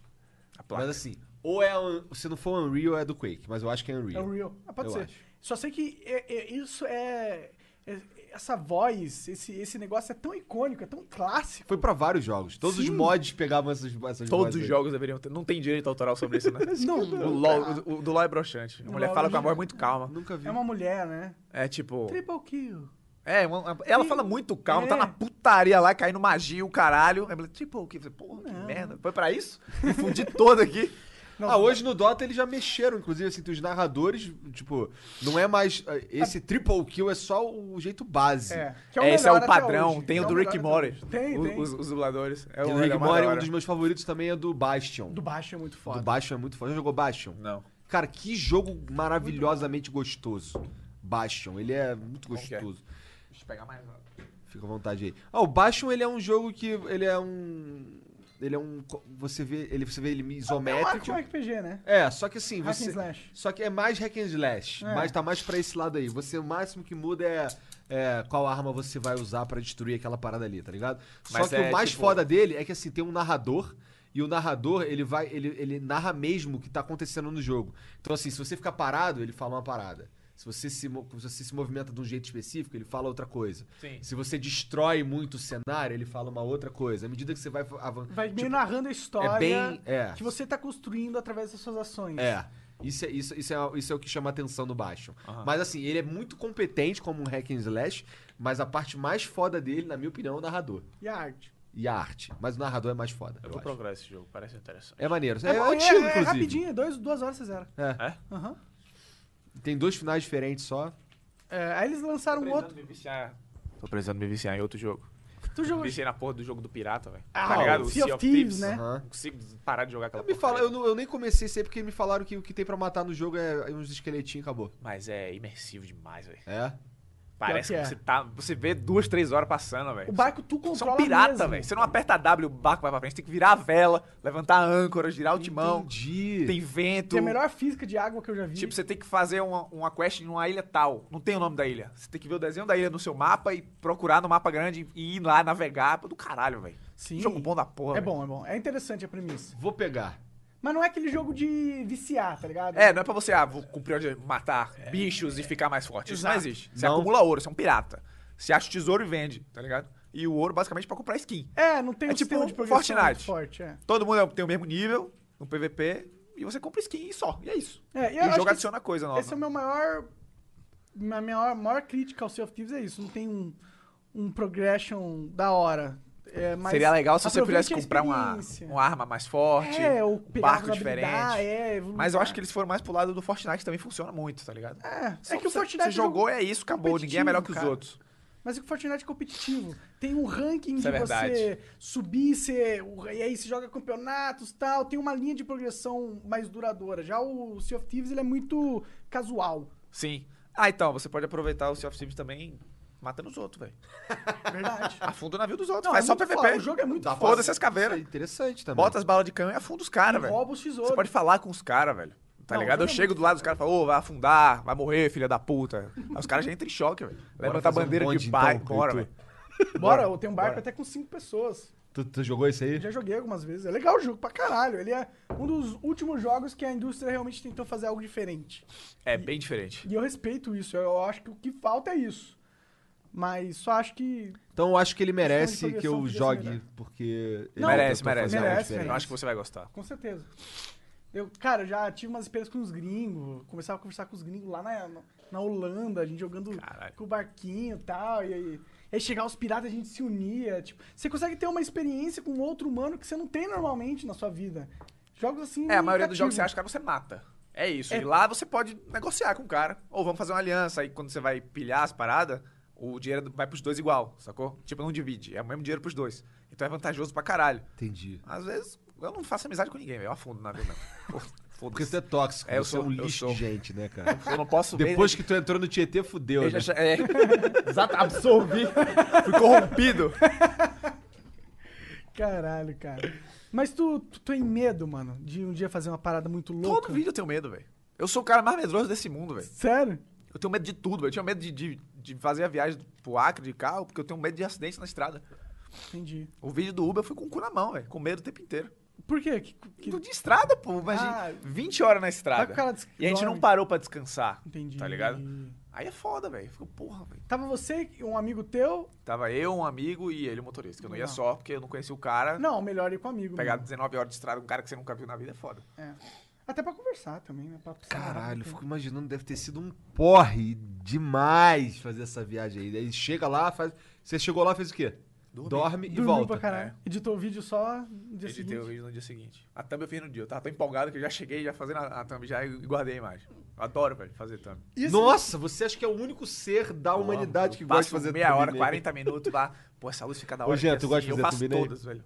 Speaker 4: A placa.
Speaker 2: Mas assim, ou é. um- Se não for Unreal, é do Quake, mas eu acho que é
Speaker 1: É
Speaker 2: Unreal.
Speaker 1: o Real. Ah, pode
Speaker 2: Eu
Speaker 1: ser.
Speaker 2: acho.
Speaker 1: Só sei que é- é- isso é, é- Essa voz, esse, esse negócio é tão icônico, é tão clássico.
Speaker 2: Foi pra vários jogos. Todos os
Speaker 1: Sim.
Speaker 2: mods pegavam essas, essas
Speaker 4: Todos
Speaker 2: vozes
Speaker 4: os
Speaker 2: aí.
Speaker 4: jogos deveriam ter. Não tem direito autoral sobre isso, né?
Speaker 1: Não,
Speaker 4: O, LOL, o, o do LOL é broxante. A
Speaker 1: Do
Speaker 4: mulher
Speaker 1: LOL
Speaker 4: fala
Speaker 1: é
Speaker 4: com a voz
Speaker 1: broxante.
Speaker 4: muito calma.
Speaker 2: Nunca vi.
Speaker 1: É uma mulher, né?
Speaker 4: É tipo.
Speaker 1: Triple kill.
Speaker 4: É, uma- uma- ela fala muito calma, tá
Speaker 1: É.
Speaker 4: na putaria lá, caindo magia, o caralho. Aí eu falei, tipo, o que? Porra, que
Speaker 1: Não.
Speaker 4: merda. Foi pra isso? Me fundi todo aqui.
Speaker 2: Ah, hoje no Dota eles já mexeram, inclusive, assim, tem os narradores, tipo, não é mais. ah, Esse triple kill é só o jeito base.
Speaker 1: É, que
Speaker 4: É, esse é
Speaker 1: melhor
Speaker 4: o
Speaker 1: até
Speaker 4: padrão.
Speaker 1: hoje.
Speaker 4: Tem
Speaker 1: É
Speaker 4: o do Rick
Speaker 1: melhor até
Speaker 4: Mori.
Speaker 1: hoje. Tem, tem.
Speaker 4: Os, os dubladores. É
Speaker 2: E
Speaker 4: o
Speaker 2: o Rick
Speaker 4: é o mais
Speaker 2: Mori,
Speaker 4: da
Speaker 2: um
Speaker 4: hora.
Speaker 2: dos meus favoritos também é do Bastion.
Speaker 1: Do baixo é muito
Speaker 2: Do
Speaker 1: foda.
Speaker 2: Bastion é muito foda. Já jogou Bastion?
Speaker 4: Não.
Speaker 2: Cara, que jogo maravilhosamente gostoso. Bastion, ele é muito
Speaker 4: Qual que é?
Speaker 2: gostoso.
Speaker 4: Deixa eu pegar mais. uma.
Speaker 2: Fica à vontade aí. Ah, o Bastion, ele é um jogo que ele é um ele é um co- você vê ele você vê ele
Speaker 1: É um arte
Speaker 2: isométrico.
Speaker 1: um RPG, né?
Speaker 2: É, só que assim,
Speaker 1: Hack and
Speaker 2: você
Speaker 1: slash.
Speaker 2: só que é mais hack and slash,
Speaker 1: É.
Speaker 2: mas tá mais pra esse lado aí. Você o máximo que muda é, é, qual arma você vai usar pra destruir aquela parada ali, tá ligado?
Speaker 4: Mas
Speaker 2: só que
Speaker 4: é,
Speaker 2: o mais
Speaker 4: tipo-
Speaker 2: foda dele é que assim tem um narrador e o narrador, ele vai ele, ele narra mesmo o que tá acontecendo no jogo. Então assim, se você ficar parado, ele fala uma parada. Se você se, mo- se você se movimenta de um jeito específico, ele fala outra coisa.
Speaker 4: Sim.
Speaker 2: Se você destrói muito o cenário, ele fala uma outra coisa. À medida que você vai avançando.
Speaker 1: Vai meio narrando a história
Speaker 2: bem- é.
Speaker 1: que você tá construindo através das suas ações.
Speaker 2: É. Isso é, isso, isso, é, isso é o que chama a atenção do Bastion.
Speaker 4: Aham.
Speaker 2: Mas assim, ele é muito competente como um hack and slash, mas a parte mais foda dele, na minha opinião, é o narrador.
Speaker 1: E a arte.
Speaker 2: E a arte. Mas o narrador é mais foda. Eu
Speaker 4: Eu vou
Speaker 2: acho.
Speaker 4: procurar esse jogo, parece interessante.
Speaker 2: É maneiro. É,
Speaker 1: bom,
Speaker 2: antigo, inclusive.
Speaker 1: rapidinho, é dois, duas horas você zera.
Speaker 2: É.
Speaker 4: É?
Speaker 1: Aham.
Speaker 2: Tem dois finais diferentes só.
Speaker 1: É, aí eles lançaram um outro.
Speaker 4: me viciar. Tô precisando me viciar em outro jogo.
Speaker 1: Tu jogou.
Speaker 4: Viciei na porra do jogo do pirata, velho.
Speaker 1: Ah,
Speaker 4: tá
Speaker 1: o
Speaker 4: ligado? O
Speaker 1: Sea of Thieves,
Speaker 4: É.
Speaker 1: né?
Speaker 2: Aham.
Speaker 4: Não consigo parar de jogar aquela
Speaker 2: Me fala,
Speaker 4: porcaria.
Speaker 2: eu, não- eu nem comecei isso aí porque me falaram que o que tem pra matar no jogo é uns esqueletinhos e acabou.
Speaker 4: Mas é imersivo demais, velho.
Speaker 2: É?
Speaker 4: Parece
Speaker 1: que
Speaker 4: que,
Speaker 1: é.
Speaker 4: você tá. Você vê duas, três horas passando, velho.
Speaker 1: O barco tu controla
Speaker 4: São pirata,
Speaker 1: mesmo.
Speaker 4: velho. Você não aperta W, o barco vai pra frente. Tem que virar a vela, levantar a âncora, girar o timão.
Speaker 2: Entendi.
Speaker 4: Tem vento.
Speaker 1: Tem é a melhor física de água que eu já vi.
Speaker 4: Tipo, você tem que fazer uma, uma quest em uma ilha tal. Não tem o nome da ilha. Você tem que ver o desenho da ilha no seu mapa e procurar no mapa grande e ir lá navegar. Pô, Do caralho, velho.
Speaker 1: Sim.
Speaker 4: Jogo bom da porra.
Speaker 1: É
Speaker 4: velho.
Speaker 1: bom, é bom. É interessante a premissa.
Speaker 2: Vou pegar.
Speaker 1: Mas não é aquele jogo de viciar, tá ligado?
Speaker 4: É, não é pra você, ah, vou cumprir onde matar bichos e ficar mais forte. Isso não
Speaker 1: Exato.
Speaker 4: existe. Você
Speaker 2: Não.
Speaker 4: acumula ouro, você é um pirata. Você acha o tesouro e vende, tá ligado? E o ouro basicamente pra comprar skin.
Speaker 1: É, não tem
Speaker 4: É
Speaker 1: um
Speaker 4: tipo
Speaker 1: sistema
Speaker 4: um
Speaker 1: de progressão muito
Speaker 4: Fortnite.
Speaker 1: forte, é.
Speaker 4: Todo mundo é- tem o mesmo nível no PVP e você compra skin e só. E é isso.
Speaker 1: É,
Speaker 4: E,
Speaker 1: eu
Speaker 4: o
Speaker 1: acho
Speaker 4: jogo
Speaker 1: que
Speaker 4: adiciona coisa nova.
Speaker 1: Esse é o meu maior. Minha maior, maior crítica ao Sea of Thieves é isso. Não tem um, um progression da hora. É, mas
Speaker 4: Seria legal se você
Speaker 1: aproveite
Speaker 4: pudesse
Speaker 1: a
Speaker 4: comprar uma,
Speaker 1: experiência.
Speaker 4: uma arma mais forte,
Speaker 1: É, ou
Speaker 4: um
Speaker 1: pegar
Speaker 4: barco
Speaker 1: as
Speaker 4: diferente.
Speaker 1: habilidades, é, evoluir.
Speaker 4: Mas eu acho que eles foram mais pro lado do Fortnite, que também funciona muito, tá ligado?
Speaker 1: É, é
Speaker 4: Só
Speaker 1: que o
Speaker 4: você-
Speaker 1: Fortnite é
Speaker 4: Você
Speaker 1: um
Speaker 4: jogou,
Speaker 1: jogo
Speaker 4: é isso, acabou. Ninguém é melhor que os
Speaker 1: competitivo,
Speaker 4: outros.
Speaker 1: Mas é que o Fortnite é competitivo. Tem um ranking
Speaker 4: Isso é
Speaker 1: de você
Speaker 4: verdade.
Speaker 1: subir, ser, e aí você joga campeonatos e tal. Tem uma linha de progressão mais duradoura. Já o Sea of Thieves ele é muito casual.
Speaker 4: Sim. Ah, então, você pode aproveitar o Sea of Thieves também matando os outros, velho.
Speaker 1: é Verdade.
Speaker 4: Afunda o navio dos outros,
Speaker 1: Ah. Não,
Speaker 4: faz
Speaker 1: é
Speaker 4: só
Speaker 1: muito
Speaker 4: PVP.
Speaker 1: foda, o jogo é muito
Speaker 4: Dá
Speaker 1: foda.
Speaker 4: Foda-se as
Speaker 2: Isso é
Speaker 4: caveiras.
Speaker 2: interessante também.
Speaker 4: Bota as balas de canhão e afunda os caras, velho.
Speaker 1: rouba os
Speaker 4: Você
Speaker 1: tesouros.
Speaker 4: pode falar com os caras, velho. Tá
Speaker 1: Não,
Speaker 4: ligado? Eu
Speaker 1: tudo é
Speaker 4: chego do lado, os caras falam, ô, vai afundar, vai morrer, filha da puta. Aí os caras já entram em choque, velho. Levanta a
Speaker 2: fazer um
Speaker 4: bandeira
Speaker 2: bonde,
Speaker 4: de pai,
Speaker 2: então,
Speaker 4: bora,
Speaker 2: Arthur.
Speaker 4: velho.
Speaker 1: Bora, eu tenho um barco
Speaker 4: bora.
Speaker 1: até com cinco pessoas.
Speaker 2: Tu, tu jogou isso aí?
Speaker 1: Eu já joguei algumas vezes. É legal o jogo pra caralho. Ele é um dos últimos jogos que a indústria realmente tentou fazer algo diferente.
Speaker 4: É bem diferente.
Speaker 1: E eu respeito isso. Eu acho que o que falta é isso. Mas só acho que.
Speaker 2: Então eu acho que ele merece
Speaker 1: progressão
Speaker 2: que eu
Speaker 1: podia ser
Speaker 2: jogue,
Speaker 1: melhor.
Speaker 2: porque... ele
Speaker 1: Não,
Speaker 4: merece,
Speaker 2: tentou
Speaker 4: merece, né?
Speaker 2: fazer algo
Speaker 1: merece,
Speaker 2: diferente.
Speaker 4: Eu acho que você vai gostar.
Speaker 1: Com certeza. Eu, cara, eu já tive umas experiências com os gringos. Começava a conversar com os gringos lá na, na, na Holanda, a gente jogando
Speaker 4: Caralho.
Speaker 1: com o barquinho e tal. E aí, aí chegar os piratas, a gente se unia. Tipo, você consegue ter uma experiência com um outro humano que você não tem normalmente na sua vida. Jogos assim.
Speaker 4: É, a maioria dos jogos que você
Speaker 1: cativam.
Speaker 4: acha que você mata. É isso.
Speaker 1: É.
Speaker 4: E lá você pode negociar com o cara. Ou vamos fazer uma aliança. Aí quando você vai pilhar as paradas, o dinheiro vai pros dois igual, sacou? Tipo, não divide. É o mesmo dinheiro pros dois. Então é vantajoso pra caralho.
Speaker 2: Entendi.
Speaker 4: Às vezes, eu não faço amizade com ninguém, velho. Eu afundo na vida, não. Pô,
Speaker 2: Porque
Speaker 4: Foda-se.
Speaker 2: você é tóxico,
Speaker 4: É, eu
Speaker 2: você é um
Speaker 4: sou- eu
Speaker 2: lixo
Speaker 4: sou.
Speaker 2: de gente, né, cara?
Speaker 4: tá- Eu não posso ver.
Speaker 2: Depois que tu entrou no Tietê, fudeu,
Speaker 4: Eu
Speaker 2: né?
Speaker 4: já cha- é. Exato, absorvi. Fui corrompido.
Speaker 1: Caralho, cara. Mas tu, tu tem medo, mano, de um dia fazer uma parada muito louca?
Speaker 4: Todo vídeo eu tenho medo, velho. Eu sou o cara mais medroso desse mundo, velho.
Speaker 1: Sério?
Speaker 4: Eu tenho medo de tudo, velho. Eu tinha medo de, de, de fazer a viagem pro Acre de carro, porque eu tenho medo de acidente na estrada.
Speaker 1: Entendi.
Speaker 4: O vídeo do Uber eu fui com o cu na mão, velho. Com medo o tempo inteiro.
Speaker 1: Por quê? Que- que-
Speaker 4: De estrada, pô. Imagina.
Speaker 1: Ah.
Speaker 4: 20 horas na
Speaker 1: Vai que
Speaker 2: tá
Speaker 4: estrada.
Speaker 1: o cara des-
Speaker 4: E a gente não
Speaker 1: dorme.
Speaker 4: parou pra descansar.
Speaker 1: Entendi.
Speaker 4: Tá ligado? Aí é foda, velho. Fico, porra, velho.
Speaker 1: Tava você, e um amigo teu?
Speaker 4: Tava eu, um amigo e ele, o motorista. Que eu não ia
Speaker 1: Não.
Speaker 4: só, porque eu não conhecia o cara.
Speaker 1: Não, melhor ir com um amigo.
Speaker 4: Pegar
Speaker 1: mano.
Speaker 4: 19 horas de estrada com um cara que você nunca viu na vida é foda.
Speaker 1: É. Até pra conversar também, né? Pra precisar
Speaker 2: Caralho, eu
Speaker 1: de-
Speaker 2: fico imaginando, deve ter sido um porre demais fazer essa viagem aí. Daí chega lá, faz. Você chegou lá, fez o quê?
Speaker 4: Dormi.
Speaker 2: Dorme e
Speaker 1: Dormiu
Speaker 2: volta.
Speaker 1: pra caralho. Editou o vídeo só no dia
Speaker 4: Editei né? o
Speaker 1: seguinte.
Speaker 4: vídeo no dia seguinte. A thumb eu fiz no dia. Eu tava tão empolgado que eu já cheguei já fazendo a, a thumb já e guardei a imagem. Eu adoro, velho, fazer thumb.
Speaker 1: E esse-
Speaker 2: Nossa, você acha que é o único ser da
Speaker 4: Eu amo.
Speaker 2: humanidade
Speaker 4: Eu
Speaker 2: que gosta de
Speaker 4: passo
Speaker 2: fazer
Speaker 4: meia hora,
Speaker 2: thumbnail?
Speaker 4: 40 minutos lá. Pô, essa luz fica da
Speaker 2: Ô,
Speaker 4: hora.
Speaker 2: Jean,
Speaker 4: aqui
Speaker 2: tu gosta de
Speaker 4: eu
Speaker 2: fazer
Speaker 4: faço
Speaker 2: thumbnail?
Speaker 4: todas, velho.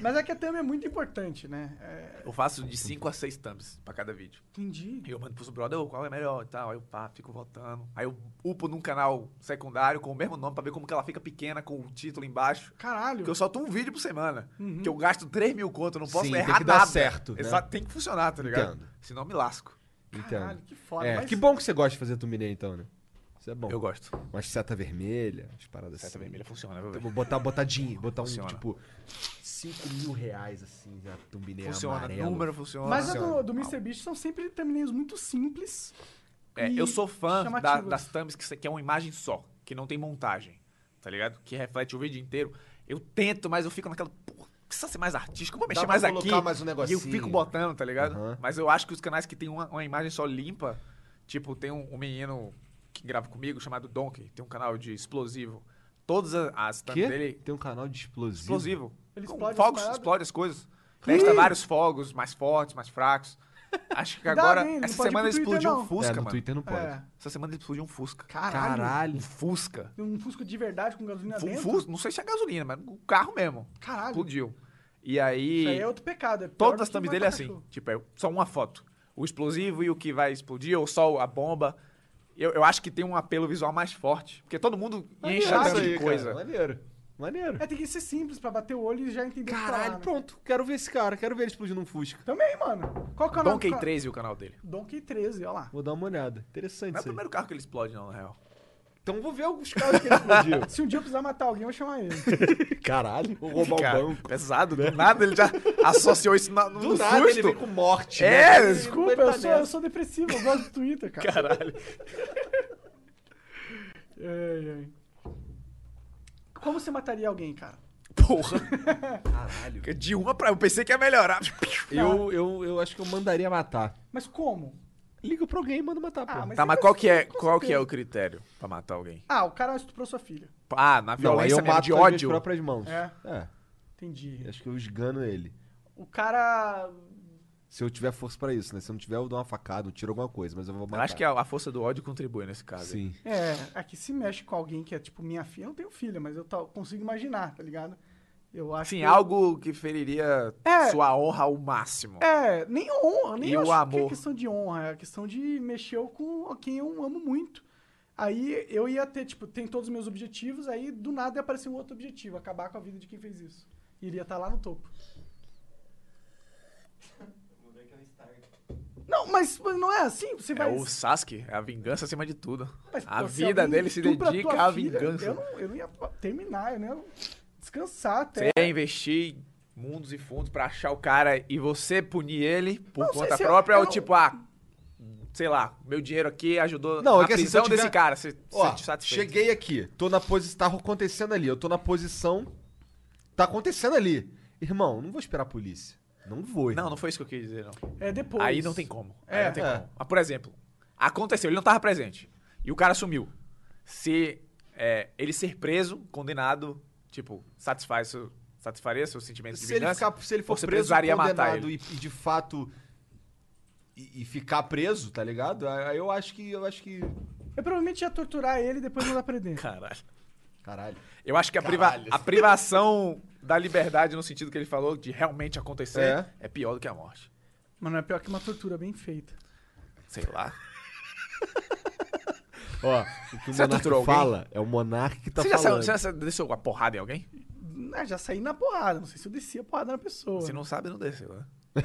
Speaker 1: Mas é que a thumb é muito importante, né? É,
Speaker 4: Eu faço de 5 a 6 thumbs pra cada vídeo.
Speaker 1: Entendi.
Speaker 4: E eu mando pros brother, ô, qual é melhor e tal. Aí eu pá, fico voltando. Aí eu upo num canal secundário com o mesmo nome pra ver como que ela fica pequena com o título embaixo.
Speaker 1: Caralho.
Speaker 4: Porque eu solto um vídeo por semana. Que eu gasto 3 mil conto, eu não posso
Speaker 2: Uhum. Sim,
Speaker 4: errar
Speaker 2: tem que dar
Speaker 4: nada.
Speaker 2: certo, né?
Speaker 4: Exato, tem que funcionar, tá ligado?
Speaker 2: Entendo.
Speaker 4: Senão eu me lasco.
Speaker 1: Caralho,
Speaker 2: Entendo.
Speaker 1: que foda.
Speaker 2: É,
Speaker 1: mas-
Speaker 2: que bom que você gosta de fazer thumbnail então, né? Isso é bom.
Speaker 4: Eu gosto.
Speaker 2: Uma seta vermelha, umas paradas
Speaker 4: Seta
Speaker 2: assim.
Speaker 4: vermelha funciona, viu?
Speaker 2: Então,
Speaker 4: velho?
Speaker 2: vou botar, botar dinheiro, botar um,
Speaker 4: Funciona.
Speaker 2: tipo, 5 mil reais, assim, na thumbnail
Speaker 4: Funciona,
Speaker 2: amarelo.
Speaker 4: número funciona.
Speaker 1: Mas a
Speaker 2: Funciona.
Speaker 1: do, do MrBeast são sempre thumbnails muito simples.
Speaker 4: É, eu sou fã da-
Speaker 1: chamativas.
Speaker 4: das thumbs que, que é uma imagem só, que não tem montagem, tá ligado? Que reflete o vídeo inteiro. Eu tento, mas eu fico naquela. Pô, precisa ser mais artístico, vou
Speaker 2: Dá
Speaker 4: mexer
Speaker 2: pra
Speaker 4: mais
Speaker 2: colocar
Speaker 4: aqui.
Speaker 2: mais um
Speaker 4: e eu
Speaker 2: negocinho.
Speaker 4: fico botando, tá ligado?
Speaker 2: Aham.
Speaker 4: Mas eu acho que os canais que tem uma, uma imagem só limpa, tipo, tem um, um menino que grava comigo chamado Donkey, tem um canal de explosivo. Todas a- as thumbs
Speaker 2: Quê?
Speaker 4: dele.
Speaker 2: Tem um canal de explosivo.
Speaker 4: Explosivo.
Speaker 1: Ele
Speaker 4: Com
Speaker 1: explode as
Speaker 4: fogos,
Speaker 1: paradas?
Speaker 4: um explode as coisas. Testa vários fogos, mais fortes, mais fracos. Acho que
Speaker 1: Dá,
Speaker 4: agora,
Speaker 1: né? Ele não
Speaker 4: essa
Speaker 1: pode ir
Speaker 4: semana
Speaker 1: pro
Speaker 4: ele
Speaker 1: Twitter,
Speaker 4: explodiu
Speaker 1: não.
Speaker 4: um Fusca,
Speaker 2: é, no
Speaker 4: mano.
Speaker 2: Twitter não pode.
Speaker 1: É.
Speaker 4: Essa semana ele explodiu um Fusca.
Speaker 1: Caralho.
Speaker 4: Um Fusca.
Speaker 1: Um Fusco de verdade com gasolina
Speaker 4: Um
Speaker 1: dentro.
Speaker 4: Fusca, não sei se é gasolina, mas o carro mesmo.
Speaker 1: Caralho.
Speaker 4: Explodiu. E
Speaker 1: Isso aí
Speaker 4: aí,
Speaker 1: é outro pecado. É pior
Speaker 4: todas as
Speaker 1: que
Speaker 4: thumbs
Speaker 1: matar
Speaker 4: dele é assim.
Speaker 1: cachorro.
Speaker 4: Tipo, é só uma foto. O explosivo e o que vai explodir, ou só a bomba. Eu, eu acho que tem um apelo visual mais forte. Porque todo mundo enche a
Speaker 2: Maneiro
Speaker 4: thumb
Speaker 2: é isso
Speaker 4: de
Speaker 2: aí,
Speaker 4: coisa.
Speaker 2: cara, Maneiro. Maneiro.
Speaker 1: É, tem que ser simples pra bater o olho e já entender o que falar,
Speaker 2: Caralho,
Speaker 1: né?
Speaker 2: pronto. Quero ver esse cara. Quero ver ele explodindo um Fusca.
Speaker 1: Também, mano. Qual que é o nome?
Speaker 4: Donkey
Speaker 1: qual-
Speaker 4: 13 o canal dele.
Speaker 1: Donkey 13, olha lá.
Speaker 2: Vou dar uma olhada. Interessante
Speaker 4: Não é o
Speaker 2: isso aí.
Speaker 4: primeiro carro que ele explode, não, na real.
Speaker 2: Então vou ver alguns caras que ele explodiu.
Speaker 1: Se um dia eu precisar matar alguém, eu vou chamar ele.
Speaker 2: Caralho. Vou roubar
Speaker 4: Cara,
Speaker 2: o banco.
Speaker 4: Pesado, do nada ele já associou isso na, no,
Speaker 2: Do
Speaker 4: no
Speaker 2: nada
Speaker 4: susto.
Speaker 2: ele vem com morte.
Speaker 4: É,
Speaker 2: né? Ele-
Speaker 1: Desculpa,
Speaker 2: ele tá
Speaker 1: eu sou, eu
Speaker 2: nessa.
Speaker 1: sou depressivo, eu gosto do Twitter, cara.
Speaker 4: Caralho.
Speaker 1: Ai, ai. Como você mataria alguém, cara?
Speaker 4: Porra.
Speaker 2: Caralho.
Speaker 4: De uma pra. Eu pensei que ia melhorar.
Speaker 2: Eu, eu, eu acho que eu mandaria matar.
Speaker 1: Mas como?
Speaker 2: Liga pra alguém e manda matar, pô.
Speaker 1: Ah, mas-
Speaker 4: Tá, mas qual que é, qual que é o critério pra matar alguém?
Speaker 1: Ah, o cara estuprou sua filha.
Speaker 4: Ah, na
Speaker 2: Não, aí
Speaker 4: violência
Speaker 2: eu
Speaker 4: mesmo,
Speaker 2: mato
Speaker 4: de
Speaker 2: com as minhas
Speaker 4: ódio.
Speaker 2: próprias mãos.
Speaker 1: É.
Speaker 2: é.
Speaker 1: Entendi.
Speaker 2: Acho que eu esgano ele.
Speaker 1: O cara.
Speaker 2: Se eu tiver força pra isso, né? Se eu não tiver, eu dou uma facada, eu tiro alguma coisa, mas eu vou
Speaker 4: Eu
Speaker 2: matar.
Speaker 4: acho que é a, a força do ódio contribui nesse caso. aí.
Speaker 2: Sim.
Speaker 1: É, aqui se mexe com alguém que é tipo minha filha. Eu não tenho filha, mas eu tal- consigo imaginar, tá ligado? Eu acho.
Speaker 4: Assim,
Speaker 1: que-
Speaker 4: algo que feriria
Speaker 1: É.
Speaker 4: sua honra ao máximo.
Speaker 1: É, nem honra, nem
Speaker 4: E
Speaker 1: acho
Speaker 4: o
Speaker 1: que é
Speaker 4: amor?
Speaker 1: questão de honra, é questão de mexer com quem eu amo muito. Aí eu ia ter, tipo, tem todos os meus objetivos, aí do nada ia aparecer um outro objetivo, acabar com a vida de quem fez isso. iria estar lá no topo. Não, mas não é assim? Você
Speaker 4: É
Speaker 1: vai.
Speaker 4: o Sasuke, é a vingança acima de tudo.
Speaker 1: Mas,
Speaker 4: a
Speaker 1: pô, se
Speaker 4: vida
Speaker 1: alguém
Speaker 4: dele se
Speaker 1: estupra a
Speaker 4: dedica
Speaker 1: tua
Speaker 4: à
Speaker 1: filha,
Speaker 4: vingança.
Speaker 1: Eu não, eu não ia terminar, eu não ia descansar até.
Speaker 4: Você ia investir mundos e fundos pra achar o cara e você punir ele por
Speaker 1: Não sei
Speaker 4: conta
Speaker 1: se eu-
Speaker 4: própria
Speaker 1: eu
Speaker 4: ou
Speaker 1: não-
Speaker 4: tipo, ah, sei lá, meu dinheiro aqui ajudou
Speaker 2: Não,
Speaker 4: na
Speaker 2: é que assim, se eu
Speaker 4: prisão
Speaker 2: tiver-
Speaker 4: desse cara, você
Speaker 2: Ó,
Speaker 4: sente satisfeito.
Speaker 2: cheguei aqui, tô na posição. Tá acontecendo ali, eu tô na posição. Tá acontecendo ali. Irmão, não vou esperar a polícia. Não vou. irmão.
Speaker 4: Não, não foi isso que eu quis dizer, não.
Speaker 1: É depois.
Speaker 4: Aí não tem como. Aí
Speaker 2: É,
Speaker 4: não tem
Speaker 2: é.
Speaker 4: como. Mas, por exemplo, aconteceu, ele não tava presente. E o cara sumiu. Se é, ele ser preso, condenado, tipo, satisfaz seu, satisfaria seu sentimento de
Speaker 2: Se ele,
Speaker 4: vingança.
Speaker 2: ficar, se ele for
Speaker 4: você
Speaker 2: preso,
Speaker 4: precisaria
Speaker 2: condenado
Speaker 4: matar ele.
Speaker 2: e, e de fato e, e ficar preso, tá ligado? Aí eu acho que eu acho que
Speaker 1: Eu provavelmente ia torturar ele e depois mandar prender.
Speaker 4: Caralho.
Speaker 2: caralho.
Speaker 4: Eu acho que a, priva- a privação da liberdade, no sentido que ele falou, de realmente acontecer,
Speaker 2: É.
Speaker 4: é, pior do que a morte.
Speaker 1: Mas não é pior que uma tortura bem feita.
Speaker 4: Sei lá.
Speaker 2: Ó, o que o
Speaker 4: Você torturou
Speaker 2: monarca
Speaker 4: alguém?
Speaker 2: fala é o monarca que tá
Speaker 4: você, já saiu,
Speaker 2: falando.
Speaker 4: você já desceu uma porrada em alguém?
Speaker 1: Ah, já saí na porrada. Não sei se eu desci a porrada na pessoa.
Speaker 4: Se não sabe, não desceu, né?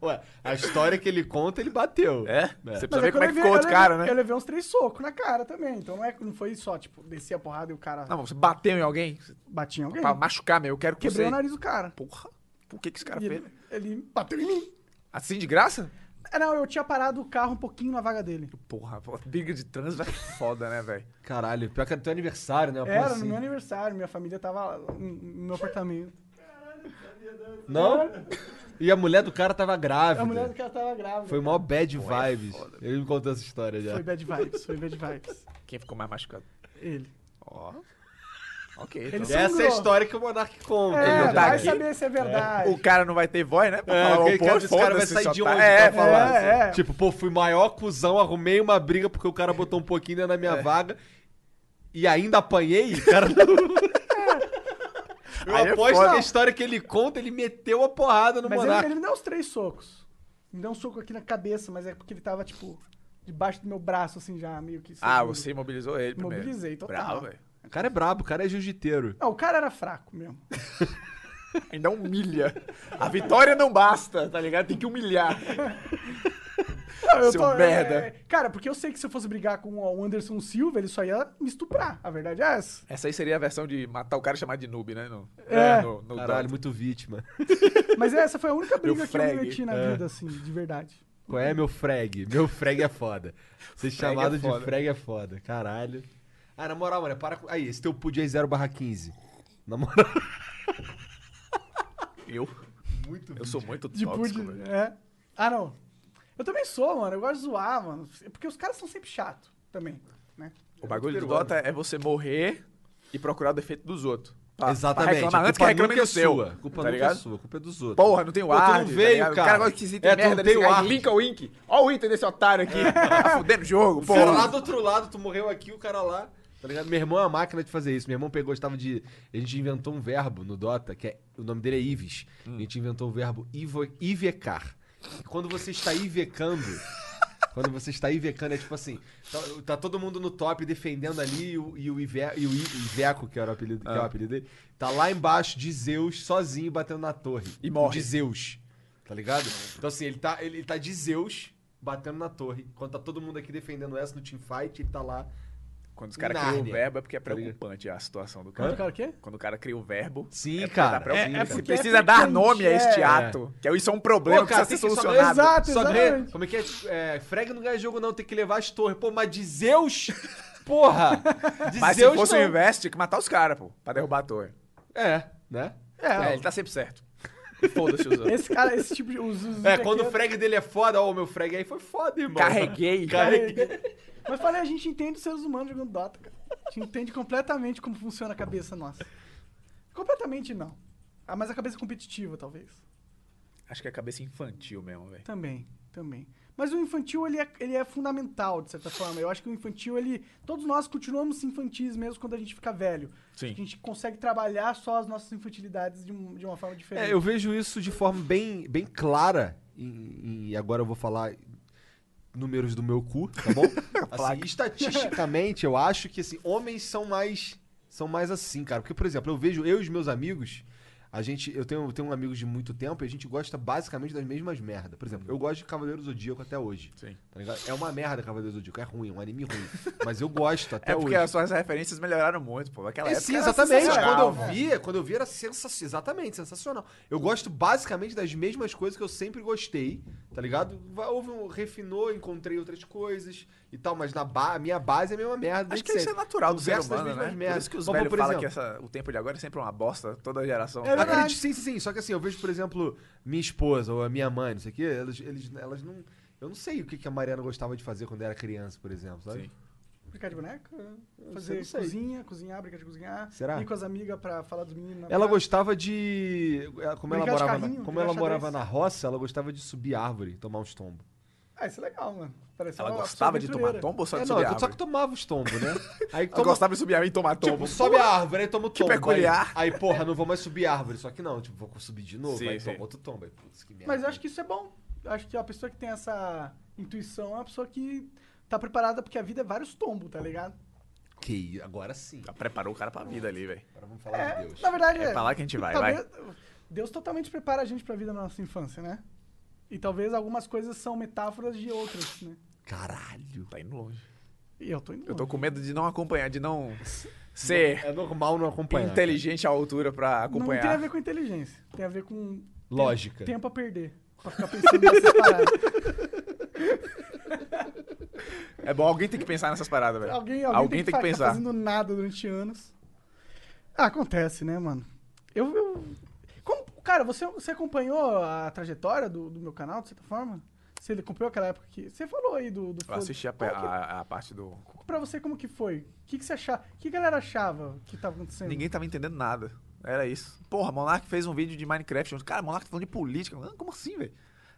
Speaker 2: Ué, a história que ele conta, ele bateu.
Speaker 4: É? Você precisa
Speaker 1: Mas
Speaker 4: ver como é
Speaker 1: eu levei-
Speaker 4: que ficou
Speaker 1: eu
Speaker 4: outro
Speaker 1: levei-
Speaker 4: cara, né?
Speaker 1: Eu levei uns três socos na cara também. Então não, é, não foi só, tipo, desci a porrada e o cara
Speaker 4: Não, mas você bateu em alguém
Speaker 1: batia em alguém.
Speaker 4: pra machucar mesmo. Eu quero que
Speaker 1: Quebrei
Speaker 4: você...
Speaker 1: o nariz do cara.
Speaker 4: Porra, por que, que esse cara
Speaker 1: E
Speaker 4: fez?
Speaker 1: ele, ele bateu em mim.
Speaker 4: Assim de graça?
Speaker 1: É, Não, eu tinha parado o carro um pouquinho na vaga dele.
Speaker 4: Porra, pô, briga de trânsito é foda, né, velho?
Speaker 2: Caralho, pior que era teu aniversário, né? Uma
Speaker 1: Era
Speaker 2: porra
Speaker 1: no
Speaker 2: assim.
Speaker 1: meu aniversário, minha família tava lá no no meu apartamento.
Speaker 2: Não? E a mulher do cara tava grávida.
Speaker 1: A mulher do cara tava grávida.
Speaker 2: Foi mó bad vibes. Ele me contou essa história já.
Speaker 1: Foi bad vibes, foi bad vibes.
Speaker 4: Quem ficou mais machucado?
Speaker 1: Ele.
Speaker 4: Ó. Ok.
Speaker 1: Ele
Speaker 4: então.
Speaker 1: sangrou.
Speaker 2: Essa é a história que o Monark conta.
Speaker 1: É,
Speaker 4: não
Speaker 2: né?
Speaker 4: tá
Speaker 1: vai
Speaker 4: aqui.
Speaker 1: saber se é verdade.
Speaker 4: O cara não vai ter voz, né? Pra
Speaker 2: É,
Speaker 4: falar o
Speaker 2: quem quer
Speaker 4: oposto,
Speaker 2: esse cara vai
Speaker 4: foda-se,
Speaker 2: sair
Speaker 4: só
Speaker 2: de
Speaker 4: tá-
Speaker 2: onde
Speaker 4: É,
Speaker 2: pra falar?
Speaker 1: é,
Speaker 2: assim.
Speaker 1: é.
Speaker 2: Tipo, pô, fui maior cuzão, arrumei uma briga porque o cara botou um pouquinho dentro da
Speaker 4: É.
Speaker 2: minha vaga e ainda apanhei, cara. Eu
Speaker 4: Aí é
Speaker 2: aposto
Speaker 4: foda.
Speaker 2: que a história que ele conta, ele meteu a porrada no
Speaker 1: Mas ele,
Speaker 2: Monark.
Speaker 1: ele me deu uns três socos. Me deu um soco aqui na cabeça, mas é porque ele tava, tipo, debaixo do meu braço, assim, já meio que.
Speaker 4: Ah,
Speaker 1: seguro.
Speaker 4: você imobilizou ele primeiro.
Speaker 1: Mobilizei, total.
Speaker 4: Bravo, velho.
Speaker 2: O cara é brabo, o cara é jiu-jiteiro.
Speaker 1: Não, o cara era fraco mesmo.
Speaker 4: Ainda humilha. A vitória não basta, tá ligado? Tem que humilhar.
Speaker 1: Não,
Speaker 4: Seu merda.
Speaker 1: é, cara, porque eu sei que se eu fosse brigar com o Anderson Silva, ele só ia me estuprar. A verdade é essa.
Speaker 4: Essa aí seria a versão de matar o cara e chamar de noob, né? No,
Speaker 1: É.
Speaker 4: no, no
Speaker 2: Caralho,
Speaker 4: Dota.
Speaker 2: muito vítima.
Speaker 1: Mas essa foi a única briga
Speaker 4: Meu
Speaker 1: que eu me
Speaker 4: frag.
Speaker 1: meti na vida, assim, de verdade.
Speaker 2: Qual é meu frag? Meu frag é foda. Ser chamado
Speaker 4: é
Speaker 2: de
Speaker 4: foda.
Speaker 2: frag é foda. Caralho. Ah, na moral, mano, para com. Aí, esse teu PUD é 0 barra 15. Na moral.
Speaker 4: Eu?
Speaker 2: Muito
Speaker 4: Eu sou muito
Speaker 1: De
Speaker 4: tóxico,
Speaker 1: pude-
Speaker 4: velho.
Speaker 1: é. Ah, não. Eu também sou, mano. Eu gosto de zoar, mano. Porque os caras são sempre chato também, né?
Speaker 4: O bagulho do Dota é você morrer e procurar o defeito dos outros.
Speaker 2: Tá,
Speaker 4: Pra- pra
Speaker 2: Exatamente.
Speaker 4: reclamar
Speaker 2: a
Speaker 4: antes que
Speaker 2: culpa
Speaker 4: reclame
Speaker 2: nunca é
Speaker 4: do seu.
Speaker 2: sua. A culpa
Speaker 4: tá
Speaker 2: nunca é
Speaker 4: ligado?
Speaker 2: sua, a culpa é dos outros.
Speaker 4: Porra, não tem o ar.
Speaker 2: tu não veio,
Speaker 4: tá ligado?
Speaker 2: cara.
Speaker 4: O cara gosta de esquisito
Speaker 2: É, tu não
Speaker 4: merda
Speaker 2: tem
Speaker 4: desse
Speaker 2: o
Speaker 4: cara.
Speaker 2: arte.
Speaker 4: Linka o Ink. Ó o Inter desse otário aqui. tá fudendo o jogo,
Speaker 2: O cara
Speaker 4: porra.
Speaker 2: lá do outro lado, tu morreu aqui, o cara lá. Tá ligado? Meu irmão é uma máquina de fazer isso. Meu irmão pegou, estava de. A gente inventou um verbo no Dota, que é. O nome dele é Ives. A gente inventou o verbo ivo- ivecar. E quando você está ivecando. Quando você está ivecando, é tipo assim: tá, tá todo mundo no top defendendo ali e o, e o, Ive- e o I- Iveco, que, era o apelido, que é o
Speaker 4: Ah.
Speaker 2: apelido dele, tá lá embaixo de Zeus, sozinho, batendo na torre.
Speaker 4: E morre.
Speaker 2: De Zeus. Tá ligado? Então, assim, ele tá, ele, ele tá de Zeus batendo na torre. Enquanto tá todo mundo aqui defendendo essa no teamfight, ele tá lá.
Speaker 4: Quando os caras criam o
Speaker 2: Nárnia.
Speaker 4: verbo é porque é
Speaker 2: Tá ligado?
Speaker 4: preocupante a situação do cara.
Speaker 1: O cara o quê?
Speaker 4: Quando o cara cria o verbo.
Speaker 2: Sim,
Speaker 4: é porque
Speaker 2: cara.
Speaker 4: dá pra ouvir,
Speaker 2: É- é
Speaker 4: cara.
Speaker 2: porque
Speaker 4: Você
Speaker 1: é
Speaker 4: precisa dar
Speaker 1: frequente,
Speaker 4: nome a este
Speaker 1: é.
Speaker 4: ato. Que isso é um problema
Speaker 2: Pô, cara,
Speaker 4: que precisa
Speaker 2: tem
Speaker 4: ser
Speaker 2: que só-
Speaker 4: solucionado.
Speaker 1: Exato,
Speaker 2: Só ganha,
Speaker 1: exatamente.
Speaker 2: como é que é? é? Frag não ganha jogo, não, tem que levar as torres. Pô, mas de Zeus? Porra! De
Speaker 4: Mas
Speaker 2: Zeus
Speaker 4: se fosse
Speaker 2: não.
Speaker 4: o investe, tinha que matar os caras, pô. Pra derrubar a torre.
Speaker 2: É, né?
Speaker 4: É, ele tá sempre certo. Foda-se os outros.
Speaker 1: Esse cara, esse tipo de. Os, os
Speaker 2: É, quando o
Speaker 1: aqui-
Speaker 2: frag dele é foda, ó, o meu frag aí foi foda, irmão.
Speaker 4: Carreguei.
Speaker 2: Carreguei.
Speaker 1: Mas falei, a gente entende os seres humanos jogando Dota, cara. A gente entende completamente como funciona a cabeça nossa. Completamente não. Ah, mas a cabeça competitiva, talvez.
Speaker 4: Acho que é a cabeça infantil mesmo, velho.
Speaker 1: Também, também. Mas o infantil, ele é, ele é fundamental, de certa forma. Eu acho que o infantil, ele... Todos nós continuamos infantis mesmo quando a gente fica velho.
Speaker 4: Sim.
Speaker 1: A gente consegue trabalhar só as nossas infantilidades de, um- de uma forma diferente.
Speaker 2: É, eu vejo isso de forma bem, bem clara, e, e agora eu vou falar números do meu cu, tá bom? Assim, estatisticamente, eu acho que assim, homens são mais são mais assim, cara. Porque, por exemplo, eu vejo eu e os meus amigos. A gente, eu tenho, eu tenho um amigo de muito tempo e a gente gosta basicamente das mesmas merdas. Por exemplo, eu gosto de Cavaleiro Zodíaco até hoje.
Speaker 4: Sim.
Speaker 2: tá ligado? É uma merda Cavaleiro Zodíaco, é ruim, é um anime ruim. Mas eu gosto até
Speaker 4: É porque
Speaker 2: hoje.
Speaker 4: as suas referências melhoraram muito, pô. Aquela
Speaker 2: É,
Speaker 4: época
Speaker 2: sim,
Speaker 4: era
Speaker 2: exatamente. Quando
Speaker 4: sensacional,
Speaker 2: eu vi, quando eu vi era sensacional. Exatamente, sensacional. Eu gosto basicamente das mesmas coisas que eu sempre gostei, tá ligado? Va- Houve um refinou, encontrei outras coisas e tal, mas na ba a minha base é a mesma merda.
Speaker 4: Acho
Speaker 2: desde
Speaker 4: que isso é
Speaker 2: sempre.
Speaker 4: natural do ser
Speaker 2: Universo das
Speaker 4: humano, né?
Speaker 2: mesmas merdas.
Speaker 4: Por isso que os
Speaker 2: Mas,
Speaker 4: velhos
Speaker 2: por
Speaker 4: falam
Speaker 2: exemplo-
Speaker 4: que essa- o tempo de agora é sempre uma bosta, toda geração.
Speaker 1: É verdade.
Speaker 2: Acredito, sim, sim, sim. Só que assim, eu vejo, por exemplo, minha esposa ou a minha mãe, não sei o quê, elas, eles, elas não. Eu não sei o que, que a Mariana gostava de fazer quando era criança, por exemplo, sabe?
Speaker 4: Sim.
Speaker 1: Brincar de boneca,
Speaker 2: sei, não
Speaker 1: fazer
Speaker 2: sei.
Speaker 1: cozinha, cozinhar, brincar de cozinhar.
Speaker 2: Será?
Speaker 1: Ir com as amigas pra falar dos meninos. na
Speaker 2: Ela
Speaker 1: praia.
Speaker 2: gostava de. ela- Como ela
Speaker 1: Brincar de
Speaker 2: morava, na,
Speaker 1: carrinho,
Speaker 2: como
Speaker 1: jogar
Speaker 2: ela morava
Speaker 1: xadrez.
Speaker 2: na roça, ela gostava de subir árvore, e tomar uns tombos.
Speaker 1: Ah, isso é legal, mano. Parece
Speaker 4: Ela
Speaker 1: uma
Speaker 4: gostava de
Speaker 1: pessoa
Speaker 4: tomar
Speaker 1: aventureira.
Speaker 4: tombo ou só de
Speaker 2: É, não,
Speaker 4: subir
Speaker 2: eu- só
Speaker 4: árvore?
Speaker 2: que tomava os tombos, né? Aí
Speaker 4: Ela
Speaker 2: toma,
Speaker 4: gostava de subir árvore e tomar tombo.
Speaker 2: tipo, sobe a árvore, aí toma o tombo.
Speaker 4: peculiar.
Speaker 2: Aí, aí, porra, não vou mais subir árvore. Só que não, tipo, vou subir de novo,
Speaker 4: Sim,
Speaker 2: aí
Speaker 4: sim.
Speaker 2: toma outro tombo. Aí, putz, que merda.
Speaker 1: Mas eu acho que isso é bom. Eu acho que a pessoa que tem essa intuição é uma pessoa que tá preparada porque a vida é vários tombos, tá ligado?
Speaker 2: Que agora sim.
Speaker 4: Já preparou o cara pra vida ali, velho.
Speaker 2: Agora vamos falar
Speaker 1: É,
Speaker 2: de Deus.
Speaker 1: na verdade
Speaker 4: Oh, É pra lá que a gente vai, vai.
Speaker 1: talvez- Deus totalmente prepara a gente pra vida na nossa infância, né? E talvez algumas coisas são metáforas de outras, né?
Speaker 2: Caralho.
Speaker 4: Tá indo longe.
Speaker 1: E eu tô indo.
Speaker 4: Eu tô
Speaker 1: longe.
Speaker 4: com medo de não acompanhar, de não ser
Speaker 2: É normal não acompanhar.
Speaker 4: inteligente à altura pra acompanhar.
Speaker 1: Não tem a ver com inteligência. Tem a ver com
Speaker 2: cara. Lógica.
Speaker 1: tempo a perder. Pra ficar pensando nessas paradas.
Speaker 4: É bom, alguém tem que pensar nessas paradas, velho.
Speaker 1: Alguém, alguém, tem que, ficar
Speaker 4: pensar.
Speaker 1: fazendo nada durante anos. Ah, acontece, né, mano? Eu. eu- Como- cara, você, você acompanhou a trajetória do, do meu canal, de certa forma? Você acompanhou aquela época que. Você falou aí do. do
Speaker 4: Eu assisti a,
Speaker 1: Como que- é?
Speaker 4: a- a parte do.
Speaker 1: Pra você, como que foi? O que, que você achava? O que a galera achava que tava acontecendo?
Speaker 4: Ninguém tava entendendo nada. Era isso. Porra, Monark fez um vídeo de Minecraft. onde, Cara, Monark tá falando de política. Ah, Como assim, velho?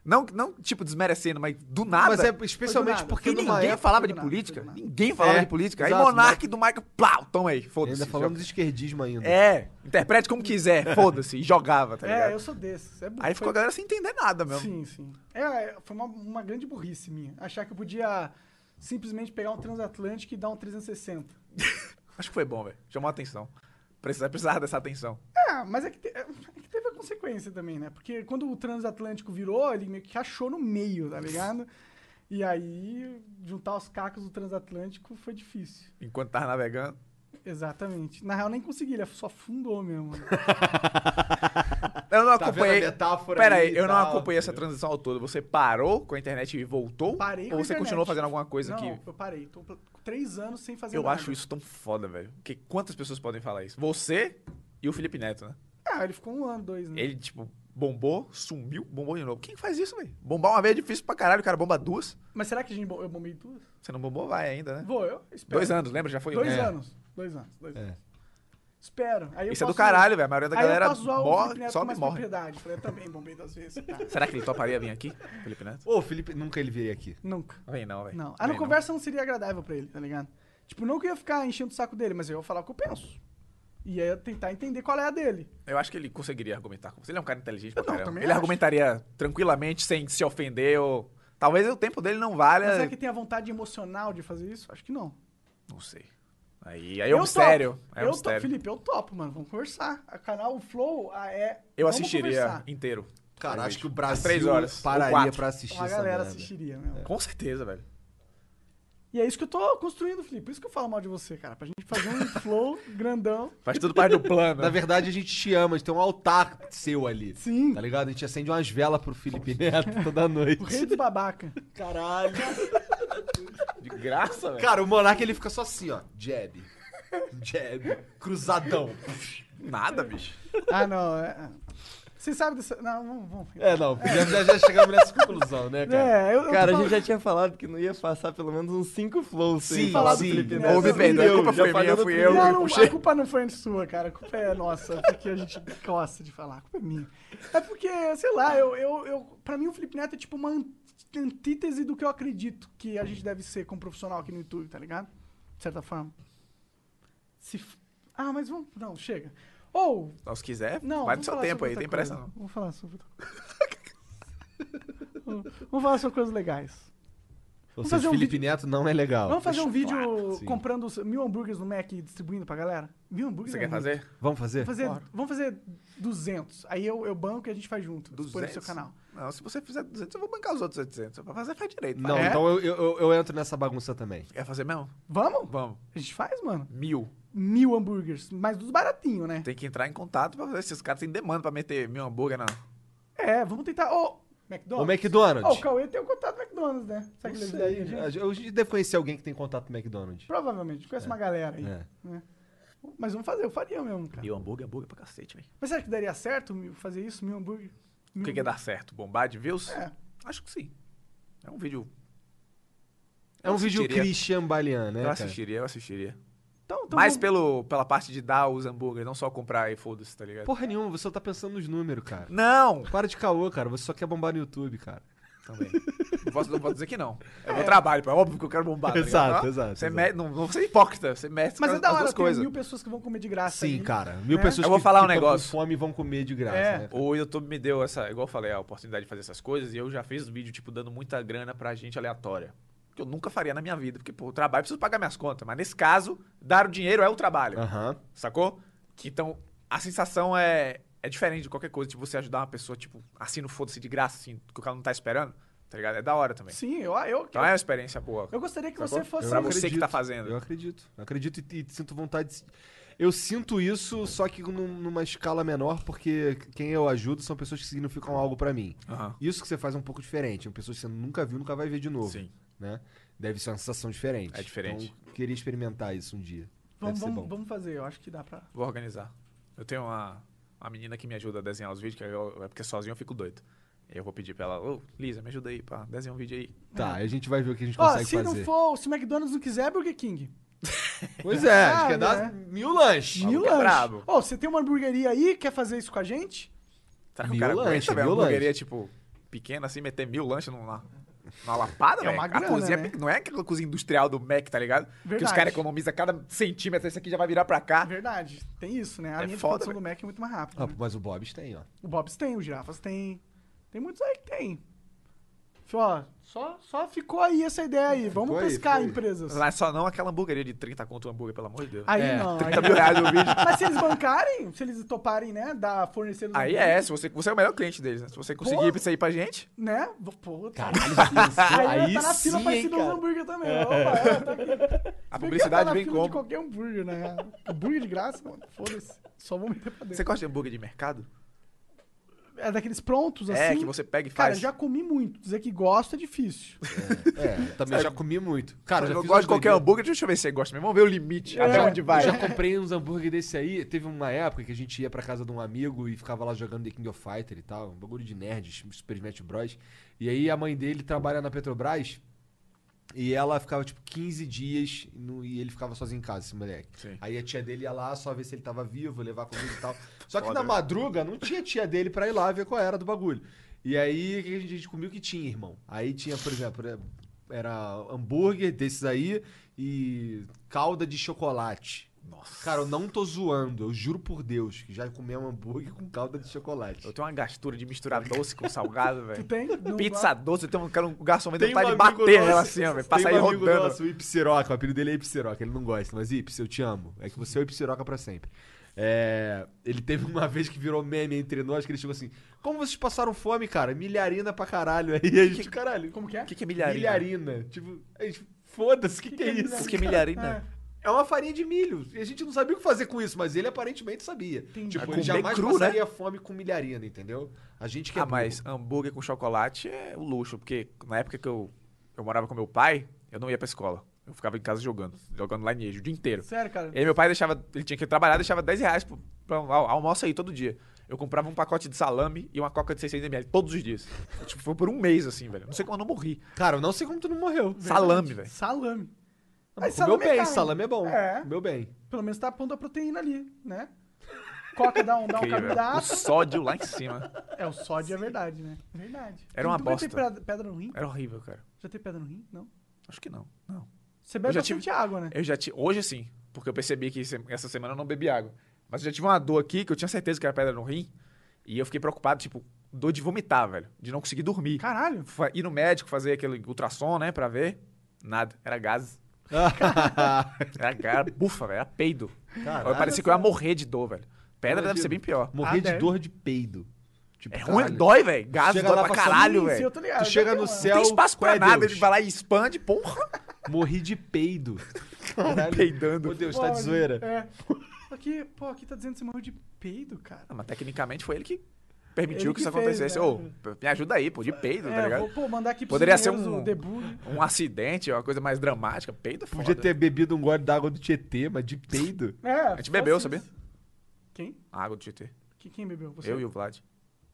Speaker 4: Não, não, tipo, desmerecendo, mas do nada.
Speaker 2: Mas é especialmente
Speaker 1: Foi do nada.
Speaker 2: porque é
Speaker 4: Porque
Speaker 2: numa
Speaker 4: ninguém
Speaker 2: época...
Speaker 4: falava
Speaker 1: foi
Speaker 4: de
Speaker 1: do nada,
Speaker 4: política.
Speaker 1: foi do nada.
Speaker 4: Ninguém falava
Speaker 2: É,
Speaker 4: de política. Aí
Speaker 2: exato, né?
Speaker 4: Monark do Michael, plau, toma aí, foda-se.
Speaker 2: Ainda falando
Speaker 4: joga.
Speaker 2: de esquerdismo ainda.
Speaker 4: É, interprete como quiser, foda-se. E jogava, tá ligado?
Speaker 1: É, eu sou desses. É burro.
Speaker 4: Aí ficou a
Speaker 1: Foi-
Speaker 4: galera sem entender nada mesmo.
Speaker 1: Sim, sim. É, é, foi uma, uma grande burrice minha. Achar que eu podia simplesmente pegar um transatlântico e dar um 360.
Speaker 4: Acho que foi bom, velho. Chamou a atenção. Precisava, precisava dessa atenção.
Speaker 1: Ah, mas é que, te- é que teve a consequência também, né? Porque quando o transatlântico virou, ele meio que achou no meio, tá ligado? E aí, juntar os cacos do transatlântico foi difícil.
Speaker 4: Enquanto tava navegando.
Speaker 1: Exatamente. Na real, nem consegui, ele só afundou mesmo. né?
Speaker 4: Eu não
Speaker 2: Tá vendo a
Speaker 4: acompanhei.
Speaker 2: metáfora
Speaker 4: Pera aí,
Speaker 2: e
Speaker 4: eu não
Speaker 2: tal?
Speaker 4: acompanhei essa transição ao todo. Você parou com a internet e voltou?
Speaker 1: Parei
Speaker 4: ou
Speaker 1: com a
Speaker 4: você
Speaker 1: internet.
Speaker 4: continuou fazendo alguma coisa
Speaker 1: Não,
Speaker 4: que.
Speaker 1: eu parei. Tô pl- três anos sem fazer
Speaker 4: Eu
Speaker 1: nada.
Speaker 4: acho isso tão foda, velho. Porque quantas pessoas podem falar isso? Você e o Felipe Neto, né?
Speaker 1: Ah, ele ficou um ano, dois, né?
Speaker 4: Ele, tipo, bombou, sumiu, bombou de novo. Quem que faz isso, velho? Bombar uma vez é difícil pra caralho, o cara bomba duas.
Speaker 1: Mas será que a gente bom- eu bombei duas?
Speaker 4: Você não bombou, vai ainda, né?
Speaker 1: Vou, eu espero.
Speaker 4: Dois anos, lembra? Já foi
Speaker 1: Dois
Speaker 4: É.
Speaker 1: anos. Dois anos. Dois
Speaker 2: É.
Speaker 1: anos. Espero. Aí eu
Speaker 4: Isso é do
Speaker 1: posso-
Speaker 4: caralho, velho. A maioria da
Speaker 1: Aí eu
Speaker 4: galera
Speaker 1: posso zoar o Felipe
Speaker 4: morre,
Speaker 1: Neto
Speaker 4: só
Speaker 1: com
Speaker 4: me
Speaker 1: mais
Speaker 4: morre.
Speaker 1: propriedade. Falei, eu também bombei duas vezes, cara.
Speaker 4: Será que ele toparia vir aqui, Felipe Neto?
Speaker 2: Ô, Felipe, nunca ele viria aqui.
Speaker 1: Nunca.
Speaker 4: Não vem não, velho.
Speaker 1: Não. A não
Speaker 4: Vem
Speaker 1: conversa não seria agradável pra ele, tá ligado? Tipo, não que eu ia ficar enchendo o saco dele, mas eu ia falar o que eu penso. E aí eu tentar entender qual é a dele.
Speaker 4: Eu acho que ele conseguiria argumentar com você. Ele é um cara inteligente pra
Speaker 1: Eu não,
Speaker 4: caramba.
Speaker 1: também
Speaker 4: Ele
Speaker 1: acho.
Speaker 4: argumentaria tranquilamente, sem se ofender ou... Talvez o tempo dele não valha...
Speaker 1: Mas é que tem a vontade emocional de fazer isso? Acho que não.
Speaker 4: Não sei. Aí, aí é um
Speaker 1: topo.
Speaker 4: mistério. É um
Speaker 1: eu topo,
Speaker 4: mistério.
Speaker 1: Felipe, eu topo, mano. Vamos conversar. O canal o Flow ah, é.
Speaker 4: Eu
Speaker 1: Vamos
Speaker 4: assistiria
Speaker 1: conversar.
Speaker 4: inteiro.
Speaker 2: Cara, acho que o
Speaker 4: Às
Speaker 2: Brasil
Speaker 4: três horas, ou
Speaker 2: pararia
Speaker 4: quatro.
Speaker 2: pra assistir
Speaker 1: A
Speaker 2: essa
Speaker 1: galera
Speaker 2: merda.
Speaker 1: assistiria, meu.
Speaker 4: Com certeza, velho.
Speaker 1: E é isso que eu tô construindo, Felipe. Por isso que eu falo mal de você, cara. Pra gente fazer um flow grandão.
Speaker 4: Faz tudo parte do plano.
Speaker 2: Na verdade, a gente te ama, a gente tem um altar seu ali.
Speaker 1: Sim.
Speaker 2: Tá ligado? A gente acende umas velas pro Felipe Neto toda noite.
Speaker 1: O rei dos babaca.
Speaker 2: Caralho.
Speaker 4: De graça, velho.
Speaker 2: Cara, o Monark ele fica só assim, ó. Jab. Jab. Cruzadão.
Speaker 4: Nada, bicho.
Speaker 1: Ah, não. É... Você sabe dessa. Não, vamos. vamos.
Speaker 2: É, não. fizemos- Já, já chegamos nessa conclusão, né, cara?
Speaker 1: É, eu, eu tô
Speaker 3: Cara, a gente
Speaker 1: falando-
Speaker 3: já tinha falado que não ia passar pelo menos uns 5 flows sem
Speaker 2: Sim,
Speaker 3: falar
Speaker 2: sim.
Speaker 3: do Felipe
Speaker 1: Ô,
Speaker 3: Neto.
Speaker 1: me perdoa, a
Speaker 3: Eu,
Speaker 4: culpa
Speaker 3: já
Speaker 4: foi minha,
Speaker 3: falhando
Speaker 4: fui
Speaker 3: tudo.
Speaker 4: eu.
Speaker 1: Não, não,
Speaker 4: puxei.
Speaker 1: a culpa não foi sua, cara. A culpa é nossa, porque a gente gosta de falar. A culpa é minha. É porque, sei lá, eu, eu, eu, pra mim o Felipe Neto é tipo uma an- antítese do que eu acredito que a gente deve ser como profissional aqui no YouTube, tá ligado? De certa forma. Se f- Ah, mas vamos... Não, chega. Ou...
Speaker 4: Então, se quiser,
Speaker 1: Não,
Speaker 4: vai
Speaker 1: vamos
Speaker 4: do seu
Speaker 1: falar
Speaker 4: tempo
Speaker 1: sobre
Speaker 4: aí.
Speaker 1: outra
Speaker 4: Tem pressa,
Speaker 1: coisa.
Speaker 4: não.
Speaker 1: Vamos falar sobre outra coisa. vamos falar sobre coisas legais.
Speaker 2: Ou
Speaker 1: Vamos
Speaker 2: seja,
Speaker 1: fazer um
Speaker 2: Felipe
Speaker 1: vídeo-
Speaker 2: Neto não é legal.
Speaker 1: Vamos fazer um vídeo
Speaker 2: Sim.
Speaker 1: comprando os mil hambúrgueres no Mac e distribuindo pra galera? Mil hambúrgueres?
Speaker 4: Você
Speaker 1: é
Speaker 4: quer
Speaker 1: muito.
Speaker 4: fazer?
Speaker 2: Vamos fazer?
Speaker 1: Vamos fazer, vamos fazer 200. Aí eu, eu banco e a gente faz junto. Por esse seu
Speaker 4: 200?
Speaker 1: canal.
Speaker 4: Não, se você fizer 200, eu vou bancar os outros 800. Pra fazer, faz direito.
Speaker 2: Não,
Speaker 4: faz.
Speaker 1: É?
Speaker 2: então eu, eu- eu- eu entro nessa bagunça também.
Speaker 4: Quer fazer mesmo?
Speaker 1: Vamos?
Speaker 4: Vamos.
Speaker 1: A gente faz, mano.
Speaker 4: Mil.
Speaker 1: Mil hambúrgueres. Mas dos baratinhos, né?
Speaker 4: Tem que entrar em contato pra ver se os caras têm demanda pra meter mil hambúrguer na.
Speaker 1: É, vamos tentar. Ô,
Speaker 2: O
Speaker 1: McDonald's. Ô,
Speaker 2: McDonald's.
Speaker 1: o Cauê tem o contato do McDonald's, né? Será que ele
Speaker 2: Não
Speaker 1: daí,
Speaker 2: sei,
Speaker 1: gente?
Speaker 2: a gente- eu devo conhecer alguém que tem contato com o McDonald's.
Speaker 1: Provavelmente. Conhece uma galera aí.
Speaker 2: É.
Speaker 1: né? Mas vamos fazer. Eu faria mesmo, cara.
Speaker 4: Mil hambúrguer, é hambúrguer pra cacete, velho.
Speaker 1: Mas será que daria certo mil- fazer isso? Mil hambúrguer?
Speaker 4: O que, que é dar certo? Bombar de views?
Speaker 1: É.
Speaker 4: Acho que sim. É um vídeo.
Speaker 2: É um vídeo
Speaker 4: assistiria.
Speaker 2: Christian Balian, né?
Speaker 4: eu
Speaker 2: cara?
Speaker 4: assistiria, eu assistiria.
Speaker 1: Então, então
Speaker 4: Mais
Speaker 1: vamos-
Speaker 4: pelo, pela parte de dar os hambúrgueres, não só comprar e foda-se, tá ligado?
Speaker 2: Porra nenhuma, você só tá pensando nos números, cara.
Speaker 4: Não!
Speaker 2: Para de caô, cara. Você só quer bombar no YouTube, cara.
Speaker 4: Também. Não posso, não posso dizer que não. É meu trabalho, pô. é óbvio que eu quero bombar. tá ligado?
Speaker 2: Exato,
Speaker 4: Não,
Speaker 2: exato,
Speaker 4: Você
Speaker 2: exato.
Speaker 4: me- não, não vou ser hipócrita, você mestre
Speaker 1: Mas é da hora,
Speaker 4: duas
Speaker 1: tem
Speaker 4: coisas.
Speaker 1: mil pessoas que vão comer de graça.
Speaker 2: Sim,
Speaker 1: aí.
Speaker 2: cara. Mil
Speaker 1: Né?
Speaker 2: pessoas
Speaker 4: Eu vou
Speaker 2: que,
Speaker 4: falar
Speaker 2: que
Speaker 4: um
Speaker 2: tão
Speaker 4: negócio.
Speaker 2: com fome vão comer de graça,
Speaker 1: É.
Speaker 2: né? cara?
Speaker 4: O YouTube me deu essa, igual eu falei, a oportunidade de fazer essas coisas e eu já fiz vídeo, tipo, dando muita grana pra gente aleatória. Que eu nunca faria na minha vida, porque, pô, o trabalho eu preciso pagar minhas contas. Mas nesse caso, dar o dinheiro é o trabalho.
Speaker 2: Aham.
Speaker 4: Sacou? Que, Então, a sensação é, é diferente de qualquer coisa. Tipo, você ajudar uma pessoa, tipo, assim, no foda-se de graça, assim, que o cara não tá esperando, tá ligado? É da hora também.
Speaker 1: Sim, eu, eu,
Speaker 4: Então é uma experiência boa.
Speaker 1: eu gostaria que
Speaker 4: Sacou?
Speaker 1: você fosse.
Speaker 4: Pra você que tá fazendo.
Speaker 2: Eu acredito. Eu acredito e, e sinto vontade de... Eu sinto isso, só que num- numa escala menor, porque quem eu ajudo são pessoas que significam algo pra mim.
Speaker 4: Aham.
Speaker 2: Isso que você faz é um pouco diferente. São pessoas que você nunca viu, nunca vai ver de
Speaker 1: Uhum.
Speaker 2: novo.
Speaker 4: Sim.
Speaker 2: Né? Deve ser uma sensação diferente.
Speaker 4: É diferente.
Speaker 2: Então, queria experimentar isso um dia.
Speaker 1: Vamos,
Speaker 2: Deve ser
Speaker 1: vamos-
Speaker 2: bom.
Speaker 1: vamos fazer, eu acho que dá pra.
Speaker 4: Vou organizar. Eu tenho uma, uma menina que me ajuda a desenhar os vídeos, que eu- é porque sozinho eu fico doido. E eu vou pedir pra ela, ô, Lisa, me ajuda aí, pá, desenha um vídeo aí.
Speaker 2: Tá, a gente vai ver o que a gente
Speaker 1: Ó,
Speaker 2: consegue
Speaker 1: se
Speaker 2: fazer.
Speaker 1: não for, se o McDonald's não quiser, é Burger King.
Speaker 2: Pois é, a gente
Speaker 1: Ah,
Speaker 2: quer dar
Speaker 4: né?
Speaker 2: mil lanches.
Speaker 1: Mil
Speaker 4: é
Speaker 1: lanches.
Speaker 4: brabo.
Speaker 1: Ô, você tem uma hamburgueria aí, quer fazer isso com a gente?
Speaker 4: Será que
Speaker 2: Mil
Speaker 4: o cara aguenta,
Speaker 2: lanche,
Speaker 4: velho?
Speaker 2: mil
Speaker 4: Uma hamburgueria, tipo, pequena, assim, meter mil lanches numa, numa lapada,
Speaker 1: É
Speaker 4: velho?
Speaker 1: uma
Speaker 4: A
Speaker 1: grana,
Speaker 4: cozinha
Speaker 1: né?
Speaker 4: pequ- Não é aquela cozinha industrial do Mac, tá ligado? Que os
Speaker 1: Verdade.
Speaker 4: caras economizam cada centímetro, esse aqui já vai virar pra cá.
Speaker 1: É Verdade, tem isso, né? A
Speaker 4: É
Speaker 1: linha
Speaker 4: foda,
Speaker 1: de produção do Mac é muito mais rápida.
Speaker 2: Ah,
Speaker 1: né?
Speaker 2: mas o Bob's tem, ó.
Speaker 1: O Bob's tem, o Girafas tem. Tem muitos aí que tem. Ó, só, só ficou aí essa ideia aí. Vamos
Speaker 2: Ficou aí,
Speaker 1: pescar
Speaker 2: ficou aí.
Speaker 1: empresas.
Speaker 4: Lá só não aquela hamburgueria de 30 conto o hambúrguer, pelo amor de Deus.
Speaker 1: Aí
Speaker 2: É,
Speaker 1: não.
Speaker 4: 30
Speaker 1: Aí...
Speaker 4: mil reais o vídeo.
Speaker 1: Mas se eles bancarem, se eles toparem, né? Da fornecer os
Speaker 4: Aí é, se você, você é o melhor cliente deles, né? Se você conseguir isso aí pra gente,
Speaker 1: Né? Pô, tá.
Speaker 2: Caralho,
Speaker 1: Aí, tá na fila pra ensinar os hambúrguer também. Opa, é, tá aqui.
Speaker 4: a
Speaker 1: Se bem que
Speaker 4: publicidade
Speaker 1: tá na
Speaker 4: vem
Speaker 1: fila de
Speaker 4: como.
Speaker 1: qualquer hambúrguer, né? hambúrguer de graça, mano. Foda-se. Só vou meter pra
Speaker 4: Você
Speaker 1: dentro.
Speaker 4: gosta de hambúrguer de mercado?
Speaker 1: É daqueles prontos, assim.
Speaker 4: É, que você pega e
Speaker 1: Cara,
Speaker 4: faz.
Speaker 1: já comi muito. Dizer que gosto é difícil.
Speaker 2: É, eu também já comi muito. Cara,
Speaker 4: eu
Speaker 2: já
Speaker 4: não
Speaker 2: fiz
Speaker 4: gosto
Speaker 2: umas
Speaker 4: de qualquer
Speaker 2: doideiras.
Speaker 4: hambúrguer, deixa eu ver se você gosta mesmo. Vamos ver o
Speaker 1: É.
Speaker 4: limite, até onde vai.
Speaker 2: Eu já comprei uns hambúrguer desse aí. Teve uma época que a gente ia pra casa de um amigo e ficava lá jogando The King of Fighter e tal. Um bagulho de nerd, Super Smash Bros. E aí a mãe dele trabalha na Petrobras. E ela ficava, tipo, 15 dias no- e ele ficava sozinho em casa, esse moleque.
Speaker 4: Sim.
Speaker 2: Aí a tia dele ia lá só ver se ele tava vivo, levar comida e tal. Só que
Speaker 4: Foda,
Speaker 2: na
Speaker 4: né?
Speaker 2: madruga não tinha tia dele pra ir lá ver qual era do bagulho. E aí o que a gente, a gente comia o que tinha, irmão. Aí tinha, por exemplo, é, era hambúrguer desses aí e calda de chocolate.
Speaker 4: Nossa.
Speaker 2: Cara, eu não tô zoando, eu juro por Deus que já comi um hambúrguer com calda de chocolate.
Speaker 4: Eu tenho uma gastura de misturar doce com salgado, velho.
Speaker 1: tem? Não
Speaker 4: Pizza doce, eu tenho um cara, um garçom me deu
Speaker 2: Tem
Speaker 4: vontade de
Speaker 2: um amigo
Speaker 4: bater nela
Speaker 2: nosso-
Speaker 4: assim, ó, velho. Passa aí
Speaker 2: tem um amigo
Speaker 4: rodando.
Speaker 2: nosso, o Ipsiroca, o apelido dele é Ipsiroca, ele não gosta, mas Ips, eu te amo. É que você é o Ipsiroca pra sempre. É, ele teve uma vez que virou meme entre nós, que ele chegou assim, como vocês passaram fome, cara? Milharina pra caralho. Aí a gente, caralho,
Speaker 1: Como que é?
Speaker 4: O que, que é milharina?
Speaker 2: milharina. Tipo, a gente, foda-se, o que, que é
Speaker 1: que é
Speaker 2: isso?
Speaker 4: O que é milharina?
Speaker 2: É uma farinha de milho. E a gente não sabia o que fazer com isso, mas ele aparentemente sabia.
Speaker 4: É
Speaker 2: Tipo, ele
Speaker 4: comer
Speaker 2: jamais
Speaker 4: cru,
Speaker 2: passaria fome com milharina, entendeu? A gente que é
Speaker 4: Ah, mas
Speaker 2: burro.
Speaker 4: hambúrguer com chocolate é o luxo, porque na época que eu, eu morava com meu pai, eu não ia pra escola. Eu ficava em casa jogando, jogando Lineage o dia inteiro.
Speaker 1: Sério, cara.
Speaker 4: E aí meu pai deixava, ele tinha que trabalhar, deixava 10 reais pro- pra, um al- almoço aí todo dia. Eu comprava um pacote de salame e uma coca de 600ml todos os dias. Tipo, foi por um mês assim, velho. Não sei como eu não morri.
Speaker 2: Cara, eu não sei como tu não morreu.
Speaker 4: Salame, velho.
Speaker 1: Salame.
Speaker 2: Mas
Speaker 1: salame
Speaker 2: comeu
Speaker 1: é
Speaker 2: bem,
Speaker 1: carne.
Speaker 2: salame é bom.
Speaker 1: É.
Speaker 2: Comeu bem.
Speaker 1: Pelo menos tá pondo a proteína ali, né? Coca dá um, dá um
Speaker 4: Incrível. O
Speaker 1: carboidrato.
Speaker 4: sódio lá em cima.
Speaker 1: É, o sódio é verdade, né? Verdade.
Speaker 4: Era uma
Speaker 1: Tu nunca teve
Speaker 4: bosta.
Speaker 1: pedra- pedra no rim?
Speaker 4: Era horrível, cara.
Speaker 1: Já teve pedra no rim? Não.
Speaker 4: Acho que não. Não.
Speaker 1: Você bebe
Speaker 4: já
Speaker 1: bastante água, né?
Speaker 4: Eu já tive. Hoje sim, porque eu percebi que se- essa semana eu não bebi água. Mas eu já tive uma dor aqui que eu tinha certeza que era pedra no rim. E eu fiquei preocupado, tipo, dor de vomitar, velho. De não conseguir dormir.
Speaker 1: Caralho.
Speaker 4: Fa- Ir no médico fazer aquele ultrassom, né, pra ver. Nada. Era gás. Era, era bufa, velho. Era peido.
Speaker 2: Caralho.
Speaker 4: eu parecia que eu ia morrer de dor, velho. Pedra deve
Speaker 2: Imagino.
Speaker 4: ser bem pior.
Speaker 2: Morrer
Speaker 1: Ah,
Speaker 2: de
Speaker 1: deve.
Speaker 2: dor de peido. Tipo,
Speaker 4: É ruim,
Speaker 2: caralho.
Speaker 4: dói, velho. Gás
Speaker 2: Chega
Speaker 4: dói
Speaker 2: lá assim,
Speaker 4: pra
Speaker 2: passando
Speaker 4: caralho,
Speaker 1: Sim, sim, eu
Speaker 4: velho.
Speaker 1: tô
Speaker 2: Tu
Speaker 1: ligado. já
Speaker 2: chega no
Speaker 1: tem uma-
Speaker 4: Não
Speaker 2: céu.
Speaker 4: tem espaço
Speaker 2: qual é
Speaker 4: pra nada.
Speaker 2: Deus?
Speaker 4: Ele vai lá e expande, porra.
Speaker 2: Morri de peido.
Speaker 4: Peidando.
Speaker 2: Meu Deus,
Speaker 1: Pô,
Speaker 2: tá de zoeira.
Speaker 1: É. Aqui, pô, aqui tá dizendo que você morreu de peido, cara.
Speaker 4: Não, Ah, mas tecnicamente foi ele que permitiu
Speaker 1: Ele
Speaker 4: que,
Speaker 1: que
Speaker 4: isso
Speaker 1: fez,
Speaker 4: acontecesse.
Speaker 1: né?
Speaker 4: Ô, me ajuda aí, pô, de peido, tá
Speaker 1: É,
Speaker 4: ligado?
Speaker 1: vou pô, mandar aqui
Speaker 4: Poderia
Speaker 1: pros
Speaker 4: ser
Speaker 1: engenheiros
Speaker 4: um-
Speaker 1: o debug.
Speaker 4: Um acidente, uma coisa mais dramática. Peido é foda.
Speaker 2: Podia ter bebido um gole d'água do Tietê, mas de peido.
Speaker 1: É,
Speaker 4: A gente bebeu,
Speaker 1: fosse
Speaker 4: sabia?
Speaker 1: isso. Quem?
Speaker 4: Água do Tietê.
Speaker 1: Que- Quem bebeu? Você?
Speaker 4: Eu e o Vlad.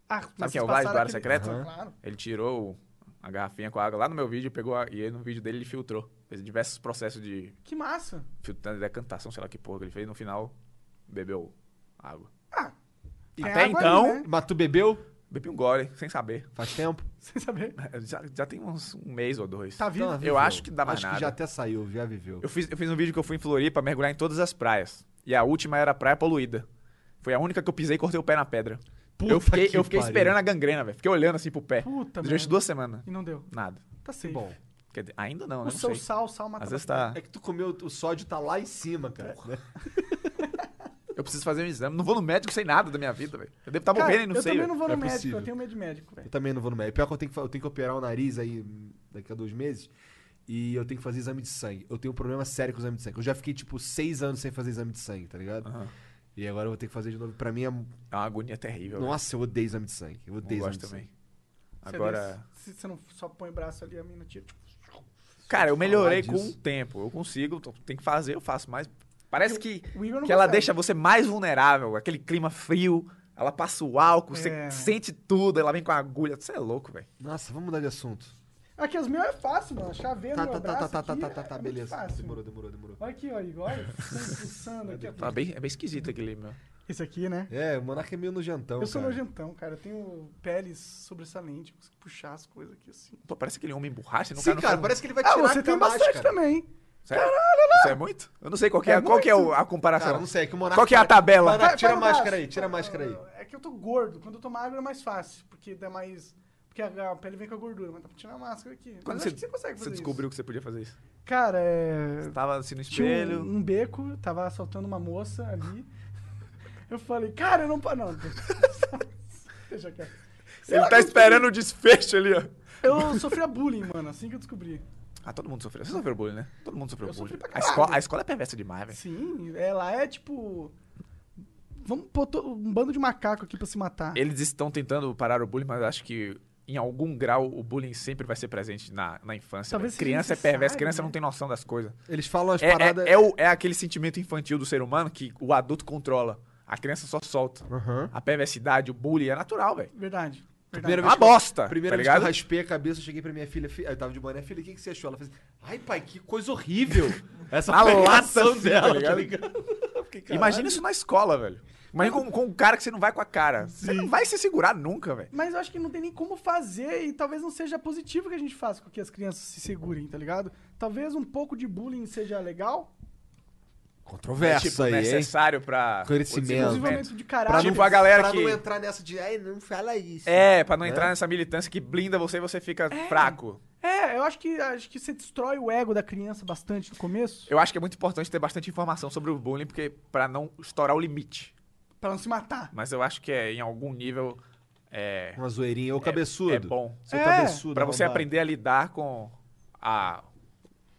Speaker 1: Ah, mas
Speaker 4: quem é
Speaker 1: vocês
Speaker 4: o Vlad do
Speaker 1: passaram
Speaker 4: Área Secreta?
Speaker 1: Ah, Claro.
Speaker 4: Ele tirou a garrafinha com a água lá no meu vídeo, pegou a... e aí no vídeo dele ele filtrou. Fez diversos processos de
Speaker 1: Que massa.
Speaker 4: filtrando decantação, sei lá que porra que ele fez. No final, bebeu água.
Speaker 1: Ah, tem
Speaker 4: Até
Speaker 1: água
Speaker 4: então-
Speaker 1: ali, né?
Speaker 2: Mas tu bebeu?
Speaker 4: Bebi um gole, sem saber.
Speaker 2: Faz tempo?
Speaker 1: Sem saber.
Speaker 4: Já, já tem uns um mês ou dois.
Speaker 1: Tá vivo?
Speaker 2: Então,
Speaker 4: Eu
Speaker 2: viveu.
Speaker 4: acho que dá mais
Speaker 2: Acho
Speaker 4: nada.
Speaker 2: que já até saiu, já viveu.
Speaker 4: Eu fiz, eu fiz um vídeo que eu fui em Floripa mergulhar em todas as praias. E a última era a praia poluída. Foi a única que eu pisei e cortei o pé na pedra.
Speaker 2: Puta
Speaker 4: eu fiquei,
Speaker 2: que
Speaker 4: eu fiquei
Speaker 2: pariu.
Speaker 4: esperando a gangrena, velho. Fiquei olhando assim pro pé.
Speaker 1: Puta
Speaker 4: Durante
Speaker 1: merda.
Speaker 4: duas semanas.
Speaker 1: E não deu.
Speaker 4: Nada.
Speaker 1: Tá safe.
Speaker 2: Bom.
Speaker 4: Quer dizer, ainda não,
Speaker 1: o
Speaker 4: né? Não
Speaker 1: seu
Speaker 4: sei.
Speaker 1: sal, sal mata
Speaker 4: Às vezes tá.
Speaker 2: É que tu comeu, o sódio tá lá em cima, cara. né?
Speaker 4: Eu preciso fazer um exame. Não vou no médico sem nada da minha vida, velho. Eu devo estar
Speaker 1: Cara,
Speaker 4: morrendo e não
Speaker 1: eu
Speaker 4: sei.
Speaker 1: também
Speaker 4: velho.
Speaker 1: não vou no
Speaker 2: É
Speaker 1: médico,
Speaker 2: possível.
Speaker 1: eu tenho medo de médico,
Speaker 2: Eu
Speaker 1: velho.
Speaker 2: também não vou no médico. Pior que eu tenho que, fa- eu tenho que operar o nariz aí hum, daqui a dois meses. E eu tenho que fazer exame de sangue. Eu tenho um problema sério com o exame de sangue. Eu já fiquei, tipo, seis anos sem fazer exame de sangue, tá ligado?
Speaker 4: Aham.
Speaker 2: E agora eu vou ter que fazer de novo. Pra mim é.
Speaker 4: É uma agonia terrível. velho.
Speaker 2: Nossa, eu odeio exame de sangue. Eu
Speaker 4: não
Speaker 2: odeio exame
Speaker 4: gosto
Speaker 2: de
Speaker 4: também.
Speaker 2: sangue.
Speaker 1: Você
Speaker 4: Agora.
Speaker 1: vê, Se você não só põe o braço ali, a mina tira.
Speaker 4: Cara, eu melhorei com o
Speaker 2: disso.
Speaker 4: tempo. Eu consigo, tô- tem que fazer, eu faço mais. Parece que,
Speaker 1: Tipo, O Igor não
Speaker 4: que ela
Speaker 1: consegue.
Speaker 4: deixa você mais vulnerável. Aquele clima frio, ela passa o álcool,
Speaker 1: É.
Speaker 4: você sente tudo, ela vem com a agulha. Você é louco, velho.
Speaker 2: Nossa, vamos mudar de assunto.
Speaker 1: Aqui, os meus é fácil, mano. Chaveiro,
Speaker 2: Tá,
Speaker 1: meu
Speaker 2: tá, tá,
Speaker 1: braço
Speaker 2: tá, tá, tá,
Speaker 1: aqui
Speaker 2: tá, tá, tá,
Speaker 1: é muito
Speaker 2: beleza.
Speaker 1: fácil.
Speaker 2: Demorou, demorou, demorou.
Speaker 1: Olha aqui, ó, Igor. Olha, sangue pulsando aqui.
Speaker 4: Tá
Speaker 1: ó.
Speaker 4: bem, é bem esquisito aquele meu.
Speaker 1: Esse aqui, né?
Speaker 2: É, o Monarca é meio nojentão.
Speaker 1: Eu sou
Speaker 2: cara.
Speaker 1: nojentão, cara. Eu tenho peles sobressalente. Eu consigo puxar as coisas aqui assim.
Speaker 4: Pô, parece aquele homem borracha. não
Speaker 2: Sim,
Speaker 4: não
Speaker 2: cara,
Speaker 4: faz-
Speaker 2: parece que ele vai
Speaker 1: Ah,
Speaker 2: tirar
Speaker 1: você
Speaker 2: a
Speaker 1: tem
Speaker 2: camada,
Speaker 1: bastante
Speaker 2: cara.
Speaker 1: também.
Speaker 4: Sério? Isso é muito? Eu não sei qual que é,
Speaker 1: É
Speaker 4: qual que é o-
Speaker 1: muito.
Speaker 4: a comparação.
Speaker 2: Cara, não sei, é que o Monarca.
Speaker 4: Qual que é a tabela?
Speaker 2: Monarca, tira a
Speaker 1: Vai, vai no
Speaker 2: máscara
Speaker 1: braço.
Speaker 2: aí, tira a máscara aí.
Speaker 1: É que eu tô gordo. Quando eu tô magro é mais fácil, porque dá mais. Porque a a pele vem com a gordura, mas dá pra tirar a máscara aqui. Mas
Speaker 4: Quando
Speaker 1: acho que você consegue fazer
Speaker 4: Você descobriu que você podia fazer isso.
Speaker 1: isso. Cara, é.
Speaker 4: Você
Speaker 2: tá
Speaker 4: tava assim no
Speaker 1: Tinha
Speaker 4: espelho.
Speaker 1: um, um beco, tava assaltando uma moça ali. Eu falei, cara, eu não. pa- Não. Deixa quieto. Sei lá
Speaker 4: Ele
Speaker 1: que
Speaker 4: tá
Speaker 1: eu
Speaker 4: esperando o desfecho ali, ó.
Speaker 1: Eu sofria bullying, mano, assim que eu descobri.
Speaker 4: Ah, todo mundo sofreu. Você sofreu bullying, né? Todo mundo sofreu
Speaker 1: Eu
Speaker 4: bullying.
Speaker 1: sofri pra
Speaker 4: a,
Speaker 1: caralho.
Speaker 4: escola, a escola é perversa demais, velho.
Speaker 1: Sim, ela é tipo. Vamos pôr to- um bando de macaco aqui pra se matar.
Speaker 4: Eles estão tentando parar o bullying, mas eu acho que em algum grau o bullying sempre vai ser presente na, na infância.
Speaker 1: Talvez seja
Speaker 4: velho. criança é
Speaker 1: necessário,
Speaker 4: perversa, criança
Speaker 1: né?
Speaker 4: não tem noção das coisas.
Speaker 2: Eles falam as
Speaker 4: É, é-
Speaker 2: paradas.
Speaker 4: é o- é aquele sentimento infantil do ser humano que o adulto controla. A criança só solta.
Speaker 2: Aham.
Speaker 4: A perversidade, o bullying é natural, velho.
Speaker 1: Verdade.
Speaker 4: É
Speaker 2: Primeira
Speaker 1: verdade.
Speaker 4: uma
Speaker 2: vez que eu-
Speaker 4: bosta.
Speaker 2: Primeira
Speaker 4: tá
Speaker 2: vez que eu
Speaker 4: ligado?
Speaker 2: raspei a cabeça, eu cheguei pra minha filha. fi- Eu tava de boné, filha, o que, que você achou? Ela fez. Ai, pai, que coisa horrível. Essa
Speaker 4: Na
Speaker 2: relação
Speaker 4: lata, assim, tá
Speaker 2: dela, tá
Speaker 4: ligado?
Speaker 2: ligado? Eu fiquei, caralho.
Speaker 4: Imagina isso na escola, velho. Imagina com, com um cara que você não vai com a cara. Você não vai se segurar nunca, velho.
Speaker 1: Mas eu acho que não tem nem como fazer e talvez não seja positivo que a gente faça com que as crianças se segurem, tá ligado? Talvez um pouco de bullying seja legal.
Speaker 2: Controverso
Speaker 4: é tipo,
Speaker 2: aí, hein?
Speaker 4: necessário pra
Speaker 2: Crescimento.
Speaker 4: o desenvolvimento.
Speaker 1: um Desenvolvimento de
Speaker 4: É, Pra
Speaker 1: caráter.
Speaker 4: não a galera
Speaker 2: tipo, pra não
Speaker 4: que-
Speaker 2: entrar nessa de. Ai, não fala isso.
Speaker 4: É, pra não
Speaker 2: Né?
Speaker 4: entrar nessa militância que blinda você e você fica fraco.
Speaker 1: É, eu acho que acho que você destrói o ego da criança bastante no começo,
Speaker 4: Eu acho que é muito importante ter bastante informação sobre o bullying, porque pra não estourar o limite.
Speaker 1: pra não se matar.
Speaker 4: Mas eu acho que é, em algum nível é,
Speaker 2: Uma zoeirinha. Ô, cabeçudo.
Speaker 4: é bom.
Speaker 2: Seu
Speaker 1: É,
Speaker 2: cabeçudo.
Speaker 4: Pra você
Speaker 2: arrombado.
Speaker 4: aprender a lidar com a.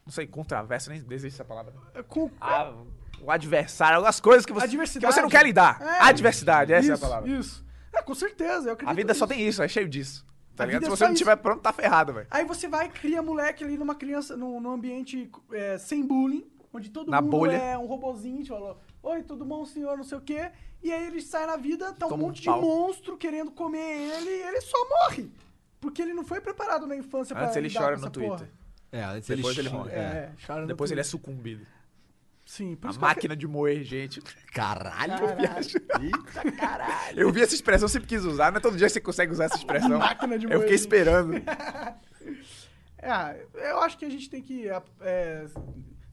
Speaker 4: Não sei, controvérsia, nem existe essa palavra.
Speaker 1: Com
Speaker 4: A- o adversário, as coisas que você, que
Speaker 1: Adversidade.
Speaker 4: você não quer lidar.
Speaker 1: É.
Speaker 4: Adversidade, essa
Speaker 1: isso,
Speaker 4: é a palavra.
Speaker 1: Isso. É, com certeza, eu acredito.
Speaker 4: A vida só
Speaker 1: nisso.
Speaker 4: tem isso, é cheio disso. Tá
Speaker 1: A
Speaker 4: ligado?
Speaker 1: vida é
Speaker 4: Se você
Speaker 1: só
Speaker 4: não
Speaker 1: isso.
Speaker 4: tiver pronto, tá ferrado, velho.
Speaker 1: Aí você vai e cria moleque ali numa criança, num, num ambiente é, sem bullying, onde todo
Speaker 4: Na
Speaker 1: mundo
Speaker 4: bolha.
Speaker 1: é um robozinho, te falou, oi, tudo bom, senhor, não sei o quê. E aí ele sai na vida, tá um
Speaker 4: Toma um
Speaker 1: monte
Speaker 4: pau.
Speaker 1: de monstro querendo comer ele e ele só morre. Porque ele não foi preparado na infância pra
Speaker 4: Antes ele
Speaker 1: lidar
Speaker 4: chora
Speaker 1: com
Speaker 4: no
Speaker 1: essa
Speaker 4: Twitter.
Speaker 1: porra.
Speaker 2: É, antes
Speaker 4: Depois ele
Speaker 2: xinga.
Speaker 4: morre.
Speaker 1: É, chora no
Speaker 4: Depois ele é
Speaker 1: Twitter.
Speaker 4: sucumbido.
Speaker 1: Sim, por
Speaker 4: A
Speaker 1: isso que eu
Speaker 4: máquina de moer gente.
Speaker 2: Caralho.
Speaker 1: Caralho.
Speaker 2: Eita, caralho.
Speaker 4: Eu vi essa expressão, eu sempre quis usar. Não é todo dia que você consegue usar essa expressão.
Speaker 1: Máquina de
Speaker 4: Eu
Speaker 1: moer
Speaker 4: fiquei
Speaker 1: gente.
Speaker 4: esperando.
Speaker 1: É, eu acho que a gente tem que é, é,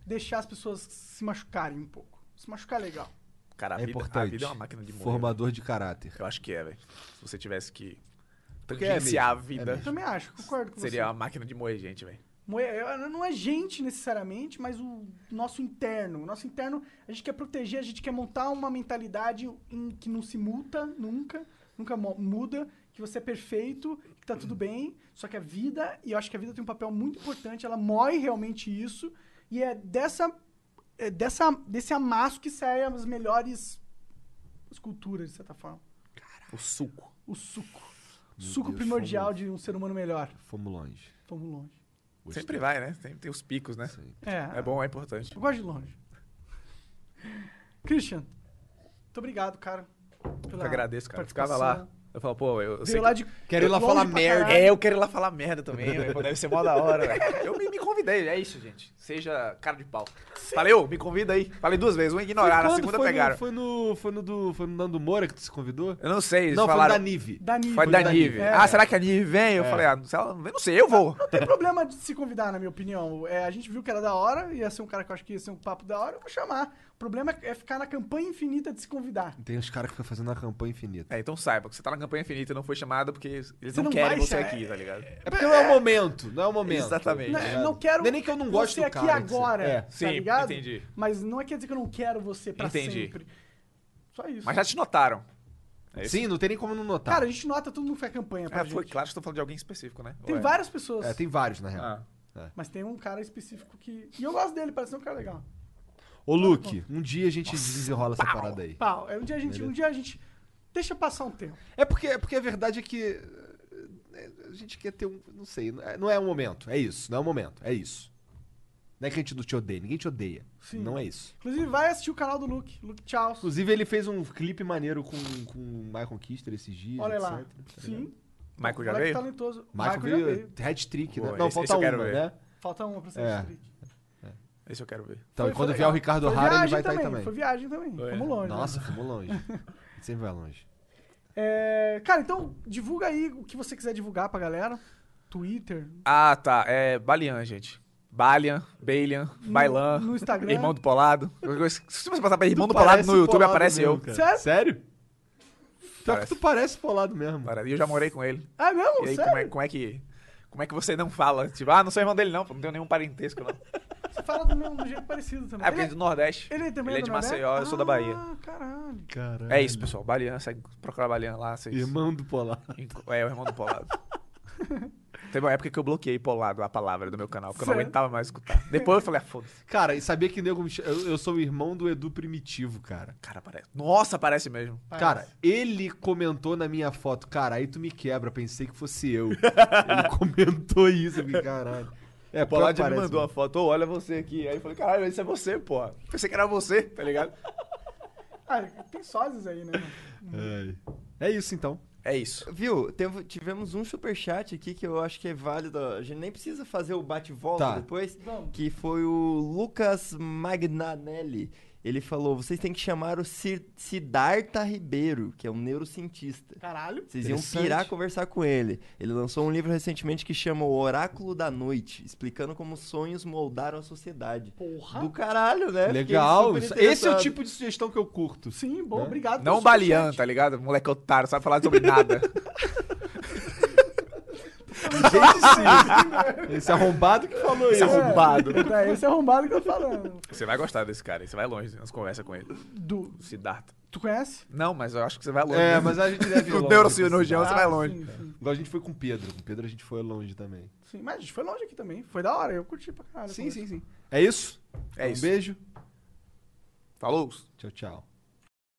Speaker 1: deixar as pessoas se machucarem um pouco. Se machucar é legal.
Speaker 4: Cara, a,
Speaker 2: É
Speaker 4: vida,
Speaker 2: importante.
Speaker 4: a vida é uma máquina de moer.
Speaker 2: Formador de caráter.
Speaker 4: Eu acho que é, velho. Se você tivesse que
Speaker 2: é
Speaker 4: tangenciar a
Speaker 2: mesmo, é
Speaker 4: vida,
Speaker 1: Eu também acho, concordo com
Speaker 4: seria
Speaker 1: você.
Speaker 4: uma máquina de moer gente, velho.
Speaker 1: Moe- eu- Não é gente necessariamente, mas o nosso interno. O nosso interno, a gente quer proteger, a gente quer montar uma mentalidade em que não se muta nunca, nunca mo- muda, que você é perfeito, que tá tudo bem. Só que a vida, e eu acho que a vida tem um papel muito importante, ela moe realmente isso. E é dessa, é dessa desse amasso que saem as melhores esculturas, de certa forma.
Speaker 4: O suco.
Speaker 1: O suco.
Speaker 2: Meu
Speaker 1: suco
Speaker 2: Deus,
Speaker 1: primordial
Speaker 2: fomos-
Speaker 1: de um ser humano melhor.
Speaker 2: Fomos longe.
Speaker 1: Vamos longe.
Speaker 2: Gostei.
Speaker 4: Sempre vai, né? Tem, tem os picos, né?
Speaker 2: Sim.
Speaker 1: É.
Speaker 4: É bom, é importante.
Speaker 1: Eu gosto de longe. Christian, muito obrigado, cara.
Speaker 4: Eu
Speaker 1: pela
Speaker 4: que agradeço, cara. Eu ficava
Speaker 1: participação.
Speaker 4: lá. Eu falava, pô, eu, eu sei.
Speaker 1: Veio
Speaker 4: que-
Speaker 1: lá de.
Speaker 2: Quero ir lá
Speaker 1: longe
Speaker 2: falar
Speaker 1: pra
Speaker 2: merda.
Speaker 1: caralho.
Speaker 4: É, eu quero ir lá falar merda também, velho. Pô, Deve ser mó da hora, velho. Eu me, me convidei, é isso, gente. Seja cara de pau. Falei, ô, me convida aí. Falei duas vezes, uma ignoraram, a
Speaker 2: Quando
Speaker 4: segunda
Speaker 2: foi no-
Speaker 4: pegaram.
Speaker 2: Foi no, foi, no do, foi no Nando Moura que tu se convidou?
Speaker 4: Eu não sei, eles
Speaker 2: não,
Speaker 4: falaram.
Speaker 2: foi no da Nive.
Speaker 1: Da Nive. É.
Speaker 4: Foi
Speaker 2: Foi
Speaker 4: da
Speaker 2: da
Speaker 4: Nive.
Speaker 2: Nive.
Speaker 4: Ah, será que a Nive vem? Eu
Speaker 2: É.
Speaker 4: falei, ah, não sei, ela não vem, não sei, eu vou.
Speaker 1: Não tem problema de se convidar, na minha opinião. É, a gente viu que era da hora, ia ser um cara que eu acho que ia ser um papo da hora, eu vou chamar. O problema é ficar na campanha infinita de se convidar.
Speaker 2: Tem uns caras que ficam fazendo uma campanha infinita.
Speaker 4: É, então saiba que você tá na campanha infinita e não foi chamado porque eles não,
Speaker 1: não
Speaker 4: querem
Speaker 1: vai,
Speaker 4: você
Speaker 1: cara.
Speaker 4: aqui, tá ligado?
Speaker 2: É porque não é o momento, não é o momento.
Speaker 4: Exatamente.
Speaker 1: Não,
Speaker 4: É.
Speaker 1: eu não quero
Speaker 2: Não é nem que eu não gosto
Speaker 1: você
Speaker 2: do
Speaker 1: aqui
Speaker 2: cara, que você-
Speaker 1: agora,
Speaker 2: é.
Speaker 1: tá
Speaker 4: Sim,
Speaker 1: ligado?
Speaker 4: entendi.
Speaker 1: Mas não é quer dizer que eu não quero você pra
Speaker 4: Entendi.
Speaker 1: sempre. Só isso.
Speaker 4: Mas já te notaram. É isso.
Speaker 2: Sim, não tem nem como não notar.
Speaker 1: Cara, a gente nota todo mundo que faz campanha pra
Speaker 4: Ah,
Speaker 1: gente.
Speaker 4: foi claro que estou falando de alguém específico, né?
Speaker 1: Tem
Speaker 4: Ou é?
Speaker 1: várias pessoas.
Speaker 2: É, tem vários, na real.
Speaker 4: Ah.
Speaker 1: Mas tem um cara específico que. E eu gosto dele, parece ser um cara legal.
Speaker 2: Ô, Luke, um dia a gente desenrola essa parada aí.
Speaker 1: Pau, é um dia a gente.
Speaker 2: Beleza.
Speaker 1: Um dia a gente. Deixa passar um tempo.
Speaker 2: É porque, é porque a verdade é que eh, a gente quer ter um. Não sei, não é- não é o momento. É isso, não é o momento. É isso. Não é que a gente não te odeia, ninguém te odeia.
Speaker 1: Sim.
Speaker 2: Não é isso.
Speaker 1: Inclusive, vai assistir o canal do Luke. Luke Tchau.
Speaker 2: Inclusive, ele fez um clipe maneiro com, com o Michael Kister esses dias.
Speaker 1: Olha
Speaker 2: etc.
Speaker 1: lá.
Speaker 2: tá ligado?
Speaker 1: Sim.
Speaker 4: Michael
Speaker 1: moleque
Speaker 4: já
Speaker 2: tá
Speaker 4: veio?
Speaker 1: talentoso.
Speaker 2: Michael,
Speaker 1: Michael já
Speaker 2: veio,
Speaker 1: veio.
Speaker 2: hat-trick, né?
Speaker 4: Pô,
Speaker 2: Não,
Speaker 4: esse-
Speaker 2: falta
Speaker 4: esse eu
Speaker 2: uma,
Speaker 4: quero ver.
Speaker 2: né?
Speaker 1: Falta uma pra ser
Speaker 2: É.
Speaker 1: street.
Speaker 4: Esse eu quero ver.
Speaker 2: Então,
Speaker 1: Foi-
Speaker 2: quando
Speaker 1: foi
Speaker 2: vier
Speaker 1: legal.
Speaker 2: o Ricardo
Speaker 1: Foi
Speaker 2: Hara, ele
Speaker 1: viagem
Speaker 2: vai estar aí também.
Speaker 1: Foi viagem também.
Speaker 4: Foi.
Speaker 1: Fomos longe.
Speaker 2: Nossa, fomos longe. A gente sempre vai longe.
Speaker 1: É, cara, então divulga aí o que você quiser divulgar pra galera. Twitter.
Speaker 4: Ah, tá. É Balian, gente. Balian, Balian, Bailan.
Speaker 1: no Instagram.
Speaker 4: Irmão do Polado. Qualquer coisa- Se você passar pra Irmão do
Speaker 2: Tu
Speaker 4: Polado
Speaker 2: parece
Speaker 4: no YouTube,
Speaker 2: polado
Speaker 4: aparece
Speaker 2: mesmo,
Speaker 4: eu.
Speaker 2: cara.
Speaker 1: Sério?
Speaker 2: Sério? Pior que
Speaker 4: Parece.
Speaker 2: tu parece polado mesmo.
Speaker 4: Cara, E eu já morei com ele.
Speaker 1: Ah, é mesmo?
Speaker 4: E aí,
Speaker 1: Sério?
Speaker 4: como é, como é que. Como é que você não fala? Tipo, ah, não sou irmão dele, não, pô, não tenho nenhum parentesco, não.
Speaker 1: Você fala do mesmo do jeito parecido também.
Speaker 4: É porque ele é do Nordeste.
Speaker 1: ele também
Speaker 4: ele é
Speaker 1: do
Speaker 4: de
Speaker 1: Nordeste?
Speaker 4: Maceió, eu sou da Bahia.
Speaker 1: Ah, caralho.
Speaker 2: Caralho.
Speaker 4: É isso, é pessoal. Balian, segue, procura Balian lá. Vocês...
Speaker 2: Irmão do polado.
Speaker 4: Enco- É, o irmão do Polado. Teve uma época que eu bloqueei Polado, a palavra do meu canal, porque eu não
Speaker 1: Sério?
Speaker 4: aguentava mais escutar. Depois eu falei, ah, foda-se.
Speaker 2: Cara, e sabia que nego me cha- eu, eu sou o irmão do Edu Primitivo, cara.
Speaker 4: Cara, parece. Nossa, parece mesmo.
Speaker 2: Cara, ele comentou na minha foto, cara, aí tu me quebra, pensei que fosse eu. ele comentou isso, eu fiquei, caralho. É,
Speaker 4: O Polado já me
Speaker 2: parece mesmo.
Speaker 4: mandou uma foto, ô, olha você aqui. Aí eu falei, caralho, isso é você, porra. Pensei que era você, tá ligado?
Speaker 1: Ah, tem sósias aí, né? mano?
Speaker 2: É. É isso então.
Speaker 4: É isso.
Speaker 3: Viu, teve- tivemos um superchat aqui que eu acho que é válido. A gente nem precisa fazer o bate-volta
Speaker 2: Tá.
Speaker 3: depois.
Speaker 1: Vamos.
Speaker 3: Que foi o Lucas Magnanelli. Ele falou: vocês têm que chamar o Sir- Siddhartha Ribeiro, que é um neurocientista.
Speaker 1: Caralho.
Speaker 3: Vocês iam
Speaker 2: Interessante.
Speaker 3: pirar conversar com ele. Ele lançou um livro recentemente que chama O Oráculo da Noite, explicando como os sonhos moldaram a sociedade.
Speaker 1: Porra.
Speaker 3: Do caralho, né? Fiquei
Speaker 2: Ah, Legal.
Speaker 3: super
Speaker 2: isso- Esse é o
Speaker 3: interessado.
Speaker 2: tipo de sugestão que eu curto.
Speaker 1: Sim, bom,
Speaker 2: Né?
Speaker 1: obrigado.
Speaker 4: Não
Speaker 1: pelo
Speaker 4: Balian,
Speaker 1: superchat.
Speaker 4: tá ligado? Moleque otário, sabe falar sobre nada.
Speaker 2: Gente, sim. Esse arrombado que falou
Speaker 4: Esse
Speaker 2: isso.
Speaker 4: arrombado.
Speaker 1: É, esse é arrombado que eu tô falando.
Speaker 4: Você vai gostar desse cara, aí você vai longe nas conversas com ele.
Speaker 1: Do,
Speaker 4: O Siddhartha.
Speaker 1: tu conhece?
Speaker 4: Não, mas eu acho que você vai longe.
Speaker 2: É,
Speaker 4: mesmo.
Speaker 2: mas a gente deve ir
Speaker 4: O
Speaker 2: longe.
Speaker 4: neurocirurgião, você vai
Speaker 1: Ah,
Speaker 4: longe.
Speaker 1: Sim, sim,
Speaker 2: Igual a gente foi com o Pedro. Com o Pedro a gente foi longe também.
Speaker 1: sim. Mas a gente foi longe aqui também. Foi da hora, eu curti pra caralho. a
Speaker 2: Sim,
Speaker 1: conversa.
Speaker 2: sim, sim. É isso?
Speaker 4: É
Speaker 2: um
Speaker 4: isso.
Speaker 2: beijo.
Speaker 4: Falou!
Speaker 2: Tchau, tchau.